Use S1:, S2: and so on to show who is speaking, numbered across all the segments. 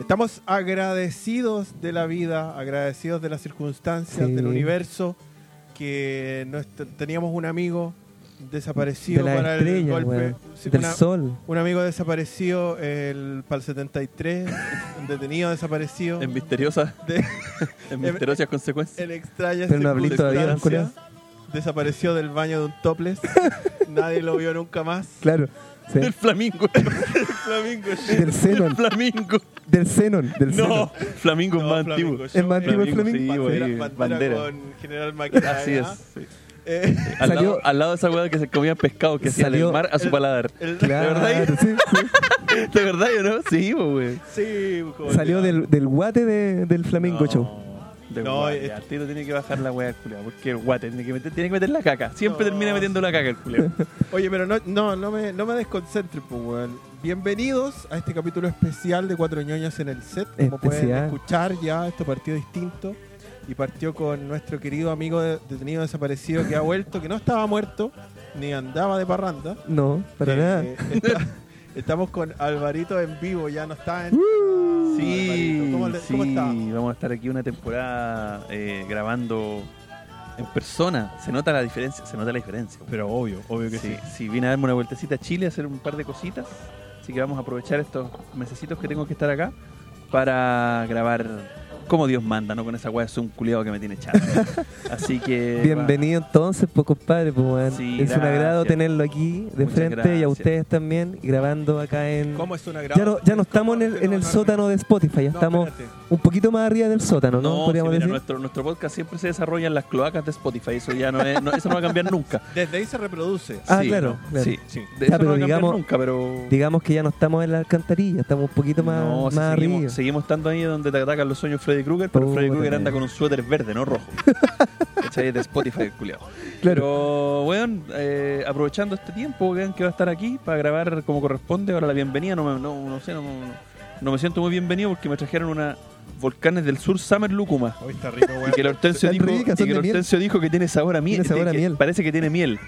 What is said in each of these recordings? S1: Estamos agradecidos de la vida, agradecidos de las circunstancias,
S2: Sí.
S1: del universo, que nos- teníamos un amigo
S2: de
S1: desaparecido
S2: las
S1: para el
S2: estrellas,
S1: golpe.
S2: weón.
S1: Sí,
S2: Del
S1: una-
S2: sol.
S1: un amigo desaparecido el, para el 73, un detenido desaparecido.
S3: En misteriosas,
S1: de-
S3: en misteriosas consecuencias.
S1: en extrañas
S2: Pero no hablé todavía, ¿no,
S1: circunstancias, Desapareció del baño de un topless. Nadie lo vio nunca más.
S2: Claro. sí.
S3: Del flamingo.
S1: Flamingo.
S2: Del Zenon.
S3: flamingo.
S2: Del Zenon. Del
S3: No,
S2: Zenon.
S3: flamingo es más antiguo.
S2: Es más antiguo el
S3: Flamingo,
S2: Flamingo.
S3: sí,
S1: Bandera,
S3: güey,
S1: bandera
S3: bandera.
S1: con General Maqueda.
S3: Así es. sí.
S1: Eh,
S3: Al,
S2: Salió-
S3: lado, al lado de esa weá que se comía pescado que hacía
S2: Salió-
S3: del mar a su
S1: el-
S3: paladar.
S1: el-
S2: Claro, sí, sí.
S3: ¿De verdad o no? Sí, po, güey.
S1: sí, como-
S2: Salió del, del guate de- del Flamingo
S3: No,
S2: Show.
S3: De
S1: No,
S3: no,
S1: es-
S3: el tiro tiene que bajar la weá, culiao. Porque el guate tiene que meter, tiene que meter la caca. Siempre
S1: No.
S3: termina metiendo la caca el culiao.
S1: Oye, pero no, no, no me, no me desconcentren, pues, weón. Bienvenidos a este capítulo especial de Cuatro Ñoños en el Set. Como pueden
S2: Especial.
S1: escuchar, ya este partido distinto. Y partió con nuestro querido amigo de- detenido desaparecido que ha vuelto, que no estaba muerto, ni andaba de parranda.
S2: No, para
S1: Eh,
S2: nada.
S1: eh, está- estamos con Alvarito en vivo, ya no está en...
S3: Sí,
S1: Alvarito, ¿cómo le-
S3: sí,
S1: cómo está?
S3: vamos a estar aquí una temporada eh, grabando en persona. Se nota la diferencia, se nota la diferencia. güey.
S1: Pero obvio, obvio
S3: sí, sí, vine a darme una vueltecita a Chile a hacer un par de cositas. Así que vamos a aprovechar estos mesecitos que tengo que estar acá para grabar como Dios manda, no con esa weá de Zoom culiado que me tiene echado. Así que.
S2: Bienvenido entonces, pues compadre. pues, weón.
S3: Sí,
S2: es un agrado
S3: gracias.
S2: tenerlo aquí de
S3: Muchas
S2: frente y a
S3: gracias.
S2: ustedes también, grabando acá en...
S1: ¿Cómo es una
S2: Ya no, ya no estamos en el, en el sótano de Spotify, ya
S1: No,
S2: estamos
S1: espérate.
S2: un poquito más arriba del sótano, ¿no?
S3: No, sí,
S2: Podríamos
S3: mira,
S2: decir.
S3: nuestro, nuestro podcast siempre se desarrolla en las cloacas de Spotify. Eso ya no es, no- eso no va a cambiar nunca.
S1: Desde ahí se reproduce.
S2: Ah,
S3: Sí,
S2: claro, claro.
S3: Sí,
S1: Sí.
S3: De
S2: Ya, pero
S3: eso no va a cambiar
S2: digamos-
S3: nunca, pero.
S2: Digamos que ya no estamos en la alcantarilla, estamos un poquito más,
S3: No, si
S2: más arriba.
S3: seguimos, seguimos estando ahí donde te atacan los sueños Freddy Krueger, pero
S2: Puta
S3: Freddy Krueger anda
S2: madre.
S3: con un suéter verde, no rojo. ¿Cachai? De Spotify, el culiao.
S2: Claro.
S3: Pero, weón, eh, aprovechando este tiempo, vean que va a estar aquí para grabar como corresponde. Ahora la bienvenida, no me, no, no sé, no, no- no me siento muy bienvenido porque me trajeron una Volcanes del Sur Summer Lúcuma.
S1: Hoy está rico,
S3: Y
S1: weón.
S3: que el Hortensio,
S2: Están
S3: dijo,
S2: ricas, son
S3: y que el
S2: de miel.
S3: Hortensio dijo que tiene sabor a miel.
S2: Tiene sabor a
S3: que
S2: miel.
S3: Parece que tiene miel.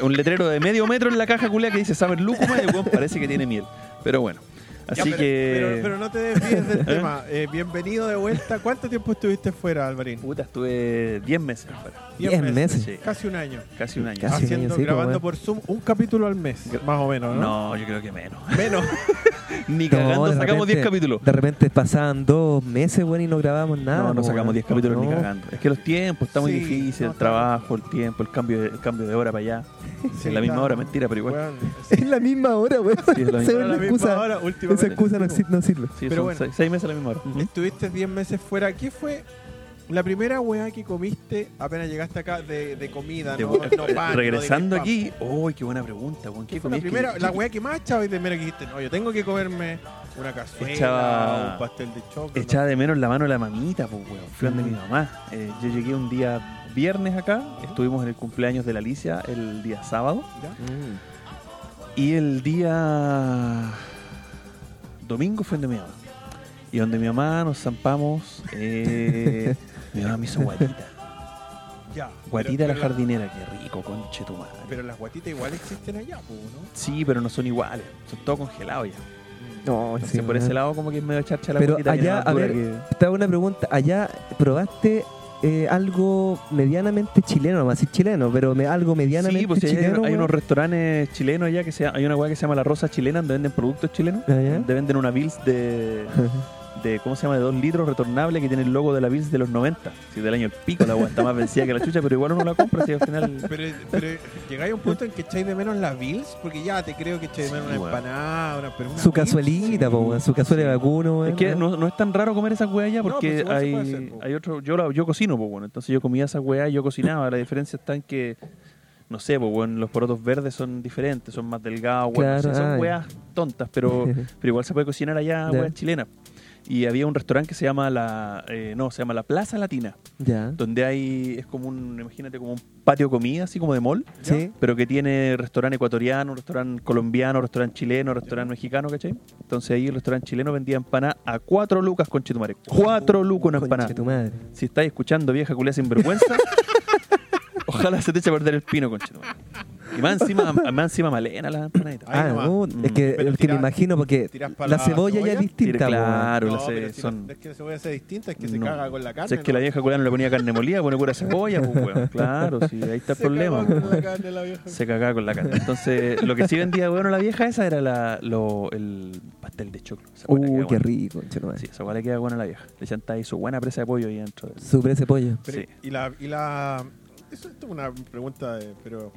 S3: Un letrero de medio metro en la caja culea que dice Summer Lúcuma y el weón parece que tiene miel. Pero bueno, así
S1: Ya, pero,
S3: que...
S1: Pero, pero no te desvíes del tema. Eh, bienvenido de vuelta. ¿Cuánto tiempo estuviste fuera, Alvarín?
S3: Puta, estuve 10 meses afuera.
S2: 10 meses.
S3: Sí,
S1: Casi un año.
S3: casi un año.
S2: Casi un
S1: Haciendo,
S2: año, sí,
S1: grabando por
S2: pues,
S1: Zoom un capítulo al mes,
S3: Gra-
S1: más o menos, ¿no?
S3: No, yo creo que menos.
S1: Menos.
S3: Ni
S2: No,
S3: cagando,
S2: de
S3: sacamos 10
S2: repente-
S3: capítulos.
S2: De repente pasaban dos meses, bueno, y no grabamos nada.
S3: no, no
S2: pues,
S3: sacamos
S2: weón.
S3: 10 capítulos ni
S2: No.
S3: cagando. Es que los tiempos está muy
S1: Sí,
S3: difícil,
S1: no,
S3: el trabajo, el tiempo, el cambio, de, el cambio de hora para allá.
S1: Sí,
S3: en la misma
S1: está-
S3: hora, mentira, pero igual.
S1: Weón,
S2: Es la misma hora, güey.
S3: Sí, es la
S2: Se
S3: misma
S2: ve
S3: hora.
S2: la
S1: misma
S2: excusa.
S1: hora,
S2: Esa
S1: últimamente.
S2: excusa no, exi- no sirve.
S3: Sí,
S1: Pero
S3: son
S1: bueno.
S3: 6 seis meses a la misma hora. Ujú.
S1: Estuviste 10 meses fuera. ¿Qué fue la primera weá que comiste apenas llegaste acá de, de comida?
S3: De-
S1: no,
S3: eh,
S1: no pan, no
S3: regresando
S1: de
S3: aquí, uy, qué buena pregunta, weón. ¿Qué
S1: Fue La,
S3: comí?
S1: primera, la weá que más echaba y de mera que dijiste, no, yo tengo que comerme una cazuela,
S3: Echaba-
S1: un pastel de chocolate.
S3: Echaba de menos la mano de la mamita, pues, weón. Fui donde mi mamá. Eh, yo llegué un día viernes acá, estuvimos en el cumpleaños de la Alicia el día sábado. Y el día domingo fue donde mi mamá. Y donde mi mamá nos zampamos. eh, mi mamá me hizo guatita.
S1: Ya.
S3: Guatita a la
S1: pero
S3: jardinera, qué rico, conche tu madre.
S1: Pero las guatitas igual existen allá, po, ¿no?
S3: sí, pero no son iguales. Son todo congelado ya.
S2: No,
S3: Entonces, por ese lado, como que es medio charcha la
S2: Pero
S3: guatita. que
S2: allá,
S3: no es
S2: a
S3: dura
S2: ver,
S3: que-
S2: Estaba una pregunta. Allá probaste eh, algo medianamente chileno, no más decir chileno, pero me- algo medianamente
S3: Sí, pues hay-
S2: chileno.
S3: hay,
S2: güey.
S3: unos restaurantes chilenos allá que se, hay una hueá que se llama La Rosa Chilena, donde venden productos chilenos.
S2: Ah, ya.
S3: Donde venden una Bills de, de, ¿cómo se llama? De 2 litros retornable que tiene el logo de la Bills de los 90. Si del año el pico la hueá está más vencida que la chucha, pero igual uno la compra si al final...
S1: Pero, pero llegáis a un punto en que echáis de menos las bills, porque ya te creo que echáis de menos
S3: Sí,
S1: una
S3: weón.
S1: empanada, una, pero una
S2: Su
S1: Bills,
S2: cazuelita,
S1: sí.
S2: po, weón, su cazuela de vacuno,
S3: Es
S2: weón,
S3: que
S2: ¿no?
S3: no, no es tan raro comer esas weas allá
S1: No, pues
S3: porque
S1: igual se
S3: hay,
S1: puede hacer, po.
S3: hay otro... Yo, la- yo cocino, pues bueno, entonces yo comía esas weas y yo cocinaba. La diferencia está en que, no sé, pues bueno, los porotos verdes son diferentes, son más delgados, weón, no
S2: Claro,
S3: sé, son
S2: ay.
S3: weas tontas, pero... pero igual se puede cocinar allá,
S2: Ya.
S3: weas chilenas. Y había un restaurante que se llama la eh, no, se llama la Plaza Latina,
S2: ya.
S3: donde hay es como un imagínate como un patio de comida así como de mall,
S2: Sí.
S3: pero que tiene restaurante ecuatoriano, restaurante colombiano, restaurante chileno, restaurante mexicano, ¿cachai? Entonces ahí el restaurante chileno vendía empanada a cuatro lucas con chetumare.
S1: Uh,
S3: Cuatro lucas una
S2: Conche
S3: empanada.
S2: tu madre.
S3: Si estáis escuchando vieja culia sinvergüenza, ojalá se te eche a perder el pino con chetumare. Y más encima, más encima malena las empanaditas.
S1: Ahí
S2: ah,
S1: nomás.
S2: no, es que
S1: Pero
S2: el que me
S1: tiras-
S2: imagino, porque
S1: tiras pa'
S2: la,
S1: la
S2: cebolla ya
S1: cebolla.
S2: es distinta.
S3: Tira-
S2: po.
S3: claro,
S1: No,
S3: las
S1: pero
S3: ce-
S1: si
S3: son.
S1: la- es que la cebolla sea distinta, es que se
S3: No.
S1: caga con la carne.
S3: Si es que la
S1: ¿no?
S3: vieja culera no le ponía carne molida, pone pura cebolla, pues, weón. Claro, sí, ahí está el
S1: Se
S3: problema.
S1: caga con
S3: weón.
S1: la carne la vieja.
S3: Se cagaba con la carne. Entonces, lo que sí vendía, bueno, la vieja esa era la, lo, el pastel de choclo. Esa weá le
S2: Uy,
S3: queda
S2: Uh, qué
S3: buena.
S2: rico, concha tu madre.
S3: Sí, esa weá le queda buena a la vieja. Le echanta ahí su buena presa de pollo ahí dentro. del-
S2: Super ese pollo.
S1: Pero,
S3: Sí.
S1: Y la. Y la eso, esto es una pregunta, de, pero.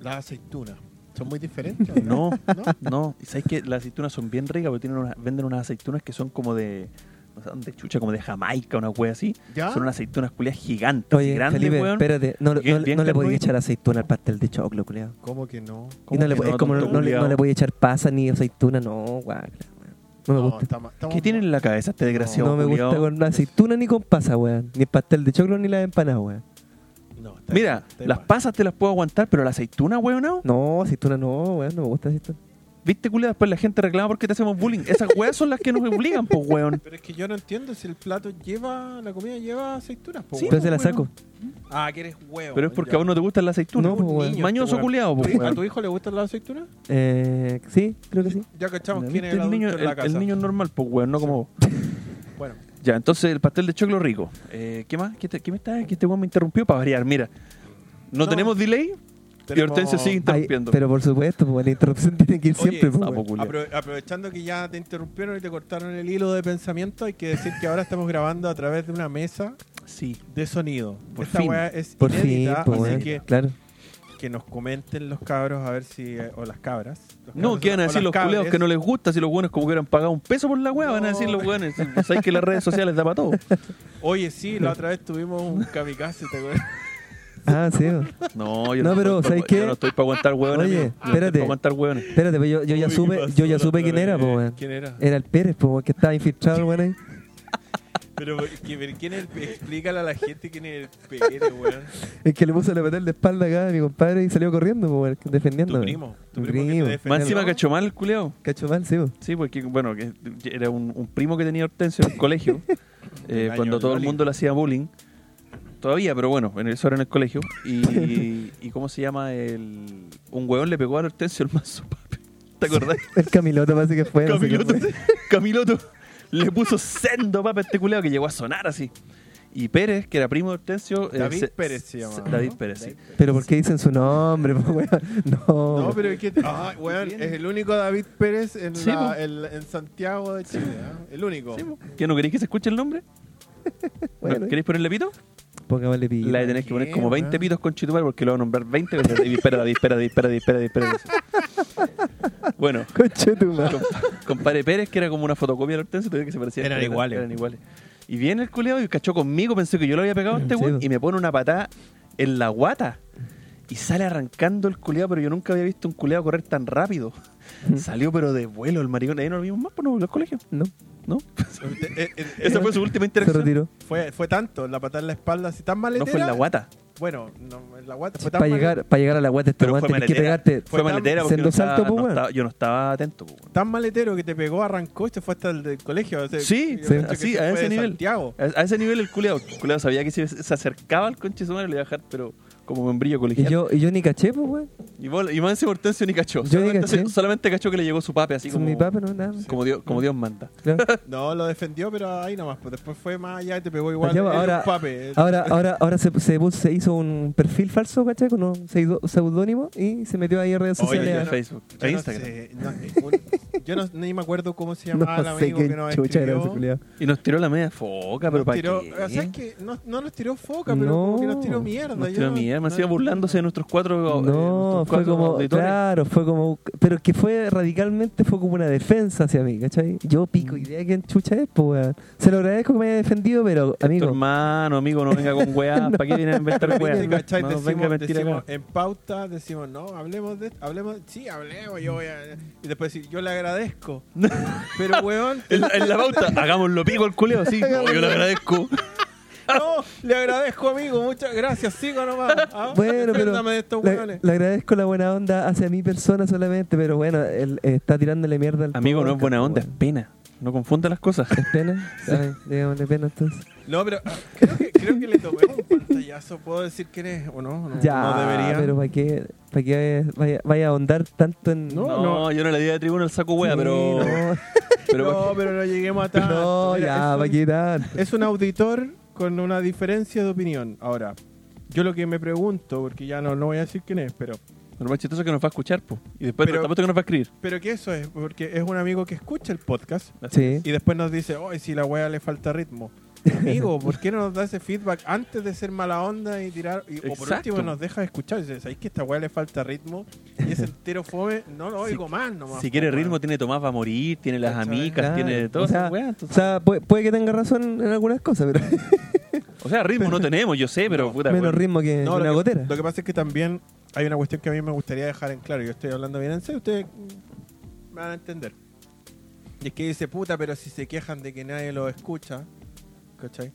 S1: Las aceitunas. ¿Son muy diferentes? o
S3: No,
S1: ¿No?
S3: no. Y sabes que las aceitunas son bien ricas, porque tienen unas- venden unas aceitunas que son como de. No sé dónde chucha, como de Jamaica, una wea así.
S1: ¿Ya?
S3: Son unas aceitunas culiadas gigantes,
S2: Oye,
S3: grandes,
S2: Felipe,
S3: weón.
S2: espérate, no, no-
S3: Bien- bien
S2: no le podía
S3: carnudito.
S2: echar aceituna al pastel de choclo, culiao.
S1: ¿Cómo que no?
S2: Y
S3: ¿Cómo
S2: no le,
S3: que
S2: po- es como no,
S3: tonto
S2: no le, no
S3: culiao?
S2: le podía echar pasa ni aceituna, no, guau. No me gusta.
S1: estamos- estamos-
S3: ¿Qué tiene en la cabeza este desgraciado?
S2: No me
S3: culiao?
S2: gusta con la aceituna ni con pasa, weón. Ni el pastel de choclo ni la empanada, weón.
S1: No, está-
S3: Mira,
S1: está
S3: las
S1: mal.
S3: pasas te las puedo aguantar, pero la aceituna, weón, no.
S2: No, aceituna no, weón, no me gusta aceituna.
S3: ¿Viste, culia? Después la gente reclama porque te hacemos bullying. Esas weas son las que nos obligan, pues, weón.
S1: Pero es que yo no entiendo si el plato lleva. La comida lleva aceitunas, po,
S3: Sí,
S1: weón.
S2: Entonces la
S3: pues,
S2: saco.
S1: Ah, que eres huevo.
S3: Pero es porque
S1: ya.
S3: a vos no te gustan las aceitunas.
S2: No, pues,
S1: Un
S2: weón.
S1: niño,
S3: Mañoso
S1: este
S3: culiao, pues,
S1: ¿A tu
S3: weón.
S1: hijo le gustan las aceitunas?
S2: Eh, sí, creo que sí.
S1: Ya cachamos quién es el
S3: El
S1: adulto
S3: niño,
S1: en la
S3: el,
S1: casa.
S3: el niño normal, pues, weón, no como vos.
S1: Bueno,
S3: Ya, entonces el pastel de choclo rico. Eh, ¿Qué más? ¿Qué, te- qué me está? Que este weón me interrumpió para variar. Mira, no,
S1: No.
S3: tenemos delay y
S1: tenemos-
S3: Hortensia sigue
S2: Ay,
S3: interrumpiendo.
S2: pero por supuesto, pues, la interrupción tiene que ir
S1: Oye,
S2: siempre. pues,
S3: sapo,
S2: weón.
S3: culiao.
S1: Apro- aprovechando que ya te interrumpieron y te cortaron el hilo de pensamiento, hay que decir que ahora estamos grabando a través de una mesa
S3: Sí.
S1: de sonido.
S3: Por
S1: Esta
S3: fin.
S1: weá es
S2: por fin,
S1: inédita,
S2: pues,
S1: así
S2: weón.
S1: que,
S2: Claro.
S1: que nos comenten los cabros a ver si. eh, o las cabras. Los
S3: No,
S1: cabros
S3: ¿qué van a
S1: o
S3: decir
S1: las
S3: los culeados
S1: cabres.
S3: que no les gusta? Si los buenos como que hubieran pagado un peso por la weá, van a decir los
S1: No.
S3: buenos. Sabes que las redes sociales da para todo.
S1: Oye, sí, la otra vez tuvimos un kamikaze, ¿te acuerdas?
S2: Ah, sí. weón.
S3: No, yo
S2: No,
S3: no,
S2: pero,
S3: estoy pa-
S2: ¿sabes qué?
S3: yo no estoy para aguantar hueones.
S2: Oye,
S3: amigo. Yo No estoy
S2: espérate.
S3: para aguantar hueones.
S2: Espérate, pues yo, yo ya
S1: Uy,
S2: supe,
S1: pasó
S2: yo ya
S1: la
S2: supe quién
S1: otra
S2: era,
S1: vez.
S2: pues, weón.
S1: ¿Quién era?
S2: Era el Pérez, pues, weón, que estaba infiltrado, el weón, ahí.
S1: Pero, ¿qué- pero ¿quién es el pe- Explícale a la gente quién es el pequeño, weón.
S2: El que le puso la patada de espalda acá a mi compadre y salió corriendo, pues, weón, defendiéndome.
S1: Tu primo. Tu
S2: Mi
S1: primo. que te
S2: primo.
S1: defendió,
S3: Más encima
S1: ¿no?
S3: cachó mal el culeado.
S2: Cacho mal, sí, pues. weón.
S3: Sí, porque, bueno, que era un, un primo que tenía Hortensio en el colegio, eh,
S1: Engaño,
S3: cuando
S1: el
S3: todo el
S1: bullying.
S3: mundo le hacía bullying. Todavía, pero bueno, en eso era en el colegio. Y, y ¿cómo se llama? El, un hueón le pegó a Hortensio el mazo, papi. ¿Te acordás?
S2: El Camiloto parece que fue. no sé qué
S3: Camiloto,
S2: fue.
S3: Camiloto le puso sendo, papa, a este culeado que llegó a sonar así. Y Pérez, que era primo de Hortensio. eh,
S1: David
S3: se-
S1: Pérez se llama.
S3: David Pérez, sí.
S2: Pero ¿por qué dicen su nombre, pues, weón? No.
S1: No, pero es que. Ah, weón, es el único David Pérez en,
S3: Sí,
S1: la-
S3: po.
S1: el- en Santiago de Chile. ¿ah? El único.
S3: Sí, po. ¿Qué no queréis que se escuche el nombre?
S2: Bueno,
S3: ¿No ¿Queréis ponerle pito?
S2: pongámosle pillo.
S3: La tenés que
S1: ¿Qué,
S3: poner como
S1: weón?
S3: 20 pitos con Chitubar porque lo va a nombrar 20 veces. David, espera, David, espera, David, espera, David, espera, David, espera, David. Bueno,
S2: Conche tu madre.
S3: compadre Pérez, que era como una fotocopia del Hortensio, te digo que se parecía.
S1: Eran iguales.
S3: Eran iguales. Y viene el culeado y cachó conmigo, pensó que yo lo había pegado a este
S2: Sí,
S3: weón
S2: weón.
S3: y me pone una patada en la guata. Y sale arrancando el culeado, pero yo nunca había visto un culeado correr tan rápido. Salió pero de vuelo el maricón. Ahí no lo vimos más, pues no volvió al colegio,
S2: No,
S3: ¿no?
S1: Eh, eh, eh,
S3: Esa fue su última
S2: se
S3: interacción.
S2: retiró.
S1: Fue, fue tanto, la patada en la espalda, así tan maletera.
S3: No fue en la guata.
S1: Bueno, no, en la guata. Fue tan
S2: Para
S1: male-
S2: llegar, para llegar a la guata este
S3: Pero
S2: weón
S3: fue
S2: tenés que
S3: maletera.
S2: pegarte.
S3: Fue
S1: Fue tan-
S3: maletera porque
S2: siendo
S3: no estaba-
S2: salto, po,
S3: no
S2: weón.
S3: estaba- yo no estaba atento. po, weón.
S1: Tan maletero que te pegó, arrancó y se fue hasta el del colegio. O sea,
S3: Sí,
S1: yo
S2: sí,
S1: cacho que
S3: así,
S1: se
S3: a
S1: fue
S3: ese
S1: de
S3: nivel.
S1: Santiago.
S3: A, a ese nivel el culeado, el culeado sabía que si se acercaba al conche su madre le iba a dejar, pero como membrillo
S2: Y
S3: colegial. Y,
S2: yo, y yo ni caché, pues, weón.
S3: vol- y más encima Hortensio ni cachó.
S2: Yo ni
S3: solamente,
S2: caché.
S3: solamente cachó que le llegó su pape así
S2: Son
S3: como,
S2: Mi papá, no, nada. más.
S3: como, Dios, como Dios manda.
S2: Claro.
S1: No, lo defendió, pero ahí nomás. Pues después fue más allá y te pegó igual.
S2: Ya,
S1: Era un
S2: ahora-
S1: pape. eh.
S2: Ahora, ahora, ahora se, se, puso- se hizo un perfil falso, ¿cachai? Con un pseudo- seudónimo y se metió ahí a redes
S1: Oye,
S2: sociales.
S1: yo
S2: a-
S3: en
S1: no-
S3: Facebook,
S1: Yo
S3: en
S1: no
S3: Instagram.
S1: sé, no, ningún- yo no, ni me acuerdo cómo se llamaba el amigo que nos
S2: era
S1: escribió.
S2: ese culiao.
S3: Y nos tiró la media foca, pero
S1: Nos
S3: para
S1: tiró-
S3: qué?
S1: o sea, es que no, no nos tiró foca, pero
S2: No.
S1: como que nos tiró mierda.
S3: nos
S1: yo
S3: tiró
S1: no-
S3: mierda,
S1: no-
S3: más encima burlándose de nuestros cuatro eh,
S2: No,
S3: nuestros
S2: fue
S3: cuatro
S2: como,
S3: auditores.
S2: claro, fue como, pero que fue radicalmente, fue como una defensa hacia mí, ¿cachai? Yo
S3: Mm.
S2: pico idea de quién chucha es, pues, weón. Se lo agradezco que me haya defendido, pero,
S3: Tu
S2: amigo,
S3: Este hermano, amigo, no venga con weá, ¿para qué vienen
S1: Pero
S3: a inventar weá?
S1: viste, ¿cachai?
S3: No,
S1: decimos,
S3: venga a mentir
S1: decimos
S3: acá.
S1: en pauta, decimos, no, hablemos de esto, hablemos, sí, hablemos, yo voy a... Y después decir, yo le agradezco. pero, weón,
S3: En, en la pauta, hagámoslo pico al culeo, sí. No, yo le agradezco.
S1: no, le agradezco, amigo, muchas gracias, sigo nomás. ah,
S2: bueno, pero
S1: defiéndame de estos
S2: le,
S1: hueones.
S2: le agradezco la buena onda hacia mi persona solamente, pero bueno, él eh, está tirándole mierda al
S3: Amigo, no es
S2: podcast,
S3: buena onda, es
S2: weón.
S3: pena. No confunda las cosas.
S2: ¿Es pena? Ay, digámosle pena entonces.
S1: No, pero ah, creo que, creo que le tomé un pantallazo. ¿Puedo decir quién es o no? No,
S2: Ya,
S1: no debería.
S2: pero ¿para qué, para qué vaya, vaya a ahondar tanto en...?
S1: No,
S3: No, yo no le di a tribuna el saco wea,
S2: Sí,
S3: pero.
S2: no.
S3: pero
S1: no, pero no lleguemos a
S2: No,
S1: tanto. Mira,
S2: ya,
S1: es
S2: ¿para
S1: un-
S2: qué tanto?
S1: Es un auditor con una diferencia de opinión. Ahora, yo lo que me pregunto, porque ya no, no voy a decir quién es, pero,
S3: Lo más chistoso es que nos va a escuchar, po. Y después
S1: Pero-
S3: tampoco que nos va a escribir.
S1: pero que eso es, porque es un amigo que escucha el podcast
S2: Sí.
S1: y después nos dice, oh, si la wea le falta ritmo. Amigo, ¿por qué no nos da ese feedback antes de ser mala onda y tirar? y- o por
S3: Exacto.
S1: último nos deja escuchar. Y dice, ¿sabéis que esta wea le falta ritmo? Y ese entero fome, no lo
S3: Si-
S1: oigo más nomás.
S3: Si
S1: po,
S3: quiere
S1: weón.
S3: ritmo, tiene Tomás va a morir, tiene las
S1: Cachai.
S3: amicas,
S2: Claro.
S3: tiene de todo.
S2: O sea,
S3: esas weas,
S2: O
S3: entonces-
S2: sea, puede, puede que tenga razón en algunas cosas, pero
S3: o sea, ritmo no tenemos, yo sé, pero puta.
S2: menos
S3: weón.
S2: ritmo que
S1: No,
S2: una
S1: lo, que,
S2: gotera.
S1: lo que pasa es que también hay una cuestión que a mí me gustaría dejar en claro. Yo estoy hablando bien en serio, ustedes mm, me van a entender. Y es que dice, puta, pero si se quejan de que nadie los escucha, ¿cachai?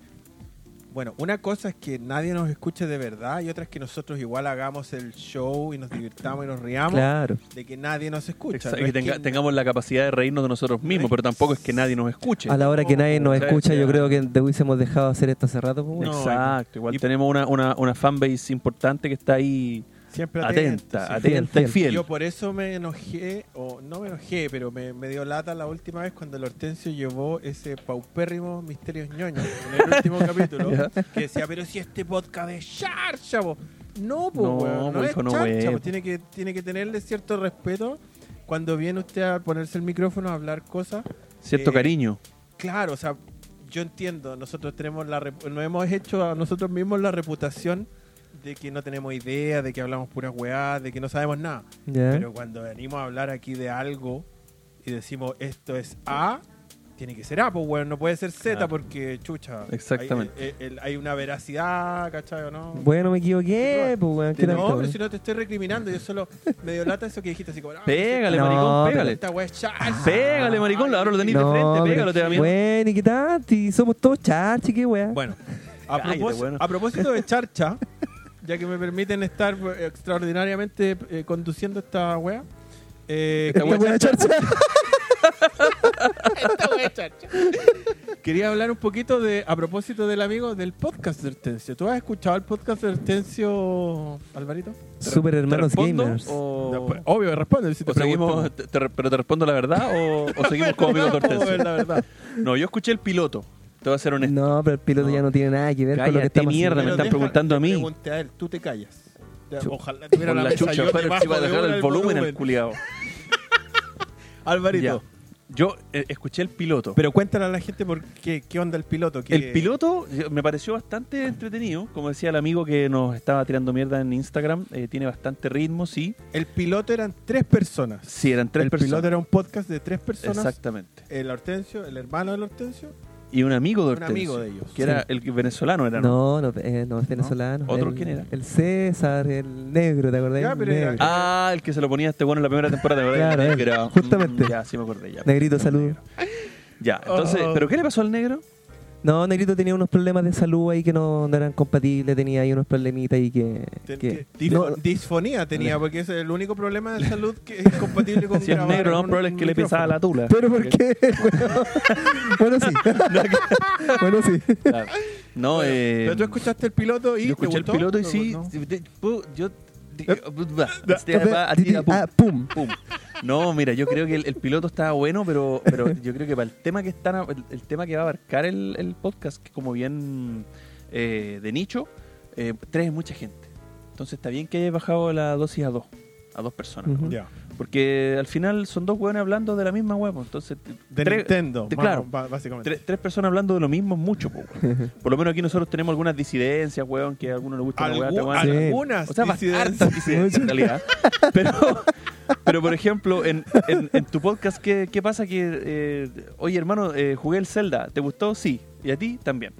S1: Bueno, una cosa es que nadie nos escuche de verdad y otra es que nosotros igual hagamos el show y nos divirtamos y nos riamos
S2: Claro.
S1: de que nadie nos escucha.
S3: Exacto,
S1: No
S3: que
S1: es que-
S3: tenga- tengamos la capacidad de reírnos de nosotros mismos, pero tampoco es que nadie nos escuche.
S2: A la hora que nadie nos
S3: Sí,
S2: escucha,
S3: sí.
S2: yo creo que te hubiésemos dejado hacer esto hace rato. pues, bueno.
S1: No,
S3: Exacto, igual
S1: y-
S3: tenemos una, una, una fanbase importante que está ahí
S1: siempre
S3: atenta,
S1: sí.
S2: fiel,
S3: atenta y
S2: fiel.
S3: fiel.
S1: Yo por eso me enojé, o no me enojé, pero me, me dio lata la última vez cuando el Hortensio llevó ese paupérrimo Misterios Ñoños en el último capítulo, que decía, pero si este podcast es charcha, po". No, po,
S3: No,
S1: weón, no
S3: po,
S1: es
S3: hijo, no,
S1: charcha,
S3: weón.
S1: po. Tiene, que, tiene que tenerle cierto respeto cuando viene usted a ponerse el micrófono a hablar cosas.
S3: Cierto
S1: eh,
S3: cariño.
S1: Claro, o sea, yo entiendo, nosotros tenemos la rep- nos hemos hecho a nosotros mismos la reputación de que no tenemos idea, de que hablamos puras weá, de que no sabemos nada.
S3: ¿Eh?
S2: Ya.
S1: Pero cuando venimos a hablar aquí de algo y decimos esto es A, tiene que ser A, pues bueno, no puede ser Z
S3: Claro.
S1: porque chucha.
S3: Exactamente.
S1: Hay, eh, el- hay una veracidad, ¿cachai o no?
S2: Bueno, me equivoqué, pues, weón. ¿qué
S1: no,
S2: tanto,
S1: pero
S2: weón?
S1: si no te estoy recriminando, yo solo me dio lata eso que dijiste así como. ah,
S3: Pégale,
S2: no,
S3: maricón,
S2: pero-
S3: pégale. Ah,
S1: Esta weá es chance.
S3: Pégale, maricón, ahora lo tenéis de
S2: No,
S3: frente,
S2: pero-
S3: pégalo, te da miedo.
S2: Bueno, ¿y qué tanto? Y somos todos charchi, qué weá.
S1: Bueno, a,
S3: Cállate,
S1: propós-
S3: bueno.
S1: a propósito de charcha, ya que me permiten estar eh, extraordinariamente eh, conduciendo esta wea. eh,
S3: Esta
S1: quería-
S3: weá
S1: Quería hablar un poquito de, a propósito del amigo, del podcast de Hortensio. ¿Tú has escuchado el podcast de Hortensio, Alvarito?
S2: Super
S3: ¿Te
S2: hermanos
S3: respondo
S2: gamers.
S3: o-
S1: No, pues, Obvio, responde. Si te
S3: o seguimos,
S1: pregunto.
S3: te- te- ¿Pero te respondo la verdad o, o seguimos como amigos
S1: No,
S3: de
S1: pues,
S3: Hortensio?
S1: la verdad.
S3: No, yo escuché el piloto. Te voy a ser honesto.
S2: No, pero el piloto
S3: No.
S2: ya no tiene nada que ver con lo
S3: Cállate,
S2: que estamos
S3: mierda, me
S1: Pero
S3: están
S1: deja-
S3: preguntando a
S1: te
S3: mí.
S1: Pregunté a él, tú te callas. Ya,
S2: Chu-
S1: Ojalá tuviera
S3: Por la
S1: mesa,
S3: chucha,
S1: yo
S3: pero
S1: debajo
S3: si va a
S1: de
S3: dejar
S1: una
S3: el volumen al culiado.
S1: Alvarito.
S3: Yo eh, escuché el piloto.
S1: Pero cuéntale a la gente por qué, qué onda el piloto. que-
S3: El piloto eh, me pareció bastante entretenido. Como decía el amigo que nos estaba tirando mierda en Instagram, eh, tiene bastante ritmo, sí.
S1: El piloto eran tres personas.
S3: Sí, eran tres
S1: el
S3: personas.
S1: piloto era un podcast de tres personas.
S3: Exactamente.
S1: El Hortensio, el hermano del Hortensio,
S3: Y un amigo de
S1: un
S3: Hortensio,
S1: amigo de ellos.
S3: Que era el que- venezolano, era. ¿no?
S2: No, no, eh, no, es venezolano.
S3: ¿Otro
S2: El-
S3: quién era?
S2: El César, el negro, ¿te acordás?
S1: Ya,
S2: El
S1: pero era-
S2: negro.
S3: Ah, el que se lo ponía a este bueno en la primera temporada. ¿verdad?
S2: Claro,
S3: El
S2: él,
S3: negro.
S2: justamente.
S3: Mm, Ya, sí me acordé. Ya,
S2: Negrito, saludo.
S3: ya entonces,
S1: Oh.
S3: ¿pero qué le pasó al negro?
S2: No, Negrito tenía unos problemas de salud ahí que no, no eran compatibles, tenía ahí unos problemitas y que...
S1: Ten-
S2: que-
S1: que- difo-
S2: no,
S1: disfonía tenía, porque ese es el único problema de salud que es compatible con
S3: Si es
S1: grabar
S3: negro,
S1: en
S3: lo más
S1: un
S3: probable es que le
S1: micrófono.
S3: pisaba la tula.
S2: ¿Pero por qué? bueno, sí. bueno, sí.
S3: Claro. No, eh.
S1: Pero tú escuchaste el piloto y.
S3: Yo
S1: te
S3: escuché el
S1: gustó?
S3: piloto y
S1: No,
S3: sí.
S1: no.
S3: de- pu- Yo. di-
S2: Eh.
S3: va, te este, va, a ti, a pum,
S2: Ah, pum.
S3: pum. No, mira, yo creo que el, el piloto estaba bueno, pero, pero yo creo que para el tema que están, a- el, el tema que va a abarcar el, el podcast, que es como bien eh, de nicho, eh, tres es mucha gente. Entonces está bien que hayas bajado la dosis a dos, a dos personas.
S2: Ujú.
S1: Ya.
S3: Porque al final son dos hueones hablando de la misma huevo. Entonces,
S1: De
S3: tres-
S1: Nintendo, pues.
S3: te-
S1: más-
S3: claro.
S1: ba- básicamente.
S3: Tres, tres personas hablando de lo mismo es mucho, po, weón. Por lo menos aquí nosotros tenemos algunas disidencias, weón, que a algunos les gusta
S1: Algu-
S3: la weá, otra weá.
S2: Sí.
S1: Algunas
S3: O sea, bast-
S1: disidencias.
S3: hartas disidencias en realidad. Pero, pero por ejemplo, en, en- en tu podcast, ¿qué, qué pasa? Que, eh, oye, hermano, eh, jugué el Zelda, ¿te gustó? Sí. Y a ti también.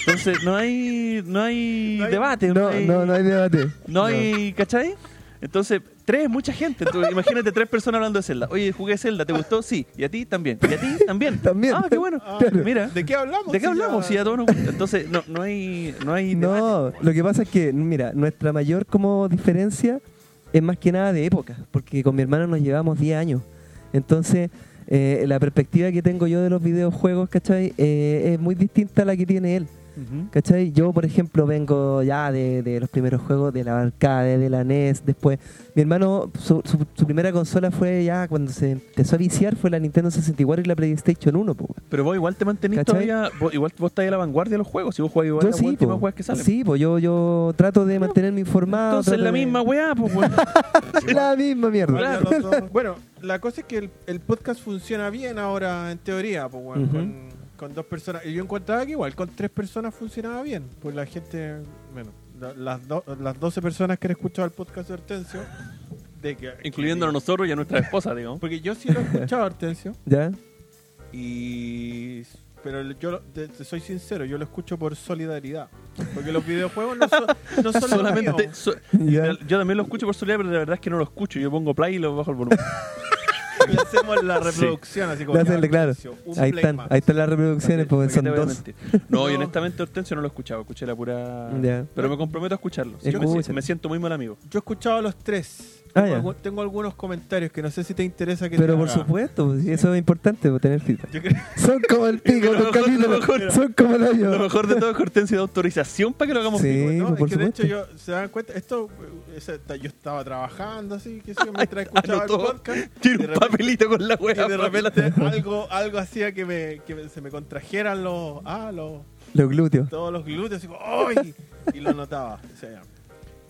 S3: Entonces, no hay, no hay
S1: No hay-
S3: debate.
S2: No,
S3: hay-
S2: no, no hay debate.
S3: no hay, ¿cachai? Entonces, tres, mucha gente. Entonces, imagínate tres personas hablando de Zelda. Oye, jugué Zelda, ¿te gustó? Sí. Y a ti también. Y a ti también.
S2: También.
S3: Ah, qué bueno.
S1: Ah,
S3: Mira.
S1: ¿De qué hablamos?
S3: ¿De qué
S1: Si
S3: hablamos?
S1: ya-
S3: Si a todos nos gusta. Entonces, no, no hay. No, hay debate.
S2: No, lo que pasa es que, mira, nuestra mayor como diferencia es más que nada de época, porque con mi hermano nos llevamos 10 años. Entonces, eh, la perspectiva que tengo yo de los videojuegos, ¿cachai? Eh, es muy distinta a la que tiene él.
S3: Ujú.
S2: ¿Cachai? Yo, por ejemplo, vengo ya de, de los primeros juegos de la arcade, de la NES, después. Mi hermano, su, su- su primera consola fue ya cuando se empezó a viciar, fue la Nintendo 64 y la PlayStation 1, po, weón.
S3: Pero vos igual te mantenís
S2: ¿Cachai?
S3: todavía, vos, igual vos estás a la vanguardia de los juegos, si vos jugás igual
S2: Yo
S3: a las
S2: sí,
S3: últimas
S2: po.
S3: weas que salen.
S2: Sí, po, yo, yo trato de mantenerme informado.
S3: Entonces
S2: trato
S3: la
S2: de-
S3: misma weá, pues weón.
S2: la misma mierda.
S3: Claro.
S1: Habla los dos. Bueno, la cosa es que el, el podcast funciona bien ahora en teoría, pues, weón,
S2: Ujú.
S1: con, con dos personas. Y yo encontraba que igual con tres personas funcionaba bien. Pues la gente, bueno, la- las, do- las 12 personas que han escuchado el podcast de Hortensio, de que,
S3: Incluyendo a
S1: que-
S3: nosotros y a nuestra esposa, digamos.
S1: Porque yo sí lo he escuchado a Hortensio,
S2: ¿Ya?
S1: y, pero yo lo- te, te soy sincero, yo lo escucho por solidaridad. Porque los videojuegos no son, no son los míos.
S3: Solamente. so-
S2: Ya.
S3: yo también lo escucho por soledad, pero la verdad es que no lo escucho. Yo pongo play y lo bajo el volumen.
S1: Le hacemos la reproducción, así como.
S2: Le hacen-
S1: ya,
S2: claro.
S1: Hortensio, un
S2: Ahí
S1: play
S2: están,
S1: más.
S2: ahí están las reproducciones,
S3: ¿Para
S2: pues
S3: qué te
S2: son
S3: voy a
S2: dos.
S3: mentir? No, y
S1: No.
S3: honestamente Hortensio no lo he escuchado, escuché la pura.
S2: Ya.
S3: Pero me comprometo a escucharlo. sí, me
S2: Escucha.
S3: si- me, siento muy mal amigo.
S1: Yo he escuchado a los tres.
S2: Ah,
S1: tengo,
S2: ya.
S1: algu- tengo algunos comentarios que no sé si te interesa que
S2: Pero
S1: te
S2: por
S1: haga.
S2: supuesto, pues, eso es importante, pues, tener feedback.
S1: Yo creo-
S2: Son como el pico,
S3: Pero
S2: los
S3: mejor,
S2: capítulos.
S3: mejor.
S2: Son como la
S3: Lo
S2: yo.
S3: mejor de todo es que Hortensio da autorización para que lo hagamos.
S2: Sí,
S1: no,
S2: pues,
S1: es
S2: por
S1: que de
S2: supuesto.
S1: hecho yo se dan cuenta, esto eh, ese- ta- yo estaba trabajando así, que yo mientras escuchaba el
S3: Anotó.
S1: podcast
S3: Tiene
S1: de
S3: un
S1: repente-
S3: papelito con la
S1: y
S3: wea.
S1: de
S3: papel.
S1: repente algo, algo hacía que me, que me- se me contrajeran los, ah, los
S2: Los glúteos.
S1: todos los glúteos y, como, ¡ay! y lo notaba. O sea, ya.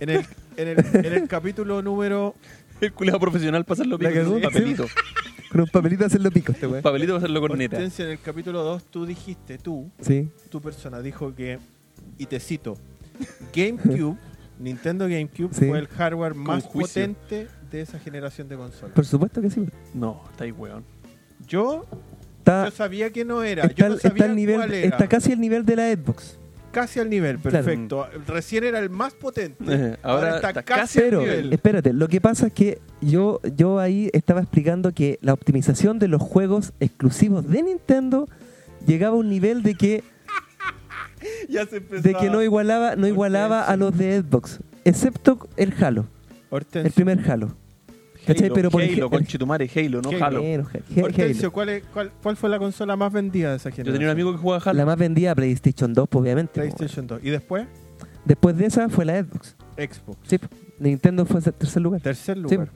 S1: en, el, en, el, en el capítulo número
S3: El culeado profesional para hacerlo
S2: La
S3: pico.
S2: cagó.
S3: Un papelito.
S2: Con un papelito hacerlo pico este weón.
S3: papelito para hacerlo corneta.
S1: Hortensio, en el capítulo 2 tú dijiste tú
S2: Sí.
S1: tu persona dijo que, y te cito, GameCube, Nintendo GameCube
S2: Sí.
S1: fue el hardware más
S3: juicio.
S1: potente de esa generación de consolas.
S2: Por supuesto que sí. weón.
S3: No, está ahí, weón.
S1: Yo,
S2: Está,
S1: yo sabía que no era,
S2: ah, está,
S1: yo no
S2: está
S1: sabía
S2: el nivel,
S1: cuál era.
S2: está casi el nivel de la Xbox.
S1: Casi al nivel,
S2: Claro.
S1: perfecto. Recién era el más potente.
S3: Ahora, está casi.
S1: al
S2: Pero,
S1: nivel.
S2: espérate, lo que pasa es que yo, yo ahí estaba explicando que la optimización de los juegos exclusivos de Nintendo llegaba a un nivel de que,
S1: Ya se empezó.
S2: de que no igualaba, no igualaba a los de Xbox, excepto el Halo, el
S1: Hortensio,
S2: primer Halo. ¿Cachai?
S3: Halo,
S2: Pero por
S3: Halo,
S2: ejemplo- Eh,
S3: conchetumare, Halo, no
S1: Halo.
S3: Halo.
S2: Bueno, He- He-
S1: Hortensio,
S2: Halo.
S1: ¿cuál, es- cuál, cuál fue la consola más vendida de esa
S3: Yo
S1: generación?
S3: tenía un amigo que jugaba Halo.
S2: La más vendida PlayStation 2, pues, obviamente. pues, weón.
S1: PlayStation 2. ¿Y después?
S2: Después de esa fue la Xbox.
S1: Xbox.
S2: Sí, pues. Nintendo fue el tercer lugar.
S1: Tercer
S2: Sí.
S1: lugar.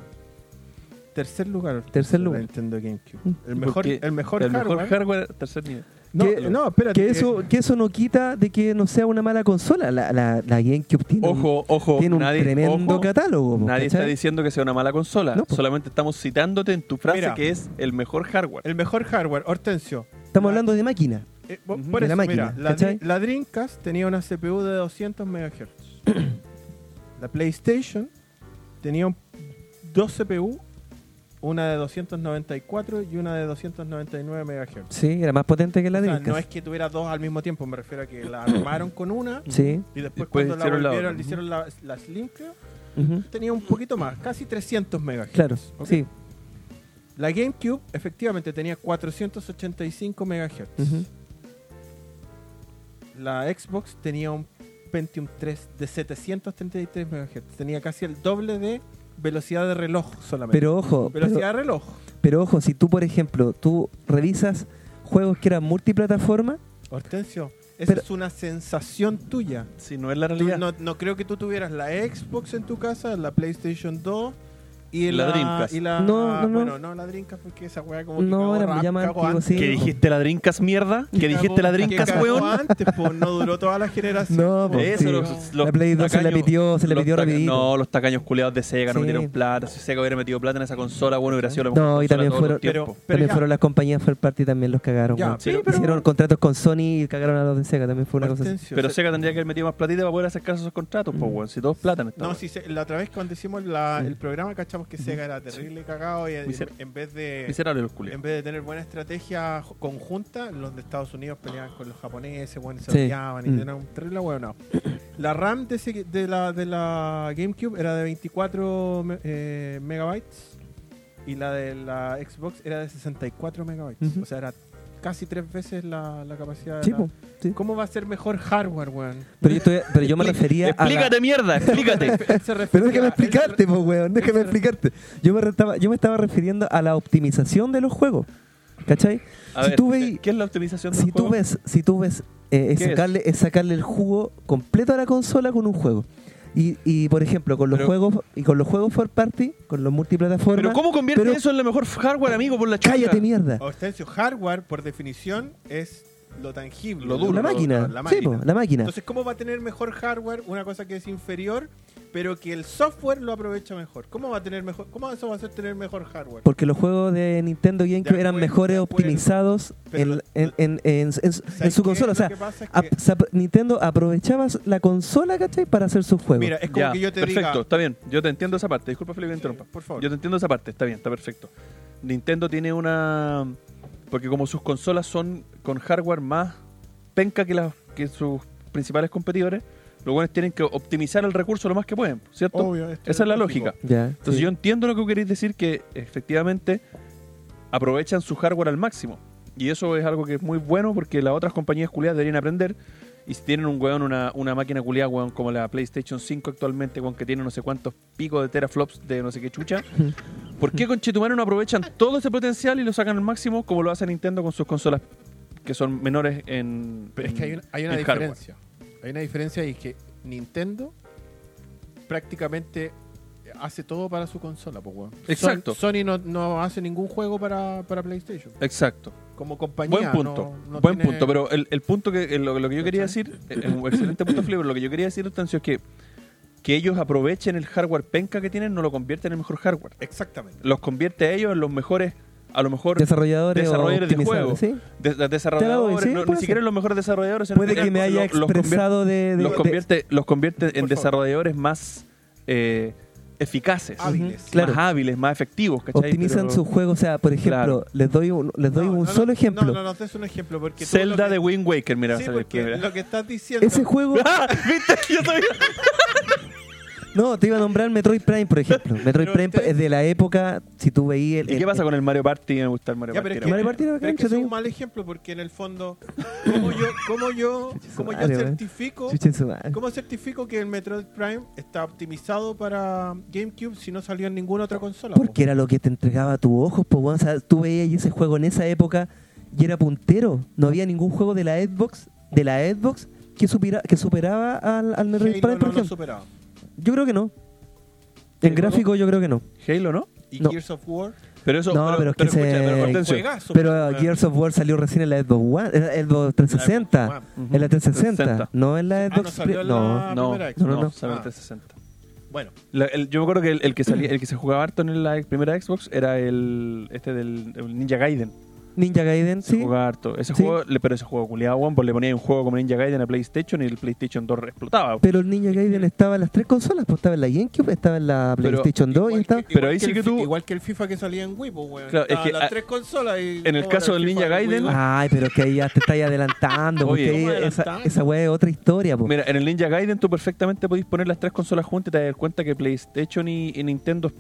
S1: Tercer lugar.
S2: Tercer lugar.
S1: Nintendo GameCube.
S2: Mm.
S1: El mejor,
S3: Porque
S1: el mejor
S3: el
S1: hardware.
S3: mejor hardware, tercer nivel.
S1: no,
S2: Que-
S1: no, espérate.
S2: Que
S1: que-
S2: eso, que eso no quita de que no sea una mala consola. La, la, la GameCube tiene un,
S3: Ojo, ojo,
S2: tiene un
S3: nadie,
S2: tremendo
S3: ojo,
S2: catálogo. po,
S3: nadie está
S2: ¿cachai?
S3: diciendo que sea una mala consola.
S2: No, pues. po.
S3: Solamente estamos citándote en tu frase
S1: Mira.
S3: que es el mejor hardware.
S1: El mejor hardware, Hortensio.
S2: Estamos hablando de máquina.
S1: Eh, bo-
S3: Ujú.
S1: por
S2: De
S1: eso,
S2: la máquina,
S1: mira, la,
S2: ¿cachai?
S1: Dri- la Dreamcast tenía una CPU de 200 MHz. la PlayStation tenía un- dos CPU, una de 294 y una de 299 MHz.
S2: Sí, era más potente que la
S1: O sea,
S2: Dreamcast.
S1: no es que tuviera dos al mismo tiempo, me refiero a que la armaron con una
S2: Sí.
S1: y después,
S3: Después
S1: cuando la
S3: hicieron la
S1: volvieron,
S3: otra.
S1: le hicieron la, la Slim, creo,
S2: ujú,
S1: tenía un poquito más, casi 300 MHz.
S2: Claro,
S1: Ok.
S2: sí.
S1: La GameCube efectivamente tenía 485 MHz.
S2: ujú.
S1: la Xbox tenía un Pentium 3 de 733 MHz. Tenía casi el doble de velocidad de reloj solamente.
S2: Pero ojo, pero,
S1: velocidad de reloj.
S2: pero ojo, si tú, por ejemplo, tú revisas juegos que eran multiplataforma,
S1: Hortensio, esa
S2: Pero-
S1: es una sensación tuya.
S3: Si no es la
S1: Tú-
S3: realidad.
S1: no, no creo que tú tuvieras la Xbox en tu casa, la PlayStation 2 y
S3: La
S1: la,
S3: Dreamcast.
S1: y la-
S2: No, no, no.
S1: bueno, no la Drinkas porque esa weá como que
S2: No,
S1: cagó
S2: era
S1: rap-
S2: ya más
S1: cagó
S2: antiguo,
S1: antes.
S2: sí.
S3: ¿Que
S2: no.
S3: dijiste la Drinkas mierda? ¿Que dijiste la
S1: Cagó-
S3: Drinkas
S1: que cagó
S3: weón?
S1: antes, po, no duró toda la generación.
S2: No,
S1: po.
S2: pues,
S3: Eso,
S2: sí.
S3: los, los
S2: La Play dos se la
S3: tacaños-
S2: pidió- se la
S3: los
S2: pidió
S3: taca-
S2: rapidito.
S3: No, los tacaños culeados de Sega
S2: Sí.
S3: no metieron plata. Si Sega hubiera metido plata en esa consola, bueno, hubiera sido la mejor
S2: No, y
S3: consola
S2: también
S3: de todos los
S2: fueron-
S3: tiempos.
S1: Pero
S2: También
S1: ya.
S2: fueron las compañías third party también los cagaron.
S1: Ya,
S2: weón.
S1: sí,
S3: pero-
S2: Hicieron contratos con Sony y cagaron a los de Sega. También fue una cosa así.
S1: Hortensio,
S3: Pero
S1: se-
S3: Sega tendría que haber metido más platita para poder acercarse a esos contratos, pues, weón. Si todos plata en esta
S1: Mm. No,
S3: weá.
S1: si se- la otra vez cuando hicimos
S2: Mm.
S1: la- el programa cachamos
S2: Mm-hmm.
S1: que Sega era terrible cagado y en,
S3: Miser-
S1: en vez de
S3: Miserables los culeados.
S1: en vez de tener buena estrategia jo- conjunta, los de Estados Unidos peleaban con los japoneses, bueno, se
S2: Sí.
S1: odiaban y
S2: Mm.
S1: eran un terrible huevonao. La RAM de, ese- de la, de la GameCube era de 24 me- eh, megabytes y la de la Xbox era de 64 megabytes.
S2: Ujú.
S1: O sea, era casi tres veces la, la capacidad.
S2: Mm-hmm. Sí,
S1: de la-
S2: po, sí.
S1: ¿Cómo va a ser mejor hardware, weón?
S2: Pero yo, estoy- pero yo me
S3: Expli-
S2: refería a. la-
S3: Explícate, mierda, explícate.
S1: Él se
S2: Pero
S1: refería-
S2: déjame
S1: él se-
S2: explicarte, pues, weón. Déjame explicarte. Yo me, re- estaba, yo me estaba refiriendo a la optimización de los juegos. ¿Cachai?
S3: A
S2: Si
S3: ver,
S2: tú veis-
S3: ¿qué es la optimización del
S2: Si tú
S3: juego?
S2: ves, si tú ves eh, es,
S3: ¿Qué es?
S2: sacarle, es sacarle el jugo completo a la consola con un juego. Y, y, por ejemplo, con los
S3: Pero-
S2: juegos y con los juegos for party, con los multiplataformas.
S3: Pero ¿cómo convierte
S2: pero-
S3: eso en la mejor hardware, amigo, por la chucha?
S2: cállate mierda.
S1: Hortensio, hardware, por definición, es lo tangible.
S3: Lo duro,
S2: la
S1: lo-
S2: máquina.
S1: la
S2: Sí,
S1: máquina.
S2: po, la máquina.
S1: Entonces, ¿cómo va a tener mejor hardware una cosa que es inferior, pero que el software lo aprovecha mejor? ¿Cómo va a tener mejor? ¿Cómo eso va a ser tener mejor hardware?
S2: Porque los juegos de Nintendo GameCube
S1: De
S2: eran
S1: acuerdo,
S2: mejores
S1: de acuerdo.
S2: optimizados
S1: Pero
S2: en,
S1: lo-
S2: en- en- en- en- en
S1: ¿Sabes
S2: su
S1: qué?
S2: consola.
S1: Lo
S2: O sea, ah,
S1: que pasa es
S2: ap-
S1: que-
S2: sap- Nintendo aprovechaba la consola, ¿cachai? Para hacer sus juegos.
S1: Mira, es como
S3: Ya,
S1: que yo te
S3: perfecto,
S1: diga.
S3: está bien. Yo te entiendo esa parte. Disculpa, Felipe, que interrumpa.
S1: Por favor.
S3: Yo te entiendo esa parte, está bien, está perfecto. Nintendo tiene una. Porque como sus consolas son con hardware más penca que, las, que sus principales competidores, los buenos tienen que optimizar el recurso lo más que pueden, ¿cierto?
S1: Obvio, esto
S3: Esa es la
S1: lógico.
S3: lógica.
S2: Ya,
S3: Entonces
S2: sí.
S3: yo entiendo lo que queréis decir, que efectivamente aprovechan su hardware al máximo. Y eso es algo que es muy bueno porque las otras compañías culiadas deberían aprender. Y si tienen un weón, una, una máquina culiada, weón, como la PlayStation 5 actualmente, weón, que tiene no sé cuántos picos de teraflops de no sé qué chucha, ¿por qué con Chetumano no aprovechan todo ese potencial y lo sacan al máximo como lo hace Nintendo con sus consolas que son menores en.
S4: Pero es que hay una, hay una
S3: en hardware?
S4: diferencia. Hay una diferencia y es que Nintendo prácticamente hace todo para su consola, pues, weón. Son-
S3: Exacto.
S4: Sony no, no hace ningún juego para, para PlayStation.
S3: Exacto.
S4: Como compañía.
S3: Buen punto,
S4: no- no
S3: buen
S4: tiene-
S3: punto. Pero el, el punto que el- lo, lo que yo quería decir, eh, es un excelente punto, Felipe, pero lo que yo quería decir, Hortensio, es que, que ellos aprovechen el hardware penca que tienen, no lo convierten en el mejor hardware.
S1: Exactamente.
S3: Los convierte a ellos en los mejores, a lo mejor,
S2: desarrolladores, o
S3: desarrolladores de
S2: optimizadores,
S3: juegos.
S2: ¿sí?
S3: de- de- desarrolladores,
S2: sí,
S3: no- ni
S2: puede
S3: siquiera
S2: ser.
S3: en los mejores desarrolladores. sino
S2: Puede que me haya
S3: lo- los convierte-
S2: expresado de, de-
S3: Los
S2: de-
S3: convierte, los convierte en
S1: Por favor.
S3: desarrolladores más eh, eficaces,
S1: Ah, hábiles.
S2: Ujú, claro.
S3: más hábiles, más efectivos. ¿cachai?
S2: optimizan
S3: Pero
S2: sus juegos. O sea, por ejemplo,
S3: Claro.
S2: les doy un, les doy
S1: No,
S2: un
S1: no, no,
S2: solo ejemplo.
S1: No, no, no, es un ejemplo porque tú lo
S3: Zelda
S1: que-
S3: de Wind Waker, mira, va a
S1: Sí,
S3: salir
S1: porque
S3: primero.
S1: lo que estás diciendo.
S2: Ese juego.
S3: ¡Ah! ¿Viste? Yo sabía.
S2: No, te iba a nombrar Metroid Prime, por ejemplo. Metroid
S1: Pero
S2: Prime
S1: ustedes-
S2: es de la época, si tú veías el.
S3: ¿Y qué
S2: el-
S3: pasa con el Mario Party? Me gusta el Mario
S1: Ya, pero
S3: Party.
S1: es
S3: era
S1: que,
S2: Mario
S3: bueno.
S2: Party era
S1: pero es
S2: bacán,
S1: que ese es
S2: yo
S1: un
S2: te
S1: mal ejemplo porque en el fondo, ¿cómo yo, cómo yo,
S2: Chucha su
S1: cómo yo
S2: madre, weón.
S1: certifico
S2: Chucha su madre.
S1: ¿Cómo certifico que el Metroid Prime está optimizado para GameCube si no salió en ninguna otra consola? po?
S2: Porque era lo que te entregaba a tus ojos, pues, O sea, tú veías ese juego en esa época y era puntero. No había ningún juego de la Xbox, de la Xbox que, supira- que superaba al, al
S1: Halo
S2: Metroid Prime,
S1: no
S2: por
S1: lo
S2: ejemplo.
S1: superaba.
S2: Yo creo que no. En
S1: Halo
S2: gráfico yo creo que no.
S3: Halo, ¿no?
S1: Y
S2: No.
S1: Gears of War,
S3: Pero eso.
S2: No, pero es que
S3: escucha,
S2: ese-
S3: pero Hortensio,
S1: juegazo,
S2: Pero
S1: weón.
S2: Gears of War salió recién en la Xbox One, en la Xbox
S1: La
S2: 360.
S1: Xbox
S3: One.
S2: En la 360,
S3: 360.
S2: no en la
S1: Ah, no
S2: Xbox.
S1: salió
S2: Play-
S1: en
S2: no.
S1: la
S3: No,
S1: primera Xbox.
S3: no,
S2: No, no.
S3: no, salió en
S1: Ah.
S3: 360.
S1: Bueno,
S3: La- el- yo me acuerdo que el, el que salía, el que se jugaba harto en la primera Xbox era el este del el Ninja Gaiden.
S2: Ninja Gaiden,
S3: Se
S2: sí.
S3: jugaba harto. Ese
S2: Sí.
S3: juego, le- pero ese juego culiado, weón, pues le ponía un juego como Ninja Gaiden a PlayStation y el PlayStation 2 explotaba.
S2: Pero el Ninja Gaiden estaba en las tres consolas, pues estaba en la GameCube, estaba en la
S3: Pero
S2: PlayStation 2 y
S1: igual
S2: estaba...
S1: que-
S3: Pero
S1: igual
S3: ahí sí
S1: el
S3: que
S1: fi-
S3: tú-
S1: Igual que el FIFA que salía en Wii, po, weón.
S3: Claro, es
S1: Estaban
S3: que,
S1: las
S3: ah,
S1: tres consolas y...
S3: en el
S1: no,
S3: caso
S1: era
S3: del
S1: FIFA
S3: Ninja
S1: de Wii,
S3: Gaiden-
S1: weón.
S2: Ay, pero que ahí ya te estáis adelantando, porque
S3: Oye,
S2: ahí
S1: ¿cómo
S2: esa,
S1: adelantando?
S2: esa weá es otra historia, pues.
S3: Mira, en el Ninja Gaiden tú perfectamente podís poner las tres consolas juntas y te das cuenta que PlayStation y, y Nintendo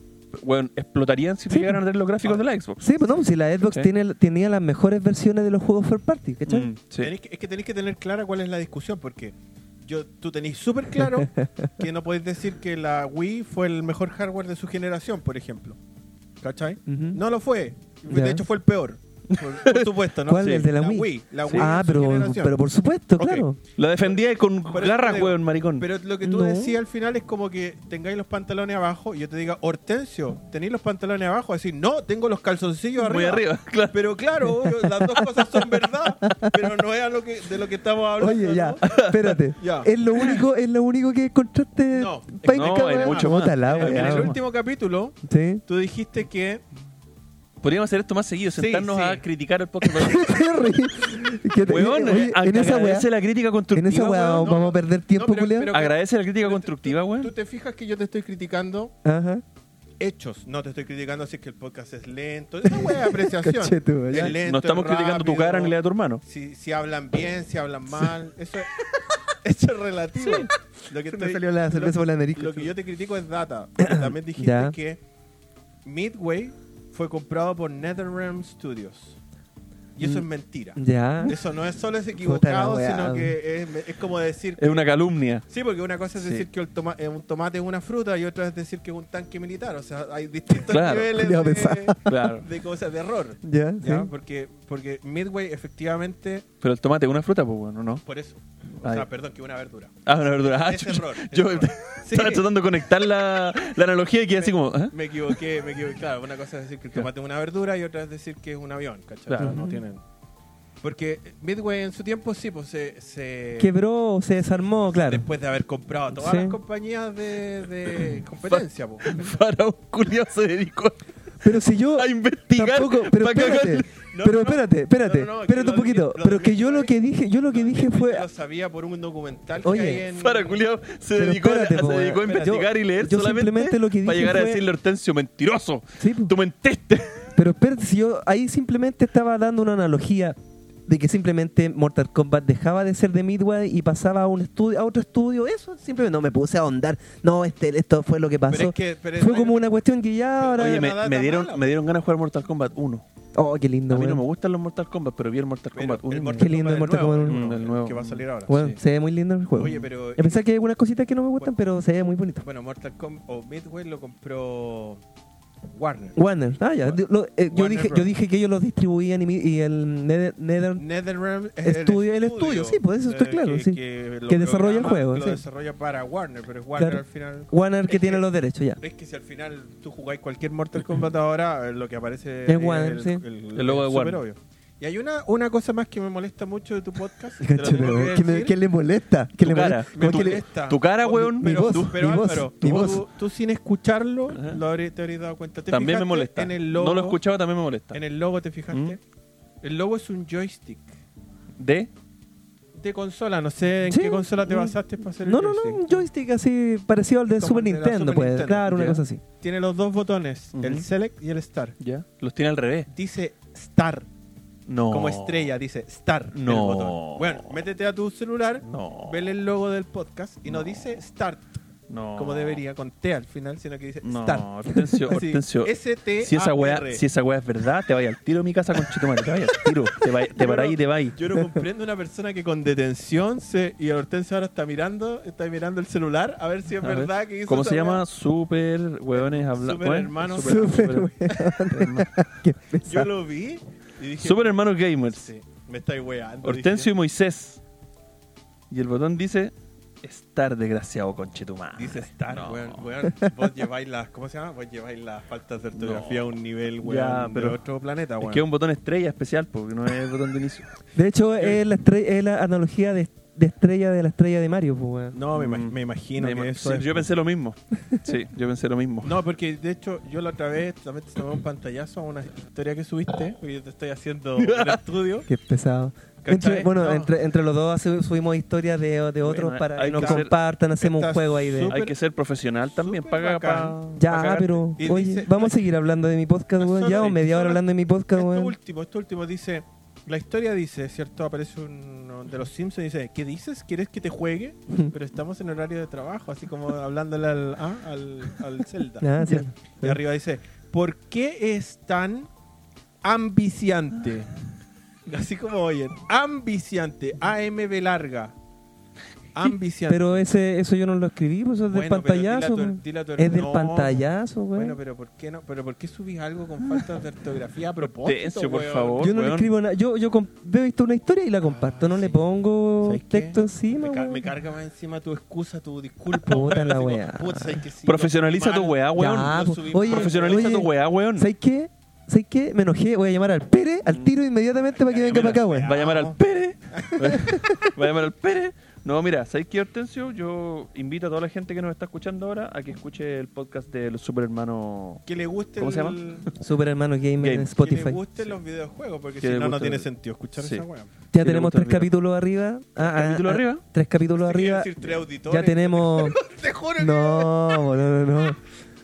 S3: weón, explotarían si
S2: Sí.
S3: llegaran a tener los gráficos
S1: Ah.
S3: de la Xbox.
S2: Sí, pues no, si la Xbox
S3: Sí.
S2: tiene, tenía las mejores versiones de los juegos third party, ¿cachai?
S3: Mm, sí.
S1: Tenéis que- es que tenéis que tener clara cuál es la discusión, porque yo, tú tenéis súper claro que no podéis decir que la Wii fue el mejor hardware de su generación, por ejemplo. ¿Cachai?
S2: Ujú.
S1: No lo fue.
S2: Ya.
S1: De hecho, fue el peor. Por, por supuesto, ¿no?
S2: ¿Cuál? ¿El de la Wii?
S1: La Wii
S2: ah,
S1: de su
S2: pero,
S1: generación.
S2: pero por supuesto,
S1: Ok.
S2: claro.
S3: La defendía con
S1: Por eso te
S3: garras,
S1: digo,
S3: weón, maricón.
S1: Pero lo que tú
S2: No.
S1: decías al final es como que tengáis los pantalones abajo y yo te diga, Hortensio, ¿tenéis los pantalones abajo? Así, no, tengo los calzoncillos arriba.
S3: Muy arriba, claro.
S1: Pero claro, obvio, las dos cosas son verdad, pero no es a lo que, de lo que estamos hablando.
S2: Oye, ya,
S1: ¿no?
S2: espérate.
S1: Ya.
S2: Es lo único, es lo único que encontraste.
S1: No,
S2: pa'
S3: no,
S2: acá,
S3: hay
S2: weá.
S3: mucho
S2: Bota la
S3: más.
S1: En
S2: weá,
S1: el
S2: weá.
S1: último capítulo,
S2: Sí.
S1: tú dijiste que
S3: Podríamos hacer esto más seguido, sentarnos
S1: sí.
S3: a criticar el podcast.
S2: Terry, que te-
S3: weón,
S2: oye,
S3: a-
S2: en esa weá,
S3: agradece la crítica
S2: en
S3: constructiva.
S2: esa weá
S3: weón.
S1: no,
S2: vamos a perder tiempo,
S1: no, pero-
S2: culiao.
S1: pero-
S3: Agradece la crítica
S1: Pero tú-
S3: constructiva,
S1: tú
S3: weón.
S1: te fijas que yo te estoy criticando
S2: Ajá.
S1: hechos. No te estoy criticando si es que el podcast es lento. Es una buena apreciación.
S2: Cachetudo,
S1: Es
S2: ya.
S1: lento,
S3: No estamos
S1: es
S3: criticando tu
S1: rápido,
S3: cara ni la de tu hermano.
S1: Si, si hablan bien, si hablan mal. Eso, es- eso es relativo. Lo que
S2: Se me salió la cerveza
S1: lo-
S2: por la nariz.
S1: Lo que yo te critico es data. porque También dijiste
S2: Ya.
S1: que Midway fue comprado por NetherRealm Studios. Y eso
S2: Mm.
S1: es mentira.
S2: Ya.
S1: Eso no es solo es
S2: Puta la
S1: equivocado,
S2: weá.
S1: sino que es, es como decir
S3: Es una calumnia.
S1: Sí, porque una cosa es
S2: Sí.
S1: decir que el toma- eh, un tomate es una fruta y otra es decir que es un tanque militar. O sea, hay distintos
S3: Claro.
S1: niveles
S2: Ya
S1: de,
S2: pensaba.
S3: Claro.
S1: de cosas de error. ¿ya?
S2: Ya,
S1: pues, eh.
S2: sí.
S1: Porque Porque Midway efectivamente,
S3: Pero el tomate es una fruta, pues bueno, ¿no?
S1: por eso. O
S3: Ay.
S1: sea, perdón, que una verdura.
S3: Ah, una verdura. Ah,
S1: Ese
S3: chucha.
S1: error, ese
S3: Yo
S1: error. Sí.
S3: estaba tratando de conectar la, la analogía y quedé así como. ¿eh?
S1: Me equivoqué, me equivoqué. Claro, una cosa es decir que el tomate es una verdura y otra es decir que es un avión, ¿cachai?
S3: Claro.
S4: no tienen.
S1: Porque Midway en su tiempo sí, pues se... se-
S2: Quebró, se desarmó, claro.
S1: Después de haber comprado todas
S2: Sí.
S1: las compañías de, de competencia, pues. po.
S3: Faraón culiao se dedicó
S2: Pero si yo
S3: a investigar.
S2: tampoco, pero
S3: pa' cagar.
S2: espérate,
S1: No,
S2: pero
S1: no,
S2: espérate, espérate,
S1: no, no, no, que
S2: espérate
S1: lo
S2: un poquito.
S1: admito, lo
S2: Pero que yo
S1: admito.
S2: lo que dije, yo lo que dije fue
S1: Yo lo sabía por un documental
S2: Oye,
S1: que hay en...
S3: Faraón culiao se
S2: Pero
S3: dedicó, a-
S2: espérate,
S3: se
S2: po,
S3: dedicó a
S2: espérate.
S3: investigar y leer
S2: Yo- yo
S3: solamente
S2: simplemente lo que
S3: para
S2: dije
S3: llegar a
S2: fue-
S3: decirle a Hortensio, mentiroso.
S2: Sí, pues. po.
S3: Tú mentiste.
S2: Pero espérate, si yo ahí simplemente estaba dando una analogía de que simplemente Mortal Kombat dejaba de ser de Midway y pasaba a un estudio, a otro estudio, eso simplemente no me puse a ahondar. No, este, esto fue lo que pasó.
S1: Pero es que... pero es-
S2: fue como una cuestión que ya ahora.
S3: Oye,
S1: Oye, me-
S3: me,
S1: nada me dieron-
S3: dieron,
S1: mala.
S3: me
S1: me
S3: dieron ganas de jugar Mortal Kombat 1.
S2: oh, qué
S3: A
S2: lindo,
S3: mí no me
S2: weón.
S3: gustan los Mortal Kombat, pero vi el Mortal
S1: pero
S3: Kombat 1.
S1: el
S2: Qué lindo el Mortal Kombat
S1: nuevo,
S3: uno.
S1: el
S3: Mm, El nuevo.
S1: Que va a salir ahora.
S2: Weón,
S3: sí.
S2: Se ve muy lindo el juego.
S1: Oye, pero...
S2: A pesar que hay algunas cositas que no me gustan, pero se ve muy bonito.
S1: Bueno, Mortal Kombat o Midway lo compró Warner.
S2: Warner, ah, ya. di- lo- eh, yo,
S1: Warner
S2: dije, yo
S1: Bros.
S2: dije que ellos los distribuían y, mi- y el Nether, Nether-
S1: NetherRealm es
S2: Estudio- el estudio, sí, pues eso está
S1: eh,
S2: claro,
S1: que,
S2: sí.
S1: lo
S2: Que desarrolla el
S1: programa,
S2: juego,
S1: Lo
S2: sí.
S1: desarrolla para Warner, pero es Warner
S2: Claro.
S1: al final.
S2: Warner que
S1: Es
S2: tiene
S1: que-
S2: los derechos, ya.
S1: Es que si al final tú jugáis cualquier Mortal Kombat ahora, eh, lo que aparece
S2: Es Warner, sí.
S3: El logo de
S1: súper
S3: Warner.
S1: obvio. Y hay una, una cosa más que me molesta mucho de tu podcast. y te lo tengo que
S2: ¿Qué,
S1: decir.
S2: le molesta? ¿Qué
S3: Tu
S2: le
S3: cara.
S2: molesta?
S1: Me
S2: ¿Cómo que le-
S1: molesta.
S3: tu cara, weón,
S1: Pero,
S2: mi voz,
S1: tú- pero
S2: mi voz,
S1: Álvaro,
S2: mi
S1: tú-
S2: voz.
S1: tú sin escucharlo
S3: Ajá.
S1: lo habrí- te habrías dado cuenta. ¿Te
S3: También me
S1: fijaste
S3: molesta.
S1: En el logo,
S3: No lo he escuchado, también me molesta.
S1: En el logo, ¿te fijaste?
S3: Mm.
S1: El logo es un joystick.
S3: ¿De?
S1: De consola, no sé en
S2: Sí.
S1: qué consola te
S2: Mm.
S1: basaste para hacer el
S2: No, no, no,
S1: joystick.
S2: un joystick así parecido al de
S1: Como
S2: Super
S1: el de la
S2: Nintendo,
S1: Super
S2: pues.
S1: Nintendo,
S2: claro, una
S3: ya.
S2: cosa así.
S1: Tiene los dos botones,
S3: Ujú.
S1: el select y el start.
S3: ¿Ya? Los tiene al revés.
S1: Dice star,
S3: No.
S1: como estrella, dice star. el
S3: No.
S1: botón. Bueno, métete a tu celular,
S3: No.
S1: vele el logo del podcast y no, dice start,
S3: No.
S1: como debería, con T al final, sino que dice
S3: No,
S1: start.
S3: Hortensio,
S1: Así,
S3: Hortensio.
S1: S-T-A-R.
S3: Si esa, weá, si esa weá es verdad, te vaya al tiro de mi casa con chitomate. Te vaya al tiro. Te, vai- te
S1: Yo
S3: parás
S1: no-
S3: y te vais.
S1: Yo no comprendo una persona que con detención se, y Hortensio ahora está mirando, está mirando el celular a ver si es
S3: A ver,
S1: verdad que hizo
S3: ¿Cómo
S1: esa
S3: se
S1: weá.
S3: llama? Super hueones habla-
S1: Super
S3: ¿cómo es?
S1: hermanos.
S3: Super,
S2: Super,
S3: super- super hermanos.
S2: Qué
S1: Yo
S2: pesado.
S1: lo vi y dije,
S3: Super hermanos gamers.
S1: sí, me estáis weando.
S3: Hortensio y Moisés. Y el botón dice estar desgraciado conchetumá.
S1: Dice Star,
S3: No.
S1: weón, weón. Vos lleváis las, ¿cómo se llama? Vos lleváis las faltas de ortografía a un nivel, weón,
S3: Ya, pero-
S1: de otro planeta,
S3: Es
S1: weón.
S3: que es un botón estrella especial porque no es el botón de inicio.
S2: De hecho, es la, estre- es la analogía de, de estrella de la estrella de Mario, pues. weón.
S1: No, me, ima-
S3: Mm.
S1: me imagino
S3: Me
S1: que
S3: ima-
S1: eso
S3: sí,
S1: es-
S3: Yo pensé lo mismo. Sí, yo pensé lo mismo.
S1: No, porque de hecho yo la otra vez también te tomé un pantallazo a una historia que subiste, porque yo te estoy haciendo un estudio.
S2: Qué pesado.
S1: ¿Cachai?
S2: Entre- bueno,
S1: No.
S2: entre, entre los dos hace- subimos historias de, de otros
S3: Bueno,
S2: para
S3: hay
S2: que nos
S3: que hacer-
S2: compartan, hacemos un
S1: Está
S2: juego ahí de...
S1: súper-
S3: Hay que ser profesional también.
S1: súper
S3: Paga para.
S1: bacán.
S2: ya, pero...
S1: Y
S2: Oye,
S1: dice-
S2: vamos a seguir hablando de mi podcast,
S1: No,
S2: weón.
S1: solo-
S2: Llevamos media hora
S1: solo-
S2: hablando de mi podcast,
S1: Esto
S2: weón.
S1: último, esto último dice, la historia dice, ¿cierto? Aparece uno de los Simpsons y dice, ¿qué dices? ¿Quieres que te juegue? Pero estamos en horario de trabajo, así como hablándole al, ah, al, al Zelda.
S2: Ah, sí.
S1: Y arriba dice, ¿por qué es tan ambiciante? Así como oyen, ambiciante, AMB larga. Ambiciante.
S2: Pero ese, eso yo no lo escribí, pues eso es del
S1: Bueno, pero dile a
S2: pantallazo.
S1: tu-
S2: weón.
S1: dile a tu-
S2: Es del
S1: no,
S2: pantallazo, weón.
S1: Bueno, pero ¿por qué no? ¿Pero por qué subís algo con faltas de ortografía a propósito?
S3: Hortensio, por
S1: weón?
S3: favor.
S2: Yo no le
S3: weón.
S2: escribo nada. Yo, yo comp- veo esto una historia y la comparto. no le
S1: sí.
S2: pongo
S1: ¿Sabes qué?
S2: texto encima.
S1: Me, ca-
S2: weón.
S1: me carga más encima tu excusa, tu disculpa.
S2: Puta
S1: weón.
S2: la
S1: Así como,
S2: weá.
S1: puta, ¿sabes que sí,
S3: Profesionaliza
S1: lo-
S3: tu
S1: mal,
S3: weá,
S2: Ya,
S3: weón.
S1: lo
S2: po.
S1: subimos.
S2: oye,
S3: Profesionaliza
S2: oye,
S3: tu weá, weón.
S2: ¿Sabes qué? ¿Sabes qué? Me enojé. Voy a llamar al Pérez al tiro inmediatamente para que venga para acá, weón.
S3: Va a llamar al Pérez. Va a llamar al Pérez. No, mira, ¿sabes qué, Hortensio? Yo invito a toda la gente que nos está escuchando ahora a que escuche el podcast de los super hermanos.
S1: Que le guste
S3: ¿Cómo se llama?
S1: el-
S2: Super hermano gamer
S3: Game.
S2: en
S1: Que
S2: Spotify.
S1: le gusten los videojuegos, porque
S3: Que
S1: si
S3: le
S1: no, no
S3: guste
S1: tiene
S3: el-
S1: sentido escuchar
S3: Sí.
S1: esa weá.
S2: Ya
S3: que le
S2: tenemos
S3: gusta el
S2: tres
S3: video.
S2: capítulos arriba. Ah, ah,
S3: capítulos
S2: ah,
S3: arriba?
S2: Tres capítulos
S1: Te quiero
S2: arriba.
S1: decir tres auditores.
S2: Ya tenemos.
S1: Te juro
S2: No, no, no, no.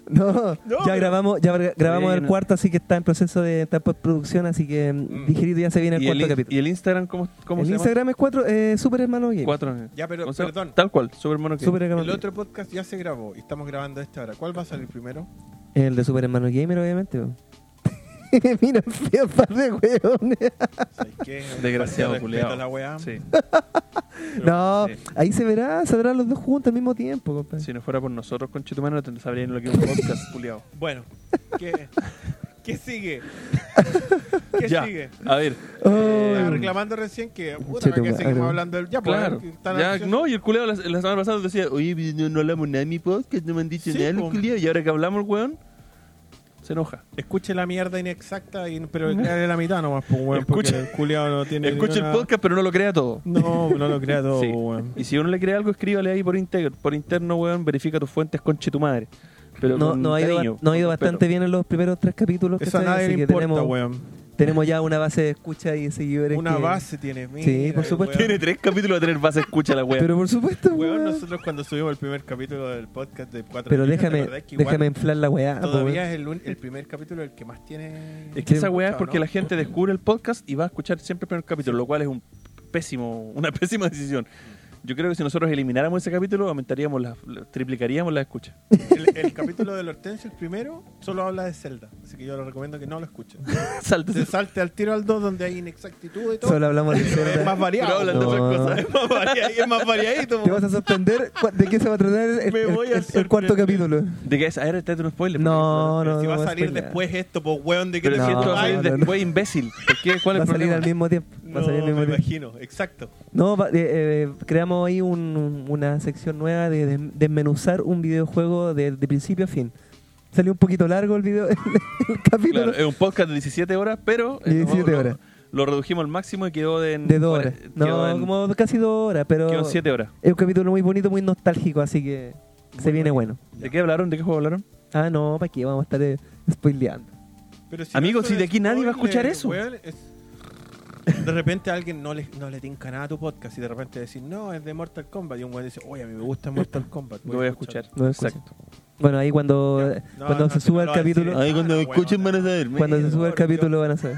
S2: No, ya
S1: pero-
S2: grabamos, ya gra- grabamos
S3: Bueno.
S2: el cuarto, así que está en proceso de está en postproducción, así que mm,
S1: Mm.
S2: digerido ya se viene el
S3: ¿Y el,
S2: cuarto
S3: in-
S2: capítulo.
S3: ¿Y el Instagram cómo, cómo
S2: el
S3: se llama?
S2: Instagram es cuatro, eh, Super Hermano Game.
S3: Cuatro.
S1: Ya, pero
S3: ¿Cómo se llama?
S1: perdón.
S3: Tal cual, super hermano.
S2: Super
S1: que
S2: Hermano
S1: el
S2: Game.
S1: otro podcast ya se grabó y estamos grabando este ahora. ¿Cuál va a salir primero?
S2: El de Super Hermano Gamer, obviamente. po. Mira, feo par de hueones.
S1: ¿Sabes qué?
S3: Desgraciado,
S1: Falta de respeto
S3: culiao.
S1: a la weá.
S3: Sí.
S2: No,
S3: Sí.
S2: ahí se verá, saldrán los dos juntos al mismo tiempo, compadre.
S3: Si no fuera por nosotros, con Chitumano, no te sabrían lo que es un podcast, culiao.
S1: Bueno, ¿qué, ¿qué sigue? ¿Qué
S3: ya.
S1: sigue?
S3: A ver,
S2: Oh.
S1: Estaba
S2: Ay.
S1: reclamando recién que, puta,
S2: Conchetumare.
S1: ¿para qué seguimos hablando del... Ya, pues,
S3: claro.
S1: que están
S3: Ya,
S1: ansiosos.
S3: no, y el culeo la, la semana pasada decía, oye, pues, no, no hablamos nada de mi podcast, no me han dicho
S1: Sí,
S3: nada el
S1: po.
S3: culeo. Y ahora que hablamos, el weón, se enoja.
S1: Escuche la mierda inexacta, y, pero créale la mitad nomás, pues, weón,
S3: Escuche-
S1: porque el culiao no tiene...
S3: Escucha el
S1: nada.
S3: podcast, pero no lo crea todo.
S1: No, no lo crea todo,
S3: Sí.
S1: pues, weón.
S3: Y si uno le cree algo, escríbale ahí por, inter- por interno, weón, verifica tus fuentes, conche tu madre. Pero
S2: No,
S3: con
S2: no ha ido,
S3: cariño,
S2: no ha ido
S3: con respeto.
S2: bastante bien en los primeros tres capítulos.
S1: Eso a
S2: ¿cachai?
S1: nadie
S2: Así
S1: le
S2: que
S1: importa,
S2: tenemos,
S1: weón.
S2: tenemos ya una base de escucha y seguidores.
S1: Una
S2: que-
S1: base tiene, mira,
S2: por supuesto.
S1: weón.
S3: Tiene tres capítulos a tener base, escucha la weón.
S2: Pero por supuesto,
S1: Weón,
S2: weón.
S1: nosotros cuando subimos el primer capítulo del podcast de cuatro
S2: Pero
S1: Chicas, la
S2: déjame,
S1: verdad es que igual
S2: déjame inflar la weá. po,
S1: Todavía
S2: weón.
S1: es el, un- el primer capítulo el que más tiene.
S3: Es
S2: Sí,
S3: que esa weá es
S1: escuchado,
S3: porque
S1: ¿no?
S3: la gente descubre el podcast y va a escuchar siempre el primer capítulo, lo cual es un pésimo, una pésima decisión. Yo creo que si nosotros elimináramos ese capítulo, aumentaríamos las, la- triplicaríamos las escuchas.
S1: El, el capítulo del Hortensio, el primero, solo habla de Zelda. Así que yo les recomiendo que no lo escuchen. Se
S3: Sáltese.
S1: salte al tiro al 2, donde hay inexactitud y todo.
S2: Solo hablamos de
S1: pero es más
S2: Zelda.
S3: Pero hablan
S1: variado.
S3: de
S2: No.
S3: otras cosas. Es más variadi- es más variadito.
S2: Te vas a sorprender cu- de qué se va a tratar el,
S3: Me
S2: el-
S3: voy
S2: el-
S3: a
S2: el cuarto
S3: sorprender.
S2: capítulo.
S3: De que es, a ver, tráete un spoiler.
S2: No,
S1: Pero
S2: no,
S1: si
S2: no.
S1: va a
S2: voy
S1: salir
S2: spoilear.
S1: después esto, pues weón, de que
S3: Pero
S1: te
S3: si
S2: No,
S3: esto va a salir
S2: no, no.
S3: después, imbécil. ¿Por qué? ¿Cuál
S2: Va
S3: es
S2: a
S3: el
S2: salir
S3: problema?
S2: al mismo tiempo. Va a salir al
S1: me
S2: mismo tiempo.
S1: imagino, exacto.
S2: No, va- eh, eh, creamos ahí un- una sección nueva de des- desmenuzar un videojuego de, de principio a fin. Salió un poquito largo el video, el, capítulo.
S3: Claro, es un podcast de 17 horas, pero eh,
S2: 17
S3: lo-
S2: horas.
S3: Lo, redujimos al máximo y quedó de en,
S2: De dos horas.
S3: cuare- quedó
S2: No,
S3: en-
S2: como casi dos horas, pero
S3: quedó en 7 horas.
S2: es un capítulo muy bonito, muy nostálgico, así que se viene bueno.
S3: ¿De qué hablaron? ¿De qué juego hablaron?
S2: Ah, no, ¿para qué? Vamos a estar eh, spoileando.
S1: Pero si
S3: Amigos,
S1: no,
S3: si de aquí nadie va a escuchar
S1: spoiler,
S3: eso.
S1: weón, es- De repente a alguien no le, no le tinca nada a tu podcast y de repente decís, no, es de Mortal Kombat. Y un weón dice, oye, a mí me gusta Mortal Kombat.
S3: Lo voy a escuchar.
S2: Lo voy a escuchar.
S3: Exacto.
S2: Bueno, ahí cuando,
S1: No,
S2: cuando
S1: no,
S2: se
S1: no
S2: suba
S1: lo voy
S2: el
S1: a decir.
S2: capítulo,
S1: Ay, cuando escuchen van a
S3: saber.
S2: Ah, cuando se suba el
S1: no,
S2: capítulo van a saber.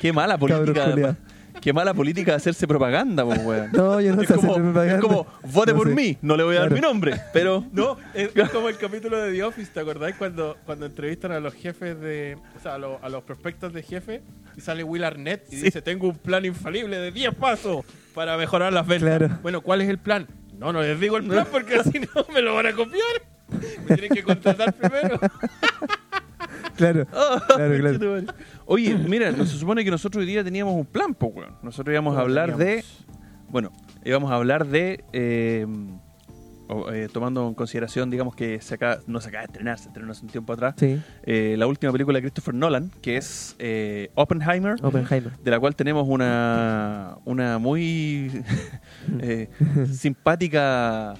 S3: Qué mala
S2: Cabros
S3: política.
S2: culiados.
S3: Qué mala política de hacerse propaganda, pues, weón.
S2: No, yo no
S3: es,
S2: sé hacer
S3: como,
S2: propaganda.
S3: es como, vote
S2: No
S3: por
S2: sé.
S3: mí, no le voy a dar
S2: Claro.
S3: mi nombre, pero
S4: No, es, es como el capítulo de The Office, ¿te acordáis cuando, cuando entrevistan a los jefes de. O sea, a, los- a los prospectos de jefe y sale Will Arnett y
S3: Sí.
S4: dice: Tengo un plan infalible de 10 pasos para mejorar las ventas.
S2: Claro.
S4: Bueno, ¿cuál es el plan? No, no les digo el plan porque si no me lo van a copiar. Me tienen que contratar primero.
S2: Claro,
S3: Ah,
S2: claro, claro.
S3: Oye, mira, no- se supone que nosotros hoy día teníamos un plan, pues, weón. Nosotros íbamos a hablar de. Bueno, íbamos a hablar de. eh, o, eh, tomando en consideración, digamos que se acaba- no se acaba de estrenar, se estrenó hace un tiempo atrás.
S2: Sí,
S3: eh, la última película de Christopher Nolan, que es eh, Oppenheimer,
S2: Oppenheimer.
S3: de la cual tenemos una, una muy eh, simpática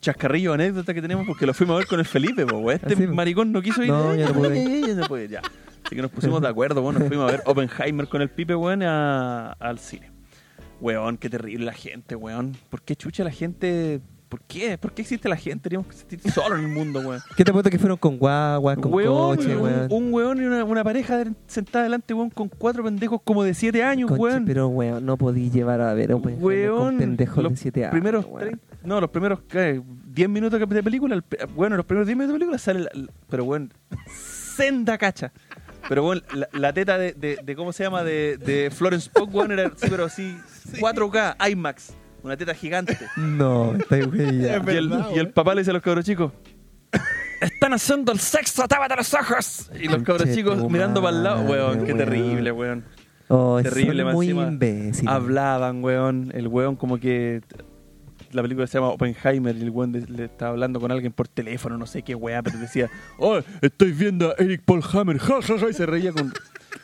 S3: chascarrillo anécdota que tenemos porque lo fuimos a ver con el Felipe, po, weón. este
S2: Así, po.
S3: maricón no quiso ir.
S2: No, yo no pude
S3: Ay, ay, ay, no pude, ya. Así que nos pusimos de acuerdo, bueno, nos fuimos a ver Oppenheimer con el Pipe, weón, a- al cine. Weón, qué terrible la gente, weón. ¿Por qué chucha la gente? ¿Por qué? ¿Por qué existe la gente? Teníamos que existir solo en el mundo, weón.
S2: ¿Qué te apuesto que fueron con guaguas, Ah, con
S3: Weón,
S2: coche,
S3: un-
S2: weón?
S3: Un, weón y una, una pareja de- sentada delante, weón, con cuatro pendejos como de siete años,
S2: Conche,
S3: weón.
S2: Pero, weón, no podí llevar a ver a Oppenheimer
S3: Weón,
S2: con pendejos de
S3: los
S2: 7 años.
S3: primeros
S2: weón.
S3: 30 no, los primeros ¿qué? 10 minutos de película, el pe- bueno, los primeros 10 minutos de película sale, la- la- pero bueno, senda cacha. Pero bueno, la, la teta de, de- de- ¿cómo se llama? De, de Florence Pugh, weón, era, sí, pero así, 4K, IMAX, una teta gigante.
S2: No, me estáis
S1: Es
S2: weyando.
S3: Y el,
S1: verdad,
S3: y el
S1: weón.
S3: papá le dice a los cabros chicos, están haciendo el sexo, tápate los ojos. Y los cabros
S2: Conche
S3: chicos
S2: tu
S3: mirando para el lado,
S2: madre,
S3: weón, qué
S2: weón.
S3: terrible, weón.
S2: Oh,
S3: Terrible,
S2: son
S3: más
S2: muy
S3: encima.
S2: imbécil.
S3: Hablaban, weón. El weón como que... La película se llama Oppenheimer y el weón de- le estaba hablando con alguien por teléfono, no sé qué weá, pero decía, oh, estoy viendo a Eric Paul Hammer, ja, ja, ja", y se reía con...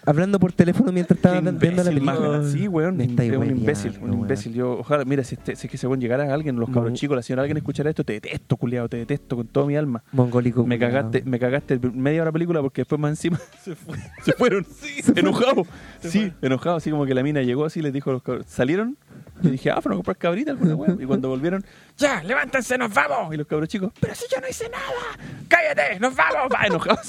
S2: Hablando por teléfono mientras estaba viendo la
S3: Imbécil, más
S2: película.
S3: grande. Sí, weón,
S2: Me
S3: es un
S2: estáis weyando,
S3: imbécil, un
S2: weón.
S3: imbécil. Yo, ojalá, mira, si, este- si es que ese weón llegara a alguien, los cabros
S2: Mm.
S3: chicos, la señora, alguien escuchhará esto, te detesto, culiado, te detesto con toda mi alma.
S2: Mongólico.
S3: Me
S2: culiao.
S3: cagaste, me cagaste media hora de película porque después más encima
S1: Se fue.
S3: se fueron.
S2: Se fue.
S3: Enojado.
S1: Se
S3: Sí, enojado. Así como que la mina llegó así, les dijo a los cabros. Salieron. Yo dije, ah, fueron a comprar cabritas alguna weá. Y cuando volvieron, ¡ya! ¡Levántense, nos vamos! Y los cabros chicos, ¡pero si yo no hice nada! ¡Cállate! ¡Nos vamos! Va, enojados.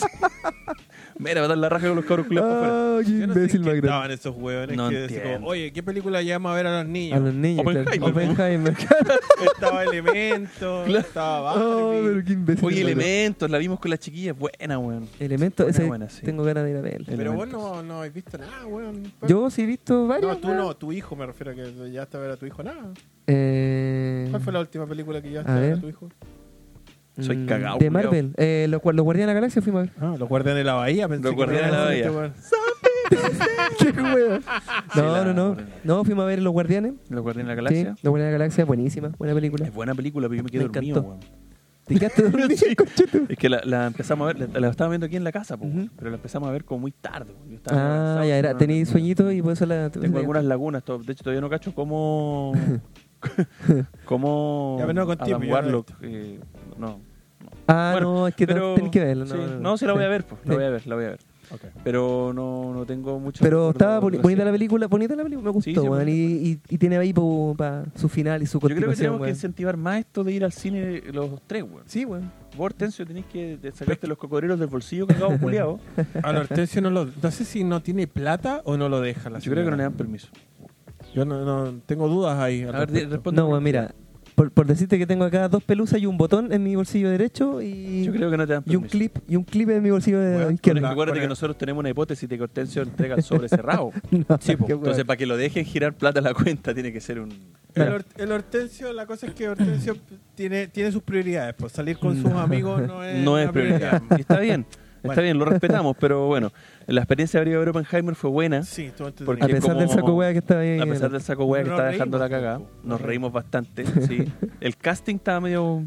S3: Mira, va a dar la raja con los cabros culiados para afuera.
S2: Ah, qué
S1: Yo no sé
S2: imbécil
S1: en
S2: más
S1: qué
S2: grande.
S1: estaban esos hueones
S3: No
S1: que decían,
S3: entiendo.
S1: oye, ¿qué película llevamos a ver a los
S2: A
S1: niños?
S2: los niños, claro.
S3: Oppenheimer.
S2: Oppenheimer. claro.
S1: estaba Elemento,
S3: Claro.
S1: estaba
S2: Oh,
S1: Barbie.
S2: pero qué imbécil.
S3: Oye,
S2: weón.
S3: elementos, la vimos con las chiquillas. Buena, weón.
S2: Elemento,
S3: Buena,
S2: ese
S3: buena, sí.
S2: tengo ganas de ir a ver.
S1: Pero vos
S3: Elementos.
S1: no, no habéis visto nada, weón.
S2: Yo sí he visto varios.
S1: No, tú no, tu hijo, me refiero a que ya hasta ver a tu hijo nada.
S2: Eh,
S1: ¿Cuál
S3: Mm.
S1: fue la última película que ya hasta
S2: A
S1: a ver a
S2: ver.
S1: tu hijo?
S3: Soy
S2: mm,
S3: cagao,
S2: De
S3: culiao.
S2: Marvel. Eh, los, Guar- los Guardianes de la Galaxia fuimos a ver.
S1: Ah, los guardianes de la bahía, pensé
S3: Los
S1: que
S3: Guardianes de la
S1: era
S3: Bahía.
S1: weón.
S2: Qué huevo.
S3: Ah, Sí,
S2: No,
S3: la-
S2: no, no. No, fuimos a ver Los Guardianes.
S3: Los Guardianes de la
S2: Sí,
S3: Galaxia.
S2: Los Guardianes de la Galaxia, buenísima, buena película.
S3: Es buena película, pero yo me quedé
S2: Me
S3: dormido,
S2: encantó. ¿Te quedaste dormido, conchetum?
S3: weón. Es que la, la empezamos a ver, la, la estaba viendo aquí en la casa, po,
S2: Ujú.
S3: pero la empezamos a ver como muy tarde. weón. Yo estaba
S2: Ah,
S3: cansado,
S2: ya
S3: no,
S2: era.
S3: no,
S2: Tenéis
S3: no.
S2: sueñito y por eso la.
S3: Tengo algunas lagunas, to- de hecho todavía no cacho cómo. cómo.
S1: Ya, pero no contigo,
S3: Adam
S1: ya no
S3: Warlock. eh, no.
S2: Ah,
S3: Bueno,
S2: no, es que
S3: pero-
S2: tenéis que verla.
S3: sí, no, sí la voy a ver, pues, la
S2: Sí.
S3: voy a ver, la voy a ver.
S1: Ok.
S3: Pero no, no tengo mucho.
S2: Pero
S3: recuerdo,
S2: estaba boni-
S3: pero
S2: bonita
S3: sí.
S2: la película, bonita la película, me
S3: Sí,
S2: gustó,
S3: sí,
S2: weón, y,
S3: bonita.
S2: y, y tiene ahí para su final y su
S3: Yo creo que
S2: continuación,
S3: tenemos que
S2: weón.
S3: incentivar más esto de ir al cine los tres, weón.
S2: Sí, weón.
S3: Vos, Hortensio, tenés que de- sacarte los cocodrilos del bolsillo cagado culiado.
S1: A la Hortensio Ah, no lo. No sé si no tiene plata o no lo deja la
S3: Yo creo que no le Ah.
S1: señora.
S3: dan permiso.
S1: Yo no, no- tengo dudas ahí. al
S3: A ver, di-
S1: respecto.
S3: responde.
S2: No, weón, mira, por, por decirte que tengo acá dos pelusas y un botón en mi bolsillo derecho y,
S3: Yo creo que no te dan
S2: y
S3: permiso.
S2: un clip y un clip en mi bolsillo de
S1: Weón,
S3: Pero
S2: izquierdo.
S1: con
S3: recuerda
S1: Hola.
S3: que nosotros tenemos una hipótesis de que Hortensio entrega el sobre cerrado.
S2: No,
S3: Sí, po.
S2: qué weón.
S3: Entonces, para que lo dejen girar plata a la cuenta, tiene que ser un.
S1: El,
S2: Claro.
S1: Hor- el Hortensio, la cosa es que Hortensio tiene, tiene sus prioridades. Pues salir con sus amigos no es,
S3: Mm. Eh, No
S1: una
S3: es prioridad. Y Está bien, está
S1: Bueno.
S3: bien, lo respetamos, pero bueno, la experiencia de Abril Oppenheimer fue buena.
S1: Sí, estuvo entretenido.
S3: Porque
S2: a pesar del
S3: como-
S2: saco weá que estaba ahí.
S3: A pesar del saco hueá que
S1: Nos
S3: está dejando la
S1: reímos,
S3: cagada,
S1: po.
S3: nos reímos bastante. sí. El casting estaba medio.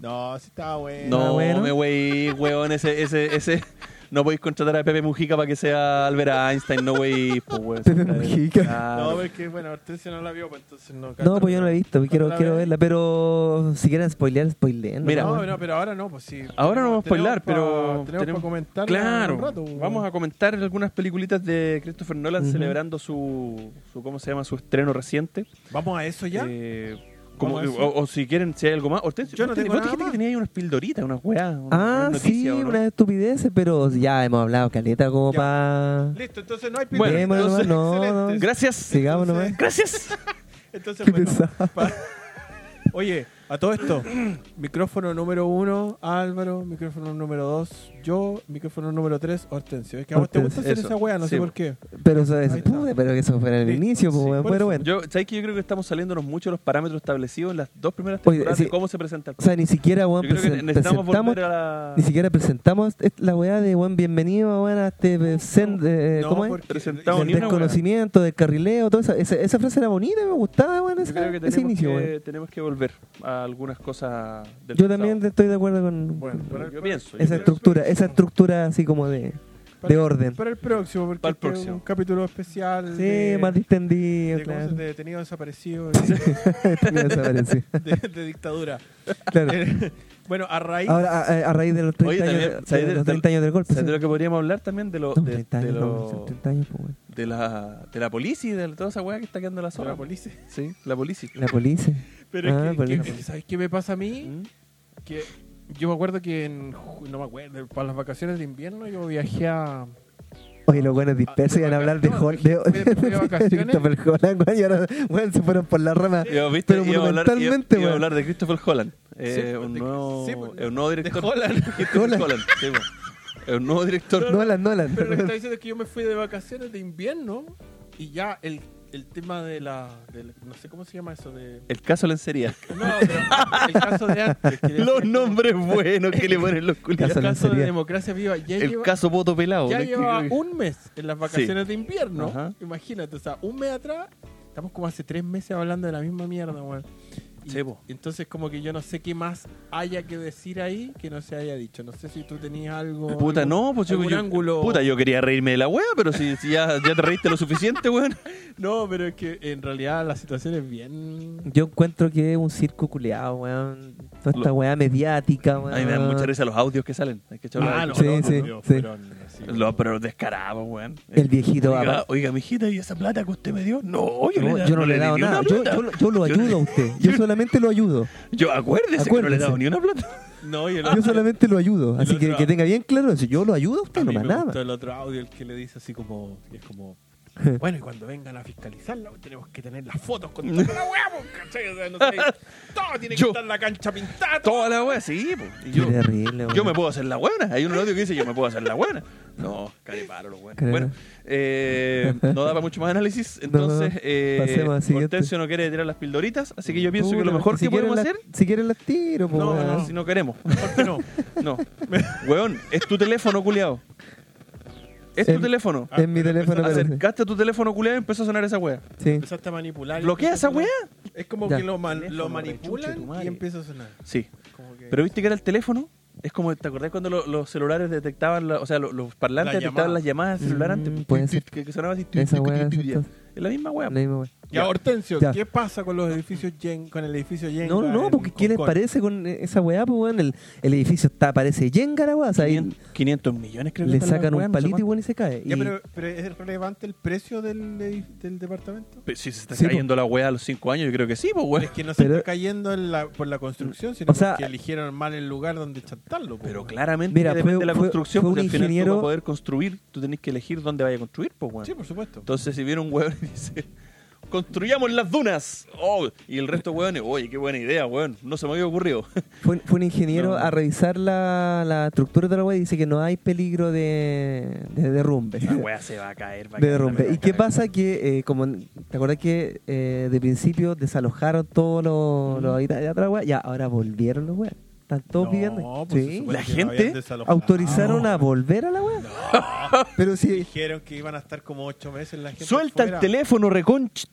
S1: No, sí estaba bueno.
S3: No,
S2: bueno.
S3: me wey, weón, ese, ese, ese. No podéis contratar a Pepe Mujica para que sea Albert Einstein, no wey, po, weón.
S2: Pepe Mujica.
S3: Claro.
S1: No, es que bueno, Hortensio no la vio, pues entonces no.
S2: No, pues yo no la he visto,
S1: ¿Cuándo
S2: quiero,
S1: la
S2: quiero
S1: ves?
S2: verla, pero si quieren spoilear, spoileen.
S3: Mira.
S1: No,
S2: weón.
S1: no, pero ahora no, pues sí.
S3: Ahora no vamos a
S1: Tenemos
S3: spoilar,
S1: pa-
S3: pero
S1: Tenemos para comentar.
S3: Claro,
S1: un rato,
S3: vamos a comentar algunas peliculitas de Christopher Nolan
S2: Ujú.
S3: celebrando su, su, ¿cómo se llama? Su estreno reciente.
S1: ¿Vamos a eso ya.
S3: Eh, como,
S1: ¿Vamos a
S3: o, o si quieren, si hay algo más. Hortensio,
S1: Yo no
S3: vos
S1: tengo
S3: vos
S1: nada
S3: dijiste
S1: más.
S3: que tenías ahí unas pildoritas, unas weas. unas-
S2: Ah,
S3: unas
S2: sí,
S3: noticias, ¿o no?
S2: una estupidez, pero ya hemos hablado caleta como
S1: Ya.
S2: para...
S1: Listo, entonces no hay
S3: Bueno,
S1: pildoritas.
S2: Démosle nomás,
S1: Entonces,
S2: no,
S1: excelente.
S3: Gracias.
S2: Sigamos nomás.
S1: Entonces-
S3: Gracias.
S1: Entonces,
S2: Qué
S1: bueno,
S2: pesado.
S1: pa- Oye, a todo esto, micrófono número uno, Álvaro, micrófono número dos, yo, micrófono número tres, Hortensio. Es que a vos te gusta hacer
S3: Eso,
S1: esa weá, no
S3: sí.
S1: sé por qué.
S2: Pero eso, es-
S1: Ahí está.
S2: pude, pero que eso fuera el
S1: Sí,
S2: inicio, pues,
S1: sí,
S2: weón.
S1: por
S2: pero
S1: eso.
S2: bueno.
S3: Yo, ¿sabes que Yo creo que estamos saliéndonos mucho de los parámetros establecidos en las dos primeras
S2: Oye,
S3: temporadas
S2: sí.
S3: de cómo se presenta el
S2: O sea, ni siquiera, weón,
S3: Yo creo que
S2: presen-
S3: necesitamos
S2: presentamos,
S3: volver a la...
S2: ni siquiera presentamos est- la weá de, weón, bienvenido, weón, a este eh, zen, eh,
S1: No,
S2: ¿cómo es?
S1: porque-
S3: Presentado
S2: Del
S3: ni una weá.
S2: desconocimiento, del carrileo, toda esa, esa, esa frase era bonita, me gustaba, weón,
S3: Yo creo
S2: esa-
S3: que
S2: ese
S3: tenemos,
S2: inicio,
S3: que,
S2: weón.
S3: tenemos que volver a algunas cosas del
S2: Yo
S3: pasado.
S2: también estoy de acuerdo con
S1: Bueno, para el,
S3: Yo pienso. yo
S2: esa
S3: creo.
S2: estructura, esa estructura así como de, de orden.
S1: para el próximo, porque
S3: Para el
S1: este es
S3: próximo.
S1: un capítulo especial.
S2: Sí,
S1: de,
S2: más distendido,
S1: de cómo
S2: claro. Este
S1: se detenido desaparecido de,
S2: Desapareció.
S1: de- de dictadura.
S2: Claro.
S1: Eh, bueno, a raíz.
S2: Ahora, a, a- a raíz de los 30,
S3: Oye,
S2: años,
S3: también,
S2: de-
S3: ¿sabes
S2: de
S3: de-
S2: los
S3: de-
S2: 30 años del golpe.
S3: ¿Sabes
S2: sí?
S3: de lo que podríamos hablar también? De, lo,
S2: No,
S3: de,
S2: 30
S3: de
S2: años,
S3: lo-
S2: no, son 30 años, pues, weón.
S3: de la, de la policía y de toda esa weá que está quedando en la
S1: de
S3: zona.
S1: la policía.
S3: Sí, la policía.
S2: La policía.
S1: Pero
S2: Ah,
S1: es que-
S2: policía.
S1: que, ¿sabes qué me pasa a mí?
S3: ¿Mm?
S1: que yo me acuerdo que en ju- no me acuerdo para las vacaciones de invierno yo viajé a
S2: Oye, los buenos dispersos
S1: Ah,
S2: iban a hablar de
S1: de
S2: Hall.
S1: vacaciones.
S2: De,
S1: Fui de- fui de vacaciones.
S2: Christopher Holland, weón, y ahora, weón, se fueron por la rama.
S3: Yo, ¿viste?
S2: Pero
S3: Iba a hablar, iba-
S2: monumentalmente,
S3: iba a
S2: weón.
S3: hablar de Christopher Holland. Eh,
S1: Sí,
S3: un,
S1: de-
S3: nuevo,
S1: sí, pues,
S3: eh, un nuevo director.
S1: de Holland.
S3: Christopher
S2: Holland.
S3: Holland. sí, pues. Eh, un nuevo director.
S2: Nolan, Nolan.
S1: pero lo que está diciendo es que yo me fui de vacaciones de invierno y ya el, el tema de la del- no sé cómo se llama eso de
S3: El caso lencería.
S1: no pero el caso de antes que
S3: Los nombres buenos que le ponen los
S1: el
S3: culiados.
S2: Caso
S1: caso,
S2: Lencería.
S1: de democracia viva ya
S3: El
S1: lleva
S3: caso voto pelado.
S1: ya
S3: ¿no?
S1: lleva
S3: Que-
S1: un mes en las vacaciones de invierno
S3: Ajá.
S1: imagínate o sea un mes atrás estamos como hace tres meses hablando de la misma mierda weón. Y-
S3: Sí, po.
S1: entonces como que yo no sé qué más haya que decir ahí que no se haya dicho no sé si tú tenías algo
S3: Puta,
S1: algún-
S3: no, pues yo,
S1: algún
S3: yo-
S1: ángulo
S3: puta, yo quería reírme de la wea, pero si, si ya, ya te reíste lo suficiente, weón.
S1: No, pero es que en realidad la situación es bien.
S2: Yo encuentro que es un circo culeado, weón. Toda esta weá mediática, weón.
S3: A mí me dan mucha risa los audios que salen. Hay que echarlo a-
S2: no, sí, sí, sí.
S3: Los- pero descarados, weón.
S2: El viejito va
S3: Oiga, oiga, mijita, ¿y esa plata que usted me dio? No, yo,
S2: No,
S3: le,
S2: yo no le he
S3: di
S2: dado
S3: ni una
S2: nada. Yo,
S3: plata.
S2: yo, yo lo
S3: Yo-
S2: ayudo a usted. Yo solamente lo ayudo.
S3: Yo, acuérdese, que no le
S2: Acuérdese.
S3: he dado ni una plata.
S1: No, y el
S2: Yo solamente lo ayudo. Así que
S1: otro-
S2: que tenga bien claro eso. Yo lo ayudo a
S1: a
S2: usted, no
S1: mí
S2: más
S1: me gustó
S2: nada.
S1: el otro audio, el que le dice así como. Es como. Bueno, y cuando vengan a fiscalizarla, tenemos que tener las fotos con toda la hueá, po, ¿cachai? O sea, no sé, todo tiene que
S3: Yo-
S1: estar en la cancha pintada. todo.
S3: Toda la wea, sí, po. Y
S2: Qué
S3: yo,
S2: terrible,
S3: yo
S2: weón.
S3: me puedo hacer la buena. Hay un audio que dice, yo me puedo hacer la buena. No, careparo los buenos.
S2: Careparo.
S3: Bueno, eh, no da para mucho más análisis.
S2: No, no, no.
S3: Entonces, eh,
S2: Pasemos al siguiente.
S3: Hortensio no quiere tirar las pildoritas, así que yo pienso que
S2: Puta,
S3: lo mejor
S2: si
S3: que
S2: quieren
S3: podemos
S2: las-
S3: hacer...
S2: Si quieren las tiro, pues,
S3: No,
S2: weón.
S3: no, si no queremos.
S1: Mejor que no.
S3: No. Weón, es tu teléfono, culiao. Es tu
S2: En-
S3: teléfono.
S2: en mi teléfono. pero-
S3: Acercaste tu teléfono culeado y empezó a sonar esa wea.
S2: Sí.
S4: Empezaste a manipular. y
S3: ¿Bloquea esa
S4: empieza a sonar.
S3: wea?
S1: Es como
S2: Ya.
S1: que lo, man-
S3: Teléfono,
S1: lo
S3: rechuche tu
S1: manipulan
S3: madre.
S1: y empieza a sonar.
S3: Sí.
S1: Como que-
S3: Pero viste que era el teléfono. Es como, ¿te acordás cuando lo- los celulares detectaban, la- o sea, lo- los, parlantes
S1: La
S3: detectaban
S1: llamada.
S3: las llamadas del celular
S2: Mm,
S3: antes?
S2: puede
S3: Tuit,
S2: ser.
S3: tuit, Que, que sonaba así. tuit,
S2: Esa
S3: tuit,
S2: wea,
S3: tuit, tuit, ya.
S2: entonces.
S3: Es la misma wea.
S2: La misma wea.
S1: Ya, Hortensio,
S2: Ya.
S1: ¿qué pasa con los edificios Yen- con el edificio Yenga?
S2: No, no,
S1: en
S2: porque ¿qué
S1: Hong
S2: les
S1: Kong?
S2: parece con esa weá? Pues, weón, el, el edificio está, parece yenga la weá. O sea, ahí
S3: 500, 500 millones creo que
S2: le
S3: está la
S2: sacan
S3: wea,
S2: un
S3: no sé
S2: palito y
S3: cuánto.
S2: bueno, y se cae.
S1: Ya,
S2: Y-
S1: pero, pero ¿es relevante el precio del, edif- del departamento?
S3: Pero Si se está
S2: Sí,
S3: cayendo la wea a los 5 años, yo creo que sí, pues
S1: Es
S3: wea.
S1: que no se
S2: Pero-
S1: está cayendo en la- por la construcción, sino
S2: O sea-
S1: porque eligieron mal el lugar donde chantarlo. po,
S3: Pero
S1: weón.
S3: claramente
S2: Mira,
S3: depende
S2: fue-
S3: de la
S2: fue-
S3: construcción,
S2: fue un
S3: porque al final tú
S2: ingeniero-
S3: para poder construir, tú tenés que elegir dónde vaya a construir, pues wea.
S1: Sí, por supuesto.
S3: Entonces, si viene un hueón y dice, construyamos en las dunas. Oh, y el resto de hueones, oye, qué buena idea, hueón. No se me había ocurrido.
S2: Fue, fue un ingeniero
S3: No.
S2: a revisar la, la estructura de la wea y dice que no hay peligro de, de derrumbe.
S3: La hueá se va a caer. va a
S2: de
S3: caer,
S2: derrumbe.
S3: la
S2: ¿Y
S3: hueá
S2: qué
S3: va a
S2: pasa? Que, eh, como ¿te acuerdas que eh, de principio desalojaron todos los, los habitantes de otra wea? Ya, ahora volvieron los wea. Están todos
S1: Mm. No, pues,
S2: viviendo.
S1: por
S2: Sí.
S1: supuesto
S3: La
S1: que lo
S3: gente
S1: habían desalojado.
S2: Autorizaron a volver a la wea. Pero sí.
S1: Dijeron que iban a estar como ocho meses la
S3: caer.
S1: gente
S3: Suelta
S1: fuera.
S3: el teléfono, reconch.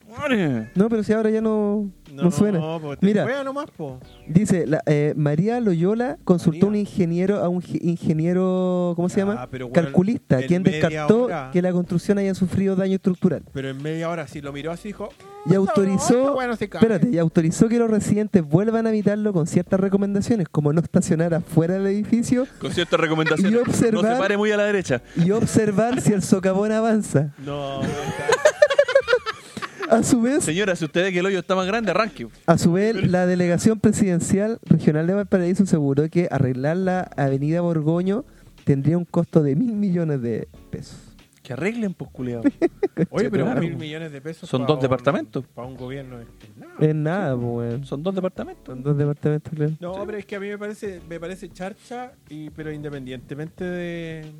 S2: No, pero si ahora ya no, no, suena.
S1: po, pues, te
S2: Mira,
S1: juega nomás, po.
S2: dice la- eh, María Loyola consultó a un
S1: María.
S2: ingeniero, a un ge- ingeniero, ¿cómo se
S1: Ah,
S2: llama?
S1: pero, weón,
S2: Calculista,
S1: en
S2: quien
S1: media
S2: descartó
S1: hora.
S2: que la construcción haya sufrido daño estructural.
S1: Pero en media hora sí lo miró así dijo. "Mm,
S2: Y autorizó, espérate, y autorizó que los residentes vuelvan a habitarlo con ciertas recomendaciones, como no estacionar afuera del edificio
S3: Con ciertas recomendaciones.
S2: Y observar-
S3: No se pare muy a la derecha.
S2: y observar si el socavón avanza.
S1: No, weón, está-
S2: A su vez,
S3: Señora, si usted ve que el hoyo está más grande, arranque.
S2: A su vez, la delegación presidencial regional de Valparaíso aseguró que arreglar la avenida Borgoño tendría un costo de mil millones de pesos.
S3: Que arreglen, pues, culiao.
S1: Oye, pero
S3: Claro.
S1: mil millones de pesos.
S3: Son
S1: pa'
S3: dos
S1: un-
S3: departamentos.
S1: Para un gobierno. eh. es que nada.
S2: Es nada, pues, weón.
S3: Son dos departamentos.
S2: Son dos departamentos, claro.
S1: No, pero es que a mí me parece, me parece charcha, y, pero independientemente de,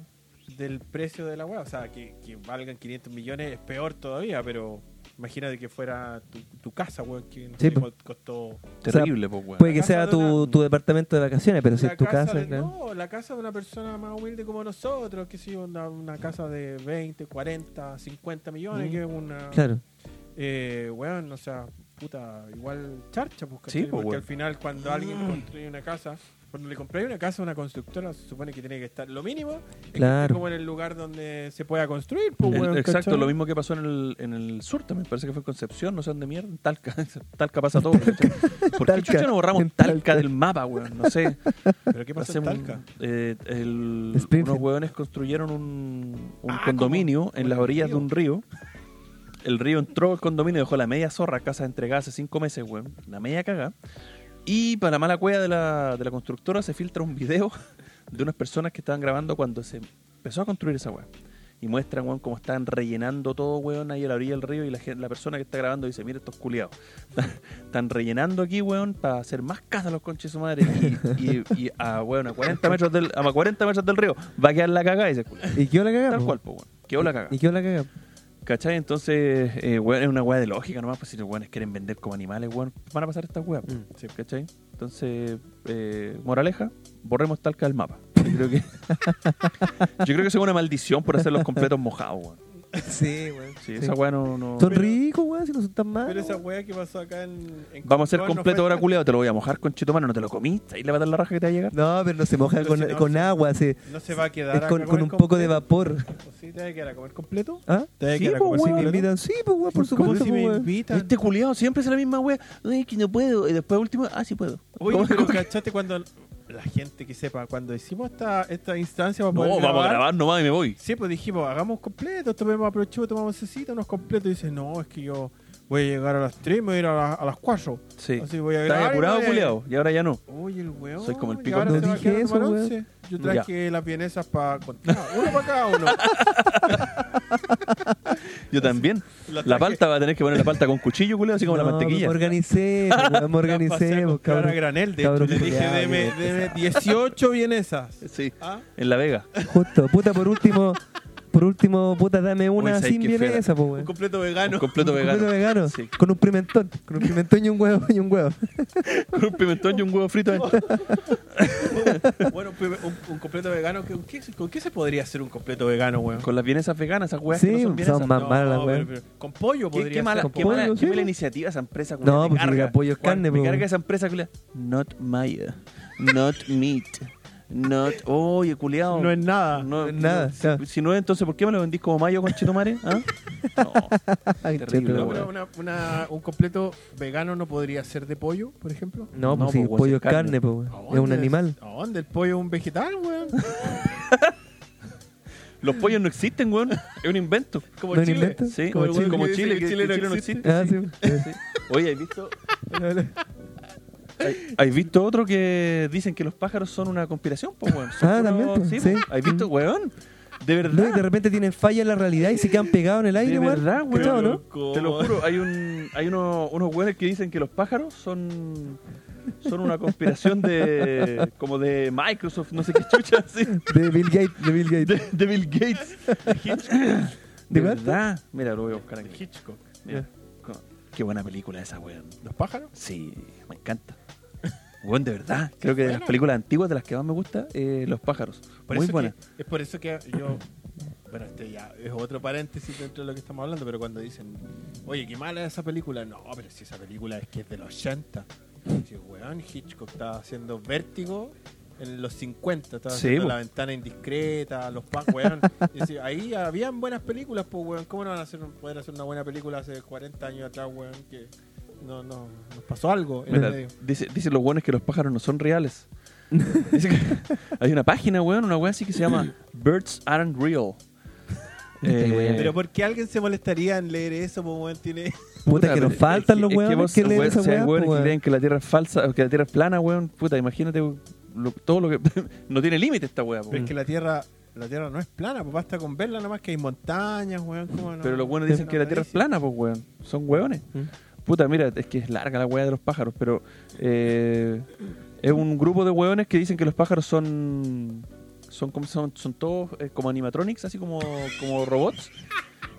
S1: del precio de la weá. O sea, que, que valgan 500 millones es peor todavía, pero imagínate que fuera tu, tu casa, weón, que no
S2: Sí,
S1: sé
S2: po.
S1: cuánto costó.
S3: Terrible, pues, weón.
S2: Puede que
S1: La casa
S2: sea
S1: de
S2: tu,
S1: una-
S2: tu departamento de vacaciones, pero si
S1: la
S2: es tu casa,
S1: de,
S2: claro.
S1: No, la casa de una persona más humilde como nosotros, que sí, una, una casa de 20, 40, 50 millones,
S2: Mm.
S1: que es una...
S2: Claro.
S1: Eh, weón, o sea, puta, igual charcha, pues,
S3: Sí,
S1: ¿cachai?
S3: pues,
S1: porque
S3: weón.
S1: al final cuando alguien
S2: Mm.
S1: construye una casa, cuando le compráis una casa a una constructora, se supone que tiene que estar, lo mínimo, es que
S2: Claro.
S1: esté como en el lugar donde se pueda construir, pues,
S3: El-
S1: weón,
S3: exacto,
S1: ¿cachai?
S3: lo mismo que pasó en el, en el sur también. Parece que fue en Concepción, no sé dónde mierda. en Talca, Talca pasa todo. ¿cachai? ¿Por qué
S2: Talca.
S3: chucha no borramos
S2: En
S3: Talca,
S2: Talca.
S3: del mapa, weón? No sé.
S1: Pero ¿qué pasó en
S3: Hacemos un-
S1: Talca?
S3: eh, el-
S2: Springfield.
S3: unos weones construyeron un, un
S1: Ah,
S3: condominio
S1: como-
S3: en las
S1: como el
S3: orillas
S1: río.
S3: de un río. El río entró al condominio, dejó la media zorra, casa entregada hace cinco meses, weón. La media caga. Y para mala cueva de la, de la constructora se filtra un video de unas personas que estaban grabando cuando se empezó a construir esa weá. Y muestran, weón, cómo están rellenando todo, weón, ahí a la orilla del río. Y la, gen- la persona que está grabando dice, mira estos culiados. Están rellenando aquí, weón, para hacer más casa a los conches de su madre. Y, y- y a, weón, a 40 metros del, a 40 metros del río va a quedar la cagada y se culia.
S2: ¿Y qué la cagada?
S3: Tal
S2: po?
S3: cual, po, weón. Quedó la cagada.
S2: ¿Y qué la cagada?
S3: ¿Cachai? Entonces, eh, weón, es una weá de lógica nomás, pues si los weones quieren vender como animales, weón, van a pasar estas weas.
S2: Mm.
S3: po,
S1: Sí.
S3: ¿Cachai? Entonces, eh, moraleja, borremos talca del mapa. Yo creo que. yo creo que eso es una maldición por hacer los completos mojados, weón.
S2: Sí, weón.
S3: Sí, esa weá no. no-
S2: Son
S1: Pero-
S2: ricos, weón, si no son tan
S1: Pero
S2: malos.
S1: esa weá que pasó acá en... en
S3: Vamos a hacer
S1: Concón no
S3: completo
S1: fue
S3: ahora,
S1: Talca.
S3: culeado. Te lo voy a mojar con chito mano, no te lo comiste. Ahí le va a dar la raja que te va a llegar.
S2: No, pero no se moja
S1: Entonces
S2: con,
S1: no,
S2: con
S1: sí.
S2: agua, se,
S1: No se va a quedar
S2: es
S1: acá
S2: con,
S1: a
S2: con
S1: comer
S2: un poco de
S1: completo.
S2: vapor.
S1: Pues sí, te va a quedar a comer completo.
S2: ¿Ah?
S1: Te va a
S3: Sí,
S1: quedar a
S3: po,
S1: comer
S3: weón,
S2: Me
S1: completo.
S2: invitan, sí, pues, weón, por
S1: ¿Cómo
S2: supuesto,
S1: si
S2: po,
S1: me
S2: weón.
S1: invitan?
S3: Este culiado siempre es la misma wea. Ay, que no puedo. Y después, último, ah, sí puedo.
S1: Oye,
S3: ¿Cómo-
S1: pero
S3: cómo-
S1: ¿cachaste cuando la gente que sepa, cuando hicimos esta, esta instancia para
S3: No,
S1: poder
S3: vamos a grabar nomás y me voy.
S1: Sí, pues dijimos, hagamos completo, tomemos aprovecho, tomamos cecita, unos completos. Y dice, no, es que yo voy a llegar a las 3 me voy a ir a, la- a las 4.
S3: Sí.
S1: Así voy a
S3: Estás
S1: grabar.
S3: apurado,
S1: culeado?
S3: culeado. Y ahora ya no.
S1: Oye, el weón.
S3: Soy como el
S1: y
S3: pico.
S1: ahora
S2: No
S1: se va a
S2: dije
S1: quedar a tomar
S2: eso, weón.
S1: once. Yo traje las vienesas para contar. Uno para cada uno.
S3: Ah, Yo también.
S1: La
S3: La
S1: traje.
S3: palta va a tener que poner la palta con cuchillo, culeado, así como la
S2: No,
S3: mantequilla.
S2: Me organicé, po, weón, me
S1: Pasé
S2: organicé,
S1: a
S2: po,
S1: comprar a
S2: cabrón.
S1: granel, de
S2: cabrón
S1: hecho. Le dije,
S2: culiao,
S1: deme,
S2: qué
S1: deme 18 vienesas.
S3: Sí.
S1: ¿Ah?
S3: En La Vega.
S2: Justo, puta, por último, por último, puta, dame
S3: Uy,
S2: una
S3: ¿sabes
S2: sin
S3: qué fea?
S2: vienesa, po,
S4: Un
S2: weón.
S4: completo vegano.
S3: Un completo
S2: Un
S3: vegano.
S2: completo vegano.
S3: Sí.
S2: Con un pimentón. Con un pimentón y un huevo y un huevo.
S3: Con un pimentón y un huevo frito. adentro.
S4: bueno, un, pime- un- un completo vegano. ¿Con qué, con qué se podría hacer un completo vegano, weón?
S3: Con las vienesas veganas, esas weas que
S2: Sí,
S3: no son
S2: son
S3: vienesas.
S2: más malas las weas.
S4: pero- pero con pollo
S3: ¿Qué,
S4: podría
S3: qué mala,
S4: ser.
S3: qué,
S2: pollo,
S3: mala, qué
S2: sí.
S3: mala iniciativa esa empresa. culia,
S2: No,
S3: me
S2: porque
S3: carga.
S2: el pollo es
S3: Juan,
S2: carne,
S3: Me
S2: po.
S3: carga esa empresa, culia. Not my, not meat, not... Oye, culiao.
S4: No es nada.
S3: No,
S2: No es Eh, nada,
S3: si-
S2: claro.
S3: Si, no es, entonces, ¿por qué me lo vendís como mayo con chetumare? ¿Ah? No.
S2: Ay,
S3: Terrible,
S2: cheto,
S3: la
S4: No,
S2: weón.
S4: pero una- una- un completo vegano no podría ser de pollo, por ejemplo.
S2: No,
S3: No,
S2: pues sí,
S3: po, weón,
S2: pollo
S3: si
S2: es carne, po, weón.
S4: ¿A
S2: Es un
S4: dónde?
S2: animal.
S4: ¿A dónde? ¿El pollo es un vegetal, weón?
S3: Los pollos no existen, weón. Es un invento.
S4: Como
S2: ¿No es un
S4: Chile.
S2: invento?
S3: Sí,
S2: Como
S3: como Chile,
S2: Chile.
S3: como
S4: Que dice
S3: Chile,
S4: que
S3: que- que
S4: Chile no
S3: Chile no
S4: existe.
S3: existe.
S2: Ah, sí.
S3: Oye, ¿has visto,
S2: Vale.
S3: ¿has visto otro que dicen que los pájaros son una conspiración? Pues, weón. Son
S2: Ah,
S3: puros-
S2: también, pues,
S3: Sí,
S2: sí.
S3: pues. ¿Has visto, weón? De
S2: No, y
S3: verdad.
S2: de repente tienen falla en la realidad y se quedan pegados en el aire,
S3: de
S2: weón.
S3: verdad, weón.
S2: ¿Cachado, no?
S4: Loco.
S3: Te lo juro, hay un hay uno- unos güeyes que dicen que los pájaros son son una conspiración de como de Microsoft, no sé qué chucha así,
S2: De Bill Gates, de Bill Gates.
S3: de, de Bill Gates.
S2: ¿De
S3: ¿De
S2: cuánto?
S3: verdad? Mira, lo voy a buscar aquí.
S4: Hitchcock.
S3: Mira. Qué buena película esa, weón.
S4: ¿Los pájaros?
S3: Sí, me encanta. Weón, de verdad. Creo que de las películas antiguas de las que más me gusta, eh, Los pájaros.
S4: Por
S3: Muy
S4: eso
S3: buena.
S4: que- es por eso que yo. Bueno, este ya es otro paréntesis dentro de lo que estamos hablando, pero cuando dicen, oye, qué mala es esa película. No, pero si esa película es que es del 80. Si, weón, Hitchcock estaba haciendo vértigo en los 50, estaba
S3: Sí,
S4: haciendo
S3: po.
S4: la ventana indiscreta, los packs, weón. Y decía, ahí habían buenas películas, pues, weón. ¿Cómo no van a hacer, poder hacer una buena película hace 40 años atrás, weón? Que no, no, nos pasó algo en el
S3: Mira,
S4: medio.
S3: dice- dicen los weones que los pájaros no son reales. Dice que hay una página, weón, una weón así que se llama Birds Aren't Real. Eh,
S2: Este weón.
S4: Pero ¿por qué alguien se molestaría en leer eso, pues, weón? Tiene.
S2: Puta, que nos
S3: pero-
S2: faltan
S3: es
S2: los
S3: que- es que
S2: weones
S3: vos-
S2: que leen
S3: weón,
S2: esa pues,
S3: si hay
S2: weá, po,
S3: weones que
S2: weón.
S3: creen que la tierra es falsa, o que la tierra es plana, weón. Puta, imagínate lo- todo lo que. no tiene límite esta pues. weá, po.
S4: Pero es que la Tierra, la Tierra no es plana, pues basta con verla nomás que hay montañas, weón. ¿cómo no?
S3: Pero los buenos dicen que la Tierra es plana, pues, weón. Son weones.
S2: Mm.
S3: Puta, mira, es que es larga la weá de los pájaros, pero eh, es un grupo de weones que dicen que los pájaros son. Son como son, son todos eh, como animatronics, así como, como robots.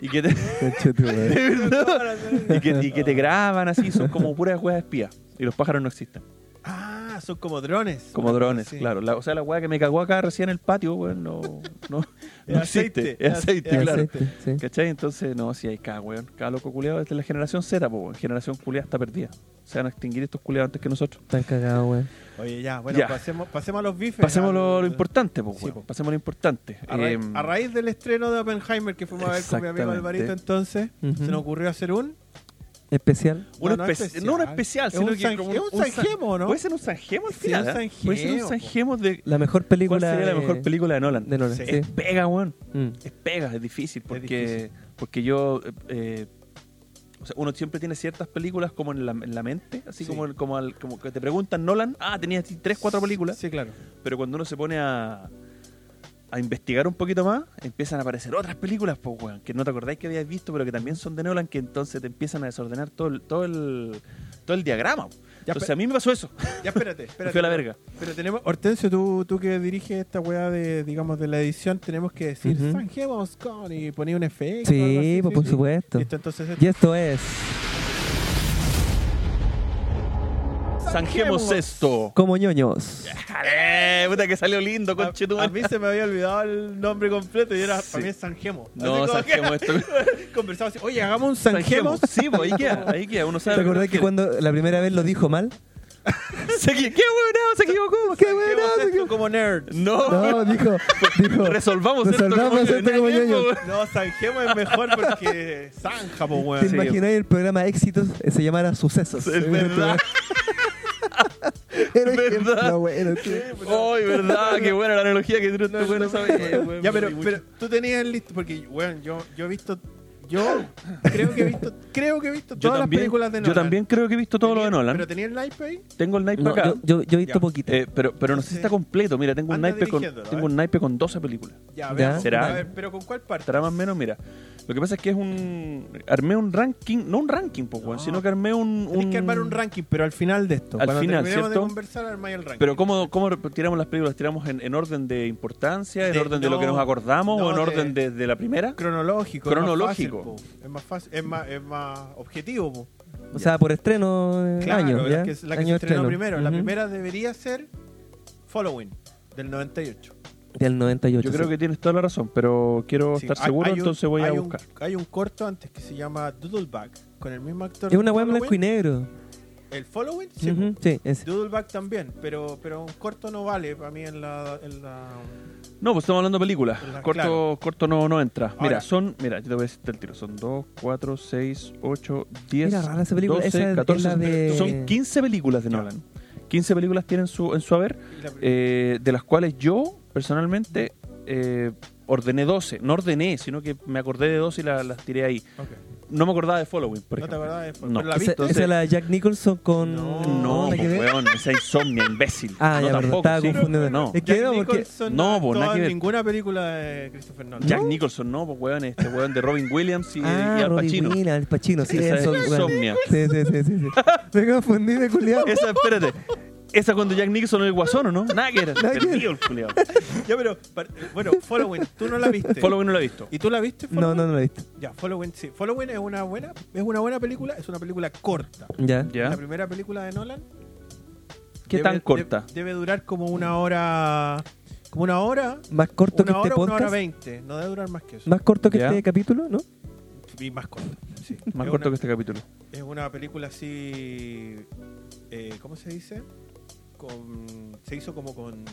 S3: Y que, te,
S2: Conche tu madre.
S3: de verdad. y, que, y que te graban así, son como puras weas espías. Y los pájaros no existen.
S4: Ah, son como drones.
S3: Como drones,
S4: Ah, Sí.
S3: claro. La- o sea, la wea que me cagó acá recién en el patio, weón, no, no, no
S4: Es aceite,
S3: existe. Es
S4: es-
S3: aceite,
S4: es
S3: claro.
S2: Aceite, sí.
S3: ¿Cachai? Entonces, no, si hay cada weón, cada loco culiado, esta es la generación Z, po, weón. generación culiada está perdida. Se van a extinguir estos culiados antes que nosotros.
S2: Están cagados, weón.
S4: Oye, ya, Ah, bueno,
S3: Ya.
S4: Pasemos, pasemos a los bifes.
S3: Pasemos
S4: al-
S3: lo, lo importante, po,
S4: Sí,
S3: weón.
S4: po.
S3: pasemos lo importante.
S4: A, ra-
S3: Eh,
S4: a raíz del estreno de Oppenheimer que fuimos a ver con mi amigo
S3: Exactamente.
S4: Alvarito entonces,
S2: Ujú.
S4: se nos ocurrió hacer un...
S2: Especial.
S3: un
S4: no, no
S3: espe-
S4: especial.
S3: no un especial,
S4: Es
S3: sino
S4: un
S3: que
S4: san-
S3: como
S4: es un
S3: san-
S4: sangemo, ¿no?
S3: Puede ser un sangemo al
S4: Sí,
S3: final.
S4: un
S3: ¿eh? Puede ser un
S4: sangemo, po.
S3: sangemo de
S2: La mejor
S3: cuál
S2: película.
S3: sería la
S2: de-
S3: mejor película de Nolan.
S2: de Nolan,
S4: Sí.
S2: sí.
S3: Es pega, weón.
S2: Mm.
S3: es pega, es difícil porque,
S4: difícil.
S3: porque yo eh, eh, o sea, uno siempre tiene ciertas películas como en la, en la mente, así
S4: Sí.
S3: como, el- como, al- como que te preguntan Nolan, ah, tenías así tres, cuatro películas,
S4: Sí, claro.
S3: pero cuando uno se pone a, a investigar un poquito más, empiezan a aparecer otras películas, pues, weón, que no te acordáis que habías visto, pero que también son de Nolan, que entonces te empiezan a desordenar todo el, todo el, todo el diagrama.
S4: Ya,
S3: entonces
S4: pe-
S3: a mí me pasó eso,
S4: Ya, espérate,
S3: me
S4: espérate.
S3: fui a la verga.
S4: Pero tenemos, Hortensio, tú, tú que diriges esta weá de, digamos, de la edición, tenemos que decir
S2: Ujú.
S4: sangemos con y poner un efecto. algo
S2: Sí,
S4: así,
S2: pues, por supuesto.
S4: Listo, entonces esto-
S2: Y esto es.
S3: Sanjemos esto.
S2: Como ñoños.
S3: ¡Eh! Puta que salió lindo,
S4: A,
S3: conche tu
S4: a mí se me había olvidado el nombre completo y era
S3: Sí.
S4: para mí es Sangemo.
S3: No,
S4: Así como que
S3: Sanjemo esto.
S4: Conversamos así, oye, hagamos un Sangemo.
S3: Sí, pues ahí queda, ahí queda. Uno
S2: ¿Te
S3: sabe.
S2: acordás que cuando la primera vez lo dijo mal?
S3: Se equi- ¿Qué weón? Se equivocó.
S2: ¡Qué
S4: Hagamos
S2: bueno!
S4: esto como nerd.
S3: No,
S2: No, dijo. dijo
S3: resolvamos,
S2: Resolvamos
S3: esto.
S2: esto como ñoño.
S3: weón.
S4: No, Sangemo es mejor porque Sanja, po,
S2: ¿Te
S4: weón.
S3: Sí.
S2: imagináis el programa Éxitos eh, se llamara Sucesos?
S3: Es verdad.
S2: Era
S3: es verdad.
S2: ejemplo bueno, sí.
S3: Ay, verdad, qué buena la analogía que tú no, bueno, sabes.
S4: Ya, pero, pero tú tenías listo, porque, weón, yo, yo he visto.
S1: Yo creo que he visto, creo que he visto
S3: Yo
S1: todas las
S3: también,
S1: películas de Nolan.
S3: yo también creo que he visto todo lo de
S1: Tenía-
S3: Nolan.
S1: ¿Pero tenía el naipe ahí?
S3: Tengo el naipe
S2: No,
S3: acá.
S2: yo, yo- yo he visto
S1: Ya.
S2: poquito.
S3: eh, pero, pero no sé si está completo. Mira, tengo un,
S1: Anda
S3: naipe con,
S1: dirigiéndolo,
S3: tengo
S1: a
S3: un naipe con 12 películas.
S1: Ya,
S2: Ya.
S1: veamos.
S3: ¿Será?
S1: A ver, pero ¿con cuál parte?
S3: Estará más o menos, mira. Lo que pasa es que es un. Armé un ranking, no un ranking, po, weón, sino que armé un.
S1: Tienes que armar un ranking, pero al final de esto.
S3: Al
S1: cuando
S3: final,
S1: terminemos
S3: ¿cierto?
S1: de conversar, armáis el ranking.
S3: Pero ¿cómo, ¿cómo tiramos las películas? ¿Tiramos en, en orden de importancia, en
S1: De-
S3: orden de lo que
S1: no,
S3: nos acordamos o
S1: no,
S3: en
S1: de-
S3: orden de, de la primera?
S1: cronológico.
S3: Cronológico.
S1: Es más fácil, po. es más, fácil- es más, es más objetivo. po.
S2: o sea, por estreno, eh,
S1: Claro,
S2: año.
S1: es
S2: ¿ya?
S1: que es la que
S2: Año
S1: se
S2: de
S1: estrenó
S2: estreno.
S1: primero. La
S2: Ujú.
S1: primera debería ser Following, del 98.
S2: Del 98.
S3: Yo creo
S2: sí.
S3: que tienes toda la razón, pero quiero
S1: Sí,
S3: estar
S1: hay-
S3: seguro,
S1: hay un-
S3: entonces voy a
S1: hay un-
S3: buscar.
S1: hay un corto antes que se llama Doodleback, con el mismo actor.
S2: Es una
S1: de
S2: weá en blanco y
S1: Following.
S2: negro.
S1: El Following, sí. po.
S2: Ujú, sí, ese.
S1: Doodleback también, pero, pero un corto no vale para mí en la... En la
S3: No, pues estamos hablando de películas.
S1: Claro.
S3: Corto, corto no, no entra. mira,
S1: Ahora.
S3: son, mira, yo te voy a decir el tiro. Son 2, 4, 6, 8, 10,
S2: Mira, rara esa película.
S3: 12,
S2: Esa es-
S3: 14.
S2: es la de-
S3: Son 15 películas de
S1: Ya.
S3: Nolan. 15 películas tienen su, en su haber,
S1: la primera.
S3: eh, de las cuales yo, personalmente, eh, ordené 12. No ordené, sino que me acordé de 12 y la- las tiré ahí.
S1: Ok.
S3: No me acordaba de Following, por
S1: ¿No te
S3: ejemplo.
S1: acordás de Following?
S3: No.
S1: Pero la
S2: Esa,
S1: viste.
S3: visto,
S2: esa
S3: sí.
S2: es la de Jack Nicholson con.
S1: No.
S3: No,
S2: la
S3: pues,
S2: que ve.
S3: weón, esa insomnia, imbécil.
S2: Ah,
S3: no,
S2: ya, perdón,
S3: tampoco,
S2: estaba
S3: sí.
S2: confundiendo.
S3: No.
S2: Es que no, porque-
S3: No, po, nada
S1: actuó
S3: que
S1: en
S3: ver.
S1: ninguna película de Christopher Nolan.
S3: Jack Nicholson, no, pues weón, este weón de Robin Williams y, eh, y
S2: ah,
S3: Al
S2: Robin
S3: Pacino.
S2: Williams, Al Pacino, sí,
S3: Esa es
S2: eso, weón.
S3: Insomnia.
S2: Sí, sí, sí, sí, sí. Me confundí de culiado.
S3: Esa, espérate. Esa cuando Jack Nicholson era el guasón, ¿o no? Nada que era.
S2: Nada que
S3: Perdido el culiao.
S1: Ya, pero, par- eh, bueno, Following, tú no la viste.
S3: Following no lo he visto.
S1: ¿Y tú la viste?
S2: No, no, no lo he visto.
S1: Ya, Following, sí. Following es una buena, es una buena película, es una película corta.
S2: Ya.
S1: La
S3: ¿Ya?
S1: primera película de Nolan.
S3: ¿Qué
S1: debe-
S3: tan corta?
S1: de- debe durar como una hora, como una hora,
S2: Más corto
S1: una
S2: que
S1: hora,
S2: este
S1: una hora
S2: podcast.
S1: veinte. No debe durar más que eso.
S2: Más corto que
S3: Ya.
S2: este capítulo, ¿no?
S1: Y más corta. sí.
S3: Más
S1: Es
S3: corto que
S1: una-
S3: este capítulo.
S1: Es una película así, eh, ¿cómo se dice? Con, se hizo como con,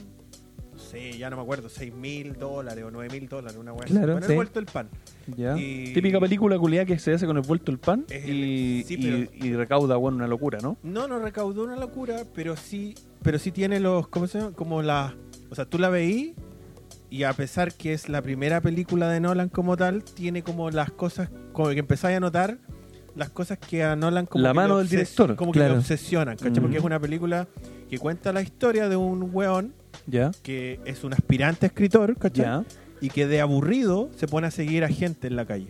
S1: no sé, ya no me acuerdo, seis mil dólares o nueve mil dólares, una buena.
S2: Claro,
S1: bueno,
S2: sí.
S1: el vuelto el pan.
S3: ¿Ya?
S1: Y-
S3: Típica película culiada que se hace con el vuelto el pan
S1: Es el-
S3: y,
S1: sí,
S3: y- y recauda, bueno, una locura, ¿no?
S1: No, no recaudó una locura, pero sí, pero sí tiene los, ¿cómo se llama? Como la, o sea, tú la veí y a pesar que es la primera película de Nolan como tal, tiene como las cosas, como que empezáis a notar las cosas que a Nolan como
S3: La
S1: que
S3: mano
S1: le
S3: del
S1: obses-
S3: director,
S1: como que
S2: claro.
S1: le obsesionan, ¿cachai? Porque
S3: Mm.
S1: es una película que cuenta la historia de un weón
S3: ¿Ya?
S1: que es un aspirante a escritor, ¿cachai?
S3: ¿Ya?
S1: y que de aburrido se pone a seguir a gente en la calle.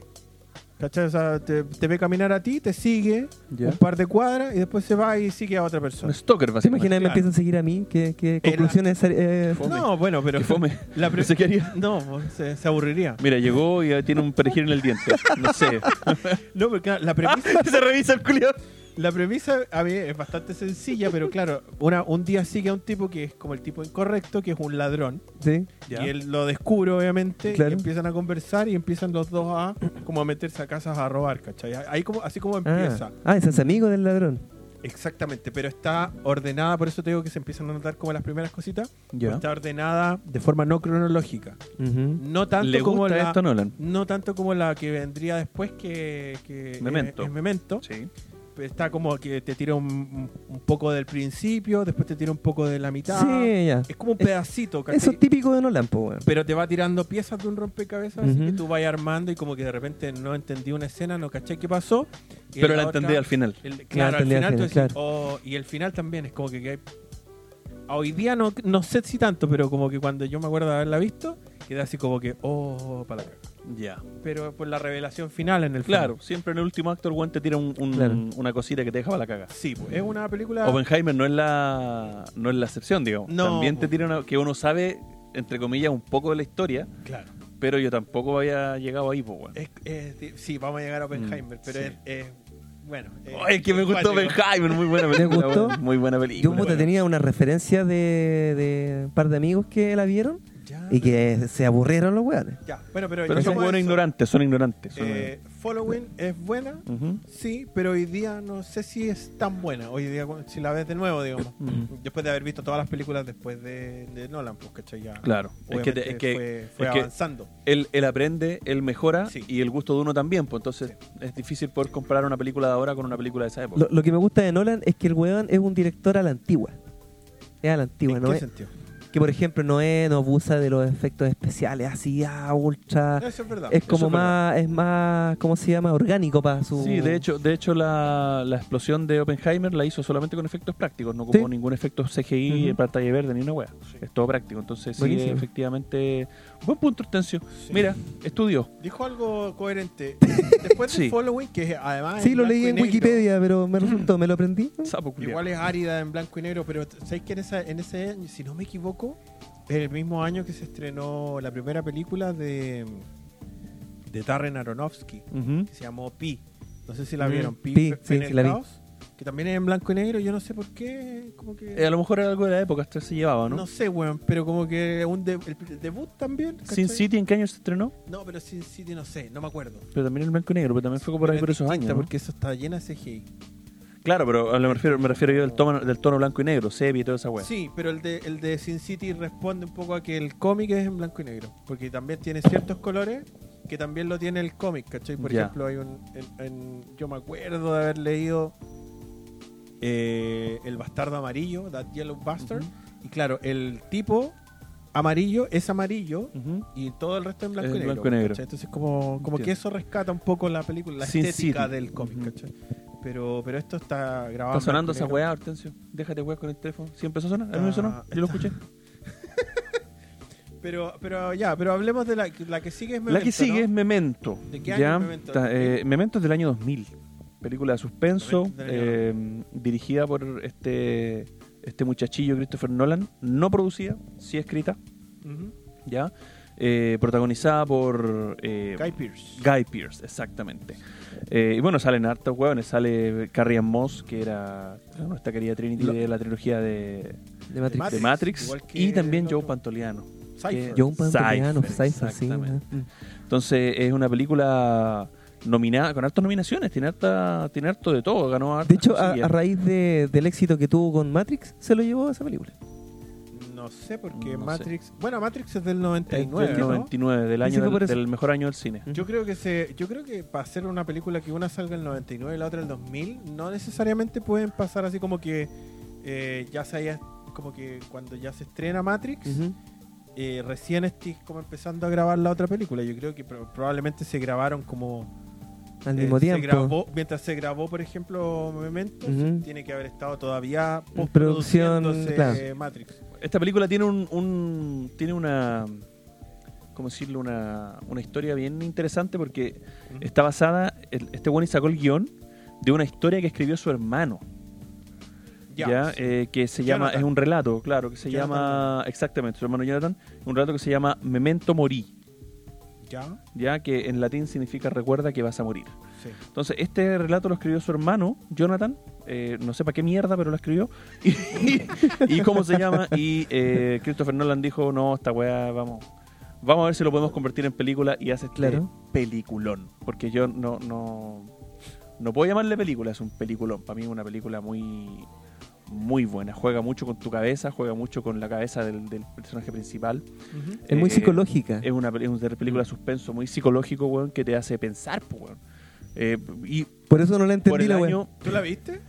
S1: ¿Cachai? O sea, te, te ve caminar a ti, te sigue
S3: Ya.
S1: un par de cuadras y después se va y sigue a otra
S3: Un
S1: persona.
S3: stalker,
S2: ¿Se imaginan
S3: básicamente.
S2: me
S1: Claro.
S2: empiezan a seguir a mí? ¿Qué, qué
S1: Era-
S2: conclusiones? eh,
S3: Fome.
S1: No, bueno, pero.
S3: Qué fome.
S1: La pre-
S3: No sé qué haría.
S1: No, pues, se, se aburriría.
S3: Mira, llegó y ya tiene un perejil en el diente. No sé.
S1: No, porque claro, la premisa,
S3: se revisa el culiado.
S1: la premisa a mí es bastante sencilla, pero claro, una, un día sigue a un tipo que es como el tipo incorrecto, que es un ladrón.
S2: sí.
S3: Ya.
S1: Y él lo descubre, obviamente,
S2: Claro.
S1: y empiezan a conversar y empiezan los dos a como a meterse a casas a robar, ¿cachai? Ahí como, así como empieza.
S2: Ah, ah, ese es amigo del ladrón.
S1: Exactamente, pero está ordenada, por eso te digo que se empiezan a notar como las primeras cositas.
S3: Ya.
S1: Está ordenada de forma no cronológica.
S2: Ujú.
S1: No tanto
S3: ¿Le
S1: como
S3: gusta
S1: la
S3: esto a Nolan?
S1: no tanto como la que vendría después que, que
S3: Memento.
S1: es- es Memento.
S3: Sí.
S1: Está como que te tira un, un poco del principio, después te tira un poco de la mitad.
S2: Sí, ya.
S1: Es como un pedacito, ¿cachai?
S2: Eso es típico de Nolan, po, weón.
S1: pero te va tirando piezas de un rompecabezas así
S2: Ujú.
S1: que tú vas armando y como que de repente no entendí una escena, no caché qué pasó. y
S3: Pero la
S1: otra-
S3: entendí al final.
S1: el- claro, al
S2: entendí,
S1: final, tú
S2: al
S1: decís,
S2: final, claro.
S1: "Oh", y el final también es como que, que hay- a hoy día no, no sé si "Oh, tanto, pero como que cuando yo me acuerdo de haberla visto, queda así como que, oh, para la caga".
S3: Ya.
S1: Pero por la revelación final en el
S3: Claro, siempre en el último acto el weón te tira un- un-
S2: Claro.
S3: una cosita que te deja para la caga.
S1: fondo. Sí, pues, es una película.
S3: Oppenheimer no es la no es la excepción, digamos.
S1: No,
S3: También te
S1: po.
S3: tira una, que uno sabe, entre comillas, un poco de la historia,
S1: Claro. Eh,
S3: pero yo tampoco había llegado ahí, pues, weón.
S1: Es- es- sí, vamos a llegar a Oppenheimer,
S3: Mm,
S1: pero
S3: sí.
S1: es, es- Bueno. eh, es-
S3: Ay, es que me gustó
S1: cuático.
S3: Oppenheimer, muy buena película.
S2: gustó?
S3: weón, Muy buena
S2: Yo
S3: película.
S2: puta,
S3: weón.
S2: tenía una referencia de, de un par de amigos que la vieron
S1: Ya,
S2: y que se aburrieron los weones.
S1: ya. Bueno, pero.
S3: Pero son
S1: llegamos a
S3: buenos
S1: eso.
S3: ignorantes, son ignorantes. son
S1: Eh, Following es buena,
S3: ignorantes.
S1: Sí, pero hoy día no sé si es tan buena. Hoy día, cu- si la ves de nuevo, digamos.
S3: Ujú.
S1: Después de haber visto todas las películas después de, de Nolan, pues, ¿cachai? Ya,
S3: Claro. Es que,
S1: obviamente
S3: te- es que-
S1: fue, fue
S3: es que
S1: avanzando.
S3: él, él aprende, él mejora
S1: Sí.
S3: y el gusto de uno también. Pues entonces es difícil poder comparar una película de ahora con una película de esa época.
S2: Lo, lo que me gusta de Nolan es que el weón es un director a la antigua. Es a la antigua,
S1: ¿En
S2: ¿no?
S1: qué
S2: Es,
S1: sentido?
S2: que por ejemplo no es, no abusa de los efectos especiales así, ah, ultra.
S1: Eso es verdad.
S2: Es
S1: Eso
S2: como
S1: es verdad.
S2: más, es más, ¿cómo se llama? Orgánico para su.
S3: Sí, de hecho, de hecho la, la explosión de Oppenheimer la hizo solamente con efectos prácticos, no ocupó
S2: Sí.
S3: ningún efecto CGI,
S2: Ujú.
S3: en pantalla verde, ni una wea. Es todo práctico. Entonces, sí,
S2: Buenísimo.
S3: efectivamente, buen punto, Hortensio.
S1: Sí.
S3: Mira, estudió.
S1: Dijo algo coherente. Después del
S3: Sí.
S1: Following, que además.
S2: Sí,
S1: es
S2: lo
S1: blanco
S2: leí
S1: y
S2: en
S1: negro, Mm.
S2: Wikipedia, pero me resultó, me lo aprendí.
S3: Sapo culiao.
S1: Igual es árida en blanco y negro, pero ¿sabéis que en, esa, en ese año, si no me equivoco, es el mismo año que se estrenó la primera película de, de Darren Aronofsky,
S3: Ujú.
S1: que se llamó Pi. No sé si la
S2: Mm,
S1: vieron, Pi,
S2: Pi,
S1: Fe-
S2: sí,
S1: Fe en el
S2: sí la vi.
S1: Caos, que también es en blanco y negro, yo no sé por qué, como que...
S3: Eh, a lo mejor era algo de la época, hasta se llevaba,
S1: ¿no?
S3: ¿no?
S1: sé, weón, pero como que un de- el, el debut también. ¿cachai?
S3: Sin City, ¿en qué año se estrenó?
S1: No, pero Sin City no sé, no me acuerdo.
S3: Pero también en blanco y negro, pero también fue por ahí
S1: Pero
S3: por
S1: es
S3: esos
S1: distinta
S3: años. ¿no?
S1: Porque eso está llena de CGI.
S3: Claro, pero a lo me refiero, me refiero yo del tono, del tono blanco y negro, sepia y toda esa wea.
S1: Sí, pero el de, el de Sin City responde un poco a que el cómic es en blanco y negro, porque también tiene ciertos colores que también lo tiene el cómic, ¿cachai? Por
S3: Ya.
S1: ejemplo, hay un, en- en- yo me acuerdo de haber leído eh, El Bastardo Amarillo, That Yellow Bastard,
S3: Ujú.
S1: y claro, el tipo amarillo es amarillo
S3: Ujú.
S1: y todo el resto en blanco
S3: Es
S1: y negro.
S3: blanco y negro.
S1: ¿cachai? Entonces como, como que
S3: Entiendo.
S1: eso rescata un poco la película, la
S3: Sin
S1: estética
S3: City.
S1: del cómic,
S3: Ujú.
S1: ¿cachai? Pero, pero esto está grabado.
S3: Está sonando
S1: en
S3: esa
S1: blanco y negro. Ah,
S3: weá, Hortensio. Déjate weá con el teléfono. Sí empezó a sonar, a mí me
S1: Está-
S3: sonó, yo lo escuché.
S1: Pero, pero ya, pero hablemos de la, la que sigue es
S3: La que
S1: Memento,
S3: sigue
S1: ¿no?
S3: es Memento.
S1: ¿De qué año
S3: ya,
S1: es Memento?
S3: Ta- eh, Memento es del año 2000. Película de suspenso,
S1: Memento del año
S3: eh, dirigida por este, este muchachillo Christopher Nolan. No producida, sí escrita,
S1: Ujú.
S3: ya. Eh, protagonizada por eh,
S1: Guy Pierce.
S3: Guy Pierce, exactamente. Eh, y bueno, salen hartos hueones. Sale Carrie Ann Moss, que era nuestra querida Trinity
S1: Lo-
S3: de la trilogía de,
S2: De Matrix.
S3: de
S1: Matrix,
S3: Matrix.
S1: igual que
S3: Y también
S1: el
S3: Joe
S1: otro.
S3: Pantoliano.
S1: Cypher.
S2: Yo un pantano,
S3: Cypher,
S2: Cypher, sí.
S3: exactamente.
S2: ¿no? Mm.
S3: Entonces es una película nominada con hartas nominaciones, tiene harta, tiene harto de todo, ganó hartas
S2: De hecho, a,
S3: cosillas.
S2: a raíz de- del éxito que tuvo con Matrix, se lo llevó a esa película.
S1: No sé porque
S3: No sé.
S1: Matrix. Bueno, Matrix es del
S3: Es
S1: 99.
S3: del
S1: ¿no?
S3: 99, del
S2: Dicen que
S3: año
S2: por
S3: del,
S2: eso-
S3: del mejor año del cine.
S1: Yo creo que se, yo creo que para hacer una película que una salga en el 99 y la otra en el 2000, no necesariamente pueden pasar así como que eh, ya se haya, como que cuando ya se estrena Matrix,
S2: Ujú.
S1: eh, recién estés como empezando a grabar la otra película. Yo creo que pro- probablemente se grabaron como
S2: Al
S1: Eh,
S2: mismo
S1: se
S2: tiempo.
S1: grabó- mientras se grabó, por ejemplo, Memento,
S2: Ujú.
S1: tiene que haber estado todavía
S2: En
S1: postproduciéndose,
S2: producción, claro.
S1: eh, Matrix.
S3: Esta película tiene un, un- tiene una ¿cómo decirlo? Una, una historia bien interesante porque
S1: Ujú.
S3: está basada el- este Wally sacó el guión de una historia que escribió su hermano.
S1: Ya.
S3: ya,
S1: sí.
S3: eh, que se llama,
S1: Jonathan.
S3: es un relato, claro, que se
S1: Jonathan.
S3: llama, exactamente, su hermano Jonathan, un relato que se llama Memento Mori,
S1: Ya,
S3: ya que en latín significa recuerda que vas a morir.
S1: sí.
S3: Entonces, este relato lo escribió su hermano, Jonathan, eh, no sé para qué mierda, pero lo escribió. Y, y cómo se llama, y eh, Christopher Nolan dijo, no, esta weá, vamos. Vamos a ver si lo podemos convertir en película y hace este
S2: Claro.
S3: peliculón. Porque yo no, no, no puedo llamarle película, es un peliculón. Para mí es una película muy, muy buena. Juega mucho con tu cabeza, juega mucho con la cabeza del, del personaje principal.
S1: Ujú.
S2: Es muy
S3: Eh,
S2: psicológica.
S3: Es una, peli- es una
S2: Mm.
S3: película de suspenso muy psicológico, weón, que te hace pensar, pues, weón. Eh, y
S2: por eso no la
S3: por
S2: entendí
S3: el
S2: la wea.
S3: año,
S1: ¿Tú la viste?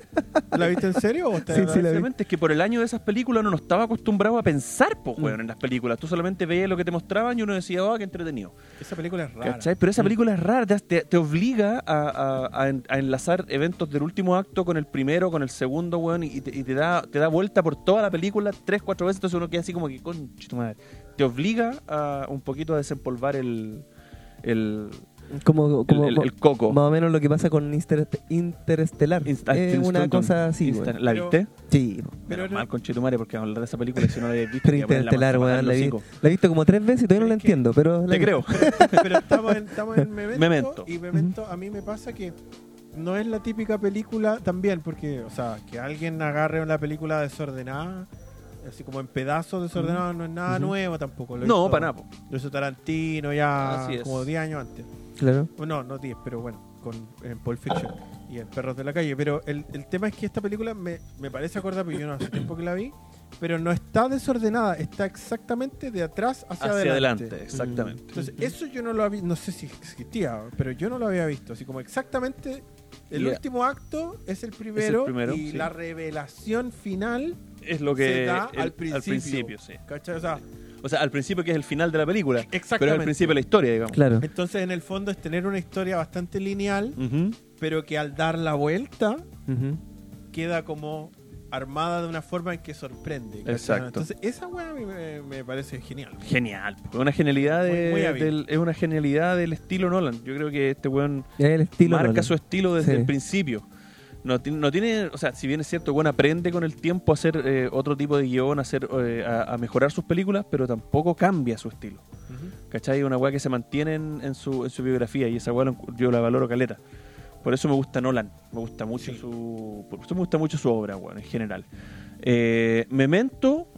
S1: ¿La viste en serio o te-
S2: Sí, sí, la vi.
S3: Precisamente, es que por el año de esas películas uno no estaba acostumbrado a pensar,
S2: Mm.
S3: pues, weón, en las películas. Tú solamente veías lo que te mostraban y uno decía, oh, qué entretenido.
S1: Esa película es rara.
S3: ¿Cachai?
S2: Mm.
S3: Pero esa película es rara, te, te- te obliga a, a- a en- a enlazar eventos del último acto con el primero, con el segundo, weón, y te, y te da, te da vuelta por toda la película tres, cuatro veces. Entonces uno queda así como que, conche tu madre. Te obliga a un poquito a desempolvar el. el
S2: Como, como-
S3: el- el- el coco.
S2: Más o menos lo que pasa con Interest- Interestelar.
S3: insta-
S2: es Eh, una
S3: instant-
S2: cosa así.
S3: instant-
S2: weón.
S3: ¿La
S1: Pero-
S3: viste?
S2: Sí.
S1: Pero
S3: Pero
S1: no-
S3: mal con Chetumare porque vamos a hablar de esa película y si no la habéis visto.
S2: Pero
S3: te voy a poner la
S2: Interestelar,
S3: patada
S2: weón.
S3: en
S2: La,
S3: el
S2: vi-
S3: hocico.
S2: la he visto como tres veces y todavía no la
S1: Es que-
S2: entiendo. Pero la
S3: Te
S2: vi.
S3: creo.
S1: Pero estamos en, estamos en Memento,
S3: Memento.
S1: Y Memento, a mí me pasa que no es la típica película también, porque, o sea, que alguien agarre una película desordenada, así como en pedazos desordenados, no es nada
S2: Ujú.
S1: nuevo tampoco. Lo
S3: Mm. No,
S1: hizo-
S3: para nada. po.
S1: Lo hizo Tarantino ya
S3: Así es.
S1: como 10 años antes.
S2: Claro.
S1: No, no 10, pero bueno, con en Pulp Fiction y en Perros de la Calle. Pero el, el tema es que esta película me, me parece acordar, porque yo no hace tiempo que la vi, pero no está desordenada, está exactamente de atrás hacia,
S3: Hacia
S1: adelante.
S3: adelante, exactamente.
S1: Entonces, eso yo no lo había, no sé si existía, pero yo no lo había visto, así como exactamente El
S3: Ya.
S1: último acto es el primero,
S3: primero,
S1: y
S3: sí.
S1: la revelación final
S3: Es lo
S1: se
S3: que
S1: da
S3: el-
S1: al principio.
S3: sí.
S1: ¿Cachai? O sea,
S3: O sea, al principio que es el final de la película. Pero es el
S1: Exactamente.
S3: principio de la historia, digamos.
S2: Claro.
S1: entonces en el fondo es tener una historia bastante lineal,
S3: Ujú.
S1: pero que al dar la vuelta
S2: Ujú.
S1: queda como armada de una forma en que sorprende. ¿cachai?
S3: Exacto.
S1: Entonces esa weá a mí me, me parece genial.
S3: Genial. po. Una genialidad
S1: Muy-
S3: de-
S1: muy hábil.
S3: del, es una genialidad del estilo Nolan. Yo creo que este weón
S2: Es el estilo.
S3: marca
S2: Nolan.
S3: su estilo desde
S2: Sí.
S3: el principio. No, ti- no tiene, o sea, si bien es cierto, bueno, aprende con el tiempo a hacer eh, otro tipo de guión, a, hacer, eh, a, a mejorar sus películas, pero tampoco cambia su estilo. ¿Cachai? Una weá que se mantiene en, en su, en su biografía y esa weá lo encu- yo la valoro caleta. Por eso me gusta Nolan, me gusta mucho su. Por eso me gusta mucho su obra, weón, en general. Eh, Memento,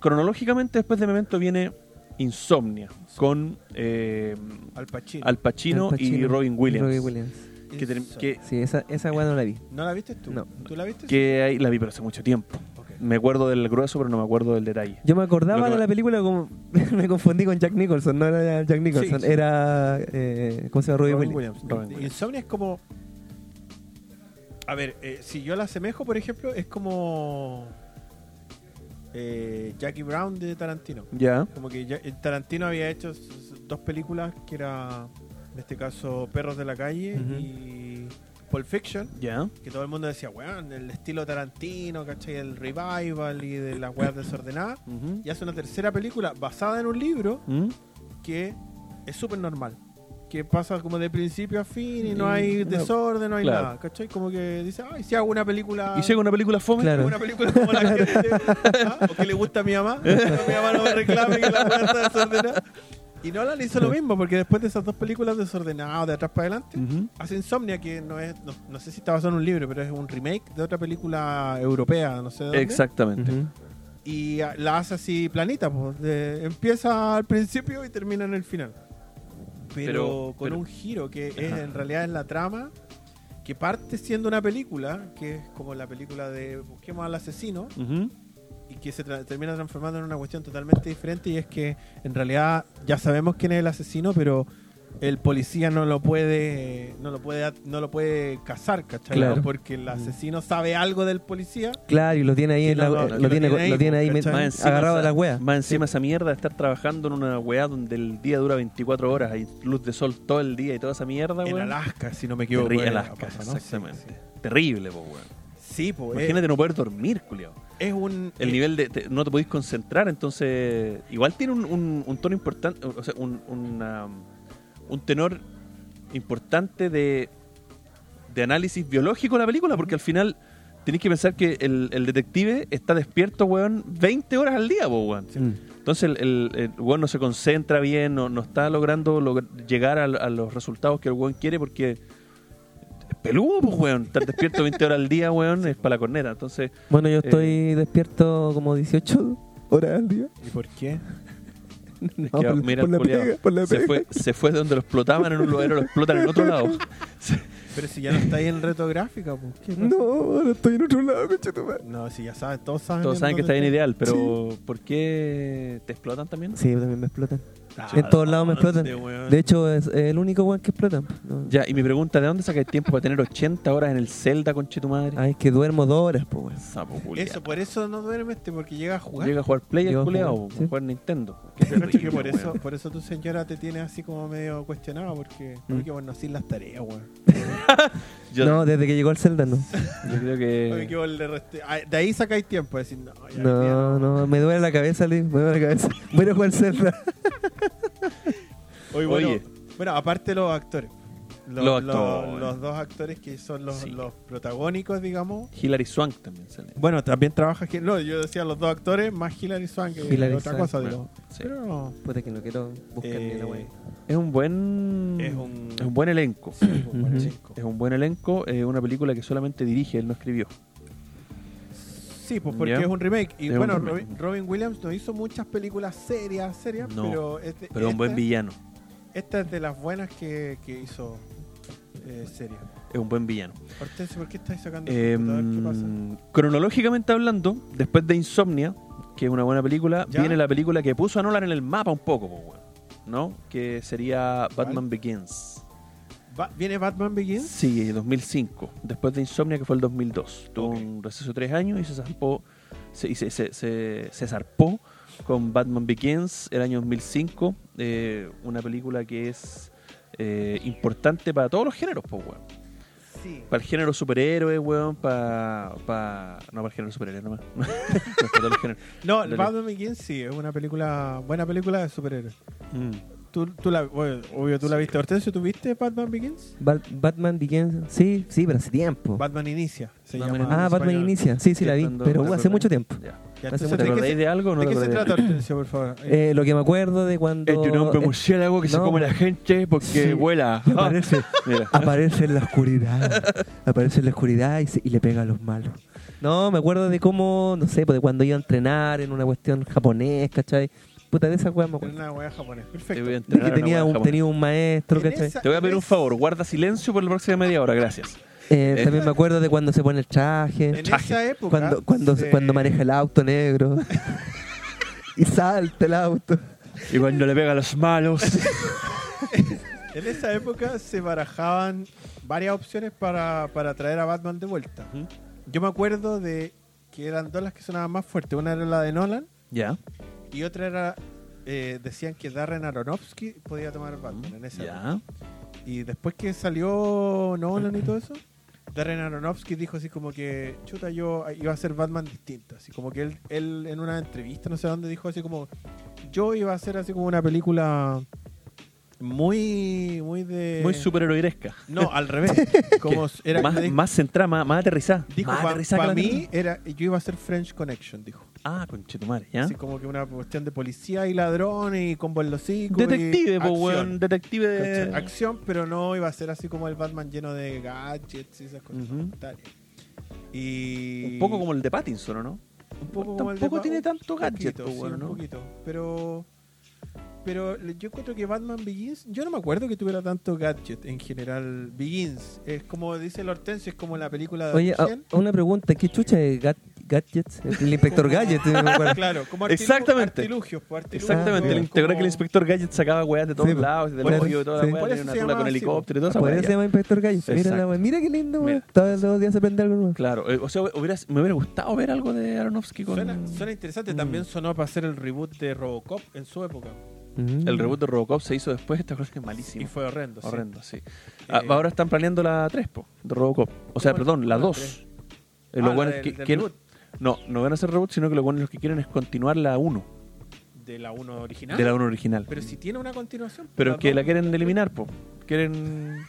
S3: cronológicamente después de Memento viene Insomnia, con eh,
S1: Al Pacino.
S3: Al, Pacino
S2: Al Pacino
S3: y Robin Williams.
S2: Robin Williams.
S3: Que, ter- que-
S2: Sí, esa, esa weá no la vi.
S1: ¿No la viste tú?
S2: No.
S1: ¿Tú la viste?
S3: que ahí la vi, pero hace mucho tiempo.
S1: Ok.
S3: Me acuerdo del grueso, pero no me acuerdo del detalle.
S2: Yo me
S3: Lo
S2: acordaba
S3: que
S2: de
S3: va-
S2: la película como me confundí con Jack Nicholson, no era Jack Nicholson,
S1: Sí, sí.
S2: era eh, ¿cómo se llama? Robin,
S1: Robin
S2: Williams.
S1: Williams.
S3: Robin Williams.
S1: Insomnia es como. A ver, eh, si yo la asemejo, por ejemplo, es como. eh, Jackie Brown de Tarantino.
S3: Ya.
S1: Como que ya- eh, Tarantino había hecho s- s- dos películas que era, en este caso, Perros de la Calle
S2: Ujú.
S1: y Pulp Fiction.
S3: Ya.
S1: Que todo el mundo decía, weón, el estilo Tarantino, ¿cachai? El revival y de las weas desordenadas.
S3: Ujú.
S1: Y hace una tercera película basada en un libro
S3: ¿Mm?
S1: que es súper normal. Que pasa como de principio a fin y no
S3: Y-
S1: hay
S3: no,
S1: desorden, no hay
S3: claro.
S1: nada. ¿Cachai? Como que dice, ay, si hago una película.
S3: Y llega una película fome.
S2: Claro.
S1: Una película como la gente. ¿ah? O que le gusta a mi mamá. pero mi mamá no me reclame que la weá está desordenada. Y Nolan hizo lo mismo, porque después de esas dos películas desordenadas de atrás para adelante,
S3: Ujú.
S1: hace Insomnia, que no es. No, no sé si está basado en un libro, pero es un remake de otra película europea, no sé de dónde.
S3: Exactamente.
S2: Ujú.
S1: Y ah, la hace así planita, pues. de- empieza al principio y termina en el final. Pero,
S3: Pero-
S1: con
S3: pero-
S1: un giro que es,
S3: Ajá.
S1: en realidad es la trama que parte siendo una película, que es como la película de Busquemos al asesino,
S3: Ujú.
S1: y que se tra- termina transformando en una cuestión totalmente diferente y es que en realidad ya sabemos quién es el asesino pero el policía no lo puede no lo puede at- no lo puede cazar ¿cachai?
S2: Claro.
S1: ¿no? porque
S3: Mm.
S1: el asesino sabe algo del policía
S2: Claro, y lo tiene ahí,
S1: Sí,
S2: en la-
S1: no, no,
S2: eh,
S1: que
S2: lo, tiene, ahí, lo tiene ahí
S1: ¿cachai?
S2: me-
S3: Más encima
S2: agarrado de
S3: esa-
S2: la wea.
S3: Más encima esa mierda de estar trabajando en una weá donde el día dura 24 horas, hay luz de sol todo el día y toda esa mierda,
S1: en
S3: weón.
S1: Alaska si no me equivoco
S3: Ah, Terrible,
S1: era-
S3: Alaska,
S1: pasa, ¿no?
S3: exactamente. Terrible, po, weón.
S1: sí pues
S3: Imagínate no poder dormir, culiao.
S1: es un
S3: El
S1: eh,
S3: nivel de. te- no te podéis concentrar, entonces. Igual tiene un, un- un tono importante, o sea, un, una- un tenor importante de, de análisis biológico de la película, porque al final tenéis que pensar que el, el detective está despierto, weón, 20 horas al día, po, weón.
S2: Mm.
S3: Entonces el, el, el weón no se concentra bien, no, no está logrando log- llegar a, a los resultados que el weón quiere porque es peludo, pues, weón. Estar despierto 20 horas al día, weón, es para la corneta. Entonces,
S2: Bueno, yo
S3: Eh.
S2: estoy despierto como 18 horas al día.
S1: ¿y por qué?
S2: No, pues
S3: es que, mira, el culiao, se, fue, se fue de donde lo explotaban en un lugar y lo explotan en otro lado. Se-
S1: pero si ya no está ahí en retográfica pues ¿qué pasa?
S2: No, ahora estoy en otro lado, conchetumare.
S1: No, si ya saben todos saben
S3: Todos
S1: en
S3: saben que está
S1: dónde
S3: bien ideal, pero ¿por qué te explotan también?
S2: Sí, pues, también me explotan.
S1: Ah,
S2: en todos lados me explotan.
S1: ¿dónde,
S4: Ah.
S1: weón?
S2: De hecho, es el único weón que explotan. pues, No.
S3: Ya, y mi pregunta, ¿de dónde sacáis tiempo para tener 80 horas en el Zelda, conche tu madre?
S2: Ay, es que duermo dos horas, pues weón.
S3: Sapo, culiao.
S1: eso por eso no duerme este porque llega a jugar
S3: Llega a jugar Play
S2: Llega
S3: el
S2: a
S3: culeado,
S2: jugar, sí.
S3: a jugar Nintendo.
S1: Yo cacho que por
S3: Terrible,
S1: eso, por eso tu señora te tiene así como medio cuestionado, porque,
S2: Mm.
S1: porque bueno, así las tareas, weón.
S3: Yo,
S2: No, desde que llegó al Zelda no.
S3: yo creo
S1: Oye, que
S3: que.
S1: vos le reste- ah, De ahí sacáis tiempo, decir, no, ya, ya.
S2: No, no, me duele la cabeza, Luis, me duele la cabeza. Bueno, Juan Zelda.
S1: Oye, bueno,
S3: Oye.
S1: bueno, aparte los actores. Los,
S3: Los
S1: los-
S3: actores.
S1: los dos actores que son los,
S3: Sí.
S1: los protagónicos, digamos.
S3: Hilary Swank también sale.
S1: Bueno, también trabaja. Gil- No, yo decía los dos actores, más Hilary Swank, que
S2: Hilary
S1: otra
S2: Swank,
S1: cosa,
S3: Bueno,
S1: digo.
S3: sí.
S1: Pero no,
S2: Puta que no quiero buscar ni
S1: eh,
S2: la wea.
S3: Es un buen.
S1: es un.
S3: es un buen elenco.
S1: sí, pues, bueno,
S2: Ujú.
S1: chico.
S3: Es un buen elenco, es una película que solamente dirige, él no escribió.
S1: Sí, pues porque
S3: Ya.
S1: es un remake. Y
S3: Es un
S1: bueno,
S3: remake.
S1: Robin, Robin Williams no hizo muchas películas serias, serias,
S3: No,
S1: pero este,
S3: Pero es un buen
S1: esta-
S3: villano.
S1: Esta es de las buenas que, que hizo eh, seria.
S3: Es un buen villano.
S1: Hortense, ¿por qué estás sacando el computador? ¿Qué pasa?
S3: Em, cronológicamente hablando, después de Insomnia, que es una buena película,
S1: ¿Ya?
S3: viene la película que puso a Nolan en el mapa un poco, po, weón, ¿no? Que sería Batman Begins.
S1: Ba- ¿Viene Batman Begins?
S3: Sí, 2005. Después de Insomnia, que fue el 2002. Tuvo un receso de tres años y se zarpó, se, y se, se- se- se zarpó con Batman Begins el año 2005. eh, una película que es eh, importante para todos los géneros, pues, weón.
S2: Sí.
S3: Para el género superhéroe, weón. Para. Pa... No, para el género superhéroe nomás. no, para todos los géneros.
S1: No, el
S3: Dale.
S1: Batman Begins sí, es una película, buena película de superhéroes.
S3: Mm.
S1: Tú, tú la, bueno, obvio, tú la viste. Hortensio, ¿tú viste Batman Begins?
S2: Bat- Batman Begins. Sí, sí, pero hace tiempo.
S1: Batman Inicia. se
S3: Batman
S1: llama en
S2: ah, Batman
S1: español.
S2: Inicia. Sí, sí, la vi.
S3: Cuando-
S2: Pero uh,
S3: ¿te
S2: hace
S3: acordás?
S2: mucho tiempo.
S3: Ya.
S1: Ya,
S2: Hace
S1: entonces,
S2: mucho
S3: ¿Te
S1: ¿de qué
S3: acordáis
S1: se-
S3: de algo? o No
S1: ¿De
S3: te
S1: qué se
S3: acordáis?
S1: trata, Hortensio, por favor? Eh,
S2: Eh, lo que me acuerdo de cuando.
S3: Es de un hombre
S2: eh,
S3: murciélago que se
S2: no,
S3: come la gente porque
S2: sí.
S3: vuela. Ah,
S2: Y aparece,
S3: Mira.
S2: aparece en la oscuridad. Aparece en la oscuridad y, se- y le pega a los malos. No, me acuerdo de cómo, no sé, pues de cuando iba a entrenar en una cuestión japonés, ¿cachai? Puta, de esa weá me
S1: Era
S2: acuerdo.
S1: una weá japonesa.
S3: Te voy a
S1: Perfecto.
S2: De
S3: entrenar
S2: que
S3: una
S2: tenía
S3: hueá
S2: un,
S3: japonesa.
S2: tenía un maestro,
S1: En
S2: ¿cachai?
S1: esa-
S3: Te voy a pedir un favor, guarda silencio por la próxima media hora, gracias.
S2: Eh,
S3: Eh.
S2: También me acuerdo de cuando se pone el
S1: En
S2: traje,
S1: esa época.
S2: cuando, cuando,
S1: se-
S2: cuando maneja el auto negro y salta el auto.
S3: Y cuando le pega a los malos.
S1: En esa época se barajaban varias opciones para, para traer a Batman de vuelta.
S3: Ujú.
S1: Yo me acuerdo de que eran dos las que sonaban más fuerte. Una era la de Nolan
S3: ya.
S1: y otra era. eh, decían que Darren Aronofsky podía tomar Batman en esa época.
S3: Ya.
S1: Y después que salió Nolan y todo eso, Darren Aronofsky dijo así como que, chuta, yo ah, iba a ser Batman distinto. Así como que él, él en una entrevista, no sé dónde, dijo así como, yo iba a hacer así como una película muy, muy de...
S3: Muy superheroiresca.
S1: No, al revés. como Eh, era...
S3: más,
S1: le-
S3: más centrada, más, más aterrizada.
S1: dijo,
S3: más
S1: para
S3: aterrizada que la
S1: mí
S3: anterior".
S1: era, yo iba a ser French Connection, dijo.
S3: Ah, conchetumare, ya.
S1: Así como que una cuestión de policía y ladrones y combo en los hocico y
S3: Detective, po,
S1: acción.
S3: weón. Eh. Detective
S1: ¿Cachai?
S3: de.
S1: acción, pero no iba a ser así como el Batman lleno de gadgets y esas cosas.
S3: Ujú.
S1: mentales. Y
S3: Un poco como el de Pattinson, ¿o no?
S1: un poco como el de
S3: tampoco
S1: Ba-
S3: tiene
S1: un
S3: tanto gadget,
S1: poquito,
S3: po,
S1: sí,
S3: bueno,
S1: un
S3: ¿no?
S1: poquito, pero pero le- yo encuentro que Batman Begins, yo no me acuerdo que tuviera tanto gadget en general. Begins es como dice el Hortensio, es como la película de
S2: Oye,
S3: ah,
S2: a-
S1: Hitchcock.
S2: una pregunta, ¿qué chucha es Gat- Gadgets? El inspector Gadget. eh, me acuerdo.
S1: Ah, claro, como
S3: Exactamente.
S1: artilugios, po, artilugios,
S3: Exactamente.
S1: como-
S3: El integral que el inspector Gadget sacaba weas de todos
S2: Sí, po.
S3: lados, del
S2: Por eso-
S3: hoyo, de toda
S2: sí.
S3: la wea,
S1: Por eso
S3: tenía una
S1: se
S3: tula con
S1: llamaba así, po.
S3: helicóptero y toda esa
S2: Por
S3: wea,
S2: eso se
S3: ya.
S2: llama Inspector Gallo. Mira,
S3: Exacto.
S2: la wea. Mira qué lindo, wea.
S3: Mira.
S2: Todos los días se prende algo nuevo.
S3: Claro, eh, o sea, hubiera- me hubiera gustado ver algo de Aronofsky con.
S1: Suena, suena interesante, también sonó para hacer el reboot de Robocop en su época
S2: Mm.
S3: El reboot de Robocop se hizo después, esta cosa que es malísimo.
S1: y fue horrendo. sí.
S3: Horrendo, sí. Ah,
S1: Eh,
S3: ahora están planeando la 3, po, de Robocop. O sea,
S1: ¿Cuál-
S3: perdón, la
S1: cuál
S3: 2. Eh,
S1: Ah,
S3: los
S1: la
S3: buenos
S1: del-
S3: que
S1: del
S3: quieren-
S1: reboot.
S3: no, no van a hacer reboot, sino que los buenos los que quieren es continuar la 1,
S1: de la 1 original.
S3: de la 1 original.
S1: Ah,
S3: Pero,
S1: Pero si tiene una continuación.
S3: que la quieren eliminar, po. Quieren...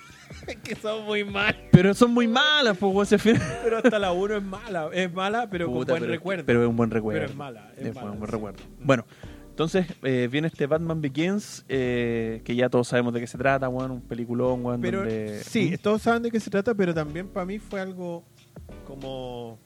S1: que son muy mal.
S3: Pero son muy malas, po, weón, si al final-
S1: Pero hasta la 1 es mala. Es mala, pero
S3: Puta,
S1: con buen
S3: pero-
S1: recuerdo.
S3: Pero es un buen recuerdo.
S1: Pero es mala, es mala,
S3: un buen
S1: sí.
S3: recuerdo. Bueno, entonces eh, viene este Batman Begins, eh, que ya todos sabemos de qué se trata, weón, un peliculón, weón,
S1: Pero,
S3: donde-
S1: sí,
S3: ¿Mm?
S1: todos saben de qué se trata, pero también para mí fue algo como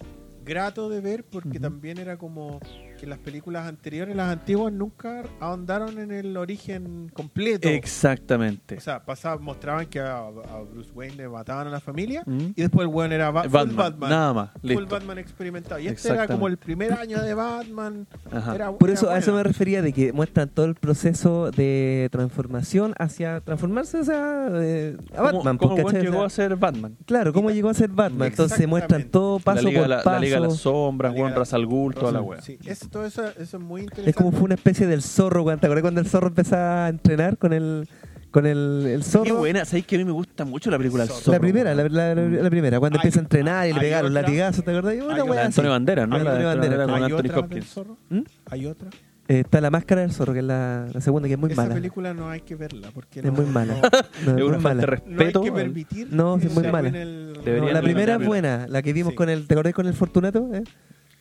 S1: grato de ver porque
S3: Ujú.
S1: también era como que las películas anteriores, las antiguas, nunca ahondaron en el origen completo.
S3: Exactamente.
S1: o sea, pasaba, mostraban que a, a Bruce Wayne le mataban a la familia
S3: ¿Mm?
S1: y después el weón era Ba- full
S3: Batman,
S1: Batman.
S3: Nada más.
S1: Full
S3: Listo.
S1: Batman experimentado. Y este era
S3: Exactamente. Ah,
S1: como el primer año de Batman.
S3: Ajá.
S1: Era-
S2: Por
S1: era
S2: eso a eso
S1: buena.
S2: me refería de que muestran todo el proceso de transformación hacia transformarse o sea, eh, a
S3: ¿Cómo-
S2: Batman.
S3: ¿Cómo,
S2: pues,
S3: weón
S2: ¿cachai? O sea,
S3: llegó a ser Batman?
S2: Claro, cómo llegó a ser Batman. Entonces muestran
S1: Exactamente.
S2: todo paso
S3: la Liga,
S2: por
S3: de la,
S2: paso.
S3: la Liga de las Sombras,
S1: La Liga
S3: Juan
S1: de la-
S3: Razal Ghul, toda la
S1: Razal,
S3: wea.
S1: Sí, es, todo eso, eso es muy interesante.
S2: es como fue una especie del zorro, weón. ¿Te acuerdas cuando el zorro empezaba a entrenar con el, con el, el zorro?
S3: Qué buena, sabéis que a mí me gusta mucho la película El
S1: Zorro.
S3: Zorro.
S2: la primera, la,
S3: weón.
S2: la- la- la primera, cuando
S1: Hay-
S2: empieza a entrenar y le
S1: hay
S2: pegaron
S1: otra-
S2: latigazos, ¿te acordás? Una
S1: hay
S2: weá
S1: otra-
S2: así.
S3: Antonio Banderas, ¿no?
S2: Hay
S3: La de
S2: Antonio
S3: Antonio
S2: Banderas.
S3: Banderas
S1: ¿Hay
S3: con
S1: otra
S3: Anthony
S1: del
S3: Hopkins.
S1: zorro?
S2: ¿Mm?
S1: ¿Hay otra?
S2: Eh, está la máscara del zorro, que es la, la segunda, que es muy
S1: Esa
S2: mala.
S1: película no hay que verla porque
S2: Es
S1: no-
S2: muy mala.
S1: No,
S2: No,
S3: Es
S2: es muy
S3: una
S2: mala.
S3: falta de
S1: no hay
S3: respeto.
S1: que
S3: weón.
S1: permitir.
S2: No,
S1: que
S2: es muy
S1: se
S2: mala.
S1: arruine el-
S2: No,
S3: Deberían
S1: No,
S2: la
S3: arruinarla.
S2: primera es buena, la que vimos
S1: Sí.
S2: con el, ¿te acordás con el Fortunato? eh?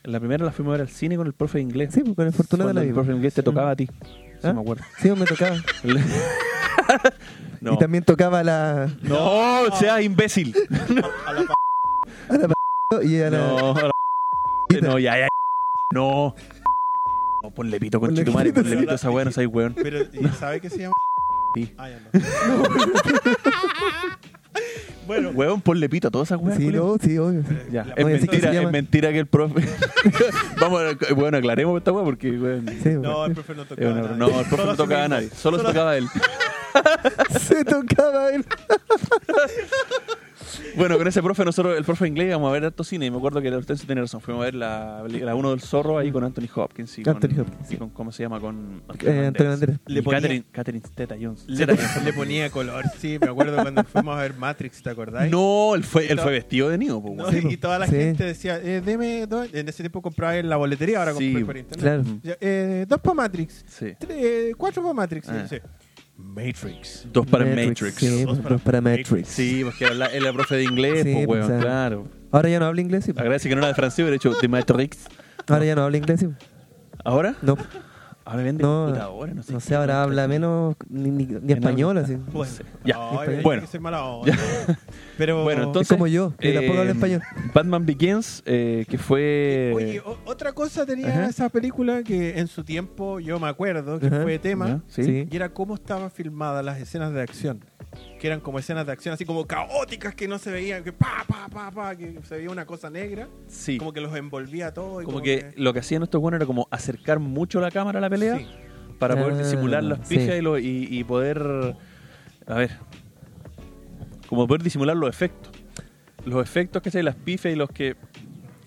S3: La primera la fuimos a ver al cine con el profe de inglés.
S2: Sí, pues, con el Fortunato
S3: Cuando
S2: la
S3: el
S2: vimos.
S3: profe de inglés te tocaba a ti. Sí,
S2: ¿Ah?
S3: me acuerdo.
S2: Sí, pues, me tocaba.
S3: no.
S2: Y también tocaba la,
S3: No, sea imbécil.
S2: a la p- y a la...
S3: No, la- no, ya, ya. No. No, ponle pito con
S2: Ponle
S3: tu madre,
S2: pito.
S3: ponle pito a esa weá, no seas weón.
S1: Pero ¿y sabe qué se llama?
S3: Sí.
S1: Ah, ya no.
S3: Bueno, weón, ponle pito a todas esas weas.
S2: Sí,
S3: culiao.
S2: no, sí, obvio.
S3: Ya,
S1: La-
S3: es
S2: Oye, sí que se
S3: mentira,
S2: llama-
S3: es mentira que el profe. Vamos, a- bueno, aclaremos esta weá porque, weón.
S2: Sí,
S1: No,
S2: pues.
S1: el profe no
S3: es
S1: tocaba.
S3: una-
S1: nada.
S3: no, el profe
S1: Solo
S3: no tocaba a nadie, solo se tocaba a él.
S2: Se tocaba él.
S3: Bueno, con ese profe, nosotros, el profe inglés, íbamos a ver harto cine. Y me acuerdo que Hortensio tenía razón. Fuimos a ver la, la uno del zorro ahí con Anthony Hopkins. Y con,
S2: Anthony Hopkins,
S3: y con- ¿Cómo se llama? Con.
S2: Eh, Antonio Banderas.
S3: Y
S1: Le ponía-
S3: Catherine, Catherine Zeta Jones.
S1: Le,
S3: Zeta Jones.
S1: le ponía color, sí. Me acuerdo cuando fuimos a ver Matrix, ¿te acordás?
S3: No, él fue, él
S1: No.
S3: fue vestido de niño, pues,
S1: No,
S3: weón.
S1: y toda la
S2: Sí.
S1: gente decía, eh, deme dos. En ese tiempo compraba en la boletería, ahora
S3: Sí,
S1: compré por internet.
S2: Claro.
S1: Ya, eh, dos para Matrix.
S3: Sí.
S1: Tres, eh, cuatro para Matrix.
S3: Ah.
S1: Y dice, Matrix.
S3: Dos para
S2: Matrix,
S3: Matrix.
S2: Sí,
S1: Dos
S2: pues,
S1: para
S2: dos para
S1: Matrix.
S2: Matrix.
S3: Sí, porque habla- él era profe de inglés,
S2: Sí,
S3: pues,
S2: pues,
S3: weón,
S2: o sea.
S3: claro.
S2: Ahora ya no hablo inglés, sí. pues.
S3: Agradece que no era de francés, hubiera hecho The Matrix.
S2: Ahora ya no habla inglés, sí. pues.
S3: ¿Ahora?
S2: No,
S3: Ahora vende
S2: No,
S3: computadora, no sé.
S2: no sé,
S3: qué.
S2: ahora habla menos ni, ni- ni
S3: habla-
S2: español, así.
S3: No sé. Ya.
S1: Ay, bueno.
S2: español.
S3: Bueno.
S1: Que soy mala onda. Pero,
S3: Bueno,
S2: Es
S3: entonces-
S2: como yo, que tampoco hablo
S3: Eh,
S2: español.
S3: Batman Begins, eh, que fue.
S1: Oye, o- otra cosa tenía
S3: Eh, Ajá.
S1: esa película que en su tiempo yo me acuerdo que
S2: Ajá.
S1: fue tema.
S3: ¿Ya? ¿Sí?
S2: Sí.
S1: Y era cómo estaban filmadas las escenas de acción. Que eran como escenas de acción así como caóticas que no se veían, que pa, pa, pa, pa, que se veía una cosa negra.
S3: Sí. Como
S1: Como que los envolvía todo. Y
S3: que, lo que hacían estos buenos era como acercar mucho la cámara a la pelea
S1: Sí.
S3: para poder
S2: Ah,
S3: disimular las
S2: sí.
S3: pijas y, lo- y- y poder. A ver. Como poder disimular los efectos. Los efectos que se las pifias y los que.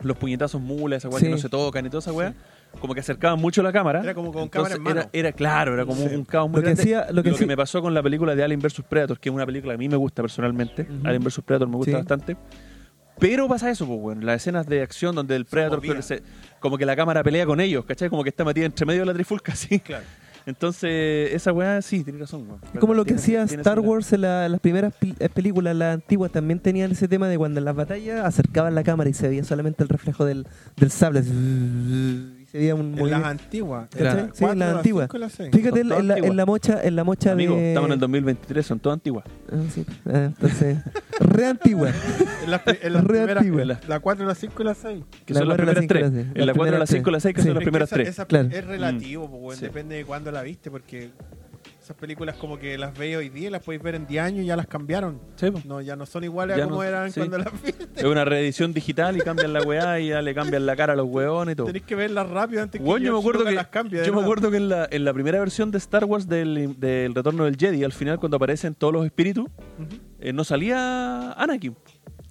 S3: Los puñetazos mula, esa weá
S2: Sí.
S3: que no se tocan y toda esa weá. Como que acercaban mucho la cámara.
S1: Era como con cámara en
S3: era-
S1: mano.
S3: Era, claro, era como
S1: Sí.
S3: un caos muy
S2: Lo que
S3: grande.
S2: hacía- lo que hacía-
S3: me pasó con la película de Alien vs Predator, que es una película que a mí me gusta personalmente.
S2: Ujú.
S3: Alien vs Predator me gusta
S2: Sí.
S3: bastante. Pero pasa eso, pues, bueno, las escenas de acción donde el Predator
S1: movían.
S3: se- como que la cámara pelea con ellos, ¿cachai? Como que está metida entre medio de la trifulca, así.
S1: Claro.
S3: Entonces, esa weá sí, tiene razón, weón.
S2: Es como lo que
S3: Tiene-
S2: hacía
S3: tiene
S2: Star
S3: sentido.
S2: Wars en la- las primeras pi- eh, películas, las antiguas, también tenían ese tema de cuando en las batallas acercaban la cámara y se veía solamente el reflejo del, del sable. así, Y se veía un
S1: En las
S2: movimiento.
S1: antiguas.
S2: ¿Cachai?
S1: Era
S2: Sí,
S1: cuatro,
S2: en las
S1: las
S2: antiguas.
S1: cinco y las seis.
S2: Fíjate
S3: Son todas
S2: en la, en
S3: antiguas.
S2: la mocha, en la mocha
S3: Amigo,
S2: de.
S3: estamos en el 2023, son todas antiguas.
S2: Ah, sí. Ah, entonces, re antigua.
S1: En las, pri- en las
S2: Re
S1: primeras-
S2: activa.
S1: en las- la 4, la 5 y la 6.
S3: Que
S2: La cuatro,
S3: son las
S2: la
S3: primeras
S2: cinco,
S3: tres.
S2: la seis.
S3: En
S2: Las
S3: la 4, la
S2: primeras
S3: 5 y la 6, que
S2: tres.
S3: son las
S2: Sí.
S3: primeras
S1: esa-
S3: tres. Mm.
S1: esa
S2: Claro.
S1: Es relativo, pues, weón,
S3: Sí.
S1: depende de cuándo la viste, porque esas películas como que las veo hoy día, y las podéis ver en 10 años y ya las cambiaron.
S3: Sí, po.
S1: No, ya no son iguales
S3: Ya
S1: a como
S3: no-
S1: eran
S3: sí.
S1: cuando las viste.
S3: Es una reedición digital y cambian la weá y ya le cambian la cara a los weones y todo.
S1: Tenéis que verlas rápido antes
S3: Weón,
S1: que
S3: yo
S1: George
S3: me acuerdo
S1: Lucas
S3: que,
S1: las cambie. de
S3: yo me
S1: verdad.
S3: acuerdo que en la, en la primera versión de Star Wars del, del Retorno del Jedi, al final cuando aparecen todos los espíritus,
S1: Ujú.
S3: eh, no salía Anakin.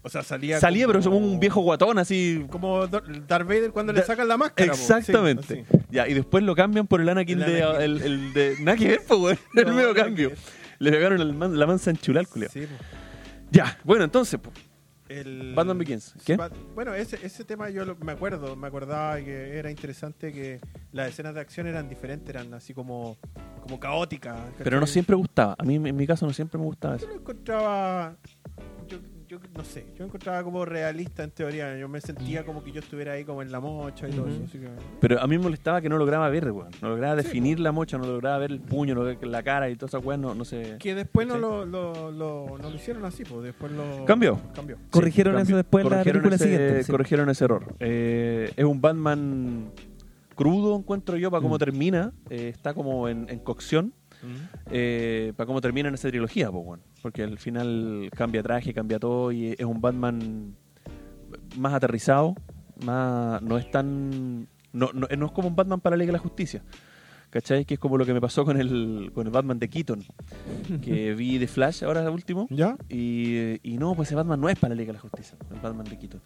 S1: O sea, salía.
S3: salía,
S1: como-
S3: pero como un viejo guatón, así...
S1: Como Dar- Darth Vader cuando le
S3: Da-
S1: sacan la máscara. po. Sí,
S3: Exactamente.
S1: así.
S3: ya, y después lo cambian por el Anakin,
S1: El
S3: de...
S1: Anakin.
S3: El, el de nada que ver, po, weón. el
S1: No,
S3: medio
S1: nada
S3: cambio.
S1: que ver.
S3: Le pegaron el man- la mansa en chular, culiao.
S1: Sí, po.
S3: Ya, bueno, entonces... po,
S1: El...
S3: Batman Begins. ¿Qué?
S1: Bat- Bueno, ese, ese tema yo lo- me acuerdo, me acordaba que era interesante que las escenas de acción eran diferentes, eran así como, como caóticas. ¿cachai?
S3: Pero no siempre gustaba. A mí, en mi caso, no siempre me gustaba eso.
S1: Yo lo encontraba, yo, yo no sé, yo lo encontraba como realista en teoría, yo me sentía como que yo estuviera ahí como en la mocha y todo eso. así que-
S3: Pero a mí me molestaba que no lograba ver, weón. No lograba definir la mocha, no lograba ver el puño, no lograba ver la cara y todas esas weas, no, no sé.
S1: Que después no
S3: Sí.
S1: lo, lo, lo- no lo hicieron así, pues después lo...
S3: Cambió.
S1: Cambió.
S2: Corrigieron
S3: cambio.
S2: eso después en la
S3: Corrigieron
S2: película
S3: ese-
S2: siguiente. sí.
S3: Corrigieron ese error. Eh, es un Batman crudo, encuentro yo, para cómo
S2: Mm.
S3: termina. Eh, está como en, en cocción. eh, para cómo termina en esa trilogía, po, weón. porque al final cambia traje, cambia todo y es un Batman más aterrizado, más no es tan no, no, no es como un Batman para la Liga de la Justicia. ¿Cachai? Que es como lo que me pasó con el, con el Batman de Keaton, que vi de Flash ahora último.
S1: ¿Ya?
S3: Y, y no, pues ese Batman no es para la Liga de la Justicia, el Batman de Keaton.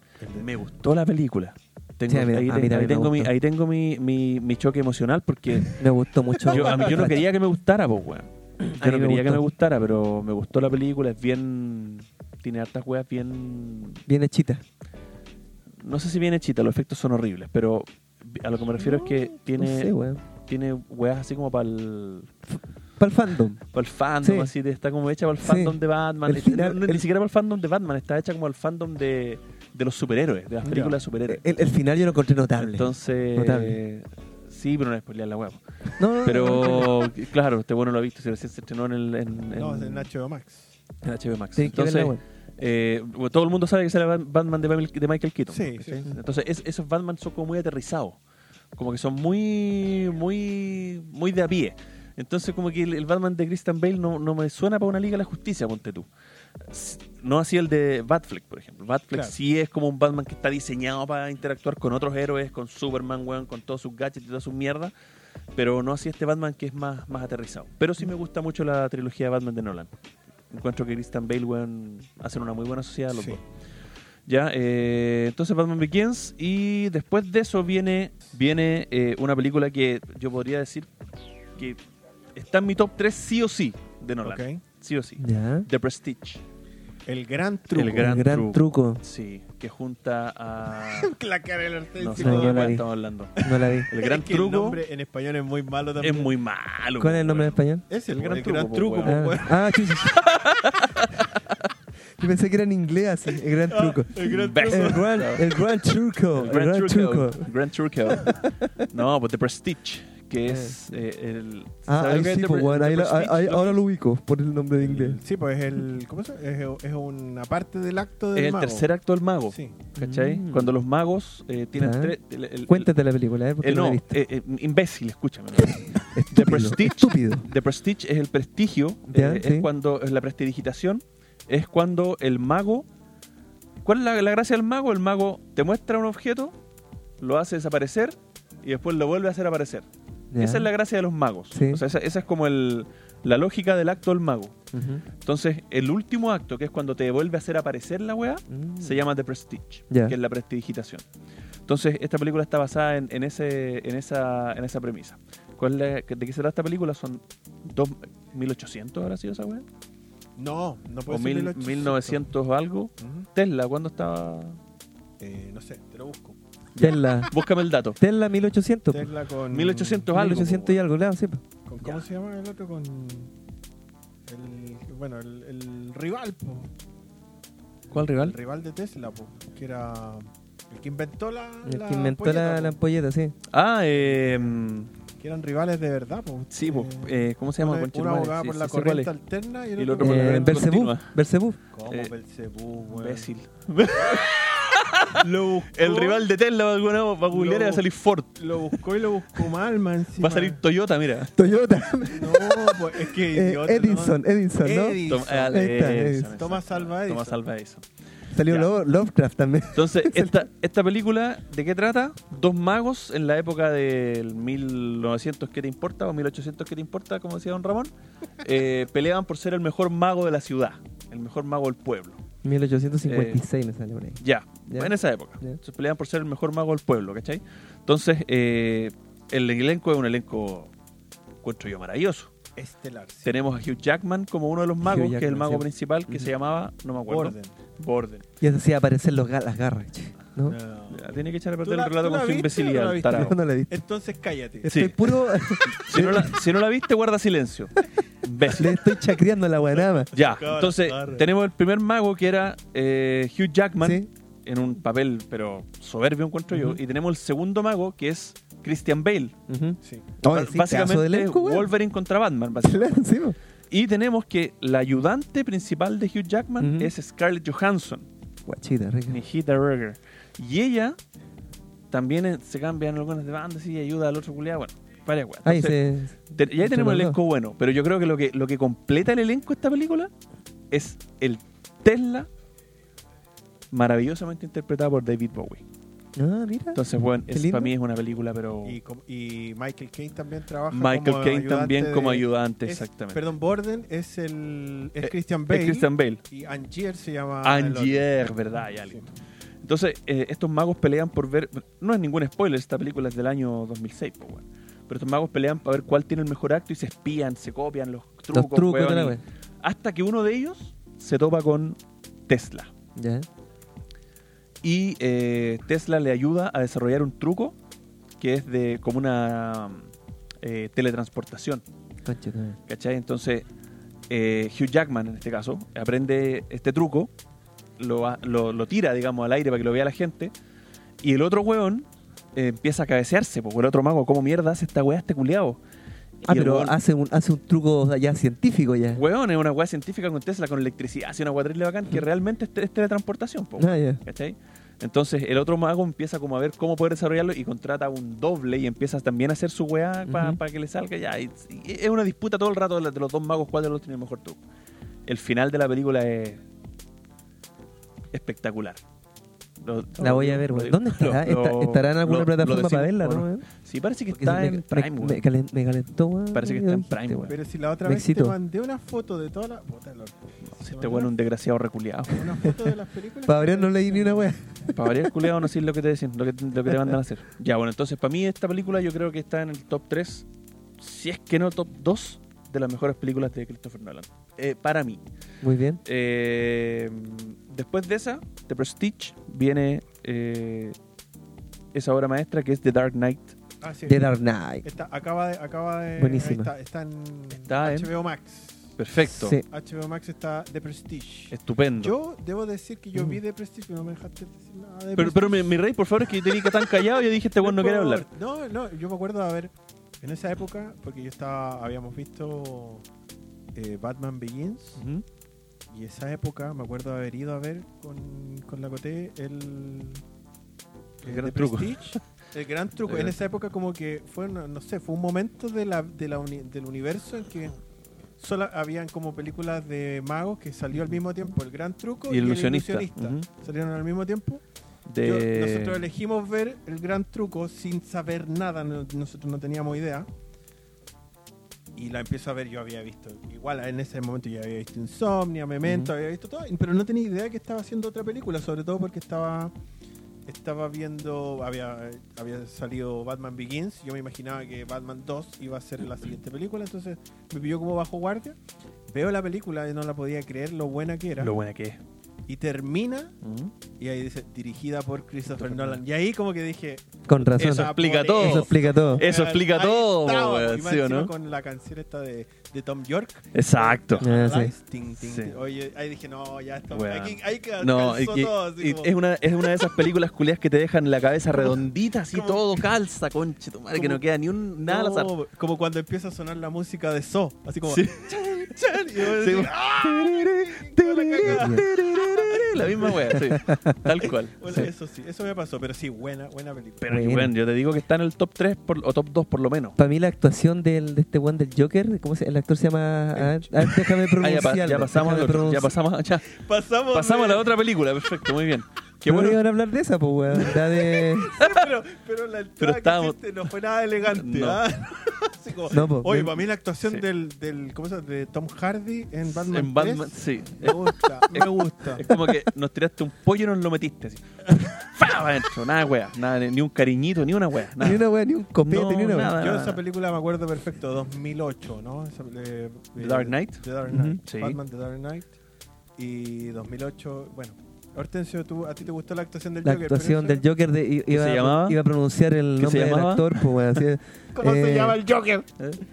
S3: Me gustó la película. Tengo-
S2: Sí, a mí-
S3: ahí,
S2: a
S3: te-
S2: mí también
S3: ahí
S2: me
S3: tengo, mi,
S2: gustó.
S3: ahí tengo mi, mi- mi choque emocional porque
S2: Me gustó mucho.
S3: yo, a mí- yo no
S2: Flash.
S3: quería que me gustara, pues, weón.
S2: A
S3: Yo
S2: mí
S3: no
S2: me
S3: quería que
S2: gustó.
S3: me gustara, pero me gustó la película. Es bien. Tiene hartas weas bien.
S2: Bien hechita.
S3: No sé si bien hechita, los efectos son horribles, pero a lo que me refiero es que
S2: No
S3: tiene,
S2: sé, weón.
S3: tiene weas así como para el.
S2: Para el fandom.
S3: Para el fandom,
S2: Sí.
S3: así, de- está como hecha para el
S2: Sí.
S3: fandom de Batman.
S2: El
S3: Es-
S2: final-
S3: no, no,
S2: el-
S3: Ni siquiera para el fandom de Batman, está hecha como al fandom de, de los superhéroes, de las
S1: Ya.
S3: películas de superhéroes.
S2: El, el final yo lo encontré notable.
S3: Entonces,
S2: Notable.
S3: sí, pero no es spoilear la wea. po.
S2: No, no, no, no.
S3: Pero, claro, este bueno lo ha visto, si recién se estrenó en, el, en, en-
S1: No, en HBO Max.
S3: en HBO Max.
S2: Tenés que verla,
S3: Entonces,
S2: weón.
S3: eh, bueno, todo el mundo sabe que será Batman de Michael- de Michael Keaton.
S1: Sí, sí,
S3: ¿cachai?
S1: sí.
S3: Entonces, es- esos Batman son como muy aterrizados. Como que son muy, muy, muy de a pie. Entonces, como que el, el Batman de Christian Bale no, no me suena para una Liga de la Justicia, ponte tú. S- No así el de Batfleck, por ejemplo. Batfleck
S1: Claro.
S3: sí es como un Batman que está diseñado para interactuar con otros héroes, con Superman, weón, con todos sus gadgets y todas sus mierdas. Pero no así este Batman que es más, más aterrizado. Pero sí me gusta mucho la trilogía de Batman de Nolan. Encuentro que Christian Bale weón, hacen una muy buena sociedad los
S1: Sí.
S3: dos. Ya, eh, entonces Batman Begins y después de eso viene, viene eh, una película que yo podría decir que está en mi top 3 sí o sí de Nolan.
S1: Ok.
S3: Sí o sí.
S2: Ya.
S3: The Prestige.
S1: El gran truco.
S3: El gran
S2: El gran truco.
S3: Sí, que junta a...
S4: La cara del Ortega.
S3: No sé
S2: No,
S3: de
S2: yo
S3: cuál
S2: la vi.
S3: estamos hablando.
S2: No la vi.
S3: El gran
S4: Es que el
S3: truco
S4: nombre en español es muy malo
S3: es
S4: también.
S3: muy malo.
S2: ¿Cuál es el nombre en español?
S4: Es el,
S3: El gran
S4: gran, truco,
S3: truco,
S4: truco,
S3: po,
S4: po,
S2: Ah,
S4: weón.
S2: ah, sí, sí, sí. Yo pensé que era en inglés así, el
S3: Ah,
S2: gran truco.
S4: El gran
S3: Ve.
S4: truco.
S2: El gran, el gran truco, el gran truco.
S3: Grand Truco. No, pues The Prestige, que es eh, el...
S2: Ah,
S3: ¿sabes
S2: ahí
S3: lo que es
S2: sí,
S3: The
S2: pues,
S3: Pre-
S2: bueno,
S3: The
S2: ahí lo- ahí-
S3: Prestige? Lo-
S2: ahora lo ubico por el nombre de inglés.
S1: Sí, pues es el. ¿Cómo se llama? Es, es una parte del acto del
S3: Es el
S1: mago.
S3: tercer acto del mago,
S1: Sí.
S3: ¿cachai?
S2: Mm.
S3: Cuando los magos eh, tienen
S2: Ah.
S3: tres... el- el-
S2: Cuéntate la película, ¿eh? Porque
S3: el-
S2: no,
S3: no,
S2: la he visto.
S3: eh, eh, imbécil, escúchame.
S2: Estúpido,
S3: Prestige.
S2: Estúpido.
S3: The Prestige es el prestigio,
S2: Ya,
S3: eh,
S2: sí.
S3: es cuando es la prestidigitación, es cuando el mago... ¿Cuál es la, la gracia del mago? El mago te muestra un objeto, lo hace desaparecer y después lo vuelve a hacer aparecer.
S2: Ya.
S3: Esa es la gracia de los magos.
S2: Sí.
S3: O sea, esa, esa es como el- la lógica del acto del mago.
S2: Ujú.
S3: Entonces, el último acto, que es cuando te vuelve a hacer aparecer la weá,
S2: Mm.
S3: se llama The Prestige,
S2: Ya.
S3: que es la prestidigitación. Entonces, esta película está basada en, en ese, en, esa, en esa premisa. ¿Cuál es la- ¿De qué será esta película? ¿Son dos- 1800 habrá sido esa weá?
S1: No, no
S3: ¿O
S1: puede ser.
S3: mil-
S1: 1800.
S3: 1900 algo?
S1: Ujú.
S3: Tesla, ¿cuándo estaba...?
S1: Eh, no sé, te lo busco.
S2: Tesla.
S3: Búscame el dato.
S2: Tesla 1800. pues.
S1: Tesla con.
S3: 1800 algo.
S2: 1800 y algo, claro, sí. pues.
S1: con- ¿Cómo se llama el otro? Con. El, bueno, el, el rival, po.
S2: ¿Cuál
S1: El
S2: rival?
S1: rival de Tesla, po. Que era. El que inventó la.
S2: El
S1: la
S2: que inventó la,
S1: ampolleta,
S2: la
S1: po,
S2: ampolleta, sí.
S3: Ah, eh...
S1: Que eran rivales de verdad, po.
S3: Sí, pues,
S1: Eh,
S3: eh, ¿cómo se llama?
S1: una- Una
S3: Conchetumare,
S1: abogada
S3: sí,
S1: por
S3: sí,
S1: la
S3: sé cuál
S1: corriente
S3: es.
S1: alterna y el,
S3: Y el
S1: otro por
S3: otro por
S1: la
S3: la
S2: Eh,
S3: gran
S1: corriente-
S2: Bersebú.
S3: continua.
S2: Bersebú.
S1: ¿Cómo
S3: eh,
S1: pues, Belcebú, weón?
S3: Imbécil. Eh, Oh.
S1: Lo buscó,
S3: El rival de Tesla alguna va a googlear y va a salir Ford.
S1: Lo buscó y lo buscó mal, man. encima.
S3: Va a salir Toyota, mira.
S2: Toyota.
S1: No, pues es que
S2: Eh,
S1: idiota,
S2: Edison, Edison, ¿no?
S1: Edison.
S3: Tom-
S2: Ahí
S3: ah,
S2: está,
S3: Edison,
S2: Edison.
S3: exacto.
S1: Thomas Alva Edison.
S3: Thomas Alva Edison.
S2: Salió
S3: Ya.
S2: Lo- Lovecraft también.
S3: Entonces, esta, esta película, ¿de qué trata? Dos magos en la época del 1900 que te importa o 1800 que te importa, como decía don Ramón, eh, peleaban por ser el mejor mago de la ciudad, el mejor mago del pueblo.
S2: 1856 me salió por ahí.
S3: Ya,
S2: Ya.
S3: en esa época.
S2: Ya.
S3: Se peleaban por ser el mejor mago del pueblo, ¿cachai? Entonces, eh, el elenco es un elenco, encuentro yo, maravilloso.
S1: Estelar. sí.
S3: Tenemos a Hugh Jackman como uno de los magos, que es el
S2: Jackman,
S3: mago
S2: sí.
S3: principal, que se llamaba, no me acuerdo,
S1: Orden.
S3: Borden.
S2: Y eso hacía aparecer los ga- las garras, che, ¿no? No,
S1: No.
S3: Ya, Tiene que echar a
S1: ¿Tú
S3: perder
S1: la-
S3: el relato
S1: tú la
S3: con su
S1: viste o no la
S3: imbecilidad,
S1: viste?
S3: tarado.
S2: no la vi.
S1: Entonces cállate.
S2: Estoy
S3: sí.
S2: puro...
S3: Si no, la, si no la viste, guarda silencio.
S2: Le
S3: Imbécil.
S2: estoy chacreando la guanama.
S3: Ya, entonces tenemos el primer mago que era eh, Hugh Jackman
S2: ¿Sí?
S3: en un papel, pero soberbio encuentro
S2: Ujú.
S3: yo. Y tenemos el segundo mago que es Christian Bale.
S2: Ujú.
S1: Sí.
S2: Oye,
S3: Ba-
S2: sí, pedazo
S3: básicamente
S2: de elenco, weón.
S3: Wolverine contra Batman. básicamente.
S2: Claro, sí, weón.
S3: Y tenemos que la ayudante principal de Hugh Jackman
S2: Ujú.
S3: es Scarlett Johansson,
S2: Guachita, rica.
S3: Nihita Berger. Y ella también eh, se cambia en algunas de bandas y ayuda al otro culiado. Bueno, varias weas.
S2: Ahí
S3: Entonces,
S2: se...
S3: Te- y ahí
S2: Entre
S3: tenemos el
S2: los
S3: elenco bueno, pero yo creo que lo que lo que completa el elenco de esta película es el Tesla maravillosamente interpretado por David Bowie.
S2: Ah, mira.
S3: Entonces, bueno,
S2: Qué
S3: es,
S2: lindo.
S3: para mí es una película, pero
S1: Y, com- y Michael Caine también trabaja
S3: Michael
S1: como
S3: Caine
S1: ayudante
S3: también
S1: de-
S3: como ayudante,
S1: es-
S3: exactamente.
S1: Perdón, Borden es el es
S3: Eh,
S1: Christian
S3: Es
S1: Bale
S3: Christian Bale.
S1: y Angier se llama el otro.
S3: Angier, ¿verdad? Ya, listo. Entonces, eh, estos magos pelean por ver. No es ningún spoiler, esta película es del año 2006, pues, bueno. Pero estos magos pelean para ver cuál tiene el mejor acto y se espían, se copian los trucos.
S2: Los trucos
S3: weón,
S2: de la
S3: y-
S2: wea.
S3: hasta que uno de ellos se topa con Tesla.
S2: Ya.
S3: y eh, Tesla le ayuda a desarrollar un truco que es de como una eh, teletransportación,
S2: Concha, tu madre.
S3: ¿cachai? Entonces eh, Hugh Jackman en este caso aprende este truco, lo, ha- lo- lo tira digamos al aire para que lo vea la gente y el otro hueón eh, empieza a cabecearse, porque el otro mago, ¿cómo mierda hace esta weá este culiao?
S2: Ah,
S3: Y el
S2: pero
S3: hueón-
S2: hace un, hace un truco ya científico ya.
S3: Hueón, es una weá científica con Tesla, con electricidad, hace una weá terrible bacán
S2: Mm.
S3: que realmente es, te- es teletransportación, po,
S2: Ah, ya.
S3: ¿cachai? Entonces el otro mago empieza como a ver cómo poder desarrollarlo y contrata un doble y empieza también a hacer su weá para
S2: Ujú.
S3: que le salga ya. Y- y es una disputa todo el rato de la- de los dos magos cuál de los tiene el mejor truco. El final de la película es espectacular. Lo-
S2: La voy a ver, güey. ¿Dónde estará?
S3: Lo-
S2: ¿Está-
S3: lo-
S2: ¿Estará en alguna
S3: lo-
S2: plataforma
S3: lo decimos,
S2: para verla, no?
S3: bueno.
S2: weón?
S3: Sí, parece que
S2: Porque
S3: está
S2: me-
S3: en
S2: me-
S3: Prime,
S2: me,
S3: weón.
S2: calen- me calentó, weón.
S3: Parece que está en
S2: Dijiste,
S3: Prime, weón.
S1: Pero si la otra
S2: Me
S1: vez te
S2: excito.
S1: mandé una foto de todas las. Puta, lo- te
S3: Este
S1: mandé
S3: weón es
S1: una-
S3: un desgraciado reculeado.
S1: Una foto de las películas.
S2: Para abrir no leí ni una wea.
S3: Para variar, culeado, no sé lo que te decían, lo que, lo que te mandan a hacer. Ya, bueno, entonces para mí esta película yo creo que está en el top 3, si es que no top 2, de las mejores películas de Christopher Nolan. Eh, para mí.
S2: Muy bien.
S3: Eh, después de esa, The Prestige, viene eh, esa obra maestra que es The Dark Knight.
S1: Ah, sí.
S2: The Dark Knight.
S1: Está- acaba de. Acaba de
S2: Buenísima.
S1: Está, está en
S3: Está en-
S1: HBO Max.
S3: Perfecto.
S2: Sí.
S1: HBO Max está The Prestige.
S3: Estupendo.
S1: Yo debo decir que yo
S2: Mm.
S1: vi The Prestige, pero no me dejaste decir nada de
S3: pero
S1: Prestige.
S3: pero mi, mi rey, por favor, es que yo tenía que estar callado y yo dije, este weón no quiere
S1: por-
S3: hablar.
S1: No, no, yo me acuerdo, a ver, en esa época, porque yo estaba, habíamos visto eh, Batman Begins,
S3: Ujú.
S1: y esa época me acuerdo haber ido a ver con, con la Coté el,
S3: El
S1: eh,
S3: gran
S1: The
S3: truco.
S1: Prestige. El gran truco.
S3: El
S1: En
S3: gran
S1: esa época como que fue, una- no sé, fue un momento de la, de la uni- del universo en que solo habían como películas de magos que salió al mismo tiempo el gran truco
S3: Y el ilusionista.
S1: Ilusionista. Salieron al mismo tiempo. Yo-
S3: De...
S1: nosotros elegimos ver el gran truco sin saber nada, no- nosotros no teníamos idea. Y la empiezo a ver, yo había visto, igual en ese momento yo había visto Insomnia, Memento,
S3: Ujú.
S1: había visto todo, pero no tenía idea que estaba haciendo otra película, sobre todo porque estaba estaba viendo, había, había salido Batman Begins, yo me imaginaba que Batman 2 iba a ser la siguiente película, entonces me pilló como bajo guardia. Veo la película y no la podía creer lo buena que era.
S3: Lo buena que es.
S1: Y termina
S3: Ujú.
S1: y ahí dice, dirigida por Christopher Nolan. Y ahí como que dije,
S2: Con razón.
S3: Eso
S2: Eso,
S3: explica
S1: por
S3: todo.
S1: eso.
S2: explica todo.
S3: Eso
S1: "Weón,
S3: explica
S1: ahí
S3: todo,
S1: estaba",
S3: weón,
S1: y más
S3: ¿sí o
S1: encima
S3: no?
S1: Con la canción esta de, de Tom York.
S3: Exacto.
S2: Ah, sí.
S1: Paralyzed, ting, ting,
S3: Sí.
S1: ting. Oye, ahí dije, no, ya está.
S3: Weón.
S1: Aquí, ahí ca-
S3: No,
S1: calzó
S3: y- y-
S1: todo, así
S3: y
S1: como-
S3: es, una, es una de esas películas culias que te dejan la cabeza redondita, así
S1: como-
S3: todo calza, conche tu madre, que
S1: como-
S3: no queda ni un nada al azar.
S1: No, Oh, como cuando empieza a sonar la música de So. Así como...
S3: Sí.
S1: chan, chan, y yo
S3: Sí.
S1: decía, "Ah".
S3: La misma wea, sí. Tal cual.
S1: Bueno,
S3: Sí.
S1: Eso sí, eso me pasó, pero sí, buena, buena película.
S3: Pero
S2: Bueno.
S3: bueno, yo te digo que está en el top 3 por, o top 2 por lo menos.
S2: Para mí la actuación del, de este one del Joker, ¿cómo se, el actor se llama? A ver, a ver, déjame
S3: Ah, ya,
S2: pronunciarlo.
S3: pa- ya
S2: déjame
S3: pasamos, al otro, ya
S2: pronunciar-
S3: pasamos, ya,
S1: pasamos,
S3: pasamos a
S1: de-
S3: la otra película, perfecto, muy bien. Qué
S2: no
S3: bueno.
S2: iban a hablar de esa, pues, weón. La de...
S1: Sí, pero, pero la entrada
S3: Pero
S1: Ah, que
S3: estábamos-
S1: hiciste no fue nada elegante.
S3: No. pues,
S1: ¿ah? Así como,
S2: No, po.
S1: Oye, para mí la actuación
S3: Sí.
S1: del, del ¿cómo se llama? de Tom Hardy en Batman,
S3: en Batman,
S1: 3,
S3: sí.
S1: me gusta, me gusta.
S3: Es como que nos tiraste un pollo y nos lo metiste así. ¡Fa! pa' adentro, nada wea, nada, ni un cariñito, ni una wea, nada.
S2: Ni una wea, ni un copete,
S3: Ah, No,
S2: ni una wea.
S3: nada.
S1: Yo esa película me acuerdo perfecto, 2008, ¿no? Esa, eh,
S3: The
S1: eh,
S3: Dark Knight.
S1: The Dark Knight.
S3: Ujú, sí.
S1: Batman The Dark Knight y 2008, bueno. Hortensio, ¿tú, ¿a ti te gustó la actuación del
S2: La
S1: Joker? pero
S2: actuación del
S1: eso-
S2: Joker de, i- iba,
S3: se llamaba?
S2: iba a pronunciar el
S3: ¿Qué se
S2: nombre del
S3: llamaba?
S2: actor, pues, weón. así es.
S1: ¿Cómo se
S2: Eh,
S1: llama el Joker?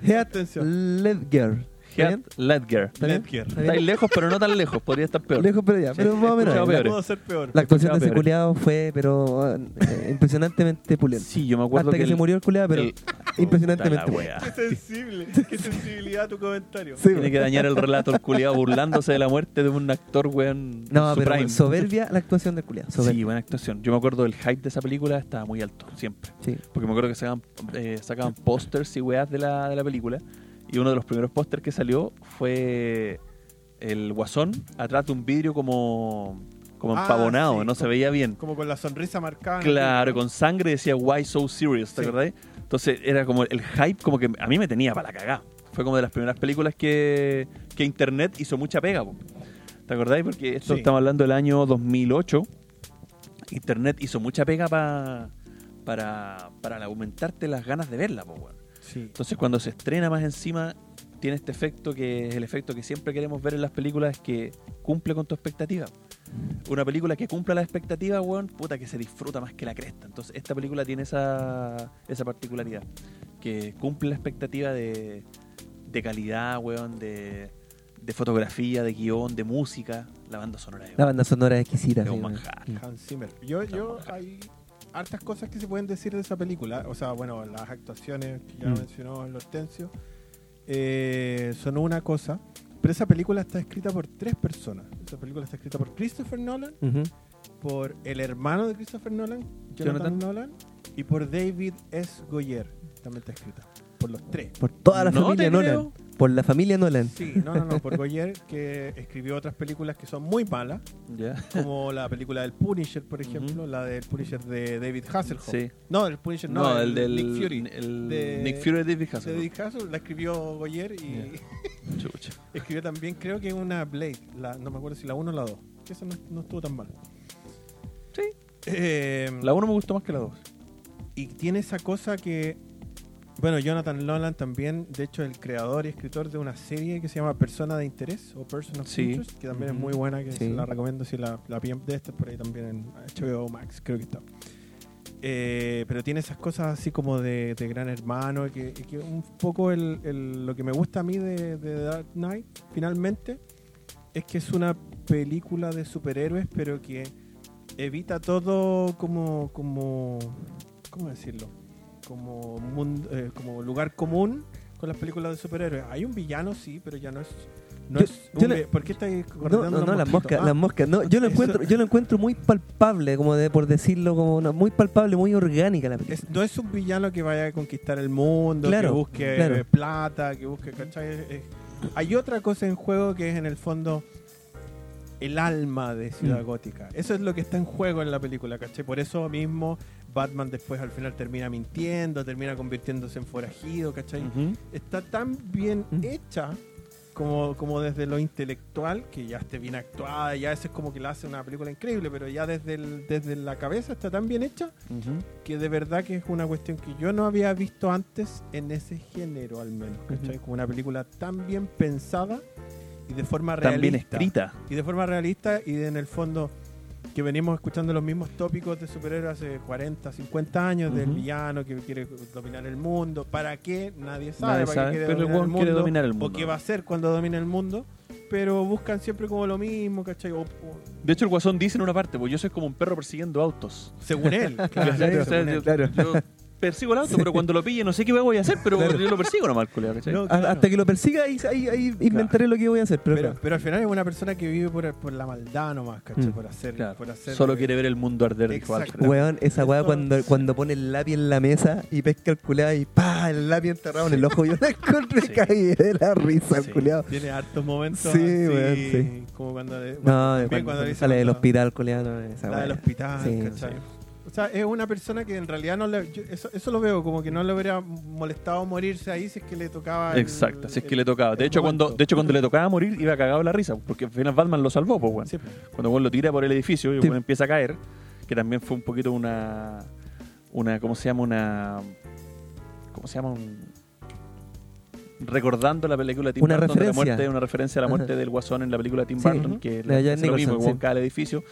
S2: Heath
S1: Atención.
S2: Ledger. ¿Está bien?
S3: Heath Ledger.
S2: ¿Está bien?
S1: Ledger.
S2: ¿Está
S3: Está ahí
S2: bien?
S3: lejos, pero no tan lejos, podría estar peor.
S2: Lejos, pero ya. Pero
S3: Sí,
S2: más o menos.
S3: escuchaba
S2: La-
S3: peor.
S1: Pudo ser peor.
S2: La actuación de ese
S3: Escuchaba
S2: culiado fue, pero eh, impresionantemente pulenta.
S3: Sí, yo me acuerdo
S2: Hasta que,
S3: que
S2: se
S3: el-
S2: murió el culiado, pero
S3: el-
S2: impresionantemente
S3: Puta la
S2: pulenta.
S1: Qué
S3: wea.
S1: sensible, qué sensibilidad a tu comentario.
S2: Sí,
S3: Tiene que dañar el relato el culiado burlándose de la muerte de un actor, weón.
S2: No,
S3: en su
S2: pero
S3: prime.
S2: soberbia la actuación del culiado.
S3: Sí,
S2: Soberbia.
S3: buena actuación. Yo me acuerdo del hype de esa película, estaba muy alto, siempre.
S2: Sí.
S3: Porque me acuerdo que sacaban, eh, sacaban pósters y weas de la, de la película. Y uno de los primeros pósters que salió fue el guasón atrás de un vidrio como, como
S1: Ah,
S3: empavonado,
S1: sí,
S3: no se veía bien.
S1: Como con la sonrisa marcada.
S3: Claro, con sangre decía Why So Serious, ¿te
S1: Sí.
S3: acordás? Entonces era como el hype, como que a mí me tenía para la cagá. Fue como de las primeras películas que, que Internet hizo mucha pega. po. ¿Te acordáis? Porque esto
S1: Sí.
S3: estamos hablando del año 2008. Internet hizo mucha pega pa- para, para aumentarte las ganas de verla. po, weón.
S1: Sí.
S3: Entonces cuando se estrena más encima, tiene este efecto que es el efecto que siempre queremos ver en las películas, que cumple con tu expectativa. Una película que cumpla la expectativa, weón, puta que se disfruta más que la cresta. Entonces esta película tiene esa, esa particularidad, que cumple la expectativa de, de calidad, weón, de, de fotografía, de guión, de música, la banda sonora.
S2: La
S3: weón.
S2: banda sonora es exquisita.
S3: Es un
S2: sí, weón.
S3: manjar.
S1: Hans Zimmer. Yo, yo, hay hartas cosas que se pueden decir de esa película. O sea, bueno, las actuaciones que ya
S3: Mm.
S1: mencionó el Hortensio eh, son una cosa. Pero esa película está escrita por tres personas. Esa película está escrita por Christopher Nolan,
S2: Ujú.
S1: por el hermano de Christopher Nolan,
S3: Jonathan.
S1: Jonathan, Nolan, y por David S. Goyer. También está escrita. Por los tres.
S2: Por toda la
S3: No te
S2: familia Nolan.
S3: creo.
S2: Por la familia Nolan.
S1: Sí, no, no, no, por Goyer, que escribió otras películas que son muy malas,
S3: Ya.
S1: como la película del Punisher, por ejemplo, la del Punisher de David Hasselhoff.
S3: Sí.
S1: No, el Punisher no,
S3: No, el del
S1: Nick Fury.
S3: el
S1: de-
S3: Nick Fury de David
S1: De
S3: Hasselhoff.
S1: David Hasselhoff la escribió Goyer y
S3: Chucha.
S1: escribió también, creo que una Blade, la, no me acuerdo si la 1 o la 2, que esa no, no estuvo tan mal.
S3: Sí.
S1: Eh,
S3: La 1 me gustó más que la 2.
S1: y tiene esa cosa que. Bueno, Jonathan Nolan también, de hecho, es el creador y escritor de una serie que se llama Persona de Interés o Person of
S3: Sí.
S1: Interest, que también es muy buena, que
S2: Sí.
S1: se la recomiendo si la, la pillan de estas por ahí también en HBO Max, creo que está. Eh, pero tiene esas cosas así como de, de gran hermano, que, que un poco el- el- lo que me gusta a mí de, de Dark Knight, finalmente, es que es una película de superhéroes, pero que evita todo como, como ¿cómo decirlo? Como, mun- eh, como lugar común con las películas de superhéroes. Hay un villano, sí, pero ya no es... No
S2: Yo-
S1: es
S2: yo
S1: un
S2: le-
S1: vi- ¿Por qué estáis
S2: No, no, no, las moscas,
S1: Ah,
S3: Ah.
S2: las moscas. No, yo lo
S1: Eso-
S2: encuentro, yo lo encuentro muy palpable, como de por decirlo, como una- muy palpable, muy orgánica la película.
S1: Es- no es un villano que vaya a conquistar el mundo,
S2: Claro,
S1: que busque
S2: claro.
S1: eh, plata, que busque, ¿cachai? Es- es- hay otra cosa en juego que es en el fondo el alma de Ciudad
S2: Mm.
S1: Gótica. Eso es lo que está en juego en la película, ¿cachai? Por eso mismo Batman después al final termina mintiendo, termina convirtiéndose en forajido, ¿cachai? Está tan bien
S2: Mm.
S1: hecha como, como desde lo intelectual, que ya esté bien actuada, ya eso es como que la hace una película increíble, pero ya desde, el- desde la cabeza está tan bien hecha que de verdad que es una cuestión que yo no había visto antes en ese género al menos, ¿cachai? Como una película tan bien pensada y de forma realista.
S3: Tan bien escrita.
S1: Y de forma realista y de, en el fondo que venimos escuchando los mismos tópicos de superhéroes hace 40, 50 años, del
S3: Ujú.
S1: villano que quiere dominar el mundo, ¿para qué? Nadie sabe,
S3: Nadie
S1: ¿para qué
S3: sabe,
S1: quiere
S3: pero el
S1: dominar
S3: weón quiere dominar el mundo.
S1: O qué va a hacer cuando domine el mundo, pero buscan siempre como lo mismo, ¿cachai? O- o-
S3: De hecho, el guasón dice en una parte, pues yo soy como un perro persiguiendo autos.
S1: según él, Ah, claro,
S3: ¿Cachai? O sea,
S1: según él.
S3: yo, yo persigo el auto, pero cuando lo pille no sé qué voy a hacer, pero yo lo persigo nomás, culiao, ¿cachai?
S1: No,
S2: A-
S1: claro.
S2: Hasta que lo persiga, ahí, ahí- ahí inventaré lo que voy a hacer. Pero,
S1: Pero,
S2: claro.
S1: pero al final es una persona que vive por, por la maldad nomás, ¿cachai?
S2: Mm.
S1: Por hacer.
S3: Claro.
S1: Por hacer
S3: Solo quiere ver el mundo arder, dijo
S1: Exacto.
S3: Alfred.
S2: Weón, esa weá
S1: Esto-
S2: cuando, cuando pone el lápiz en la mesa y pesca el culeado y pa, el lápiz enterrado en el ojo. Yo la encontré
S3: Sí.
S2: caí de la risa,
S3: Sí.
S2: el culeado.
S1: Tiene hartos momentos.
S2: Sí,
S1: así,
S2: weón, sí.
S1: Como cuando. le-
S2: No,
S1: también
S2: cuando,
S1: le dice
S2: sale del
S1: cuando-
S2: hospital, culeado. Esa
S1: la del
S2: weá.
S1: hospital,
S2: Sí,
S1: ¿cachai?
S2: sí.
S1: O sea, es una persona que en realidad no le. yo- eso, eso lo veo, como que no le hubiera molestado morirse ahí si es que le tocaba. el-
S3: Exacto, así es
S1: el-
S3: que le tocaba. De
S1: el
S3: hecho, cuando,
S1: momento.
S3: de hecho, cuando le tocaba morir, iba cagado la risa, porque al final Batman lo salvó, pues, weón.
S1: Sí, pues.
S3: Cuando Juan lo tira por el edificio y
S2: Sí.
S3: Juan empieza a caer, que también fue un poquito una. una ¿Cómo se llama? Una. ¿Cómo se llama? Un- recordando la película de Tim
S2: Una
S3: Burton de la
S2: referencia.
S3: muerte, una referencia a la muerte
S2: Ajá.
S3: del guasón en la película de Tim
S2: Sí.
S3: Burton,
S2: Ujú.
S3: que
S2: La de
S3: le
S2: Jack
S3: hace lo mismo,
S2: Nicholson,
S3: que Juan
S2: sí.
S3: cae al edificio, eh,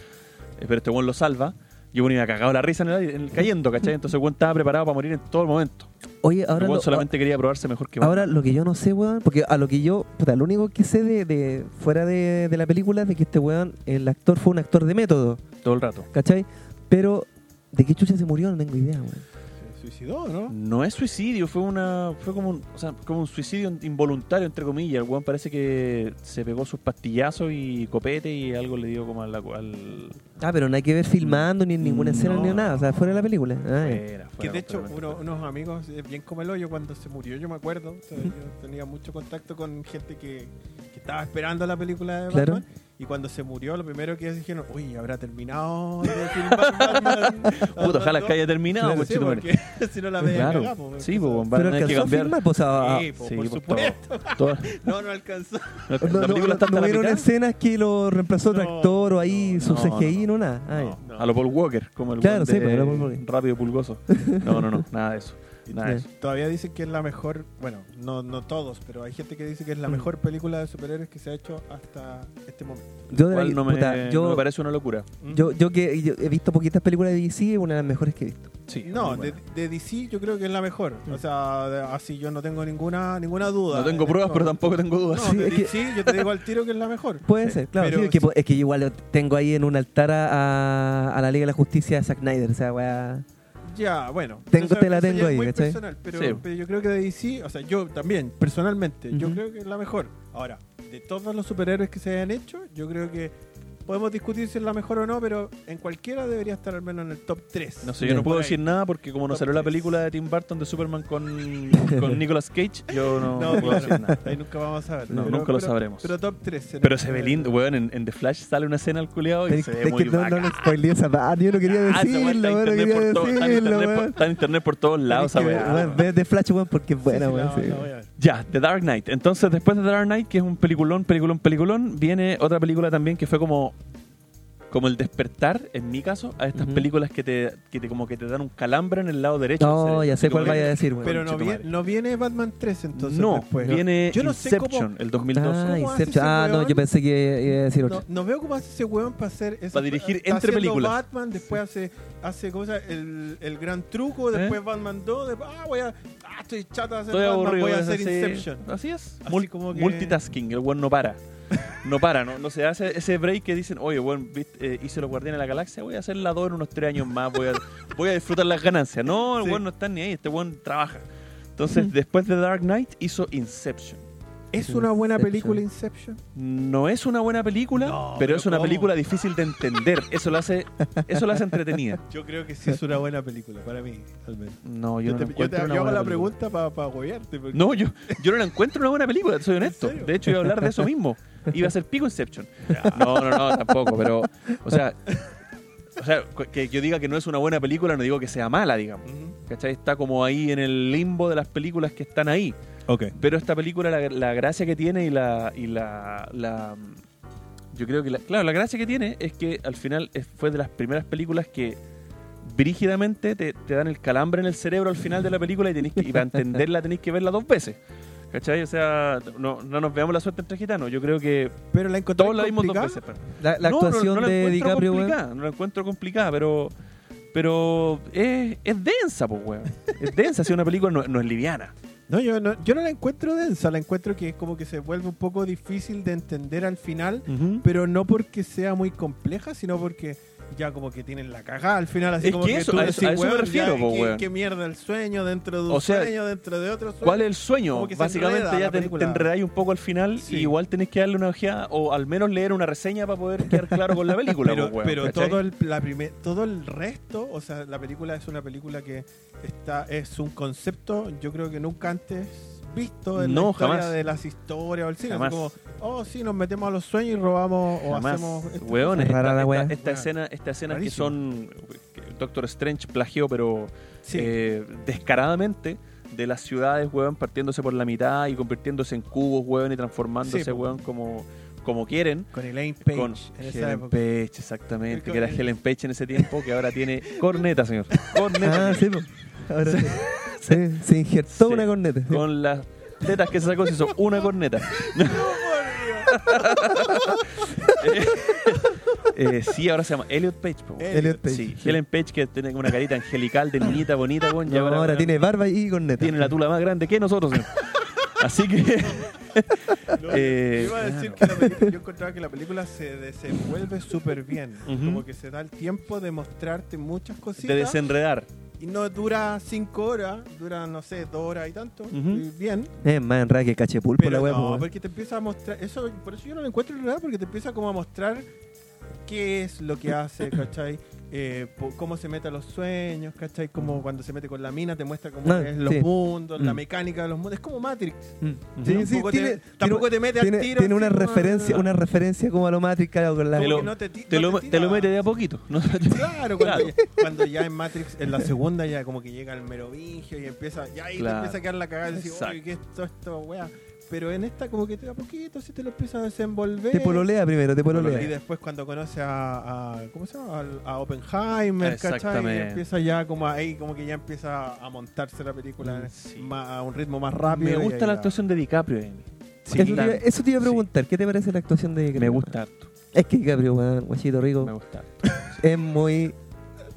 S3: pero este Juan lo salva. Y Juan iba cagado la risa en el, aire- en el cayendo, ¿cachai? Entonces Juan estaba preparado para morir en todo el momento.
S2: Oye,
S3: Pero
S2: ahora
S3: Juan
S2: lo-
S3: solamente quería probarse mejor que
S2: Ahora, lo que yo no sé, weón, porque a lo que yo, puta, lo único que sé de, de- fuera de, de la película es de que este weón, el actor fue un actor de método,
S3: Batman, todo el rato.
S2: ¿cachai? Pero, ¿de qué chucha se murió? No tengo idea, weón.
S1: Se suicidó, ¿no?
S3: No es suicidio, fue una fue como un, o sea, como un suicidio involuntario, entre comillas. El weón parece que se pegó sus pastillazos y copete y algo le dio como al... al
S2: Ah, pero no hay que ver filmando ni en ninguna escena
S3: Mm, No.
S2: ni nada, o sea, fuera de la película. Ah, ya.
S3: fuera,
S1: Que
S3: fuera
S1: de hecho,
S3: completamente.
S1: uno- unos amigos, eh, bien como el hoyo, cuando se murió, yo me acuerdo, o sea, yo tenía mucho contacto con gente que, que estaba esperando la película de
S2: Claro.
S1: Batman. Y cuando se murió, lo primero que dijeron, uy, habrá terminado de filmar Batman.
S3: Puta, ojalá que haya terminado,
S1: Claro, sí,
S3: cochino, madre.
S1: porque si no la veía pues,
S3: Claro.
S1: cagá, po,
S3: Sí, pues,
S1: porque-
S3: po, van
S2: pero
S3: a tener que
S2: alcanzó a
S3: cambiar.
S2: filmar, pues, a- a-
S1: Sí, po,
S3: Sí,
S1: por
S3: pues,
S1: supuesto.
S3: todo-
S1: No, no alcanzó.
S3: la
S2: No, no,
S3: película está hasta
S2: no
S3: la
S2: hubieron
S3: mitad.
S2: escenas que lo reemplazó otro
S1: No,
S2: actor o ahí su
S3: no,
S2: CGI, no, nada. Ah, ya.
S3: No, A lo Paul Walker, como el
S2: Claro,
S3: weón
S2: sí,
S3: de
S2: pues, a lo Paul Walker.
S3: rápido pulgoso. No, no, no, nada de eso. Nada de
S2: Ya.
S3: eso.
S1: Todavía dicen que es la mejor, bueno, no, no todos, pero hay gente que dice que es la
S2: Mm.
S1: mejor película de superhéroes que se ha hecho hasta este momento.
S2: Yo, de la-
S3: Igual no me,
S2: puta, yo,
S3: no me parece una locura.
S2: yo, yo que yo he visto poquitas películas de DC, es una de las mejores que he visto.
S3: Sí,
S1: No,
S3: muy
S1: de,
S3: buena. Mm.
S1: de DC yo creo que es la mejor. O sea, de- así yo no tengo ninguna ninguna duda.
S3: no tengo
S1: En
S3: pruebas,
S1: esto.
S3: pero tampoco tengo dudas.
S1: No,
S2: Sí,
S1: de
S2: es que-
S1: DC yo te digo al tiro que es la mejor.
S2: Puede
S3: Sí.
S2: ser, claro.
S1: Pero
S2: sí, es, que,
S1: sí.
S2: po- es que igual lo tengo ahí en un altar a, a- a la Liga de la Justicia de Zack Snyder. O sea, weá.
S1: Ya, bueno.
S2: Tengo-
S1: Eso-
S2: te la
S1: eso ya
S2: tengo
S1: es
S2: ahí,
S1: muy
S2: ¿cachai?
S1: personal, pero,
S3: Sí.
S1: pero yo creo que de DC, o sea, yo también, personalmente, yo
S2: Ujú.
S1: creo que es la mejor. Ahora, de todos los superhéroes que se hayan hecho, yo creo que Podemos discutir si es la mejor o no, pero en cualquiera debería estar al menos en el top 3.
S3: No sé, yo no
S2: Bien.
S3: puedo
S1: Por ahí.
S3: decir nada porque como no
S1: Top
S3: salió la
S1: tres.
S3: película de Tim Burton de Superman con, con Nicolas Cage, yo no,
S1: No,
S3: puedo decir
S1: claro,
S3: nada.
S1: ahí nunca vamos a saber.
S3: No, nunca lo sabremos.
S1: Pero top este 3.
S3: Pero se ve lindo, weón, en, en The Flash sale una escena al culeado y
S2: Pero
S3: se
S2: es
S3: ve muy
S2: que no, no
S3: bacán.
S2: le spoileé esa parte, yo no quería
S3: Ah, esa
S2: decirlo,
S3: weá
S2: weón,
S3: está
S2: no
S3: en
S2: quería
S3: internet por todo- está en
S2: decirlo,
S3: internet por-
S2: weón.
S3: está en internet por todos lados esa
S2: Tenés que
S3: weá.
S2: ver- weón, Ve de Flash, weón, porque es buena, weón. sí.
S3: Ya, The Dark Knight. Entonces, después de The Dark Knight, que es un peliculón, peliculón, peliculón, viene otra película también que fue como, como el despertar, en mi caso, a estas
S2: Ujú.
S3: películas que te, que te como que te dan un calambre en el lado derecho.
S2: No,
S3: Se-
S2: ya sé
S3: como
S2: cuál
S3: que-
S2: vaya a decir, weón.
S1: Pero no,
S3: Conchetumare.
S1: viene, no viene Batman 3 entonces
S3: no,
S1: después.
S3: viene
S1: Yo no sé cómo-
S3: Inception, el 2002.
S2: Ah,
S1: ¿Cómo hace
S2: Inception.
S1: ese
S2: Ah, no,
S1: weón?
S2: yo pensé que iba a decir
S1: No,
S2: otro.
S1: no veo cómo hace ese weón para hacer eso. eh,
S3: Para dirigir entre películas.
S1: Batman, después hace, hace cosas, el, el gran truco, después Batman 2, después, ah, voy a, ah, estoy chata de hacer
S3: ¿Eh? Estoy
S1: Batman,
S3: aburrido.
S1: voy a
S3: es
S1: hacer
S3: así-
S1: Inception.
S3: Así es.
S1: Así
S3: Mul-
S1: como que-
S3: Multitasking, el weón no para. No para, no, no se hace ese break que dicen, oye, weón, viste, eh, hice los Guardianes de la Galaxia, voy a hacer la 2 en unos 3 años más, voy a, voy a disfrutar las ganancias. No, el
S1: Sí. Mm.
S3: weón no está ni ahí, este weón trabaja. Entonces, después de Dark Knight hizo Inception.
S1: ¿Es una buena
S2: Inception.
S1: película Inception?
S3: No es una buena película,
S1: No,
S3: pero
S1: pero
S3: es una
S1: ¿cómo?
S3: película difícil de entender. Eso la hace, eso la hace entretenida.
S1: Yo creo que sí es una buena película, para mí, al menos.
S3: No, yo,
S1: Yo,
S3: no
S1: te,
S3: la
S1: yo
S3: encuentro
S1: te- yo
S3: una
S1: hago
S3: buena
S1: la
S3: película.
S1: pregunta para pa huevearte, porque-
S3: No, yo, yo no la encuentro una buena película, soy honesto.
S1: serio?
S3: De hecho, iba a hablar de eso mismo. Iba a ser Pico Inception. No, no, no, tampoco, pero. O sea, o sea, cu- que yo diga que no es una buena película, no digo que sea mala, digamos.
S1: Ujú.
S3: ¿Cachai? Está como ahí en el limbo de las películas que están ahí. Pero esta película, la, la gracia que tiene y la. Y la, la- yo creo que. La, claro, la gracia que tiene es que al final es- fue de las primeras películas que brígidamente te, te dan el calambre en el cerebro al final de la película y, tenés que, y para entenderla tenéis que verla dos veces. ¿Cachai? O sea, no, no nos veamos la suerte entre gitanos. Yo creo que
S1: Pero la encontré
S3: todos la vimos dos veces. pero-
S2: La, la
S3: No, no,
S2: actuación
S3: no la
S2: de
S3: encuentro
S2: DiCaprio, weón.
S3: complicada, No la encuentro complicada, pero. Pero es, es densa, pues, weón. Es densa, si una película no, no es liviana.
S1: No, yo no, yo no la encuentro densa, la encuentro que es como que se vuelve un poco difícil de entender al final, pero no porque sea muy compleja, sino porque ya como que tienen la cagada al final, así
S3: Es
S1: como
S3: que
S1: que,
S3: eso-
S1: tú
S3: a eso-
S1: decís,
S3: a eso me
S1: "Weón,
S3: refiero,
S1: ya,
S3: po,
S1: ¿qué-
S3: weón".
S1: qué mierda el sueño dentro de un
S3: O sea,
S1: sueño, dentro de otro sueño.
S3: ¿Cuál es el sueño?
S1: Como que se
S3: Básicamente
S1: enreda
S3: ya
S1: la
S3: te,
S1: película.
S3: te enredáis un poco al final
S1: Sí.
S3: y igual tenés que darle una ojeada o al menos leer una reseña para poder quedar claro con la película.
S1: pero,
S3: pues, weón,
S1: pero
S3: ¿cachai?
S1: todo el la prime- todo el resto, o sea, la película es una película que está es un concepto, yo creo que nunca antes visto en
S3: No,
S1: la historia
S3: jamás.
S1: de las historias o el cine, así
S3: Jamás.
S1: como, oh, sí, nos metemos a los sueños y robamos o
S3: Jamás.
S1: hacemos este esto".
S3: Weón,
S2: Es
S3: esta,
S2: rara la
S3: esta-
S2: wea.
S3: esta
S1: Weón.
S3: escena, esta escena que
S1: Rarísimo.
S3: son que Doctor Strange plagió, pero
S1: Sí.
S3: eh, descaradamente de las ciudades, weón, partiéndose por la mitad y convirtiéndose en cubos, weón, y transformándose,
S1: Sí, po.
S3: weón, como, como quieren.
S1: con Elaine Page
S3: con
S1: en esa
S3: Helen
S1: época.
S3: Page, exactamente,
S1: Porque-
S3: que era Helen Page en ese tiempo, que ahora tiene corneta, señor. Corneta.
S2: Ah, sí, po. Ahora sí. Sí, se injertó
S3: Sí.
S2: una corneta. sí.
S3: con las tetas que se sacó se hizo una corneta. Eh, sí, ahora se llama Elliot Page. po.
S2: Elliot Page,
S3: Sí,
S2: sí.
S3: Helen Page que tiene una carita angelical de niñita bonita, weón, y
S2: No, ahora
S3: weón,
S2: tiene barba y corneta.
S3: tiene la tula más grande que nosotros. weón. Así que eh,
S1: Iba a decir que la película- yo encontraba que la película se desenvuelve súper bien.
S3: Ujú.
S1: Como que se da el tiempo de mostrarte muchas
S3: de
S1: cositas.
S3: desenredar.
S1: y no dura cinco horas, dura, no sé, dos horas y tanto.
S3: Ujú.
S1: y bien.
S2: Es más en realidad que cachepulpo
S1: Pero
S2: la weá, po,
S1: no,
S2: weón.
S1: porque te empieza a mostrar. eso Por eso yo no lo encuentro en realidad, porque te empieza como a mostrar qué es lo que hace, ¿cachai? Eh, po- cómo se mete a los sueños, ¿cachai? Como cuando se mete con la mina, te muestra cómo
S2: Ah,
S1: es los
S2: sí.
S1: mundos, la
S2: Mm.
S1: mecánica de los mundos. Es como Matrix.
S2: Mm.
S3: Ujú.
S2: Sí, sí,
S1: tampoco,
S2: tiene-
S1: te, tampoco te mete
S2: tiene,
S1: al tiro.
S2: tiene una
S1: así como-
S2: referencia, una referencia como a lo Matrix, claro, con la
S3: Te
S1: Como
S3: lo-
S1: que no te, ti-
S3: Te
S1: no
S3: lo,
S1: te
S3: te lo
S1: tira-
S3: mete de a poquito. ¿no?
S1: Claro, cuando,
S3: Claro.
S1: Ya, cuando ya en Matrix, en la segunda ya como que llega el merovingio y empieza, y ahí
S3: Claro.
S1: te empieza a quedar la cagada y decir,
S3: Exacto.
S1: oye, ¿qué es todo esto, weá? Pero en esta como que te da poquito, así te lo empieza a desenvolver.
S2: Te pololea primero, te
S1: Y
S2: pololea.
S1: después cuando conoce a, a- ¿cómo se llama? Al- A, Oppenheimer, ¿cachai? Y
S3: Exactamente.
S1: empieza ya como ahí, como que ya empieza a montarse la película
S3: Mm, Sí.
S1: más- a un ritmo más rápido.
S3: Me
S1: y
S3: gusta
S1: ahí
S3: la
S1: ya-
S3: actuación de DiCaprio. Amy.
S1: Sí.
S2: eso, te iba,
S3: Bastante.
S2: eso te iba a preguntar, ¿qué te parece la actuación de DiCaprio?
S3: Me gusta harto.
S2: Es que DiCaprio, weón, guachito
S3: Me
S2: rico,
S3: gusta. harto.
S2: es muy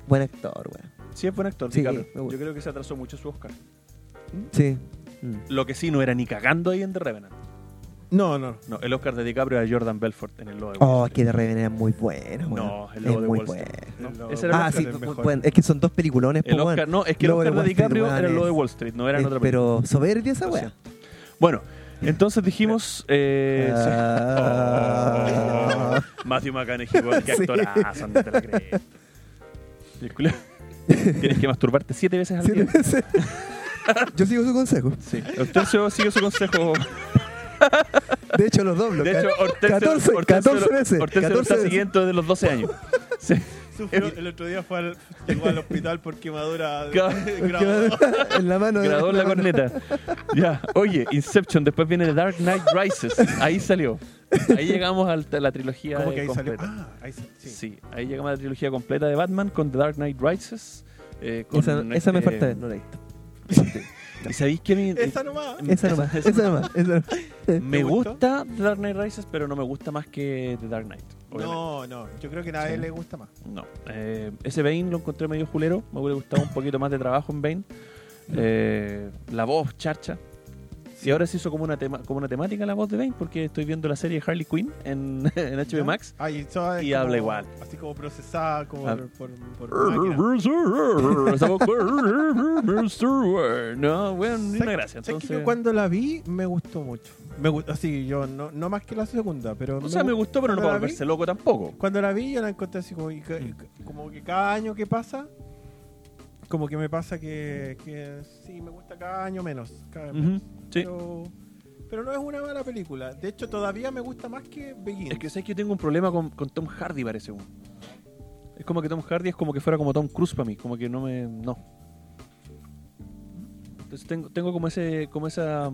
S2: buen actor, weón.
S3: Sí, es buen actor.
S2: Sí,
S3: DiCaprio.
S2: me gusta.
S3: Yo creo que se atrasó mucho su Oscar.
S2: Sí. Mm.
S3: Lo que sí no era ni cagando ahí en The Revenant.
S1: No, no.
S3: No, el Oscar de DiCaprio era Jordan Belfort en el logo. de Wall
S2: Oh, es que
S3: Street.
S2: The Raven es muy bueno, weón.
S3: No, el lobo
S2: es
S3: de
S2: muy
S3: Wall Street.
S1: bueno.
S3: No,
S1: El
S3: ese
S1: lobo
S3: era
S2: Ah,
S3: el
S2: sí,
S3: Oscar del
S2: muy
S3: mejor.
S2: bueno. es que son dos peliculones,
S3: El
S2: po, weón.
S3: Oscar- no, es que el
S2: Lobo de
S3: Oscar de
S2: Wall Street,
S3: DiCaprio
S2: weón,
S3: era el lobo de
S2: es-
S3: Wall Street, no era
S2: es-
S3: en otra
S2: Pero soberbia esa
S3: Lo
S2: weá.
S3: Bueno, Entonces dijimos. Eh, sí.
S2: Ah.
S3: Oh. Matthew McConaughey, weón, qué
S2: Sí.
S3: actorazo, no te la crees. Y el culo- Tienes que masturbarte siete veces al
S2: Siete
S3: día.
S2: veces. Yo sigo su consejo.
S3: Sí. Hortensio sigue su consejo.
S2: De hecho, los doblo.
S3: De hecho, Hortensio,
S2: 14,
S3: Hortensio
S2: 14
S3: lo-
S2: veces,
S3: Hortensio lo
S2: 14
S3: está
S2: veces.
S3: siguiendo desde los 12 años. Sí.
S4: Sufrió- el otro día fue al, llegó al hospital por quemadura de,
S3: Ca-
S4: grado.
S2: en la mano.
S3: Gradó la
S2: mano.
S3: corneta. Ya. Oye, Inception, después viene The Dark Knight Rises. Ahí salió. Ahí llegamos a la trilogía
S1: ¿Cómo
S3: eh,
S1: que ahí salió?
S3: completa.
S1: Ah, ahí sa- sí.
S3: Sí. ahí llegamos a la trilogía completa de Batman con The Dark Knight Rises. eh, con
S2: Esa, esa me
S3: este-
S2: falta, no la he visto.
S3: ¿Y sabéis qué? Me,
S4: Esa nomás.
S2: Esa nomás,
S3: esa-
S2: esa nomás. esa nomás.
S3: me
S4: ¿Te gustó?
S3: gusta The Dark Knight Rises, pero no me gusta más que The Dark Knight. obviamente.
S4: No, no, yo creo que a nadie
S3: Sí.
S4: le gusta más.
S3: No. Eh, ese Bane lo encontré medio julero. Me hubiera gustado un poquito más de trabajo en Bane. Eh, la voz, charcha. Y ahora se hizo como una, tema, como una temática la voz de Bane, porque estoy viendo la serie Harley Quinn en, en HBO
S4: ¿Ya?
S3: Max.
S4: Ah, y eso es
S3: Y
S4: como-
S3: habla igual.
S4: Así como procesada como
S3: Ah.
S4: por, por, por máquina.
S3: Esa voz, no, bueno, ni una gracia.
S1: ¿Sabes que
S3: Entonces,
S1: yo cuando la vi me gustó mucho. Me gustó, así yo no, no más que la segunda, pero
S3: o sea, me
S1: gu-
S3: gustó, pero no
S1: cuando
S3: para
S1: la vi-
S3: volverse loco tampoco.
S1: Cuando la vi yo la encontré así como, y ca-
S3: Mm.
S1: y ca- como que cada año que pasa, como que me pasa que, que sí, me gusta cada año menos. cada vez menos.
S3: Ujú, Sí.
S1: pero, pero no es una mala película. De hecho, todavía me gusta más que Begin.
S3: Es que sé que yo tengo un problema con, con Tom Hardy, parece. weón. Es como que Tom Hardy es como que fuera como Tom Cruise para mí, como que no me. No. Entonces tengo, tengo como ese como esa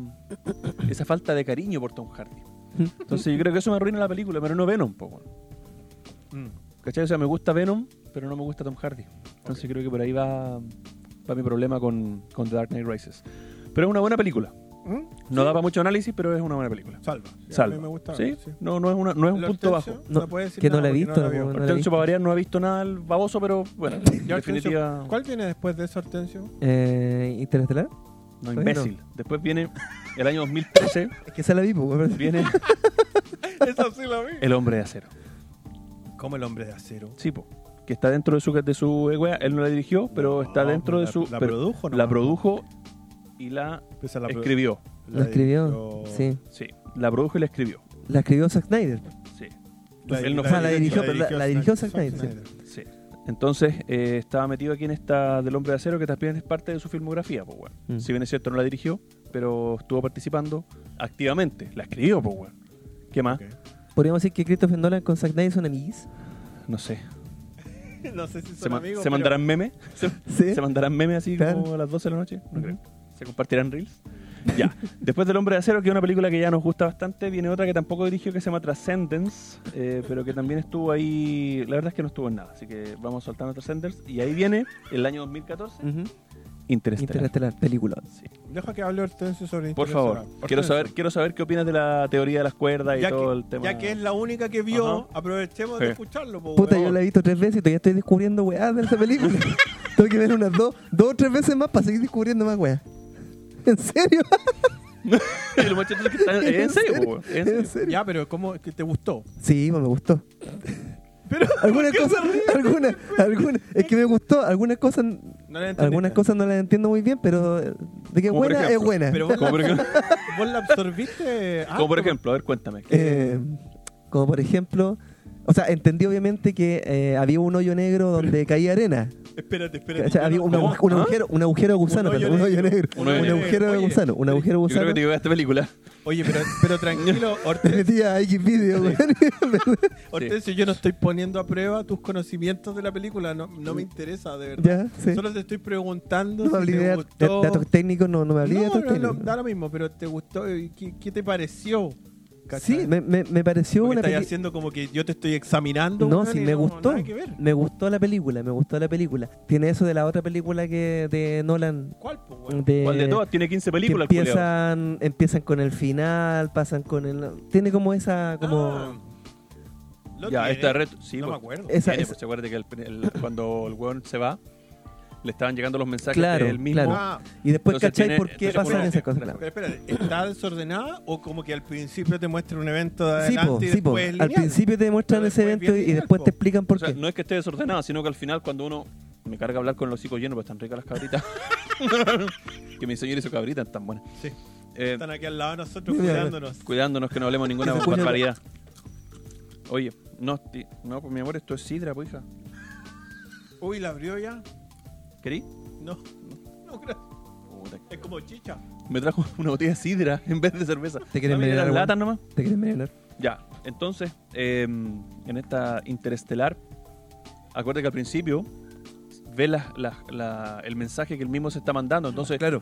S3: esa falta de cariño por Tom Hardy. Entonces yo creo que eso me arruina la película, pero no Venom, po, weón.
S1: Mm.
S3: ¿Cachai? O sea, me gusta Venom, pero no me gusta Tom Hardy. Entonces creo que por ahí va, va mi problema con, con The Dark Knight Rises. Pero es una buena película.
S1: ¿Mm?
S3: No da para mucho análisis, pero es una buena película.
S1: Salva. Sí,
S3: Salva.
S1: A mí me gusta.
S3: ¿Sí?
S1: sí.
S3: No, no es, una, no es un
S1: El
S3: punto
S1: Hortensio
S3: bajo.
S2: No,
S1: puede decir
S2: que no
S1: nada
S2: la he
S1: porque
S2: visto,
S1: la vio.
S2: po. No la
S3: Hortensio
S2: vi.
S3: para variar no ha visto nada el baboso, pero bueno, en
S1: Ya, Hortensio,
S3: definitiva,
S1: ¿Cuál viene después de eso, Hortensio?
S2: Eh, ¿Interestelar?
S3: no imbécil. Después viene el año 2013,
S2: Es que esa la vi, po, weón.
S3: viene
S4: Esa sí la vi.
S3: El Hombre de Acero.
S1: Como el hombre de acero.
S3: Sí, po, que está dentro de su de su eh, wea, él no la dirigió, pero está
S1: No, pues
S3: dentro de
S1: la-
S3: su
S1: La
S3: pero
S1: produjo, ¿no?
S3: la produjo y la
S1: Esa la produ-
S3: escribió.
S2: La escribió,
S1: dirigió-
S2: sí.
S3: Sí, la produjo y la escribió.
S2: La escribió Zack Snyder.
S3: Sí.
S1: La,
S3: Él no
S2: fue. la dirigió, pero la- la dirigió Zack Snyder,
S3: Sí. Entonces eh, estaba metido aquí en esta del Hombre de Acero, que también es parte de su filmografía, pues, weón.
S2: Mm.
S3: Si bien es cierto, no la dirigió, pero estuvo participando activamente. La escribió, pues, weón. ¿Qué más?
S1: Ok.
S2: Mm. Podríamos decir que Christopher Nolan con Zack Snyder son amiguis.
S3: No sé.
S4: No sé si
S3: ¿Se,
S4: son
S3: ma-
S4: amigos.
S3: se mandarán memes? ¿Se,
S2: Sí.
S3: se mandarán memes así
S2: Claro.
S3: como a las 12 de la noche? No creo. ¿Se compartirán reels? ya. Después del Hombre de Acero, que es una película que ya nos gusta bastante, viene otra que tampoco dirigió, que se llama Transcendence, eh, pero que también estuvo ahí... La verdad es que no estuvo en nada, así que vamos soltando Transcendence. Y ahí viene el año 2014,
S2: Ujú.
S3: Interestelar.
S2: Interestelar, película.
S3: Sí.
S1: Deja que hable Hortensio sobre
S3: Por
S1: Interestelar.
S3: favor, quiero
S1: Hortensio,
S3: saber, quiero saber qué opinas de la teoría de las cuerdas y
S1: Ya
S3: todo
S1: que-
S3: el tema.
S1: Ya que es la única que vio, aprovechemos de
S3: Sí.
S1: escucharlo. po,
S2: Puta,
S1: weón.
S2: yo la he visto tres veces y todavía estoy descubriendo weas de esa película. Tengo que ver unas dos, dos o tres veces más para seguir descubriendo más weas. ¿En serio?
S3: Y lo más chistoso es que está- ¿En serio? po, weón? ¿En serio?
S2: ¿En serio?
S1: Ya, pero ¿cómo que te gustó?
S2: Sí, pues, me gustó. algunas cosas, algunas, algunas, es que me gustó, algunas cosas,
S1: No la entendiste.
S2: algunas cosas no las entiendo muy bien, pero de que es
S3: Como por
S2: buena, es
S3: ejemplo.
S2: buena.
S1: Pero vos
S3: Como
S1: la,
S3: por ejemplo,
S1: vos la absorbiste. Ah,
S3: como por
S1: harto,
S3: ejemplo, a ver, cuéntame.
S2: Ah, Eh, como por ejemplo, o sea, entendí obviamente que eh, había un hoyo negro donde caía arena.
S4: Espérate,
S2: O
S4: espérate.
S2: sea, había un, agu- un
S3: ¿Ah?
S2: agujero, un agujero de gusano,
S1: hoyo
S2: perdón, un hoyo negro,
S3: Un
S2: un
S3: hoyo negro.
S2: agujero de
S1: Oye,
S2: gusano, un agujero de
S3: Yo creo
S2: gusano.
S3: que te llevé a esta película.
S1: Oye, pero, pero tranquilo,
S2: Me
S1: Hortensio,
S2: metí a X video,
S1: Hortensio, yo no estoy poniendo a prueba tus conocimientos de la película. No, no me interesa, de verdad.
S2: Ya, sí.
S1: Solo te estoy preguntando
S2: No me
S1: si
S2: hablé
S1: te
S2: de de-
S1: gustó.
S2: datos técnicos, no, no me hablé
S1: no,
S2: de datos
S1: no, no,
S2: técnicos.
S1: da lo mismo, pero ¿te gustó? ¿Y ¿Qué, qué te pareció? ¿Cachai?
S2: Sí, me, me, me pareció
S1: Porque
S2: una
S1: estás
S2: peli-
S1: haciendo como que yo te estoy examinando.
S2: No,
S1: weón,
S2: sí,
S1: y
S2: me gustó.
S1: nada que ver.
S2: Me gustó la película, me gustó la película. Tiene eso de la otra película que de Nolan.
S1: ¿Cuál, po, weón?
S2: De,
S3: ¿Cuál de todas? Tiene 15
S2: que
S3: películas. el culiao.
S2: empiezan, empiezan con el final, pasan con el. Tiene como esa. como
S1: Ah, lo
S3: Ya,
S1: tiene.
S3: esta red. Sí,
S1: no me
S3: pues,
S1: acuerdo.
S2: esa-
S3: tiene,
S2: esa-
S3: pues, acuérdate que el- el- cuando el weón se va, le estaban llegando los mensajes
S2: Claro,
S3: de él mismo.
S2: claro.
S1: Ah,
S2: Y después,
S3: Entonces
S2: ¿cachai?
S3: tiene-
S2: ¿Por qué
S3: entonces
S2: pasan
S3: uno-
S2: esas cosas?
S3: espera,
S1: pero espérate, ¿está desordenada o como que al principio te muestra un evento de
S2: Sí,
S1: adelante
S2: po,
S1: y
S2: sí, po.
S1: después
S2: Al
S1: lineal?
S2: principio te muestran
S1: Pero
S2: ese
S1: después
S2: evento
S1: bien
S2: y
S1: lineal,
S2: después
S1: po.
S2: te explican por
S3: O sea,
S2: qué.
S3: no es que esté desordenado, sino que al final cuando uno me carga hablar con los hijos llenos, pues están ricas las cabritas. que mi señor hizo cabritas tan buenas.
S1: Sí.
S3: Eh,
S4: Están aquí al lado de nosotros
S2: Mira,
S4: cuidándonos.
S3: cuidándonos que no hablemos ninguna
S2: Escucha.
S3: barbaridad. Oye, no, ti- no, pues mi amor, esto es sidra, pues hija.
S4: Uy, la abrió ya.
S3: ¿Querí?
S4: No, no, gracias.
S3: Puta,
S4: Es como chicha.
S3: Me trajo una botella de sidra en vez de cerveza.
S2: ¿Te quieren
S3: Ah, mira,
S2: envenenar,
S3: eran
S2: weón?
S3: latas nomás?
S2: ¿Te quieren envenenar?
S3: Ya, entonces, eh, en esta interestelar, acuérdate que al principio ve las- las- la- el mensaje que el mismo se está mandando. Entonces,
S2: Claro.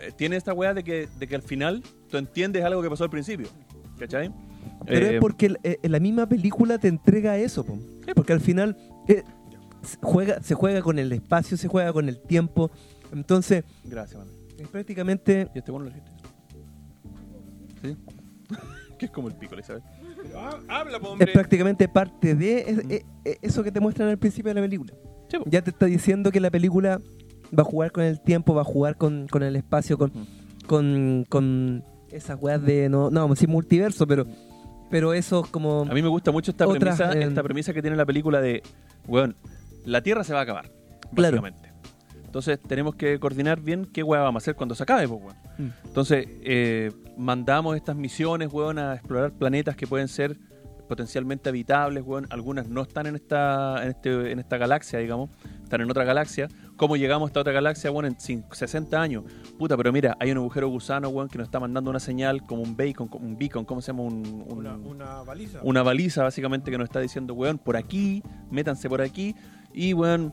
S3: eh, tiene esta weá de que, de que al final tú entiendes algo que pasó al principio. ¿Cachai?
S2: Pero
S3: Eh,
S2: es porque el- eh, la misma película te entrega eso, po. porque al final eh, se juega, se juega con el espacio, se juega con el tiempo. Entonces,
S3: Gracias, mami.
S2: es prácticamente
S3: ¿Y este bueno lo dijiste? Sí. que es como el pico, ¿sabes?
S4: Pero ha- habla, po,
S2: es
S4: hombre.
S2: prácticamente parte de es- eh, eh, eso que te muestran al principio de la película.
S3: Sí, po.
S2: Ya te está diciendo que la película va a jugar con el tiempo, va a jugar con, con el espacio, con, con, con esas weas de. No, no vamos a decir multiverso, pero, pero eso como.
S3: A mí me gusta mucho esta,
S2: Otras,
S3: premisa,
S2: eh,
S3: esta premisa que tiene la película de, weón, la Tierra se va a acabar,
S2: Claro.
S3: básicamente. Entonces tenemos que coordinar bien qué weá vamos a hacer cuando se acabe, pues, weón.
S2: Mm.
S3: Entonces eh, mandamos estas misiones, weón, a explorar planetas que pueden ser potencialmente habitables, weón. Algunas no están en esta, en, este- en esta galaxia, digamos. Están en otra galaxia. ¿Cómo llegamos a esta otra galaxia, weón, en cin- 60 años? Puta, pero mira, hay un agujero gusano, weón, que nos está mandando una señal como un beacon, como un beacon, ¿cómo se llama? Un- un-
S4: Una, una baliza.
S3: una baliza básicamente que nos está diciendo, weón, por aquí, métanse por aquí. Y, weón,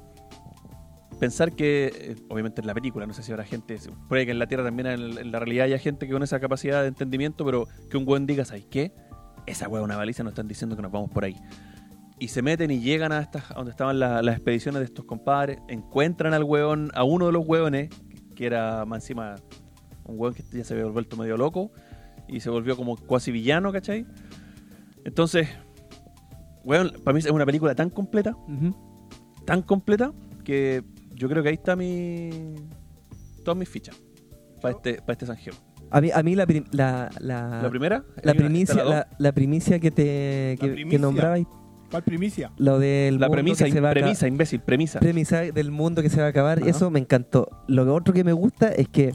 S3: pensar que, eh, obviamente en la película, no sé si habrá gente, puede que en la Tierra también, en, en la realidad haya gente que con esa capacidad de entendimiento, pero que un weón diga, ¿sabes qué? Esa weón, una baliza, nos están diciendo que nos vamos por ahí. Y se meten y llegan a, estas, a donde estaban la- las expediciones de estos compadres, encuentran al weón, a uno de los weones, que era más encima un weón que ya se había vuelto medio loco y se volvió como cuasi villano, ¿cachai? Entonces, weón, para mí es una película tan completa,
S2: Ujú.
S3: tan completa, que yo creo que ahí está mi. todas mis fichas para este, para este San Geo.
S2: A mí, a mí la, prim- la, la-
S3: La primera,
S2: Ah, la
S3: hay una-
S2: primicia,
S3: está
S2: la,
S3: la dos.
S2: la primicia que te que,
S4: primicia.
S2: que nombrabais,
S4: ¿Cuál primicia?
S2: lo del
S3: la
S2: mundo
S3: premisa,
S2: que se va a
S3: premisa, imbécil, premisa.
S2: aca- premisa del mundo que se va a acabar,
S3: Ajá.
S2: eso me encantó. Lo que otro que me gusta es que,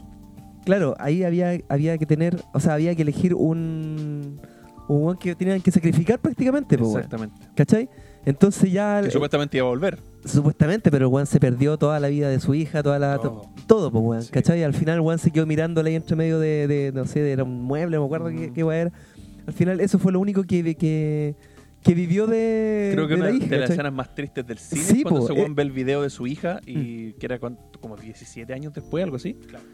S2: claro, ahí había, había que tener, o sea, había que elegir un un weón que tenían que sacrificar prácticamente, po, weón.
S3: Exactamente.
S2: ¿cachai? Entonces ya
S3: Que
S2: eh,
S3: supuestamente iba a volver.
S2: supuestamente, pero el weón se perdió toda la vida de su hija, toda la
S3: Todo.
S2: to- todo, pues weón,
S3: Sí.
S2: ¿cachai? Al final weón se quedó mirándola ahí entre medio de, de, no sé, de- era un mueble, no me acuerdo qué,
S3: Mm.
S2: qué weón era. Al final eso fue lo único que, que, que vivió de,
S3: Creo que
S2: de
S3: una
S2: Eh, la hija,
S3: de las
S2: ¿cachai?
S3: escenas más tristes del cine
S2: Sí,
S3: es cuando
S2: po,
S3: se weón
S2: eh. Mm.
S3: ve el video de su hija y que era cuánto, como 17 años después, algo así.
S4: Claro.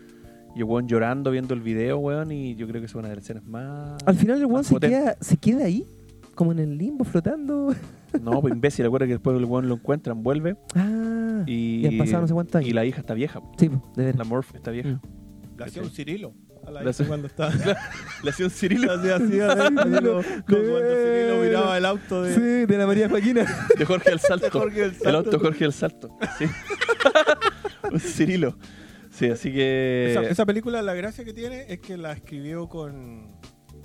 S3: Y el weón llorando viendo el video, weón, y yo creo que es una de las escenas más.
S2: Al final el weón
S3: más
S2: se
S3: potentes.
S2: queda, se queda ahí, como en el limbo, flotando.
S3: No, pues imbécil, acuerda que después el weón lo encuentran, vuelve
S2: Ah,
S3: y.
S2: y han pasado no sé cuántos años.
S3: Y la hija está vieja, po.
S2: sí, po, de
S3: la
S2: verdad.
S3: Morph está vieja.
S4: Le hacía
S3: Ok.
S4: un Cirilo. A
S3: Le
S4: la hija
S3: hacía-
S4: cuando estaba.
S3: Le hacía un Cirilo,
S4: Le hacía así, como, como cuando Cirilo
S2: Bien.
S4: miraba el auto de,
S2: Sí, de la María Joaquina.
S3: de Jorge el Salto.
S4: de Jorge del Santo.
S3: El auto Jorge el Salto. Sí. un Cirilo. Sí, así que.
S4: Esa, esa película, la gracia que tiene es que la escribió con,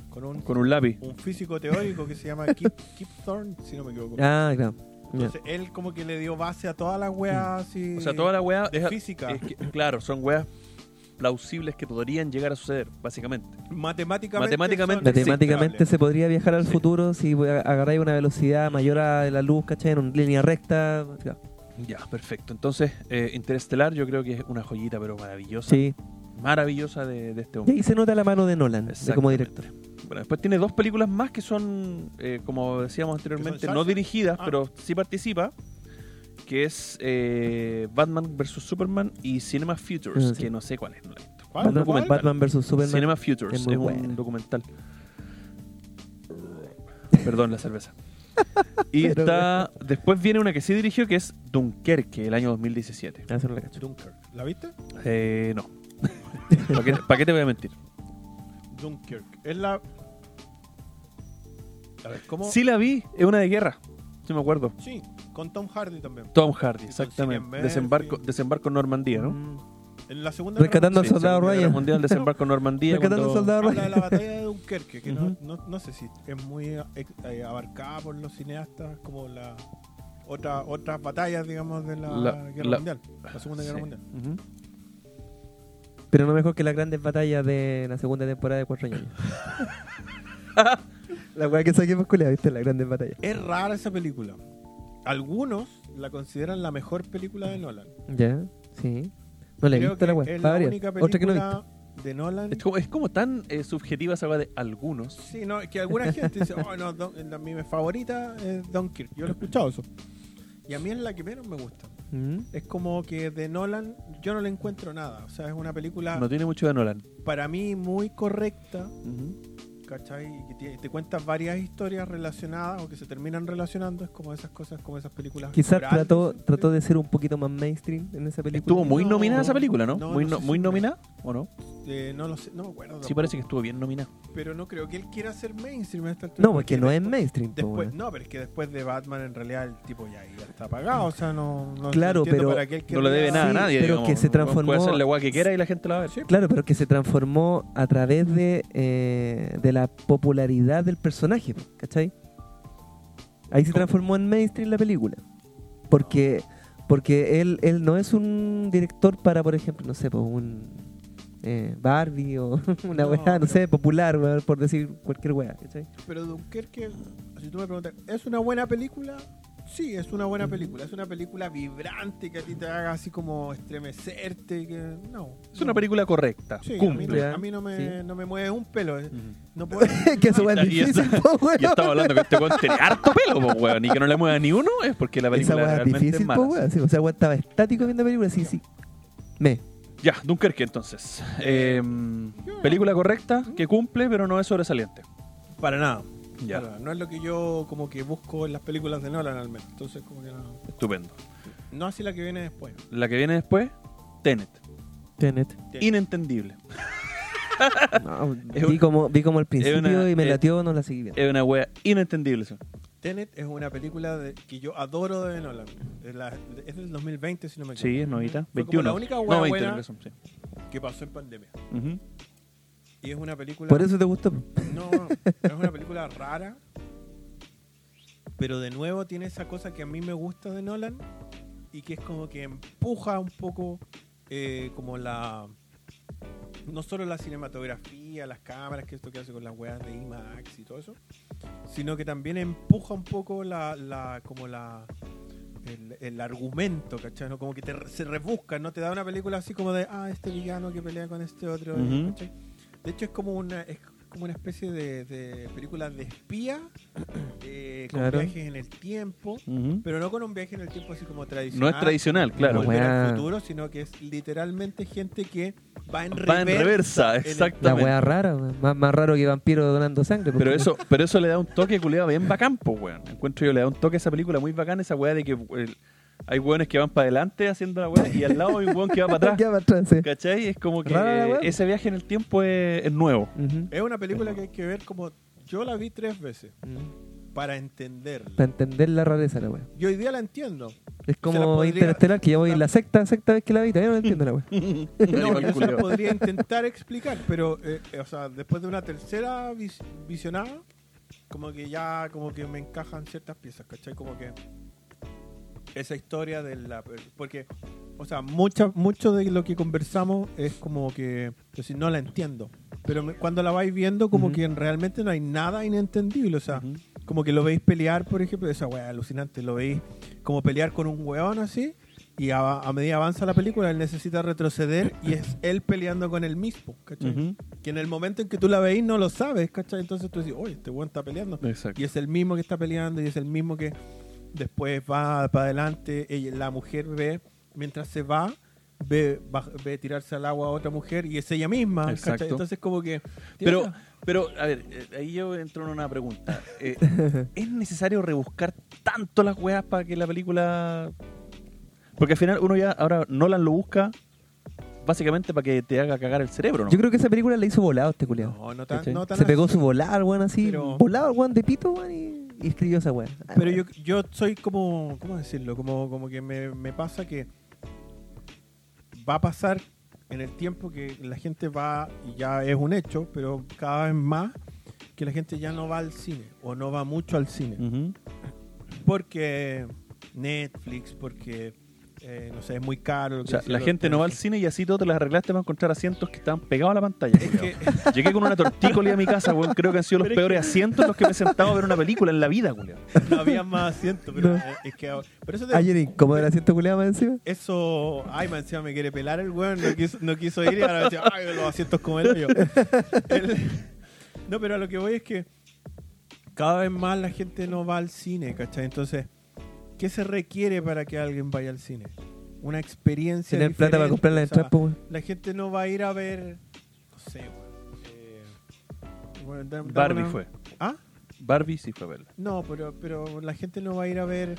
S4: con, un,
S3: Con un lápiz.
S4: un físico teórico que se llama Kip, Kip Thorne, si no me equivoco.
S2: ah, claro. Ya.
S4: Entonces, él como que le dio base a todas las weas así.
S3: Mm. O sea, toda la weá.
S4: de
S3: es-
S4: física.
S3: es que, claro, son weas plausibles que podrían llegar a suceder, básicamente.
S4: Matemáticamente.
S3: Matemáticamente,
S4: son
S2: Matemáticamente
S4: inexplicables.
S2: se podría viajar al
S3: Sí.
S2: futuro si a- agarráis una velocidad mayor a la luz, ¿cachai? En una línea recta. Claro.
S3: Ya, perfecto. Entonces, eh, Interestelar yo creo que es una joyita, pero maravillosa.
S2: Sí.
S3: Maravillosa de, de este
S2: Y
S3: hombre.
S2: ahí se nota la mano de Nolan, de como
S3: Exactamente.
S2: director.
S3: Bueno, después tiene dos películas más que son, eh, como decíamos anteriormente, no
S4: salsa?
S3: dirigidas,
S4: Ah.
S3: pero sí participa, que es eh, Batman vs. Superman y Cinema Futures,
S2: Ah, sí.
S3: que no sé cuál es. no la he visto.
S4: ¿Cuál?
S2: Batman,
S4: ¿Cuál?
S2: Batman vs. Superman.
S3: Cinema Futures
S2: es
S3: es,
S2: muy
S3: un
S2: buena.
S3: documental. Perdón, la cerveza. Y
S2: Pero
S3: está, después viene una que sí dirigió, que es Dunkerque, el año 2017.
S2: Ah, eso no la cacho.
S4: Dunkirk. ¿La viste?
S3: Eh, no. ¿Para qué, pa' qué te voy a mentir?
S4: Dunkirk. Es la. A ver, ¿cómo?
S3: Sí la vi, es una de guerra, sí me acuerdo.
S4: Sí, con Tom Hardy también.
S3: Tom Hardy,
S4: Y con Cillian
S3: exactamente.
S4: Murphy.
S3: Desembarco, desembarco en Normandía, ¿no?
S4: En la segunda.
S2: Rescatando al
S3: Sí,
S2: soldado
S3: Segunda Guerra
S2: Ryan.
S3: Mundial, desembarco en Normandía.
S2: Rescatando al
S3: cuando-
S2: soldado
S4: Habla de
S2: Ryan.
S4: la batalla de Dunkerque, que no-
S2: Ujú.
S4: no, no, sé si es muy eh, eh, abarcada por los cineastas como la otra, otras batallas, digamos, de la,
S3: La-
S4: Guerra
S3: la-
S4: Mundial, la Segunda Guerra
S3: Sí.
S4: Mundial.
S3: Ujú.
S2: Pero no mejor que las grandes batallas de la segunda temporada de Cuatro Años. la weá que saquemos culiado, ¿viste? Las grandes batallas.
S4: Es rara esa película. Algunos la consideran la mejor película de Nolan.
S2: Ya, sí. No le he
S4: Creo
S2: visto la
S4: que
S2: weá.
S4: es
S2: Va a
S4: la
S2: variar.
S4: única
S2: Otra que no he visto.
S4: película de Nolan.
S3: Es como, es como tan eh, subjetiva esa weá de algunos.
S4: Sí, no, es que alguna gente dice, oh, no, Don- la- mi favorita es Dunkirk. Yo lo he escuchado eso. Y a mí es la que menos me gusta.
S2: Mm.
S4: Es como que de Nolan yo no le encuentro nada. O sea, es una película
S3: No tiene mucho de Nolan.
S4: Ah, para mí muy correcta, ¿cachai? Y que te, te cuentas varias historias relacionadas o que se terminan relacionando. Es como esas cosas, como esas películas.
S2: Quizás
S4: por algo
S2: trató,
S4: se-
S2: trató de ser un poquito más mainstream en esa película.
S3: Estuvo muy
S4: No,
S3: nominada esa película, ¿no?
S4: no,
S3: muy
S4: no
S3: no-
S4: sé si
S3: muy
S4: fue.
S3: nominada, ¿o no?
S4: eh, no lo sé, no me acuerdo.
S3: Sí parece que estuvo bien nominada.
S4: Pero no creo que él quiera ser mainstream a esta altura.
S2: No, porque no es mainstream. po,
S4: Después,
S2: weón.
S4: no, pero es que después de Batman en realidad el tipo ya, ya está apagado, o sea, no, no
S2: Claro,
S4: entiendo
S2: pero
S4: para qué él
S3: No le
S4: querría-
S3: debe nada a
S2: Sí,
S3: nadie.
S2: pero
S3: digamos.
S2: que se transformó-
S3: Puede hacer la weá que quiera y la gente la va a ver.
S2: Claro, pero que se transformó a través de, eh, de la popularidad del personaje, po, ¿cachai? Ahí se transformó en mainstream la película. Porque, porque él, él no es un director para, por ejemplo, no sé, po, un eh, Barbie o una
S4: No,
S2: weá, no
S4: pero-
S2: sé, popular, weón, por decir cualquier weá, ¿cachai?
S4: Pero Dunkerque, si tú me preguntas, ¿es una buena película? Sí, es una buena película. Es una película vibrante que a ti te haga así como estremecerte. Que... No.
S3: Es una película correcta.
S4: Sí, a mí,
S3: cumple.
S4: no, a mí no me,
S2: Sí.
S4: no me mueve un pelo.
S3: Ujú.
S4: No puedo.
S2: que eso weá es
S3: Y esa-
S2: difícil, po, weón.
S3: Yo estaba hablando que este weón tiene harto pelo, po, weón, y que no le mueva ni uno, es porque la película
S2: Esa weá es
S3: realmente
S2: difícil,
S3: es
S2: po,
S3: mala.
S2: weón. Sí, o sea, weón estaba estático viendo la película, sí, sí. Me.
S3: Ya, Dunkerque entonces. Em, película correcta, que cumple, pero no es sobresaliente.
S4: Para nada.
S3: Ya,
S4: Para nada. No es lo que yo como que busco en las películas de Nolan al menos. Entonces como que no.
S3: estupendo.
S4: No así la que viene después.
S3: La que viene después, Tenet.
S2: Tenet.
S4: Tenet.
S3: Inentendible.
S2: No,
S3: Es
S2: vi,
S3: un-
S2: como, vi como el principio
S3: una-
S2: y me
S3: es-
S2: latió, no la seguí viendo.
S3: Es una wea inentendible. eso.
S4: Tenet es una película de- que yo adoro de Nolan. Es, la- es del 2020 si no me equivoco.
S3: Sí, es novita.
S4: Fue como
S3: 21.
S4: la única wea
S3: no, 20
S4: buena.
S3: creo que son, sí.
S4: Que pasó en pandemia.
S3: Ujú.
S4: Y es una película...
S2: Por eso te gustó. pues.
S4: No, es una película rara. Pero de nuevo tiene esa cosa que a mí me gusta de Nolan y que es como que empuja un poco eh, como la... No solo la cinematografía, las cámaras, que esto que hace con las weas de IMAX y todo eso, sino que también empuja un poco la, la- como la el, el argumento, ¿cachai? ¿No? Como que te re- se rebusca, ¿no? Te da una película así como de, ah, este villano que pelea con este otro,
S3: Ujú.
S4: ¿cachai? De hecho, es como una, es como una especie de, de película de espía eh, con
S2: Claro.
S4: viajes en el tiempo,
S3: Ujú.
S4: pero no con un viaje en el tiempo así como
S3: No
S4: tradicional.
S3: es tradicional,
S4: como
S3: claro.
S2: Una
S4: volver al
S2: Weá.
S4: futuro, sino que es literalmente gente que va en,
S3: Va en reversa,
S4: el-
S2: La
S3: exactamente.
S2: weá rara, weón. más, más raro que vampiro donando sangre. pues. po.
S3: Pero eso, pero eso le da un toque culiado bien bacán, po, weón. Encuentro yo, le da un toque a esa película muy bacán, esa weá de que el- hay weones que van para adelante haciendo la weá y al lado hay un weón que va para atrás.
S2: Ya va atrás, sí.
S3: ¿Cachai? Es como que
S2: Rara la weá.
S3: ese viaje en el tiempo es, es nuevo.
S2: Ujú.
S4: Es una película que hay que ver como... Yo la vi tres veces
S2: Ujú.
S4: para entenderla.
S2: Para entender la rareza, la weá.
S4: Y hoy día la entiendo.
S2: Es como
S4: la podría-
S2: Interestelar, que ya voy
S4: la-
S2: en la sexta, sexta vez que la vi, todavía no la entiendo la weá.
S4: No,
S3: Animal
S4: yo se lo
S3: culiao.
S4: podría intentar explicar, pero eh, eh, o sea, después de una tercera vis- visionada, como que ya como que me encajan ciertas piezas, ¿cachai? Como que esa historia de la eh, porque o sea, mucha, mucho de lo que conversamos es como que decir, no la entiendo, pero me- cuando la vais viendo como
S2: Ujú.
S4: que realmente no hay nada inentendible, o sea,
S3: Ujú.
S4: como que lo veis pelear, por ejemplo, esa weá alucinante, lo veis como pelear con un weón así, y a, a medida avanza la película, él necesita retroceder y es él peleando con él mismo, ¿cachai?
S3: Ujú.
S4: Que en el momento en que tú la veis no lo sabes, ¿cachai? Entonces tú dices, oye, este weón está peleando.
S3: Exacto.
S4: Y es el mismo que está peleando y es el mismo que después va para adelante, ella, la mujer ve, mientras se va, ve, baj- ve tirarse al agua a otra mujer y es ella misma, ¿cachai?
S3: Exacto.
S4: Entonces como que...
S3: Pero, pero, a ver, eh, ahí yo entro en una pregunta. Eh, ¿Es necesario rebuscar tanto las weas para que la película. Porque al final uno ya, ahora Nolan lo busca básicamente para que te haga cagar el cerebro, ¿no?
S2: Yo creo que esa película la hizo volado este culiado.
S4: No, no tan,
S2: ¿Cachai?
S4: no tan
S2: Se
S4: así.
S2: pegó su volar, weón, así.
S4: Pero-
S2: Volado, weón, de pito, weón, y, y escribió esa weá. Ah,
S4: Pero yo,
S2: weón.
S4: yo soy como, ¿cómo decirlo? Como, como que me, me pasa que va a pasar en el tiempo que la gente va, y ya es un hecho, pero cada vez más, que la gente ya no va al cine, o no va mucho al cine.
S3: Ujú.
S4: Porque Netflix, porque eh, no sé, es muy caro. lo
S3: O
S4: que
S3: sea,
S4: sea,
S3: la
S4: lo-
S3: gente no va al cine y así todo te las arreglaste para encontrar asientos que estaban pegados a la pantalla.
S4: Es
S3: culiao.
S4: que-
S3: Llegué con una tortícolis a mi casa, weón. Creo que han sido los peores asientos en los que me he sentado a ver una película en la vida, culiao.
S1: No había más asiento, pero
S2: No.
S1: eh, es que ahora- pero eso te-
S2: Ayer incómodo el asiento culeado más encima.
S1: Eso, ay, man, encima me quiere pelar el weón, no quiso, no quiso ir y ahora decía, ay, los asientos como el hoyo. El- no, pero a lo que voy es que cada vez más la gente no va al cine, ¿cachai? Entonces, ¿qué se requiere para que alguien vaya al cine? Una experiencia.
S2: Tener plata para
S1: diferente,
S2: comprar la
S1: o
S2: entrada,
S1: sea,
S2: pues, weón.
S1: La gente no va a ir a ver, no sé, weón. eh, weón, da- da
S3: Barbie
S1: una-
S3: fue.
S1: ¿Ah?
S3: Barbie sí fue a verla.
S1: No, pero, pero la gente no va a ir a ver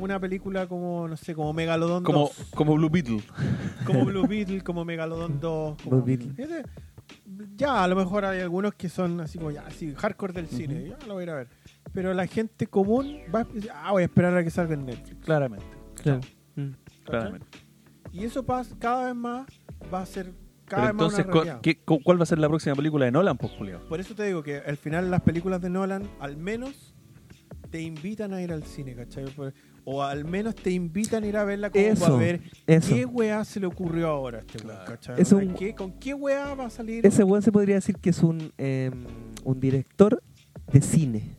S1: una película como, no sé, como Megalodon
S3: Como,
S1: 2.
S3: como Blue Beetle.
S1: Como Blue Beetle, como Megalodon 2. Como,
S2: Blue Beetle.
S1: Fíjate, Ya, a lo mejor hay algunos que son así como, ya, sí, hardcore del cine, ya lo voy a ir a ver. Pero la gente común va a, ah, voy a esperar a que salga en Netflix.
S3: Claramente.
S2: Claro. Mm.
S3: Claramente.
S1: Y eso pasa cada vez más, va a ser
S3: Pero
S1: cada vez
S3: entonces,
S1: más una
S3: ¿cu-
S1: realidad.
S3: qué- cu- ¿cuál va a ser la próxima película de Nolan, pues, culiao?
S1: Por eso te digo que al final las películas de Nolan, al menos te invitan a ir al cine, ¿cachai? Por- O al menos te invitan a ir a verla como
S2: Eso,
S1: para ver
S2: eso.
S1: qué weá se le ocurrió ahora a este weón, ¿cachai?
S2: Es
S1: O sea,
S2: un-
S1: ¿qué- ¿Con qué weá va a salir?
S2: Ese weón se podría decir que es un, eh, un director de cine.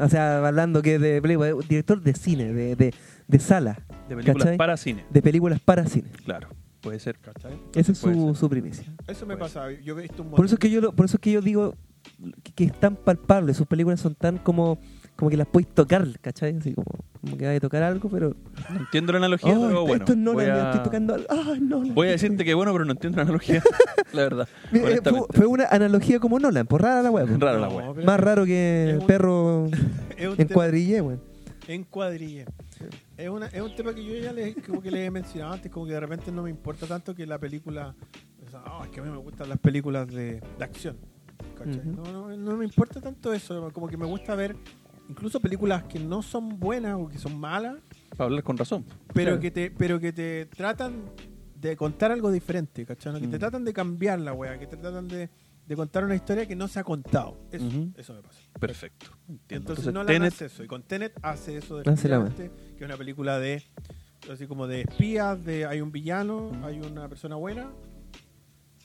S2: O sea, hablando que de película, un director de cine, de, de, de sala,
S3: De películas
S2: ¿Cachai?
S3: para cine.
S2: de películas para cine.
S3: Claro, puede ser.
S1: ¿cachai?
S2: Esa es
S3: puede
S2: su,
S3: ser.
S2: su primicia.
S1: Eso me
S3: Puede
S1: pasa. Yo he visto un
S2: Por eso es que yo lo- por eso es que yo digo que, que es tan palpable, sus películas son tan como como que las podéis tocar, ¿cachai? Así como, como que vais a tocar algo, pero
S3: No entiendo la
S2: Oh,
S3: analogía, pero
S2: esto-
S3: bueno.
S2: esto es Nolan,
S3: voy,
S2: mira,
S3: a,
S2: estoy tocando algo. Ah, Nolan.
S3: voy a decirte que bueno, pero no entiendo la analogía. la verdad.
S2: Mira, eh, fue,
S3: honestamente.
S2: fue una analogía como Nolan, por rara la web.
S3: Raro la
S1: No,
S3: wea.
S1: pero
S2: Más raro que
S1: Es un-
S2: perro
S1: es un
S2: en
S1: tema-
S2: cuadrille, weón.
S1: en cuadrilla. Es, una- es un tema que yo ya les, como que les he mencionado antes, como que de repente no me importa tanto que la película... o sea, "Ah, es que a mí me gustan las películas de, de acción. ¿cachai?
S2: Ujú.
S1: no, no- no me importa tanto eso, como que me gusta ver incluso películas que no son buenas o que son malas,
S3: Para hablar con razón.
S1: pero,
S2: Claro.
S1: que, te, pero que te tratan de contar algo diferente, ¿cachai? No, Que te
S3: Mm.
S1: tratan de cambiar la wea, que te tratan de, de contar una historia que no se ha contado. Eso,
S3: Ujú.
S1: eso me pasa.
S3: Perfecto. Entiendo.
S1: Entonces, no
S3: Tenet-
S1: hace eso. Y con Tenet hace eso
S2: Hace la
S1: definitivamente, que es una película de así como de espías, de hay un villano, hay una persona buena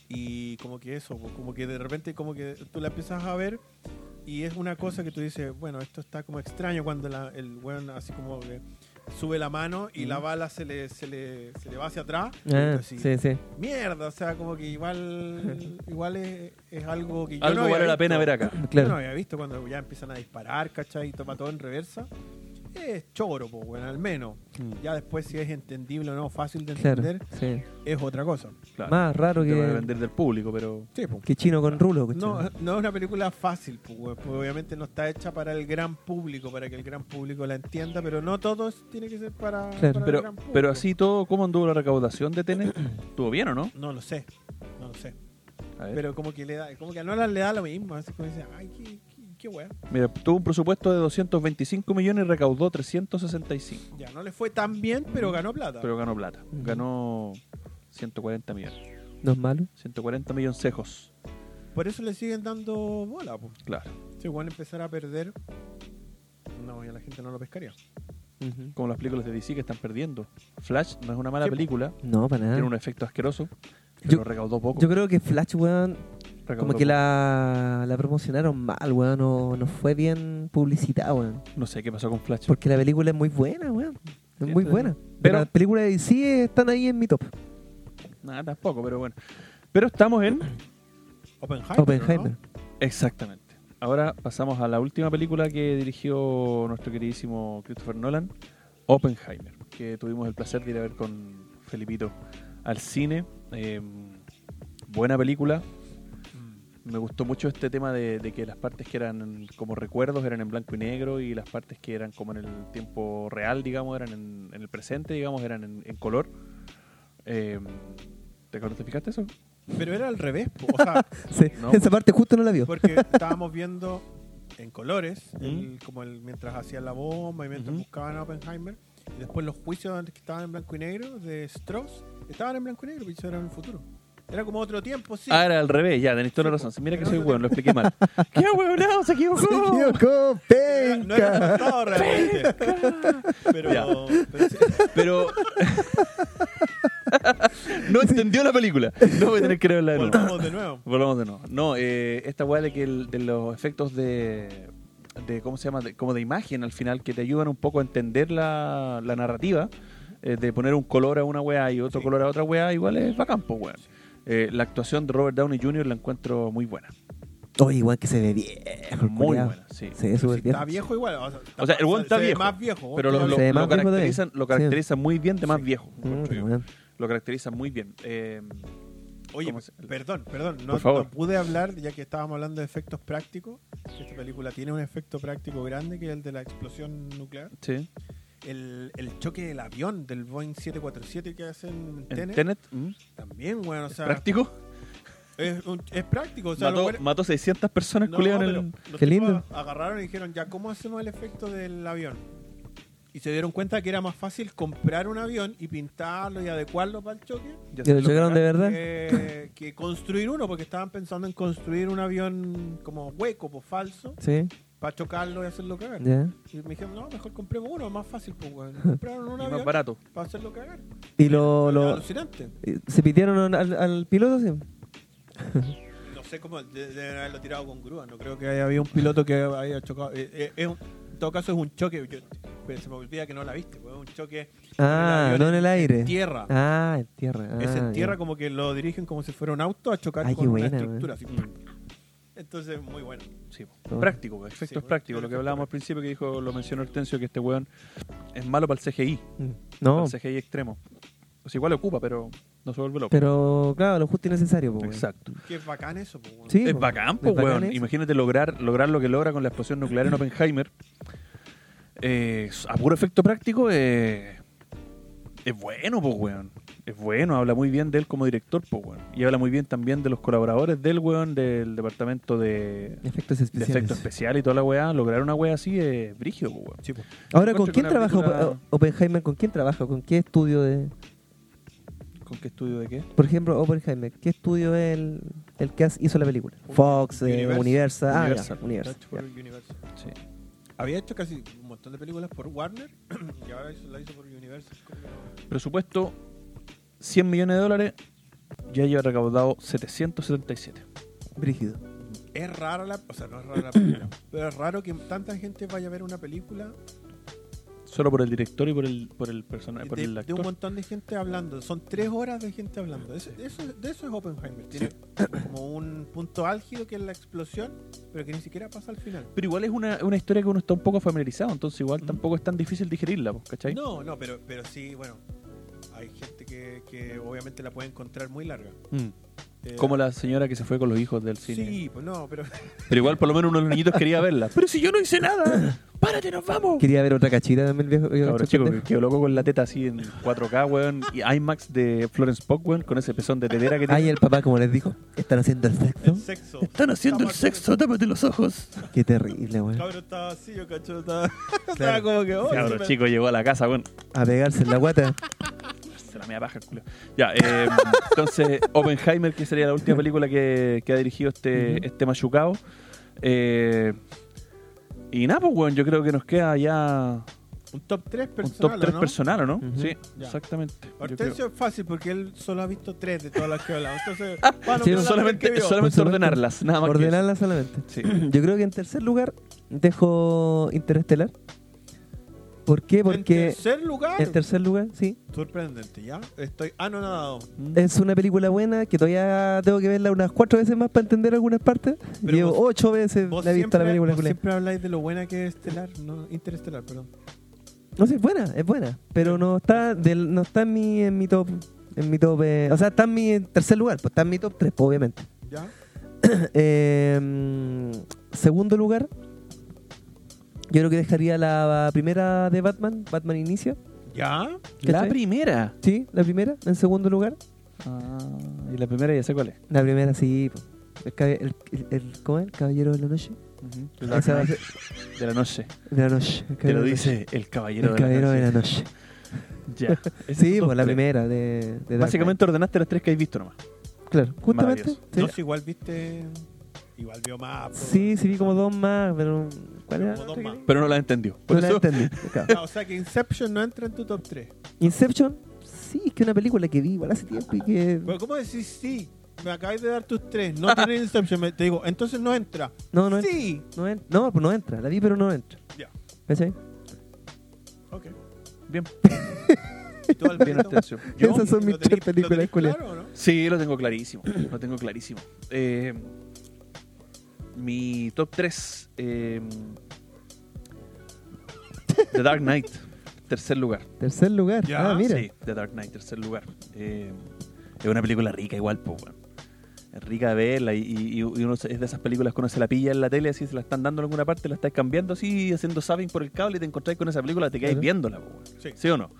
S1: y como que eso, pues, como que de repente como que tú la empiezas a ver y es una cosa que tú dices, bueno, esto está como extraño cuando la- el weón así como que sube la mano y la bala se le, se le, se le va hacia atrás. y
S2: Ah,
S1: tú así,
S2: sí, sí.
S1: Mierda, o sea, como que igual igual es, es algo que yo
S3: Algo
S1: no había
S3: vale la pena
S1: visto.
S3: ver acá.
S2: Claro.
S1: Yo no había visto cuando ya empiezan a disparar, ¿cachai? Y toma todo en reversa. Es choro, pues, bueno, al menos. Ya después, si es entendible o no, fácil de
S2: Claro,
S1: entender,
S2: sí.
S1: es otra cosa.
S3: Claro.
S2: Más raro
S3: Te van a
S2: que,
S3: vender eh. del público, pero.
S1: Sí, pues.
S2: que chino con rulo. ¿cachai?
S1: No, no es una película fácil, pues, weón, porque obviamente no está hecha para el gran público, para que el gran público la entienda, pero no todo tiene que ser para,
S2: Claro.
S1: para el
S3: Pero,
S1: gran público.
S3: pero así todo, ¿cómo anduvo la recaudación de Tenet? ¿Estuvo bien o no?
S1: No lo sé, no lo sé.
S3: A ver.
S1: Pero como que le da, como que a Nolan le da lo mismo, así como dice, ay, qué, qué, qué weón.
S3: Mira, tuvo un presupuesto de 225 millones y recaudó 365.
S1: Ya, no le fue tan bien, pero ganó plata.
S3: Pero ganó plata.
S2: Ujú.
S3: Ganó 140 millones.
S2: No es malo.
S3: 140 millones cejos.
S1: Por eso le siguen dando bola, pues.
S3: Claro.
S1: Si Juan empezara a perder, no, ya la gente no lo pescaría.
S2: Ujú.
S3: Como las películas de DC que están perdiendo. Flash no es una mala
S1: Sí, po.
S3: película.
S2: No, para nada.
S3: Tiene un efecto asqueroso. Pero
S2: ¿Ah? Yo-
S3: recaudó poco.
S2: Yo creo que Flash, weón,
S3: Recaudó
S2: como que
S3: poco.
S2: la, la promocionaron mal, weón. No, no fue bien publicitada, weón.
S3: No sé qué pasó con Flash.
S2: Porque la película es muy buena, weón. Es
S3: Sí,
S2: muy
S3: sí,
S2: buena.
S3: sí.
S2: Pero
S3: Pero-
S2: las películas de DC están ahí en mi top.
S3: Nada, tampoco, pero bueno. Pero estamos en. Ah,
S1: Oppenheimer.
S2: Oppenheimer.
S1: ¿no?
S3: Exactamente. Ahora pasamos a la última película que dirigió nuestro queridísimo Christopher Nolan, Oppenheimer, que tuvimos el placer de ir a ver con Felipito al cine. Eh, buena película.
S1: Mm.
S3: Me gustó mucho este tema de, de que las partes que eran como recuerdos eran en blanco y negro y las partes que eran como en el tiempo real, digamos, eran en, en el presente, digamos, eran en, en color. Eh, ¿Te acuerdas? ¿Te fijaste eso?
S1: Pero era al revés, po. o sea,
S2: Sí.
S3: No.
S2: Esa parte justo no la vio.
S1: porque estábamos viendo en colores,
S3: Mm.
S1: el- como el, mientras hacían la bomba y mientras
S3: Ujú.
S1: buscaban a Oppenheimer, y después los juicios que estaban en blanco y negro de Strauss, estaban en blanco y negro, y eso era en el futuro. Era como otro tiempo, sí.
S3: Ah, era al revés, ya, tenéis toda la
S1: Sí,
S3: razón.
S1: po.
S3: Sí, Mira que
S1: Era
S3: soy
S1: otro
S3: hueón, lo expliqué mal. ¡Qué hueonado! ¡Se equivocó!
S2: equivocó,
S1: Era- no era
S2: penca.
S1: cantado realmente.
S3: Ya.
S1: Pero, pero sí,
S3: Pero. no entendió la película. No voy a tener que verla de nuevo.
S1: volvamos de nuevo.
S3: Volvamos de nuevo. No, eh, esta weá de que el- de los efectos de, de ¿cómo se llama? De- como de imagen al final que te ayudan un poco a entender la, la narrativa, eh, de poner un color a una weá y otro
S1: Sí.
S3: color a otra weá, igual es bacán, pues weón. Eh, la actuación de Robert Downey Jr. la encuentro muy buena.
S2: Oye, igual que se ve viejo. el
S3: Muy
S2: culiao.
S3: buena, sí.
S2: Se ve
S1: Si
S2: súper
S1: está
S2: viejo.
S1: viejo igual. O sea,
S3: O sea, el weón está
S1: se ve
S3: viejo,
S1: más viejo.
S3: Pero lo, lo-
S2: Se ve más
S3: lo
S2: viejo de-
S3: caracterizan, lo
S2: sí.
S3: caracterizan muy bien de más viejo. encuentro
S2: Mm,
S3: yo.
S2: weón.
S3: Lo caracterizan muy bien. Eh,
S1: Oye,
S3: ¿Cómo se-
S1: perdón, perdón, no,
S3: Por favor.
S1: no pude hablar, ya que estábamos hablando de efectos prácticos. Esta película tiene un efecto práctico grande, que es el de la explosión nuclear.
S3: sí.
S1: El, el choque del avión del Boeing 747 que hacen en
S3: En
S1: Tenet,
S3: Tenet, mm,
S1: también, bueno, o sea,
S3: práctico.
S1: es, un- es práctico. O sea,
S3: mató,
S1: los buenos-
S3: mató 600 personas,
S1: No,
S3: culiao, en
S1: pero
S3: el...
S1: los
S2: Qué
S1: tipos
S2: lindo.
S1: Agarraron y dijeron, ya, ¿cómo hacemos el efecto del avión? Y se dieron cuenta que era más fácil comprar un avión y pintarlo y adecuarlo para el choque
S3: Ya
S2: ¿Y
S3: se
S2: lo
S3: lo Eh.
S2: chocaron de
S3: cagaron.
S2: verdad?
S1: que, que construir uno, porque estaban pensando en construir un avión como hueco, pues falso,
S2: Sí,
S1: para chocarlo y hacerlo cagar.
S2: ya.
S1: Y me dijeron, no, mejor compremos uno, más fácil, pues, weón. Compraron un
S3: Y más
S1: avión
S3: barato.
S1: para hacerlo cagar.
S2: Y lo,
S1: Era
S2: lo-
S1: Alucinante.
S2: se pitieron al, al piloto, sí.
S1: No sé cómo, de- deben haberlo tirado con grúa. No creo que haya habido un piloto que haya chocado. Eh, eh, es un- en todo caso, es un choque. Yo- pero se me olvida que no la viste, weón. Un choque
S2: Ah,
S1: avión
S2: no en el aire.
S1: en tierra.
S2: Ah, en tierra. Ah,
S1: es en tierra
S2: ya.
S1: como que lo dirigen como si fuera un auto a chocar
S2: Ay, qué
S1: con
S2: buena,
S1: una estructura. así,
S3: Mm.
S1: Entonces, muy bueno.
S3: Sí, po.
S2: Todo.
S3: práctico, po, efectos
S1: Sí, bueno,
S3: prácticos.
S1: el
S3: Lo que
S1: efecto
S3: hablábamos al principio que dijo, lo mencionó Hortensio, que este weón es malo para el CGI,
S2: Mm. No,
S3: para el CGI extremo. O sea, igual lo ocupa, pero no se vuelve loco.
S2: pero claro, lo justo y necesario. po, weón.
S3: Exacto.
S1: Que es bacán eso, pues, weón.
S2: Sí,
S3: es
S2: po.
S3: bacán, po,
S2: Es bacán
S3: weón.
S2: eso.
S3: Imagínate lograr, lograr lo que logra con la explosión nuclear en Oppenheimer. Eh, a puro efecto práctico, eh, es bueno, pues, weón. Es bueno, habla muy bien de él como director, pues, weón. Y habla muy bien también de los colaboradores del weón, del departamento de,
S2: Efectos
S3: de
S2: especiales.
S3: efecto especial y toda la weá, lograr una weá así es brígido, pues, weón.
S1: Sí, pues.
S2: Ahora, ¿con
S3: Encuentro
S2: quién
S3: que una
S2: trabaja
S3: película-
S2: Ope- Oppenheimer? ¿Con quién trabaja? ¿Con qué estudio de...?
S3: ¿Con qué estudio de qué?
S2: Por ejemplo, Oppenheimer, ¿qué estudio es el, el que has- hizo la película? Fox, eh,
S1: Universal.
S2: Universal. Ah,
S3: Universal.
S2: ya, Universal,
S1: Touch for
S2: ya.
S1: Universal.
S3: Sí.
S1: Había hecho casi un montón de películas por Warner y ahora hizo- la hizo por Universal. Como que no-
S3: Presupuesto 100 millones de dólares, ya lleva recaudado 777.
S2: Brígido.
S1: Es rara la. O sea, no es rara la película. pero es raro que tanta gente vaya a ver una película
S3: Solo por el director y por el por el personaje, Ah, por
S1: de, de
S3: el
S1: un
S3: actor.
S1: montón de gente hablando. Son tres horas de gente hablando. Eso- eso- de eso es Oppenheimer. Tiene como un punto álgido que es la explosión, pero que ni siquiera pasa al final.
S3: Pero igual es una, una historia que uno está un poco familiarizado, entonces igual
S1: Mm.
S3: tampoco es tan difícil digerirla, po, ¿cachai?
S1: No, no, pero, pero sí, bueno. Hay gente que, que obviamente la puede encontrar muy larga.
S3: Mm.
S1: Eh,
S3: Como la señora que se fue con los hijos del cine.
S1: Sí, pues no, pero.
S3: Pero igual por lo menos uno de los niñitos quería verla. Pero si yo no hice nada, párate, nos vamos.
S2: Quería ver otra cachita también, viejo. viejo
S3: Cabrón, chico, que quedó loco con la teta así en 4K, weón, y IMAX de Florence Pugh, weón, con ese pezón de telera que
S2: Ay,
S3: tiene.
S2: el papá, como les dijo, están haciendo el sexo.
S1: El sexo.
S3: Están haciendo el
S1: Estamos haciendo-
S3: sexo, tápate los ojos.
S2: Qué terrible, weón.
S1: Cabrón estaba así, yo cacho, estaba, estaba como que. oh, sí,
S3: Cabro
S1: pero-
S3: chico llegó a la casa, bueno,
S2: A pegarse en la guata.
S3: se la mea paja el culo. Ya, eh, entonces, Oppenheimer, que sería la última película que, que ha dirigido este,
S2: Ujú.
S3: este machucao. Eh, y nada, pues, weón, yo creo que nos queda ya
S1: Un top 3
S3: un
S1: personal.
S3: top 3
S1: ¿o no?
S3: personal, ¿o no?
S2: Ujú.
S3: Sí,
S1: Ya.
S3: exactamente. yo creo.
S1: Hortensio es fácil porque él solo ha visto 3 de todas las que hablamos. Entonces,
S2: Ah, Sí,
S1: pero la que
S3: solamente,
S1: vio.
S3: solamente
S2: Por supuesto.
S3: ordenarlas, nada más que eso.
S2: Ordenarla solamente.
S3: Sí.
S2: Yo creo que en tercer lugar dejo Interestelar. ¿Por qué?
S1: En
S2: Porque este-
S1: tercer lugar.
S2: en tercer lugar, sí.
S1: Sorprendente, ¿ya? Estoy anonadado.
S2: Es una película buena que todavía tengo que verla unas cuatro veces más para entender algunas partes.
S1: Pero
S2: Llevo
S1: vos-
S2: ocho veces
S1: Vos
S2: la he visto
S1: siempre,
S2: la película.
S1: vos
S2: culiao.
S1: siempre habláis de lo buena que es Estelar, no, Interestelar, perdón.
S2: No sé, es buena, es buena. Pero no está, del, no está en, mi, en mi top. En mi top eh, o sea, está en mi tercer lugar. Pues está en mi top 3, obviamente.
S1: ¿Ya?
S2: Eh, mm, segundo lugar, yo creo que dejaría la primera de Batman, Batman Inicia.
S1: ¿Ya?
S3: La
S2: ¿Cachai?
S3: primera.
S2: Sí, la primera, en segundo lugar.
S3: Ah, y la primera ya sé cuál es.
S2: La primera, sí. po. El, cabe- el, el- el- ¿Cómo es? El Caballero de la Noche. Esa va a ser-
S3: De la noche.
S2: de la Noche. el
S3: Te
S2: Caballero
S3: lo
S2: de la
S3: dice el
S2: Noche.
S3: caballero,
S2: El Caballero de la
S3: noche.
S2: Noche.
S3: Ya. Ese es
S2: Sí,
S3: tu
S2: pues la
S3: top tres.
S2: primera de, de Dark Knight.
S3: Básicamente ordenaste las tres que has visto nomás.
S2: Claro, justamente.
S3: Maravilloso.
S2: Sí.
S1: Entonces igual viste. Igual vio más. po.
S2: sí, sí, vi como dos más, pero. ¿Cuál era?
S1: Como dos más.
S3: Pero no la entendió. Por
S2: No la
S3: eso-
S2: entendí. claro.
S1: Ah, o sea que Inception no entra en tu top 3.
S2: Inception, sí, es que una película que vi igual hace tiempo y que.
S3: Pues,
S1: Pero ¿cómo decís sí? Me acabáis de dar tus tres, no tener Inception. Me- te digo, entonces no entra.
S2: No, no, entra,
S1: sí.
S2: no, en- no, pues no entra, la vi pero no entra.
S1: Ya.
S2: ¿Cachai?
S1: Ok.
S3: Bien.
S1: ¿Tú, Alberto?
S3: Bien, Hortensio. Yo-
S2: Esas son
S1: ¿Lo
S2: mis
S1: tenés-
S2: tres
S1: lo tenés
S2: películas, culiao.
S1: claro o no?
S3: Sí, lo tengo clarísimo. Lo tengo clarísimo. Eh, mi top 3. The Dark Knight, tercer lugar.
S2: Tercer lugar.
S1: Ya,
S2: ah, mira.
S3: Sí, The Dark Knight, tercer lugar. Eh, es una película rica igual, po, weón. Es rica de verla y, y- y uno se- es de esas películas que uno se la pilla en la tele, así se la están dando en alguna parte, la estás cambiando así, haciendo zapping por el cable y te encontráis con esa película, te quedáis
S2: Claro.
S3: viéndola, po, weón.
S1: Sí.
S3: o no?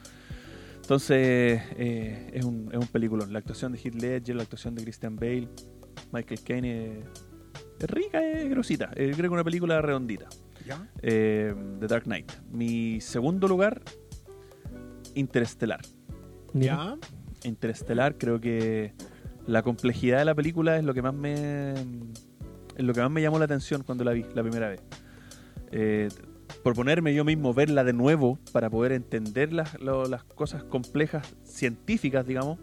S3: Entonces, eh, es, un, es un peliculón. La actuación de Heath Ledger, la actuación de Christian Bale, Michael Caine, eh, es rica, es grosita. Eh, creo que es una película redondita
S1: Ya.
S3: eh, The Dark Knight. Mi segundo lugar, Interestelar.
S2: Mira.
S1: Ya.
S3: Interestelar, creo que la complejidad de la película es lo que más me es lo que más me llamó la atención cuando la vi la primera vez. Eh, proponerme yo mismo verla de nuevo para poder entender las, lo- las cosas complejas científicas, digamos,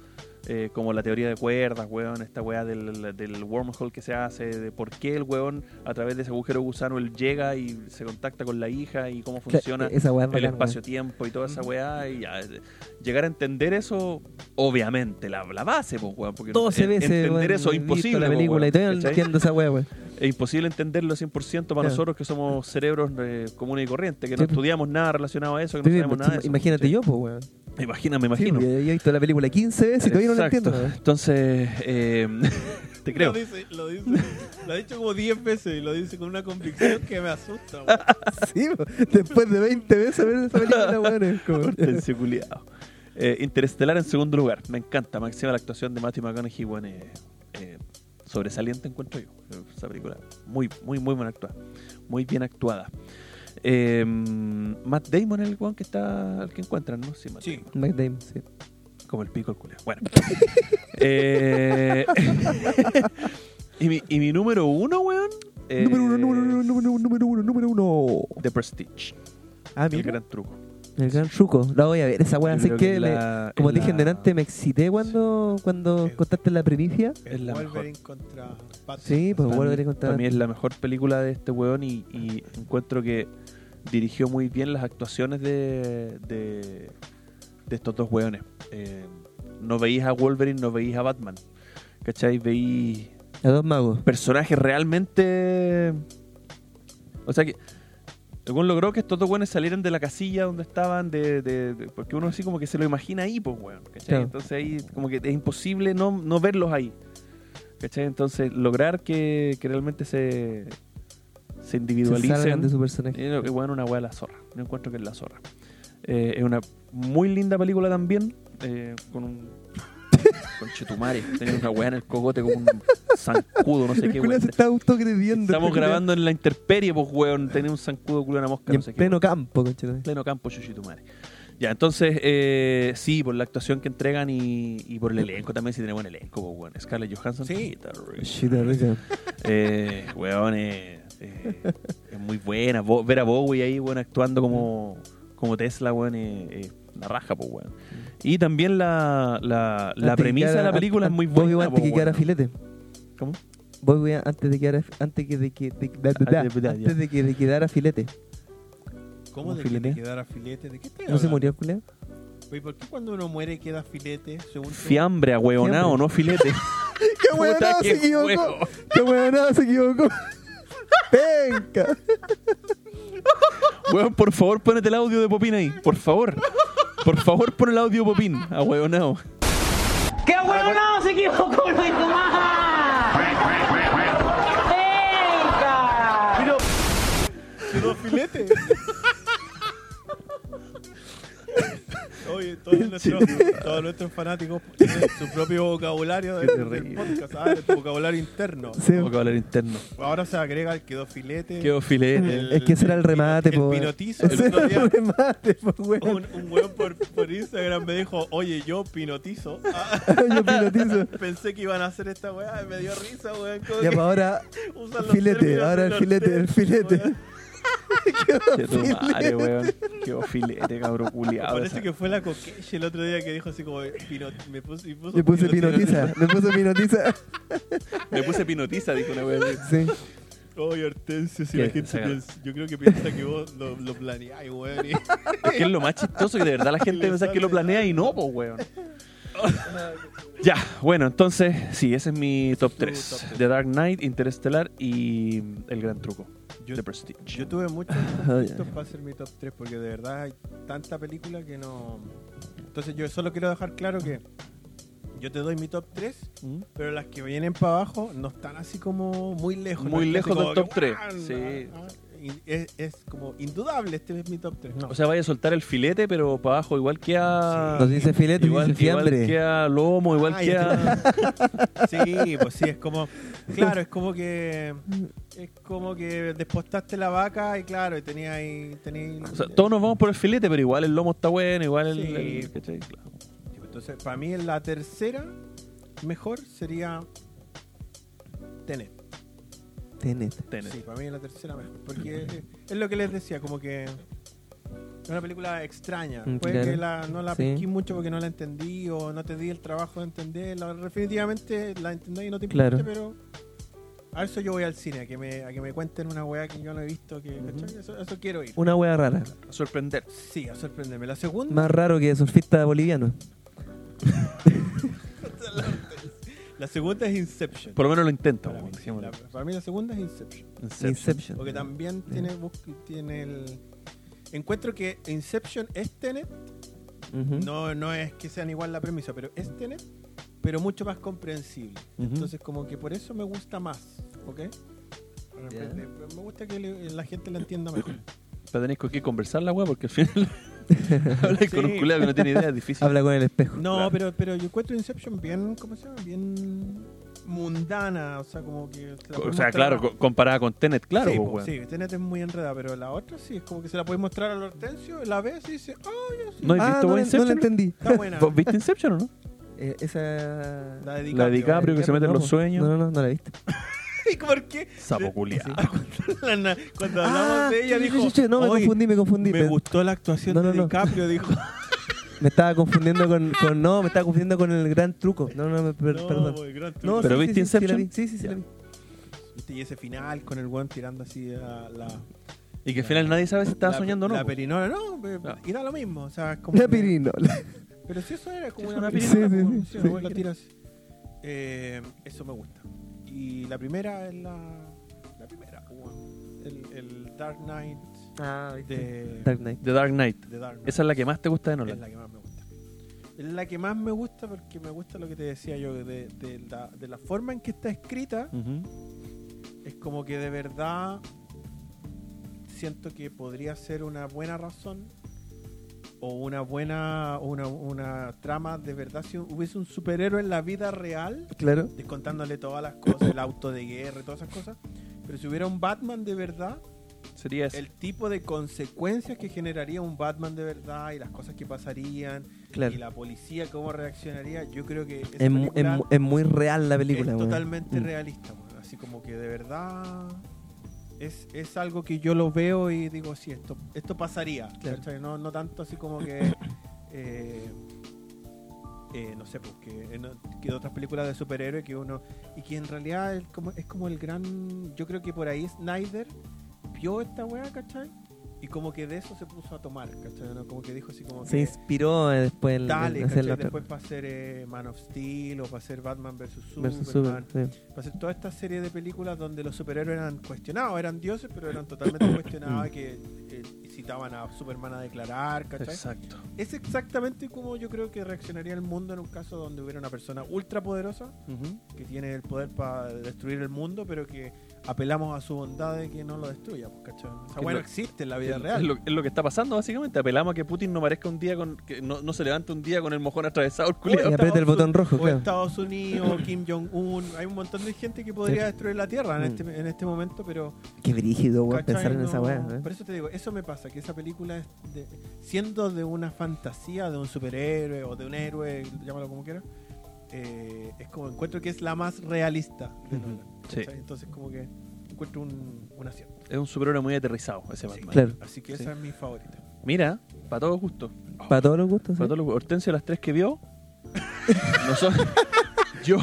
S3: eh, como la teoría de cuerdas, weón, esta weá del, del wormhole que se hace, de por qué el weón a través de ese agujero gusano él llega y se contacta con la hija y cómo
S2: Claro,
S3: funciona
S2: Esa weá es
S3: el
S2: bacán,
S3: espacio-tiempo y toda esa weá. Y ya, eh, llegar a entender eso, obviamente, la, la base, pues, weón. Porque
S2: weón. Todo se ve
S3: en-
S2: ese,
S3: entender
S2: weón,
S3: eso es
S2: he visto
S3: imposible.
S2: la
S3: pues,
S2: película
S3: weón,
S2: y todavía no
S3: ¿cachai?
S2: entiendo esa weá, weón.
S3: Es imposible entenderlo 100% para
S2: Claro.
S3: nosotros que somos cerebros eh, comunes y corrientes, que
S2: Sí,
S3: no
S2: pues.
S3: estudiamos nada relacionado a eso, que
S2: Estoy
S3: no
S2: bien,
S3: sabemos
S2: pues,
S3: nada de eso.
S2: Imagínate yo, pues, weón. Sí,
S3: Me imagino, me imagino.
S2: porque yo he visto la película 15 veces y todavía no la
S3: Exacto.
S2: entiendo. weón.
S3: Entonces, eh, te creo.
S1: Lo dice, lo dice. Lo ha dicho como 10 veces y lo dice con una convicción que me asusta. güey.
S2: Sí, weón. después de 20 veces ver esa película, weón, es como...
S3: Hortensio culiao. Eh, Interestelar en segundo lugar. Me encanta. Máxima la actuación de Matthew McConaughey. Bueno, eh, eh, sobresaliente encuentro yo. eh, Esa película. Muy, muy, muy buena actuada. Muy bien actuada. Eh, Matt Damon es el guan que está. el que encuentran, ¿no? Sí, Matt
S1: Sí.
S3: Damon.
S2: Matt Damon, sí.
S3: Como el pico el culiao. Bueno. Eh, y, mi, y mi número uno, weón. eh,
S2: Número uno, número uno, número uno, número uno, número uno.
S3: The Prestige.
S2: Ah,
S3: El
S2: mira.
S3: gran truco.
S2: El gran truco. La voy a ver, esa weá.
S3: Yo
S2: Así
S3: creo
S2: que,
S3: es
S2: me-
S3: la-
S2: como
S3: es
S2: te dije en
S3: la-
S2: delante, me excité cuando, cuando
S1: Sí.
S2: contaste la primicia.
S3: Es la
S1: Wolverine contra Batman.
S2: Sí, pues
S3: Para
S2: vuelvo
S3: mí-
S2: a contar.
S3: Para mí es la mejor película de este weón y, y encuentro que dirigió muy bien las actuaciones de, de, de estos dos weones. Eh, no veís a Wolverine, no veís a Batman. ¿Cachai? Veís
S2: A dos magos.
S3: personajes realmente... O sea que... El weón logró que estos dos weones salieran de la casilla donde estaban, de, de- de- porque uno así como que se lo imagina ahí, pues, weón. ¿cachai?
S2: Claro.
S3: Entonces ahí como que es imposible no, no verlos ahí. ¿Cachai? Entonces, lograr que, que realmente se, se
S2: Se salgan
S3: individualicen.
S2: de su personaje.
S3: Eh, lo- bueno, una hueá de la zorra. Yo encuentro que es la zorra. Eh, es una muy linda película también. eh, con un. con Chetumare. Tenía una hueá en el cogote como un zancudo, no sé
S2: El
S3: qué
S2: culo
S3: hueá.
S2: se está autocrediendo.
S3: Estamos
S2: este culo.
S3: grabando en la intemperie, pues, weón. Tenía un zancudo culo de una mosca,
S2: Y
S3: no
S2: en
S3: sé qué.
S2: pleno campo, conchetumare.
S3: pleno campo Chuchitumare. Ya, entonces, eh, sí, por la actuación que entregan y, y por el elenco también, si tiene buen elenco, pues, weón. Scarlett Johansson.
S1: Sí.
S3: puta, weón.
S2: Chita rica.
S3: Eh, weón, eh, eh, es muy buena. Bo- ver a Bowie ahí, weón, actuando como, como Tesla, weón, eh, eh, la raja, pues, weón. Y también la, la, la
S2: Antes que
S3: premisa de la
S2: quedara-
S3: película es
S2: an-
S3: muy
S2: Bobby
S3: buena.
S2: antes
S3: po,
S2: que quedara
S3: weón.
S2: filete.
S3: ¿Cómo?
S2: Bobby antes de que quedara, antes que de que de- da- da- da-
S3: Antes de- da-
S2: antes de que de quedara filete.
S1: ¿Cómo
S2: Un
S1: de que te
S2: filete.
S1: quedara filete? ¿De qué te
S2: ¿No se murió el culeo?
S1: ¿Y por qué cuando uno muere queda filete? Según tú?
S3: Fiambre, a huevonao,
S2: Fiambre.
S3: no filete.
S2: ¡Qué
S3: Puta,
S2: huevonado se
S3: qué
S2: equivocó!
S3: juego.
S2: ¡Qué huevonado se equivocó! ¡Venga!
S3: Weón, por favor, ponete el audio de Popín ahí. Por favor. Por favor, pon el audio de Popín. A huevonao.
S5: ¡Qué huevo no! ¡Se equivocó! ¡No hay más! ¡Venga!
S1: Quedó filete. Oye,
S4: todos, nuestros, todos nuestros fanáticos tienen su propio vocabulario
S3: Qué
S4: de, del
S3: terrible.
S4: podcast, ah, su vocabulario interno.
S2: Sí.
S3: Vocabulario interno.
S4: Ahora se agrega el quedó filete.
S3: Quedó filete.
S4: el-
S2: es que ese era el remate,
S4: el
S2: po.
S4: pinotizo, el
S2: Ese
S4: otro
S2: era
S4: día.
S2: el remate, po, weón.
S4: Un, un weón por, por Instagram me dijo, oye, yo pinotizo. Ah,
S2: Yo pilotizo.
S4: pensé que iban a hacer esta weá, y me dio risa, weón. como
S2: Ya,
S4: que
S2: pues ahora,
S4: usan los
S2: filete,
S4: términos
S2: ahora
S4: del
S2: el filete, el
S4: norte,
S2: filete.
S4: weón.
S3: Che, tu madre, weón. Quedó filete, cabrón culiado.
S4: Parece que fue la coqueche el otro día que dijo así como, "Pinot- me puse, y puso
S2: Me puse
S4: pinotizo".
S2: pinotiza, me puse pinotiza.
S3: Me puse pinotiza, dijo una weón.
S2: Sí.
S4: Oye, Hortensio, si
S3: ¿Qué?
S4: la gente
S3: Saca.
S4: piensa, yo creo que piensa que vos lo, lo planeáis, weón. y-
S3: Es que es lo más chistoso que de verdad la gente
S4: Le
S3: piensa que lo
S4: sale.
S3: planea y no, pues, weón. ya, bueno, entonces, sí, ese es mi top
S4: Tu
S3: 3.
S4: top tres.
S3: The Dark Knight, Interstellar y El Gran Truco.
S4: Yo-
S3: The Prestige.
S4: Yo tuve muchos
S2: ya.
S4: conflictos para hacer mi top 3 porque de verdad hay tanta película que no. Entonces yo solo quiero dejar claro que yo te doy mi top 3,
S3: ¿Mm?
S4: pero las que vienen para abajo no están así como muy lejos.
S3: Muy
S4: no están
S3: lejos
S4: así
S3: del
S4: como
S3: top
S4: que,
S3: tres,
S4: "Ah, ah, ah". Y Es, es como indudable, este es mi top 3. No.
S3: O sea, vaya a soltar el filete, pero para abajo, igual que a.
S2: Nos dice filete,
S3: igual,
S2: dice
S3: igual
S2: fiambre.
S3: que a lomo, igual
S4: Ay,
S3: que
S4: este
S3: a.
S4: Sí, pues sí, es como. Claro, es como que. Es como que despostaste la vaca y claro, y tenía ahí. Tenía,
S3: O sea, todos nos vamos por el filete, pero igual el lomo está bueno, igual el.
S4: Sí.
S3: el- ¿cachai? Claro.
S4: Sí, Entonces, para mí la tercera mejor sería Tenet.
S2: Tenet.
S3: Tenet.
S4: Sí, para mí la tercera mejor. Porque es, es lo que les decía, como que es una película extraña.
S2: Mm,
S4: Puede
S2: claro.
S4: que la- no la
S2: Sí.
S4: pesquí mucho porque no la entendí o no te di el trabajo de entenderla. Definitivamente la entendí y no te importa,
S2: Claro.
S4: pero a eso yo voy al cine, a que me, a que me cuenten una weá que yo no he visto. Que, ¿cachai? eso, eso quiero ir.
S2: Una wea rara.
S3: Sorprender.
S4: Sí, a sorprenderme. La segunda,
S2: Más raro que surfista boliviano.
S4: la segunda es Inception.
S3: Por lo menos lo intento.
S4: Para mí,
S3: weón.
S4: sí, la- para mí la segunda es Inception.
S3: Inception.
S2: Inception.
S4: Porque también tiene, bus- tiene el. Encuentro que Inception es Tenet.
S2: Ujú.
S4: No, no es que sean igual la premisa, pero es Tenet, pero mucho más comprensible.
S3: Ujú.
S4: Entonces, como que por eso me gusta más. ¿Ok? De repente, Me gusta que le- la gente la entienda mejor.
S3: Pero tenéis con qué conversar la weá, porque al final hablas con un
S4: Sí.
S3: culiao que no tiene idea, es difícil.
S2: Habla con el espejo.
S4: No,
S3: Claro.
S4: pero, pero yo encuentro Inception bien, ¿cómo se llama? Bien mundana. O sea, como que. se la
S3: o
S4: puede
S3: sea,
S4: mostrar
S3: claro,
S4: a-
S3: co- comparada con Tenet, claro,
S4: sí,
S3: pues,
S4: po,
S3: weón.
S4: sí, Tenet es muy enredada, pero la otra sí, es como que se la puede mostrar al Hortensio, la ves y dice, ¡ah, ya sí!
S3: ¿No has
S2: Ah, no,
S3: visto weón,
S2: la- no
S3: Inception?
S2: la entendí.
S4: Está buena.
S3: ¿Vos ¿Viste Inception o no?
S2: Eh, esa.
S4: La de
S3: La de DiCaprio Ah, que se mete en los
S2: no,
S3: sueños.
S2: No, no, no, no la viste.
S4: ¿Y por qué?
S3: Sapo culiao.
S4: La na- Cuando hablamos
S2: Ah,
S4: de ella
S2: sí, sí,
S4: dijo,
S2: sí, sí, no, me
S4: "Oye,
S2: confundí, me confundí.
S4: me
S2: pe-
S4: gustó la actuación
S2: No, no,
S4: de
S2: no.
S4: DiCaprio, dijo.
S2: Me estaba confundiendo con, con- No, me estaba confundiendo con el gran truco. No, no, me- per-
S4: No,
S2: perdón.
S4: pues, gran truco.
S2: No,
S3: ¿Pero
S2: sí,
S3: viste
S2: sí, sí, sí, la
S3: Inception?
S2: vi. Sí, sí, sí, la vi.
S4: Viste, Y ese final con el weón tirando así a la...
S3: Y que al final nadie sabe si estaba
S4: la-
S3: soñando o no.
S4: La
S3: po.
S4: perinola, no, pe-
S3: No.
S4: y da lo mismo. O sea, es como
S2: La
S4: que-
S2: pirinola.
S4: Pero si eso era como
S3: Es
S4: una
S3: una
S4: pirinola,
S2: pirinola,
S4: como
S2: sí,
S4: un-
S2: sí,
S4: sí,
S2: sí.
S4: weón, la tira así. Eh, eso me gusta. Y la primera es la... La primera, weón. el, el Dark Knight eh,
S2: Ah, viste.
S4: de...
S2: Dark Knight.
S3: The Dark Knight.
S4: de Dark Knight.
S3: Esa es la que más te gusta de
S4: Es
S3: Nolan.
S4: la que más me gusta. Es la que más me gusta porque me gusta lo que te decía yo, de, de la, de la forma en que está escrita,
S3: Ujú.
S4: es como que de verdad siento que podría ser una buena razón o una buena una, una trama de verdad si hubiese un superhéroe en la vida real
S2: Claro.
S4: descontándole todas las cosas el auto de guerra y todas esas cosas pero si hubiera un Batman de verdad
S3: Sería esa.
S4: el tipo de consecuencias que generaría un Batman de verdad y las cosas que pasarían
S2: Claro.
S4: y la policía cómo reaccionaría, yo creo que esa
S2: Es, mu- es
S4: película
S2: mu- es muy real la película.
S4: es
S2: weón.
S4: totalmente
S2: Mm.
S4: realista, weón. así como que de verdad es, es algo que yo lo veo y digo, sí, esto, esto pasaría,
S2: Claro.
S4: ¿cachai? no, no tanto así como que... eh, eh, no sé, porque en, o- que otras películas de superhéroes que uno... Y que en realidad es como, es como el gran... Yo creo que por ahí Snyder vio esta weá, ¿cachai? Y como que de eso se puso a tomar, ¿cachai? ¿no? Como que dijo así como...
S2: Se
S4: que,
S2: inspiró eh, después en, en
S4: Dale,
S2: hacer la
S4: ¿cachai? después para hacer eh, Man of Steel o para hacer Batman vs. Superman,
S2: versus Super. sí.
S4: para hacer toda esta serie de películas donde los superhéroes eran cuestionados, eran dioses, pero eran totalmente cuestionados y que eh,
S1: citaban a Superman a declarar, ¿cachai?
S3: Exacto.
S1: Es exactamente como yo creo que reaccionaría el mundo en un caso donde hubiera una persona ultrapoderosa
S3: Ujú.
S1: que tiene el poder para destruir el mundo, pero que apelamos a su bondad de que no lo destruya, pues, ¿cachai? O sea,
S3: Que
S1: bueno,
S3: lo-
S1: existe en la vida
S3: Es,
S1: real.
S3: lo, es lo que está pasando, básicamente. Apelamos a que Putin no parezca un día con. que no, no se levante un día con el mojón atravesado el
S2: Y
S3: culiao.
S2: aprieta el botón rojo,
S1: o
S2: claro.
S1: Estados Unidos, o Kim Jong-un, hay un montón de gente que podría
S2: Sí.
S1: destruir la Tierra en,
S2: Mm.
S1: este, en este momento, pero
S2: Qué brígido, weón,
S1: ¿Cachai?
S2: pensar en
S1: No,
S2: esa weá. ¿eh?
S1: Por eso te digo, eso me pasa, que esa película es de- siendo de una fantasía de un superhéroe o de un héroe, llámalo como quieras, eh, es como encuentro que es la más realista de Nolan,
S3: Sí.
S1: ¿cachai? Entonces como que encuentro un, un acierto.
S3: Es un superhéroe muy aterrizado,
S1: Sí.
S3: ese Batman.
S2: Claro,
S1: Así que
S3: Sí.
S1: esa es mi favorita.
S3: Mira, para todos gustos.
S2: para todos los gustos.
S3: Para
S2: ¿sí?
S3: todos los- Hortensio, las tres que vio. nosotros, yo.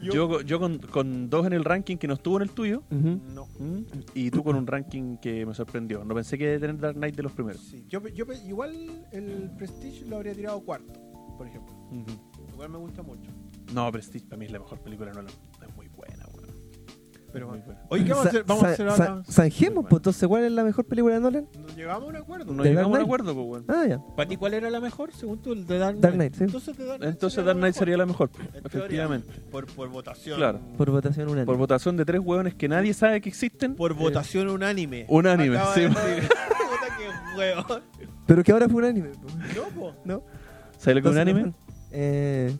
S3: Yo, yo con, con dos en el ranking que no estuvo en el tuyo.
S2: Ujú.
S1: No.
S3: ¿Mm? Y tú con un ranking que me sorprendió. No pensé que tener Dark Knight de los primeros.
S1: Sí. Yo, yo igual el Prestige lo habría tirado cuarto, por ejemplo. Lo cual me gusta mucho.
S3: No, Prestige para mí es la mejor película de Nolan. Es muy buena, weón.
S1: Pero
S3: Muy
S1: bueno.
S3: buena.
S1: Oye, ¿qué vamos a
S2: Sa-
S1: hacer? Vamos a
S2: sa-
S1: hacer
S2: sa-
S1: ahora.
S2: Zanjemos, pues entonces, ¿cuál es la mejor película de Nolan?
S1: ¿Nos llegamos a un acuerdo?
S3: No
S2: ¿De
S3: llegamos a un
S2: Dark
S3: acuerdo, pues, weón.
S2: Ah, ya.
S1: ¿Para ti cuál era la mejor? Según tú, el de Dark Knight.
S2: Dark Knight, sí.
S1: Entonces, de Dark Knight
S3: Entonces
S1: sería
S3: Dark
S1: la
S3: Knight
S1: mejor.
S3: sería la mejor, pues,
S1: En teoría,
S3: efectivamente.
S1: Por, por votación.
S3: Claro.
S2: Por votación unánime.
S3: Por votación de tres hueones que nadie sabe que existen.
S1: Por votación unánime.
S3: Eh, Unánime,
S1: Acaba
S3: sí.
S1: de decir. Puta que huevón.
S2: Pero que ahora fue unánime. po.
S1: No, po.
S2: ¿No?
S3: ¿Sabes lo que es un
S2: Entonces,
S3: anime?
S2: eh,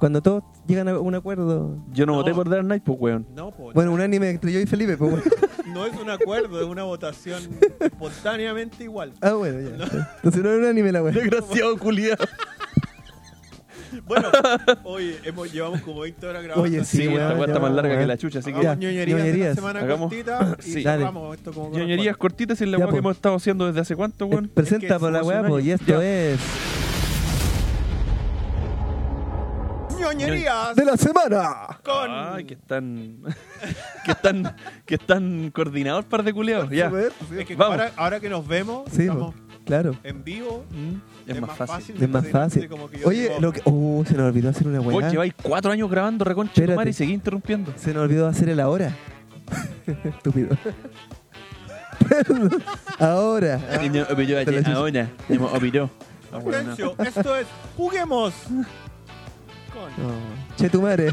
S2: cuando todos llegan a un acuerdo.
S3: Yo no,
S1: No.
S3: voté por Dark Knight, pues, weón.
S1: No, po.
S2: Bueno, unánime entre yo y Felipe. Pues, bueno.
S1: No es un acuerdo, es una votación espontáneamente igual.
S2: Ah, bueno, ya. Entonces no era unánime la weá.
S3: Desgraciado, culiado.
S1: Bueno, oye, hemos, llevamos como 20 horas grabando.
S2: Oye,
S3: Sí,
S2: sí, weón,
S3: esta weá está
S2: ya,
S3: más larga
S2: weón. Ah,
S3: que la chucha, así que.
S1: Hagamos
S2: Ya,
S1: ñoñerías de la
S2: ñoñerías.
S1: semana
S3: Hagamos-
S1: cortita y
S3: Sí.
S1: cerramos esto como
S3: Ñoñerías cortitas es la
S2: Ya,
S3: weá que
S2: po.
S3: hemos estado haciendo desde hace cuánto,
S2: Eh,
S3: weón.
S2: presenta
S1: es que
S2: por la
S1: somos
S2: weá, pues, y esto
S3: Ya.
S2: es.
S1: corresponde. ñoñerías
S2: ¡De la semana!
S1: con
S3: Ay, que están. que están. que están coordinados, par de culiados. Ya.
S2: Super.
S1: Es que
S3: Vamos.
S1: ahora, ahora que nos vemos,
S2: Sí,
S1: estamos
S2: po, claro.
S1: en vivo,
S3: Mm, Es, más fácil.
S2: Es más
S1: entonces,
S2: fácil.
S1: como que yo
S2: Oye,
S1: digo,
S2: lo que. Uh, se nos olvidó hacer una
S3: Vos
S2: weá.
S3: lleváis cuatro años grabando reconcha de tu
S2: Espérate.
S3: madre y seguís interrumpiendo.
S2: Se nos olvidó hacer el ahora. Estúpido. Perdón. ahora.
S3: Y no, opinó
S2: Te la
S3: ayer,
S2: chucha.
S3: ahora, y mo- opinó. Ah, bueno, no.
S1: Hortensio, esto es Juguemos con
S2: No.
S1: Ah.
S2: Che, tu madre.
S1: el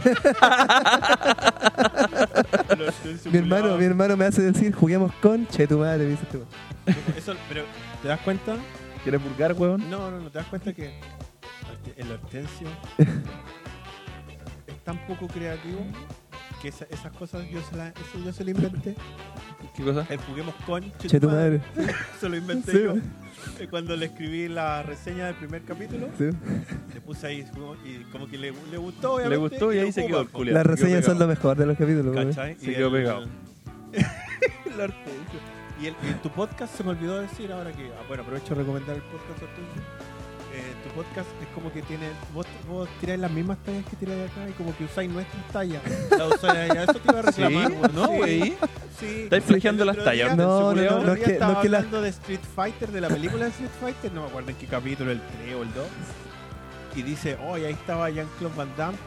S1: Hortensio
S2: mi hermano,
S1: culiao.
S2: mi hermano me hace decir, juguemos con Che, tu madre, me este dices tú.
S1: Eso, pero, ¿te das cuenta?
S3: ¿Quieres pulgar, weón?
S1: No, no, no, ¿te das cuenta que Horte- el Hortensio es tan poco creativo que esa- esas cosas yo se, las eso yo se lo inventé?
S3: ¿Qué cosa?
S1: El Juguemos con
S2: Che, tu madre.
S1: Se lo inventé
S2: Sí.
S1: yo. Eh, Cuando le escribí la reseña del primer capítulo,
S2: Sí.
S1: le puse ahí juguemos- y como que le, le gustó.
S3: Le
S1: obviamente,
S3: gustó y ahí
S1: lo
S3: se
S1: ocupa,
S3: quedó el
S1: po.
S3: culiao.
S2: Las
S3: se quedó
S2: reseñas son lo
S3: pegado.
S2: mejor de los capítulos. güey.
S1: ¿Cachai?
S3: Se
S1: Y
S3: quedó
S1: el-
S3: pegado.
S1: el Hortensio. Y, el- y tu podcast se me olvidó decir ahora que. ah, bueno, aprovecho de recomendar el podcast Hortensio. Eh, tu podcast es como que tiene. Vos, vos tiráis las mismas tallas que tiráis acá y como que usáis nuestras tallas. La usáis allá. Eso te iba a
S3: ¿Sí?
S1: reclamar. weón.
S3: ¿No,
S1: Sí,
S3: güey?
S1: sí.
S3: Estáis plagiando
S1: El
S3: las
S1: otro
S3: tallas,
S1: día-
S2: No,
S1: el
S2: no, no,
S1: otro
S2: no es
S1: día
S2: que- no
S1: Estaba
S2: es que la-
S1: hablando de Street Fighter, de la película de Street Fighter. No me acuerdo en qué capítulo, el 3 o el 2. Y dice, oye, ahí estaba Jean-Claude Van Damme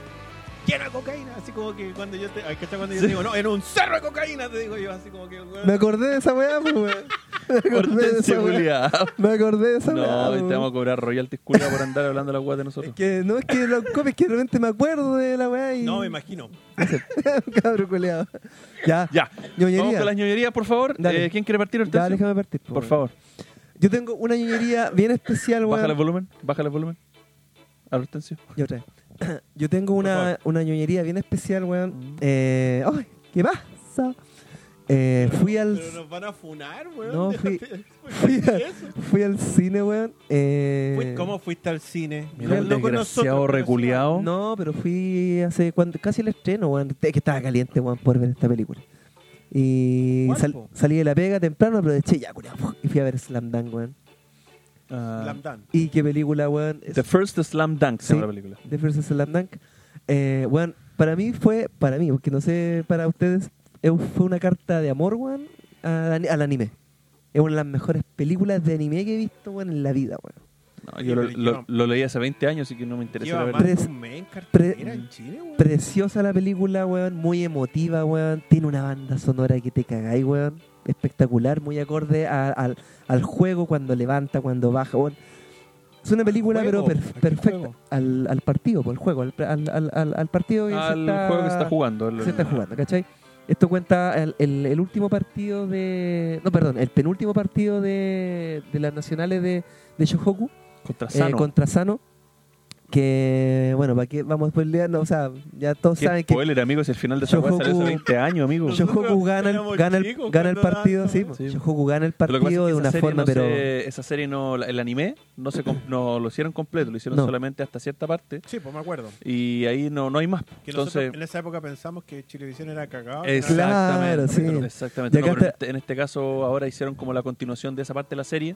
S1: lleno de cocaína. Así como que cuando yo te. ay, ¿cachai? Cuando yo te digo, no, era un cerro de cocaína, te digo yo, así como que. weón.
S2: Me acordé de esa weá, pues, güey. Me acordé de
S3: Hortensio,
S2: esa weá.
S3: culiao.
S2: Me acordé de esa weá.
S3: No, te
S2: güey.
S3: vamos a cobrar royalties culia por andar hablando la weá de nosotros.
S2: Es que no es que los copies que realmente me acuerdo de la weá y.
S1: No, me imagino.
S2: Cabro culeado. Ya.
S3: Ya. Vamos
S2: Ñoñería.
S3: con las ñoñerías, por favor.
S2: Dale.
S3: Eh, ¿Quién quiere partir, Hortensio?
S2: Ya, déjame partir. pues,
S3: Por
S2: güey.
S3: favor.
S2: Yo tengo una ñoñería bien especial, weón.
S3: Bájale el volumen. Bájale el volumen. A Hortensio.
S2: Y otra vez. Yo tengo una, una ñoñería bien especial,
S1: Mm.
S2: weón. Eh, ¡Ay! ¿Qué pasa? Eh, fui al.
S1: Pero nos van a funar, weón.
S2: No, fui-
S1: Fui eso.
S2: Fui al cine, weón. Eh,
S1: Fui- ¿Cómo fuiste al cine?
S3: Mira, el
S1: No con
S3: desgraciado
S1: nosotros, pero
S3: reculeado.
S2: No, pero fui hace cuando, casi el estreno, weón. Es que estaba caliente, weón, por ver esta película. Y
S1: ¿Cuál,
S2: sal-
S1: po?
S2: salí de la pega temprano, aproveché ya, curado. Y fui a ver Slam Dunk, weón.
S3: Ah,
S1: Slam Dunk.
S2: Y qué película, weón.
S3: The First Slam Dunk se
S2: Sí.
S3: llama la película.
S2: de First Slam Dunk. Eh, weón, para mí fue, para mí, porque no sé, para ustedes, eh, fue una carta de amor, weón, al, ani- al anime. Es una de las mejores películas de anime que he visto, weón, en la vida, weón.
S3: No, yo lo,
S1: pero
S3: lo-
S1: lleva-
S3: lo leí hace 20 años, así que no me interesa
S1: Lleva
S3: la
S1: más
S3: verdad.
S2: Pre-
S1: de un mes en cartelera
S2: pre-
S1: en Chile, weón.
S2: Preciosa la película, weón, muy emotiva, weón. Tiene una banda sonora que te cagáis, weón. espectacular, muy acorde a- al, al juego cuando levanta, cuando baja. Bueno, es una película,
S1: juego?
S2: pero per-
S1: ¿A qué
S2: perfecta.
S1: juego?
S2: Al, al partido, por el juego, al, al- al- al- al partido que se
S3: Al
S2: está-
S3: juego que se está jugando. el-
S2: se está jugando, ¿cachai? Esto cuenta el, el- el último partido de. No, perdón, el penúltimo partido de, de las nacionales de, de Shohoku
S3: Contra
S2: eh,
S3: Sano.
S2: contra Sano. Que, bueno, ¿para qué vamos a spoilearnos? O sea, ya todos
S3: Qué
S2: saben que
S3: spoiler, amigo, si el final de esa weá salió hace
S2: Shohoku-
S3: 20 años, amigo.
S1: Shohoku-
S2: Shohoku
S1: Nosotros
S2: gana el,
S1: éramos
S2: gana el,
S1: chicos
S2: gana el
S1: cuando
S2: partido,
S1: daban
S2: sí. pues,
S1: esa
S3: weá.
S2: Shohoku gana el
S3: Pero lo que pasa es
S2: partido
S3: que
S2: de
S3: esa
S2: una
S3: serie
S2: forma,
S3: no
S2: pero.
S3: se- esa serie no, la- el anime no se com- no lo hicieron completo, lo hicieron
S2: No.
S3: solamente hasta cierta parte
S1: Sí, pues me acuerdo.
S3: y ahí no, no hay más.
S1: Que nosotros
S3: Entonces,
S1: en esa época pensamos que Chilevisión era cagado.
S2: Exacto. Claro, sí.
S3: Exactamente.
S2: Y acá
S3: No, pero en,
S2: está-
S3: este, en este caso ahora hicieron como la continuación de esa parte de la serie,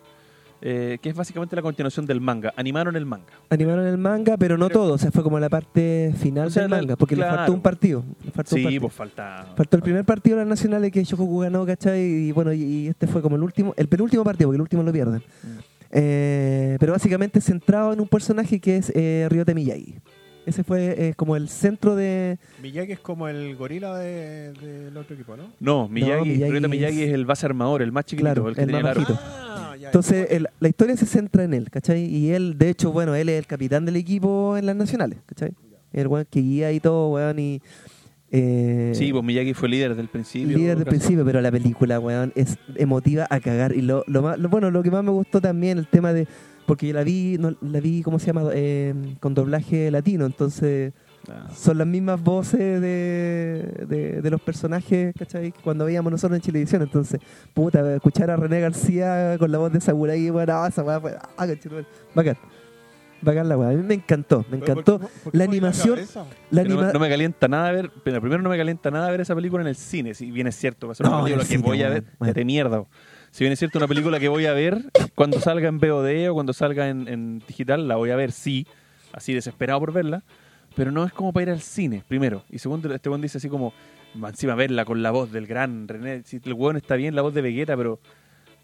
S3: eh, que es básicamente la continuación del manga. Animaron el manga.
S2: Animaron el manga, pero no todo. O sea, fue como la parte final
S3: O sea,
S2: del
S3: la-
S2: manga, porque le
S3: claro.
S2: faltó un partido. Le faltó un
S3: Sí,
S2: partido.
S3: pues falta.
S2: Faltó el primer partido de las nacionales que Shohoku ganó, ¿cachai? Y bueno, y, y este fue como el último, el penúltimo partido, porque el último lo pierden. Eh, pero básicamente centrado en un personaje que es eh, Ryota Miyagi. Ese fue eh, como el centro de.
S1: Miyagi es como el gorila de- del otro equipo, ¿no?
S3: No, Miyagi,
S2: Miyagi
S3: Ryota
S2: es-
S3: Miyagi es el base armador, el más chiquitito,
S2: Claro,
S3: el que
S2: el
S3: tenía
S2: más
S3: el aro.
S2: bajito.
S1: Ah, ya,
S2: Entonces, el- la historia se centra en él, ¿cachai? Y él, de hecho, bueno, él es el capitán del equipo en las nacionales, ¿cachai? El weón que guía y todo, weón, y. eh,
S3: Sí, pues Miyagi fue líder del principio.
S2: líder del
S3: casi.
S2: principio, pero la película, weón, es emotiva a cagar. Y lo, lo más, lo- bueno, lo que más me gustó también, el tema de. Porque yo la vi, no, la vi, ¿cómo se llama? Eh, con doblaje latino, entonces
S3: Ah.
S2: son las mismas voces de, de, de los personajes, ¿cachai? Que Cuando veíamos nosotros en Chilevisión, entonces, puta, escuchar a René García con la voz de Samurai, weón, ah, esa weá fue, ah, conchetumare. bacán. Bacán la weá, a mí me encantó,
S1: Pero
S2: me
S1: ¿por
S2: encantó.
S1: qué- por qué
S2: La
S1: movió
S2: animación,
S1: cabeza?
S2: la,
S3: Que no, me-
S2: anima-
S3: no me calienta nada ver, pero primero no me calienta nada ver esa película en el cine, si bien es cierto, va a ser
S2: No,
S3: una
S2: en
S3: película
S2: el
S3: que
S2: cine,
S3: voy a
S2: bueno,
S3: ver,
S2: bueno.
S3: de mierda. Si bien es cierto, una película que voy a ver cuando salga en VOD o cuando salga en, en digital, la voy a ver, sí, así desesperado por verla, pero no es como para ir al cine, primero. Y segundo, este buen dice así como, "Va, encima verla con la voz del gran René, si el hueón está bien, la voz de Vegeta, pero...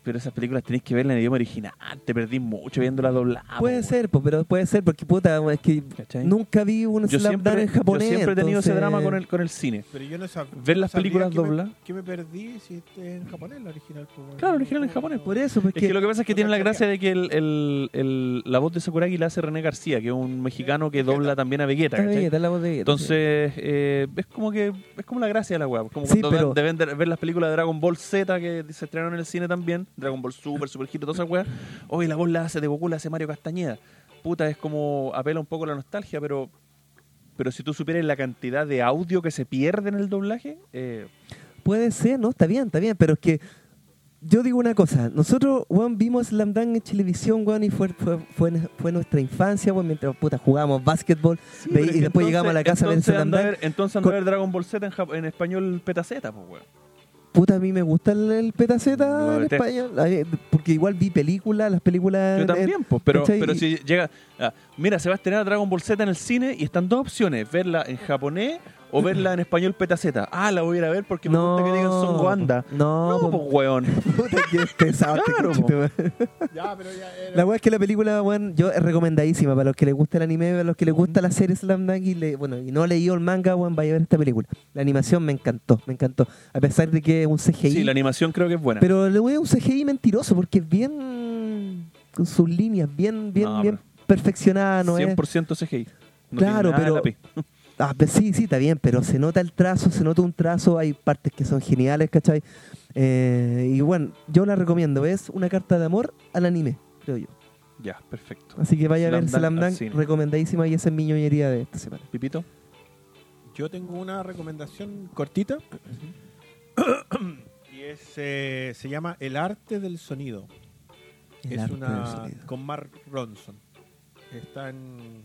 S3: Pero esas películas tenés que verlas en el idioma original, te perdís mucho viéndola doblada.
S2: Puede
S3: po,
S2: ser, po, pero puede ser, porque puta, es que
S3: ¿Cachai?
S2: nunca vi un
S3: Yo
S2: slam dunk
S3: siempre,
S2: en japonés.
S3: yo siempre he tenido ese
S2: entonces-
S3: drama con el, con el cine.
S1: Pero yo no sab-
S3: Ver las
S1: sabría
S3: películas
S1: que me-
S3: dobladas.
S1: que me perdí si este es en japonés la original? pues, bueno.
S3: Claro, original en japonés,
S2: Por eso,
S3: Es
S2: porque
S3: que lo que pasa es que
S1: no
S3: tiene la gracia
S1: cacharía.
S3: de que el, el- el- la voz de Sakuragi la hace René García, que es un mexicano que dobla también a Vegeta. ¿cachai? Entonces, eh, es como que es como la gracia de la weá. Como
S2: Sí,
S3: cuando
S2: pero-
S3: ven- deben de- ver las películas de Dragon Ball Z que se estrenaron en el cine también, Dragon Ball Super, Super Hero, todas esas weas. Hoy la voz la hace de Goku, la hace Mario Castañeda. Puta, es como apela un poco a la nostalgia, pero pero si tú supieras la cantidad de audio que se pierde en el doblaje, eh,
S2: Puede ser, ¿no? Está bien, está bien, pero es que yo digo una cosa. Nosotros, weón, vimos slam dunk en televisión, weón, y fue, fue, fue, fue nuestra infancia, weón, mientras, puta, jugábamos básquetbol
S3: Sí,
S2: ve- y
S3: pero es que
S2: después
S3: entonces-
S2: llegamos a la casa a ver
S3: entonces
S2: slam
S3: anda a
S2: dunk.
S3: ver- Entonces anda a
S2: Con-
S3: ver Dragon Ball Z en, jap- en español petaceta, pues, weón.
S2: Puta, a mí me gusta el, el
S3: Lo
S2: petaceta en
S3: detesto.
S2: español, a mí- porque igual vi películas, las películas...
S3: este- Yo
S2: Ah, en-
S3: también, pues, pero,
S2: ¿cachai?
S3: pero si llega... ah, mira, se va a estrenar Dragon Ball Z en el cine y están dos opciones, verla en japonés o verla en español petaceta. Ah, la voy a ir a ver porque me gusta que digan Son Wanda.
S2: No,
S3: No,
S2: po-
S3: pues, weón.
S2: Puta, qué pesado este
S3: Claro,
S2: conchito,
S3: po.
S2: weón.
S1: Ya, pero ya era-
S2: La weá es que la película, weón, yo es recomendadísima para los que les gusta el anime, para los que les gusta la serie Slam Dunk y, le- bueno, y no he leído el manga, weón, vaya a ver esta película. La animación me encantó, me encantó. A pesar de que es un CGI.
S3: Sí, la animación creo que es buena.
S2: pero le voy a un CGI mentiroso porque es bien. con sus líneas, bien, bien,
S3: No,
S2: bien perfeccionada, ¿no es?
S3: 100% CGI. No
S2: Claro,
S3: tiene nada de
S2: pero-
S3: lápiz.
S2: Ah, pues sí, sí, está bien, pero se nota el trazo, se nota un trazo, hay partes que son geniales, ¿cachai? Eh, y bueno, yo la recomiendo, es una carta de amor al anime, creo yo.
S3: Ya, perfecto.
S2: Así que vaya a ver
S3: Slam
S2: Slam
S3: Dunk al
S2: Dunk,
S3: cine.
S2: recomendadísima y esa es mi ñoñería de esta semana.
S3: Pipito.
S1: Yo tengo una recomendación cortita. y es, eh, se llama El arte del sonido.
S2: El
S1: es
S2: arte del
S1: una
S2: sonido.
S1: con Mark Ronson. Está en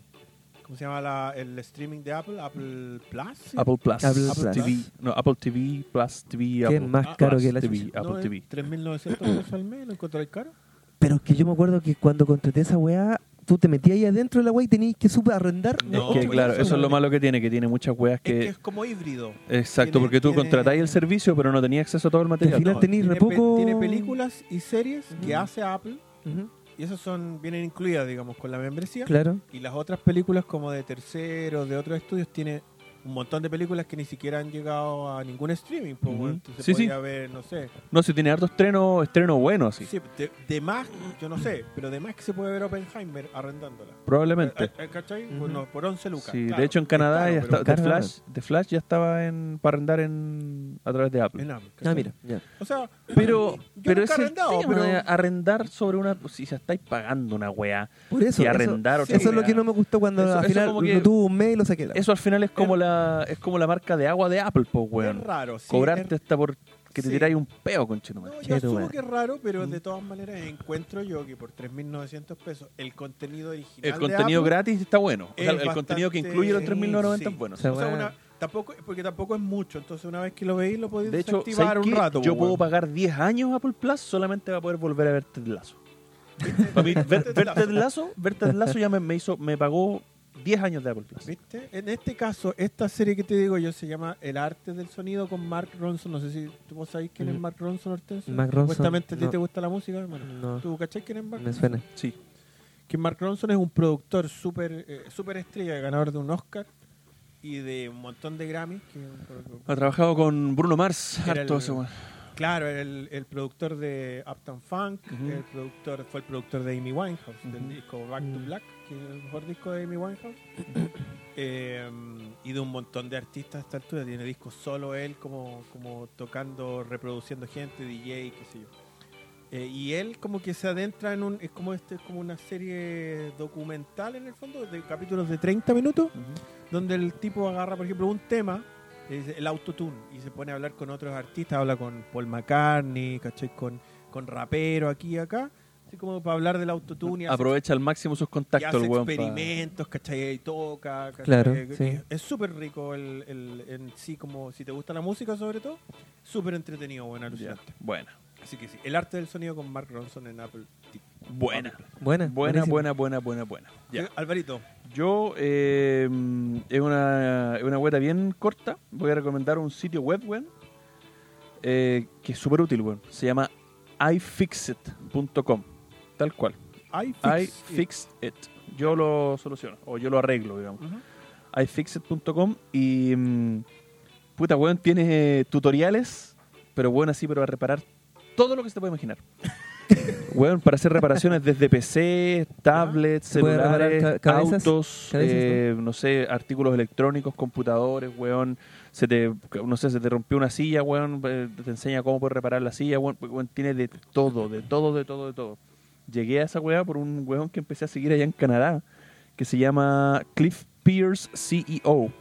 S1: ¿cómo se llama la- el streaming de Apple? Apple Plus. ¿sí?
S3: Apple Plus.
S2: Apple Plus.
S3: TV. No, Apple TV, Plus TV,
S2: Que
S3: Apple
S2: es más
S1: Ah,
S2: caro
S3: Plus
S2: que la
S3: TV,
S2: chucha.
S3: Apple
S1: ¿No es
S3: TV.
S1: 3.900 pesos al mes, ¿lo encontré caro?
S2: Pero es que yo me acuerdo que cuando contraté esa weá, tú te metías ahí adentro de la weá y tenías que super arrendar.
S1: No,
S3: es que
S1: pues,
S3: claro,
S1: eso
S3: eso es
S1: no.
S3: lo malo que tiene, que tiene muchas weas
S1: Es que
S3: que...
S1: es como híbrido.
S3: Exacto,
S1: tiene-
S3: porque tú
S1: tiene-
S3: contratáis el servicio, pero no tenías acceso a todo el
S2: Al
S3: material.
S2: final tenéis
S1: tiene,
S2: re
S1: pe-
S2: poco...
S1: tiene películas y series
S3: Mm.
S1: que hace Apple
S2: Ujú,
S1: y esas son vienen incluidas, digamos, con la membresía.
S2: Claro.
S1: Y las otras películas como de terceros, de otros estudios, tiene
S4: un montón de películas que ni siquiera han llegado a ningún streaming. Pues,
S3: Ujú.
S4: weón. Entonces
S3: Sí, sí.
S4: podría ver, no sé.
S3: No, si tiene harto estreno, estreno bueno así.
S4: Sí, de, de más, yo no sé, pero de más que se puede ver Oppenheimer arrendándola.
S3: Probablemente.
S4: Eh, eh, ¿Cachai?
S2: Ujú.
S4: Bueno, por 11 lucas.
S3: Sí,
S4: claro,
S3: de hecho en
S4: es
S3: Canadá
S4: caro,
S3: ya
S4: pero
S3: está, The
S2: caro,
S3: Flash, The Flash ya estaba en, para arrendar en, a través de Apple.
S4: en Apple,
S2: Ah,
S4: ¿cachai?
S2: mira, ya.
S4: O sea,
S3: Pero,
S4: yo
S3: pero ese
S4: nunca he
S3: es el
S4: arrendado,
S3: tema,
S4: pero-
S3: de arrendar sobre una. Si se estáis pagando una weá.
S2: Por eso.
S3: Y
S2: eso-
S3: arrendar
S2: Eso,
S3: otra
S2: es lo
S3: weá.
S2: que no me gustó cuando
S3: Eso-
S2: al
S3: eso
S2: final
S3: como que-
S2: lo tuvo un mes y lo saqué. la-
S3: Eso al final es como la es como la marca de agua de Apple, po, weón.
S4: Es raro, sí,
S3: Cobrarte hasta por que te
S4: sí.
S3: tiráis un peo, conchetumare.
S4: No, yo
S2: Cheto,
S4: asumo
S2: bueno.
S4: que es raro, pero
S3: Mm.
S4: de todas maneras encuentro yo que por 3.900 pesos el contenido original.
S3: El
S4: de
S3: contenido
S4: Apple
S3: gratis está bueno. O sea,
S4: es
S3: el contenido que
S4: bastante-
S3: incluye los 3.090
S4: sí.
S3: es bueno.
S2: O sea,
S4: O sea,
S2: weón.
S4: una- tampoco, porque tampoco es mucho, entonces una vez que lo veis lo podéis
S3: De hecho,
S4: desactivar
S3: ¿sabes
S4: un
S3: qué?
S4: rato.
S3: yo
S4: pues,
S3: puedo
S4: weón.
S3: pagar 10 años Apple Plus solamente para poder volver a verte el lazo. Para mí, ver- verte el lazo, verte el lazo ya me, me hizo, me pagó 10 años de Apple Plus.
S4: ¿Viste? En este caso, esta serie que te digo yo se llama El arte del sonido con Mark Ronson. No sé si tú vos sabés quién es
S2: Mm.
S4: Mark Ronson, Hortensio.
S2: Mark Ronson,
S4: Supuestamente a ti
S2: no.
S4: te gusta la música, hermano.
S2: No,
S4: ¿Tú cachás quién es Mark?
S2: me suena.
S3: Sí.
S4: Que Mark Ronson es un productor súper eh, súper estrella, ganador de un Oscar y de un montón de Grammys. que-
S3: Ha trabajado con Bruno Mars,
S4: Era
S3: harto
S4: el-
S3: ese weón.
S4: Claro, era el, el productor de Uptown Funk,
S3: Ujú.
S4: el productor, fue el productor de Amy Winehouse, del disco Back to Black, que es el mejor disco de Amy Winehouse. Eh, y de un montón de artistas a esta altura. Tiene discos solo él, como, como tocando, reproduciendo gente, DJ, qué sé yo. Eh, y él como que se adentra en un... Es como, este, es como una serie documental en el fondo, de capítulos de 30 minutos, donde el tipo agarra, por ejemplo, un tema, le dice, el autotune, y se pone a hablar con otros artistas, habla con Paul McCartney, ¿cachai? Con, con rapero aquí y acá, así como para hablar del autotune y hace-
S3: Aprovecha al máximo sus
S4: y
S3: contactos
S4: hace
S3: el weón. pa-
S4: experimentos, ¿cachai? Y toca, ¿cachai? Eh,
S2: Claro,
S3: Eh,
S4: Y
S2: sí.
S4: Es súper rico el, el- en sí, como si te gusta la música sobre todo, súper entretenido, bueno,
S3: Ya.
S4: alucinante.
S3: Buena.
S4: Así que sí, el arte del sonido con Mark Ronson en Apple. TV.
S3: Buena.
S2: Buena.
S3: Buena,
S2: buenísima.
S3: buena, buena, buena, buena. Ya.
S4: Eh, Alvarito,
S3: Yo, eh, es una, es una vuelta bien corta. Voy a recomendar un sitio web, weón, eh, que es súper útil, weón. Se llama ifixit.com. Tal cual.
S4: I
S3: I
S4: fix it.
S3: fix it. Yo lo soluciono, o yo lo arreglo, digamos.
S4: Ujú.
S3: ifixit.com y. mm, puta, weón, tiene tutoriales, pero weón, así, pero a reparar todo lo que se te puede imaginar. weón, para hacer reparaciones desde PC, tablets,
S2: ¿Se puede reparar
S3: celulares,
S2: ca- cabezas?
S3: autos,
S2: ¿Cabezas,
S3: eh, no sé, artículos electrónicos, computadores, weón. Se te, no sé, se te rompió una silla, weón, eh, te enseña cómo puedes reparar la silla, weón, weón, tiene de todo, de todo, de todo, de todo llegué a esa weá por un weón que empecé a seguir allá en Canadá, que se llama Cliff Pierce CEO.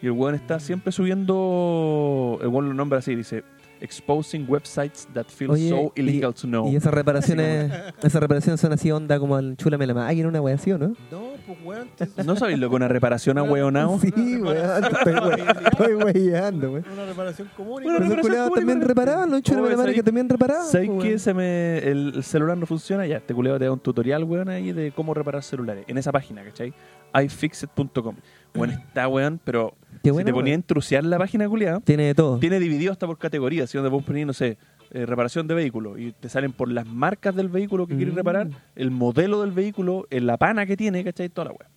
S3: Y el weón está siempre subiendo, el weón lo nombra así, dice, Exposing websites that feel
S2: Oye,
S3: so
S2: y-
S3: illegal to know.
S2: Y esas reparaciones, esas reparaciones son así onda como el chula me la más. Ah, que era una wea así, ¿o no?
S4: No, pues weón,
S3: ¿No sabéis lo que una reparación a weonao?
S2: Sí, weón. Estoy, we- estoy weyando, weón.
S4: una reparación común. y-
S3: Bueno,
S2: Pero esos
S3: reparación
S2: culiados
S3: común y
S2: también
S3: corriente.
S2: reparaban, los chulos
S3: Oye,
S2: de la madre
S3: ¿sabéis-
S2: que también reparaban.
S3: ¿Sabes
S2: pues,
S3: que
S2: weón.
S3: se me, el el celular no funciona? Ya, este culeo te da un tutorial, weón, ahí de cómo reparar celulares. En esa página, ¿cachai? ifixit.com. Bueno, está, weón, pero
S2: Ah. Qué
S3: si
S2: bueno,
S3: te ponía a
S2: weón.
S3: entruciar la página, culiao,
S2: Tiene de todo.
S3: Tiene dividido hasta por categorías, si donde vos ponés, no sé, eh, reparación de vehículo, y te salen por las marcas del vehículo que quieres
S2: Mm.
S3: reparar, el modelo del vehículo, eh, la pana que tiene, ¿cachai? Toda la wea.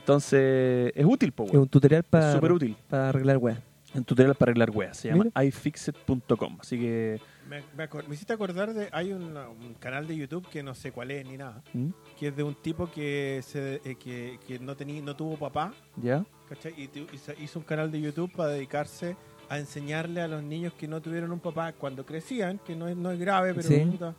S3: Entonces, es útil, po,
S2: Es un
S3: wea.
S2: tutorial
S3: Es
S2: para
S3: súper útil.
S2: para arreglar wea.
S3: En tutorial para arreglar weas. Se llama
S2: Mira.
S3: ifixit.com. Así que.
S4: Me, me acor- me hiciste acordar de. Hay una- un canal de YouTube que no sé cuál es ni nada.
S3: ¿Mm?
S4: Que es de un tipo que se, eh, que, que no, tenía no tuvo papá.
S3: ¿Ya?
S4: ¿cachai? Y, tu- y se- hizo un canal de YouTube para dedicarse a enseñarle a los niños que no tuvieron un papá cuando crecían, que no es, no es grave, pero
S2: Sí.
S4: puta,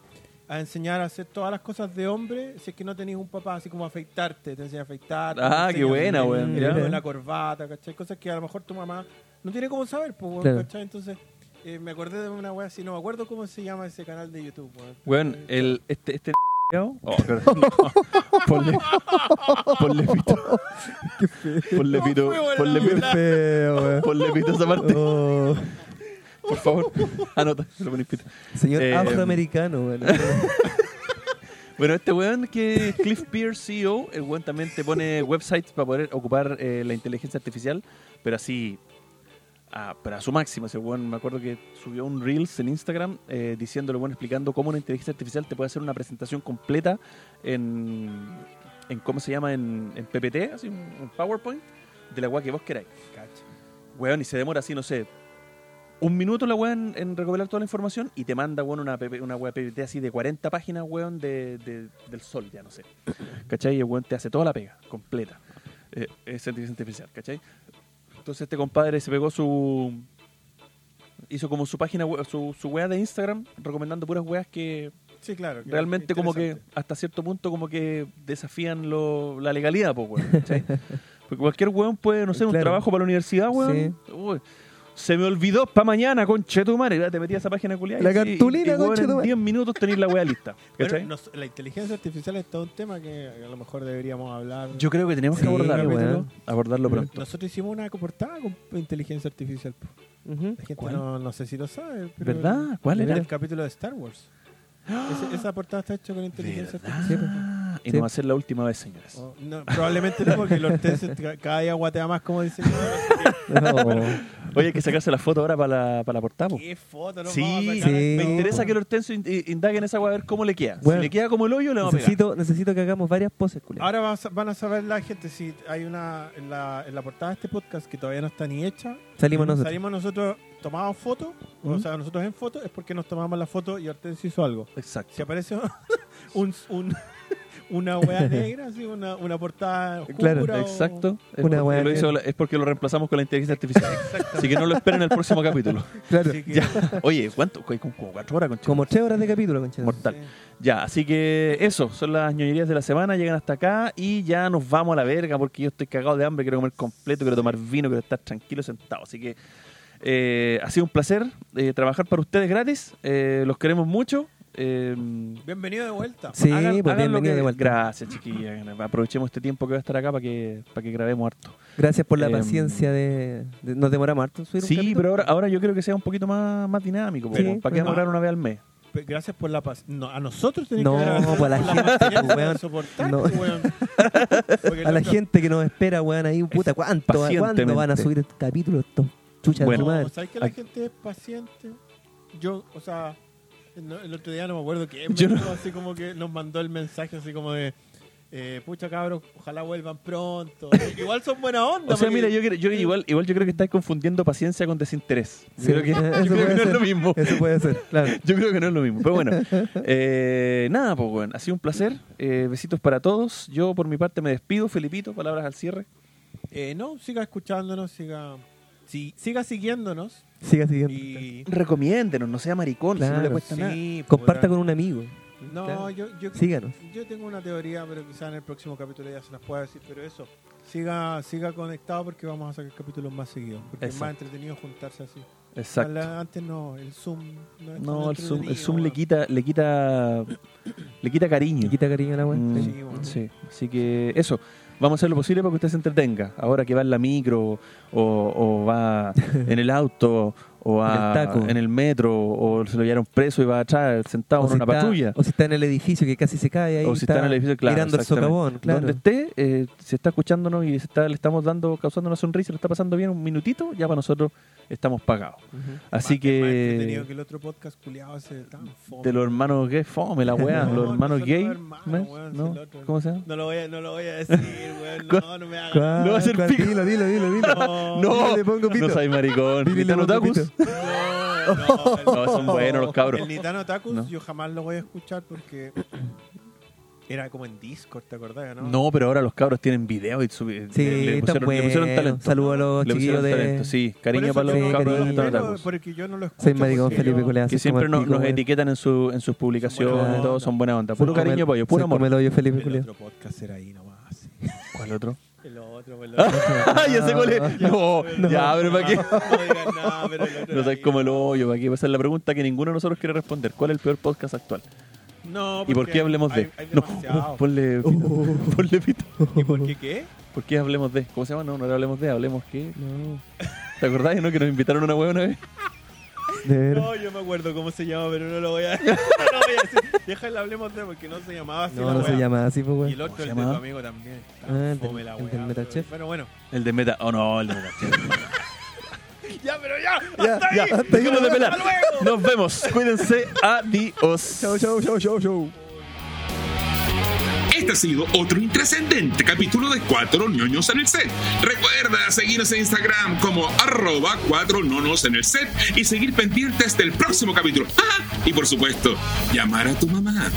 S4: a enseñar a hacer todas las cosas de hombre si es que no tenías un papá, así como afeitarte, te enseña a afeitar.
S3: Ah, qué buena,
S2: weón, ya.
S4: La corbata, ¿cachai? Cosas que a lo mejor tu mamá no tiene cómo saber, pues, weón,
S2: Claro.
S4: ¿cachai? Entonces, eh, me acordé de una wea así, no me acuerdo cómo se llama ese canal de YouTube, weón.
S3: Weón, el, este. este oh, pero- no. Ponle. Ponle pito. Ponle pito. Ponle pito.
S2: Feo, weón.
S3: Ponle pito a esa parte.
S2: Oh,
S3: Por favor. Anota. se lo ponés pito.
S2: señor
S3: Eh,
S2: afroamericano, weón.
S3: Bueno, este weón que es Cliff Pierce CEO, el weón también te pone websites para poder ocupar eh, la inteligencia artificial, pero así, a, pero a su máximo. Ese weón, me acuerdo que subió un Reels en Instagram eh, diciéndole, bueno, explicando cómo una inteligencia artificial te puede hacer una presentación completa en, en ¿cómo se llama? En, en PPT, así, un un PowerPoint, de la weá que vos queráis.
S4: Cacha.
S3: Weón, y se demora así, no sé, un minuto la weón en, en recopilar toda la información y te manda, weón, una, PP una weá PPT así de 40 páginas, weón, de, de- del sol, ya no sé. ¿Cachai? Y el weón te hace toda la pega, completa. Eh, es inteligente artificial, ¿cachai? Entonces este compadre se pegó su... Hizo como su página, we- su, su weá de Instagram recomendando puras weas que
S1: Sí, claro. que
S3: realmente como que
S1: interesante.
S3: hasta cierto punto como que desafían lo- la legalidad, pues, weón, ¿cachai? Porque cualquier weón puede, no sé, un
S2: Claro.
S3: trabajo para la universidad, weón. Uy, se me olvidó para mañana, conche tu madre. Ya Te metí a esa página culiada.
S2: La
S3: y- y-
S2: cartulina,
S3: y, weón,
S2: conche tu
S3: En
S2: madre.
S3: 10 minutos tenés la weá lista,
S1: Bueno,
S3: ¿cachai?
S1: nos- la inteligencia artificial es todo un tema que a lo mejor deberíamos hablar.
S3: Yo creo que tenemos que
S2: Sí,
S3: abordarlo,
S2: weón.
S3: abordarlo pronto.
S1: Nosotros hicimos una portada con inteligencia artificial.
S4: pues.
S1: po.
S2: Ujú.
S1: La gente
S3: ¿Cuál?
S1: no, no sé si lo sabe. Pero
S3: ¿Verdad? ¿Cuál
S1: era?
S3: era?
S1: El capítulo de Star Wars. Ese- esa portada está hecha con inteligencia artificial.
S2: Sí, pues.
S3: Ah, y
S2: Sí.
S3: no va a ser la última vez, señores.
S1: Oh, no, probablemente no, porque el Ortez se ca- cada día guatea más como dice.
S2: No.
S3: Oye, hay que sacarse la foto ahora para la, para la portada, po.
S1: ¿Qué foto? nos vamos a
S3: Sí,
S1: sacar
S2: sí.
S1: al-
S3: me
S2: No.
S3: interesa que el Hortensio in- in- indague en esa weá a ver cómo le queda.
S2: Weón.
S3: Si le queda como el hoyo, le vamos a pegar.
S2: necesito, necesito que hagamos varias poses, culiao.
S1: Ahora vas a- van a saber la gente si hay una en la, en la portada de este podcast que todavía no está ni hecha.
S3: Ah,
S2: Salimos nosotros.
S1: Salimos nosotros, tomamos foto,
S3: Mm.
S1: o sea, nosotros en foto, es porque nos tomamos la foto y Hortensio hizo algo.
S3: Exacto.
S1: Si aparece un, un- una hueá negra, así, una, una portada oscura
S2: Claro,
S1: o-
S3: Exacto. Es,
S2: Una
S3: porque
S2: weá
S3: lo
S2: que-
S3: hizo la- es porque lo reemplazamos con la inteligencia artificial. Así que no lo esperen en el próximo capítulo.
S2: Claro.
S1: Así que-
S3: Ya. Oye, ¿cuánto? Como, como cuatro horas, concha.
S2: Como tres horas de capítulo, concha.
S3: Mortal. Ya, así que eso, son las ñoñerías de la semana, llegan hasta acá y ya nos vamos a la verga porque yo estoy cagado de hambre, quiero comer completo, quiero tomar vino, quiero estar tranquilo sentado. Así que eh, ha sido un placer eh, trabajar para ustedes gratis, eh, los queremos mucho. eh,
S1: Bienvenido de vuelta.
S2: Sí, pues
S3: Hagan- hagan lo
S2: bienvenido
S3: que-
S2: de vuelta.
S3: Gracias, chiquilla. Aprovechemos este tiempo que voy a estar acá para que, para que grabemos harto.
S2: Gracias por la
S3: Em,
S2: paciencia de, de- Nos demoramos harto en subir un
S3: Sí,
S2: capítulo.
S3: pero ahora, ahora yo creo que sea un poquito más, más dinámico. po,
S2: Sí,
S3: ¿Para
S2: pues
S3: qué
S2: no.
S3: demorar una vez al mes?
S1: Pe- Gracias por la paz. No, a nosotros tenés
S2: No,
S1: que agradecer
S2: pues a la
S1: por
S2: gente,
S1: paciencia
S2: pues,
S1: de
S2: weón.
S1: soportar,
S2: No.
S1: pues, weón. Porque
S2: A la
S1: nosotros-
S2: gente que nos espera, weón, ahí, puta, ¿cuánto, ¿cuándo
S3: Pacientemente.
S2: van a subir el capítulo estos chuchas de
S3: Bueno.
S2: su
S1: No,
S2: madre?
S1: ¿sabes que la
S3: Ay.
S1: gente es paciente? Yo, o sea, no- el otro día no me acuerdo que
S3: Yo no-
S1: así como que nos mandó el mensaje así como de eh, pucha cabros, ojalá vuelvan pronto. Igual son buena onda.
S3: O sea,
S1: porque-
S3: mira, yo, creo- yo igual, igual yo creo que estáis confundiendo paciencia con desinterés. Yo
S2: Sí,
S3: creo que, yo
S2: eso
S3: creo que
S2: puede
S3: no es
S2: ser.
S3: lo mismo.
S2: Eso puede ser, claro.
S3: Yo creo que no es lo mismo. Pero bueno, eh, nada, pues bueno, ha sido un placer. Eh, besitos para todos. Yo por mi parte me despido. Felipito, palabras al cierre.
S1: Eh, no, siga escuchándonos, siga, si- siga siguiéndonos
S2: Siga siguiendo.
S1: y
S3: Recomiéndenos, no sea maricón, si no le
S2: Claro,
S3: cuesta nada.
S1: sí,
S2: Comparta
S1: podrán-
S2: con un amigo.
S1: No,
S2: claro.
S1: yo, yo,
S2: Síganos.
S1: yo tengo una teoría, pero quizás en el próximo capítulo ya se las pueda decir, pero eso. Siga, siga conectado porque vamos a sacar capítulos más seguidos. Porque es más
S3: Exacto.
S1: entretenido juntarse así.
S3: Exacto.
S1: Ojalá Antes no, el Zoom. No, es tan
S3: No, el Zoom, el
S1: entretenido,
S3: Zoom le
S1: weón.
S3: quita, le quita, le quita
S2: Y
S3: cariño.
S2: quita cariño a la weón.
S3: Mm,
S1: Sí, bueno.
S3: sí. Así que eso, vamos a hacer lo posible para que usted se entretenga. Ahora que va en la micro, o, o va en el auto, o
S2: En el
S3: a-
S2: taco.
S3: en el metro, o se lo llevaron preso y va atrás sentado en una
S2: está,
S3: patrulla.
S2: o si está en el edificio que casi se cae ahí.
S3: O si está en el edificio, claro,
S2: Mirando el
S3: exactamente.
S2: socavón, claro.
S3: Donde esté, eh, se está escuchándonos y se está, le estamos dando, causando una sonrisa, le está pasando bien un minutito, ya para nosotros estamos pagados. Así
S1: Más- más entretenido
S3: que
S1: que el otro podcast culiado ese tan fome.
S3: de los hermanos gay, fome la weá,
S1: No,
S3: los
S1: no
S3: hermanos
S1: son
S3: gay.
S1: los hermanos,
S3: ¿no es?
S1: weón,
S3: ¿No?
S1: si el otro-
S3: ¿Cómo se llama?
S1: No lo voy a, no lo voy a decir, weón. No, no me hagas.
S2: ¿Cuál,
S3: Lo va a hacer
S2: cuál?
S3: pico.
S2: Dilo, dilo, dilo, dilo.
S1: No,
S2: Dile, le pongo pito.
S3: no soy maricón.
S2: Dile, le
S3: Nitano
S2: pongo
S3: Takus.
S2: pito.
S1: no, no, el-
S3: No, son buenos los cabros.
S1: El Nitano Takus
S3: No.
S1: yo jamás lo voy a escuchar porque era como en Discord, ¿te acordás? No,
S3: No, pero ahora los cabros tienen video y subi-
S2: Sí,
S3: le, le
S2: tan
S3: pusieron,
S2: bueno.
S3: le pusieron talento.
S2: Saludos a los
S3: le pusieron
S2: chiquillos
S3: talento,
S2: de...
S3: sí.
S1: Por
S3: Cariño
S1: eso
S3: para los
S1: yo
S2: sí,
S1: no-
S3: cabros
S2: cariño.
S3: de Nitano
S1: pero-
S3: Takus.
S1: Porque yo no lo escucho.
S2: Soy maricón
S1: porque
S2: Felipe
S1: yo-
S2: Culea.
S3: Que siempre nos, nos etiquetan en, su, en sus publicaciones
S2: Son buena
S3: y todo,
S1: onda.
S3: son buena onda. Puro cariño, pollo, puro amor.
S2: Como el hoyo Felipe
S1: El
S2: Culea.
S1: otro podcast era ahí nomás. sí.
S3: ¿Cuál otro?
S1: El otro, el otro.
S3: Ah, ya sé cuál es. No, ya, pero ¿para qué?
S1: No digas nada, pero el otro
S3: No
S1: era
S3: sé
S1: ahí.
S3: cómo el hoyo, ¿para qué? Esa es la pregunta que ninguno de nosotros quiere responder. ¿Cuál es el peor podcast actual?
S1: No,
S3: ¿Y por qué hablemos de?
S1: hay- hay
S3: no,
S1: demasiado.
S3: ponle, pito, ponle pito.
S1: ¿Y por qué qué?
S3: ¿Por qué hablemos de? ¿Cómo se llama? No, no era hablemos de, hablemos que. ¿Te acordás, no? Que nos invitaron a una hueá una vez.
S2: De ver.
S1: No, yo me acuerdo cómo se llama, pero no lo voy a, no lo voy a decir. Déjale, hablemos de porque no se llamaba así.
S2: No,
S1: la
S2: no se
S1: wea.
S2: llama así, pues,
S1: Y
S2: weón.
S1: el otro,
S3: ¿Cómo
S1: el
S3: se
S1: de tu
S3: llama?
S1: amigo también.
S2: Ah, el
S1: Fome
S2: del-
S1: la
S2: el
S1: wea,
S2: del Metal
S1: pero-
S2: Chef.
S1: Bueno, bueno.
S3: El de Meta. Oh, no, el de Meta.
S1: Ya, pero ya.
S2: Ya,
S1: hasta
S3: ya,
S1: ahí.
S3: hasta ahí nomás.
S1: Hasta luego.
S3: Nos vemos. Cuídense. Adiós.
S2: Chau, chau, chau, chau, chau.
S6: Este ha sido otro intrascendente capítulo de Cuatro Ñoños en el Set. Recuerda seguirnos en Instagram como arroba cuatro nonos en el set y seguir pendientes del próximo capítulo. ¡Ah! Y por supuesto, llamar a tu mamá.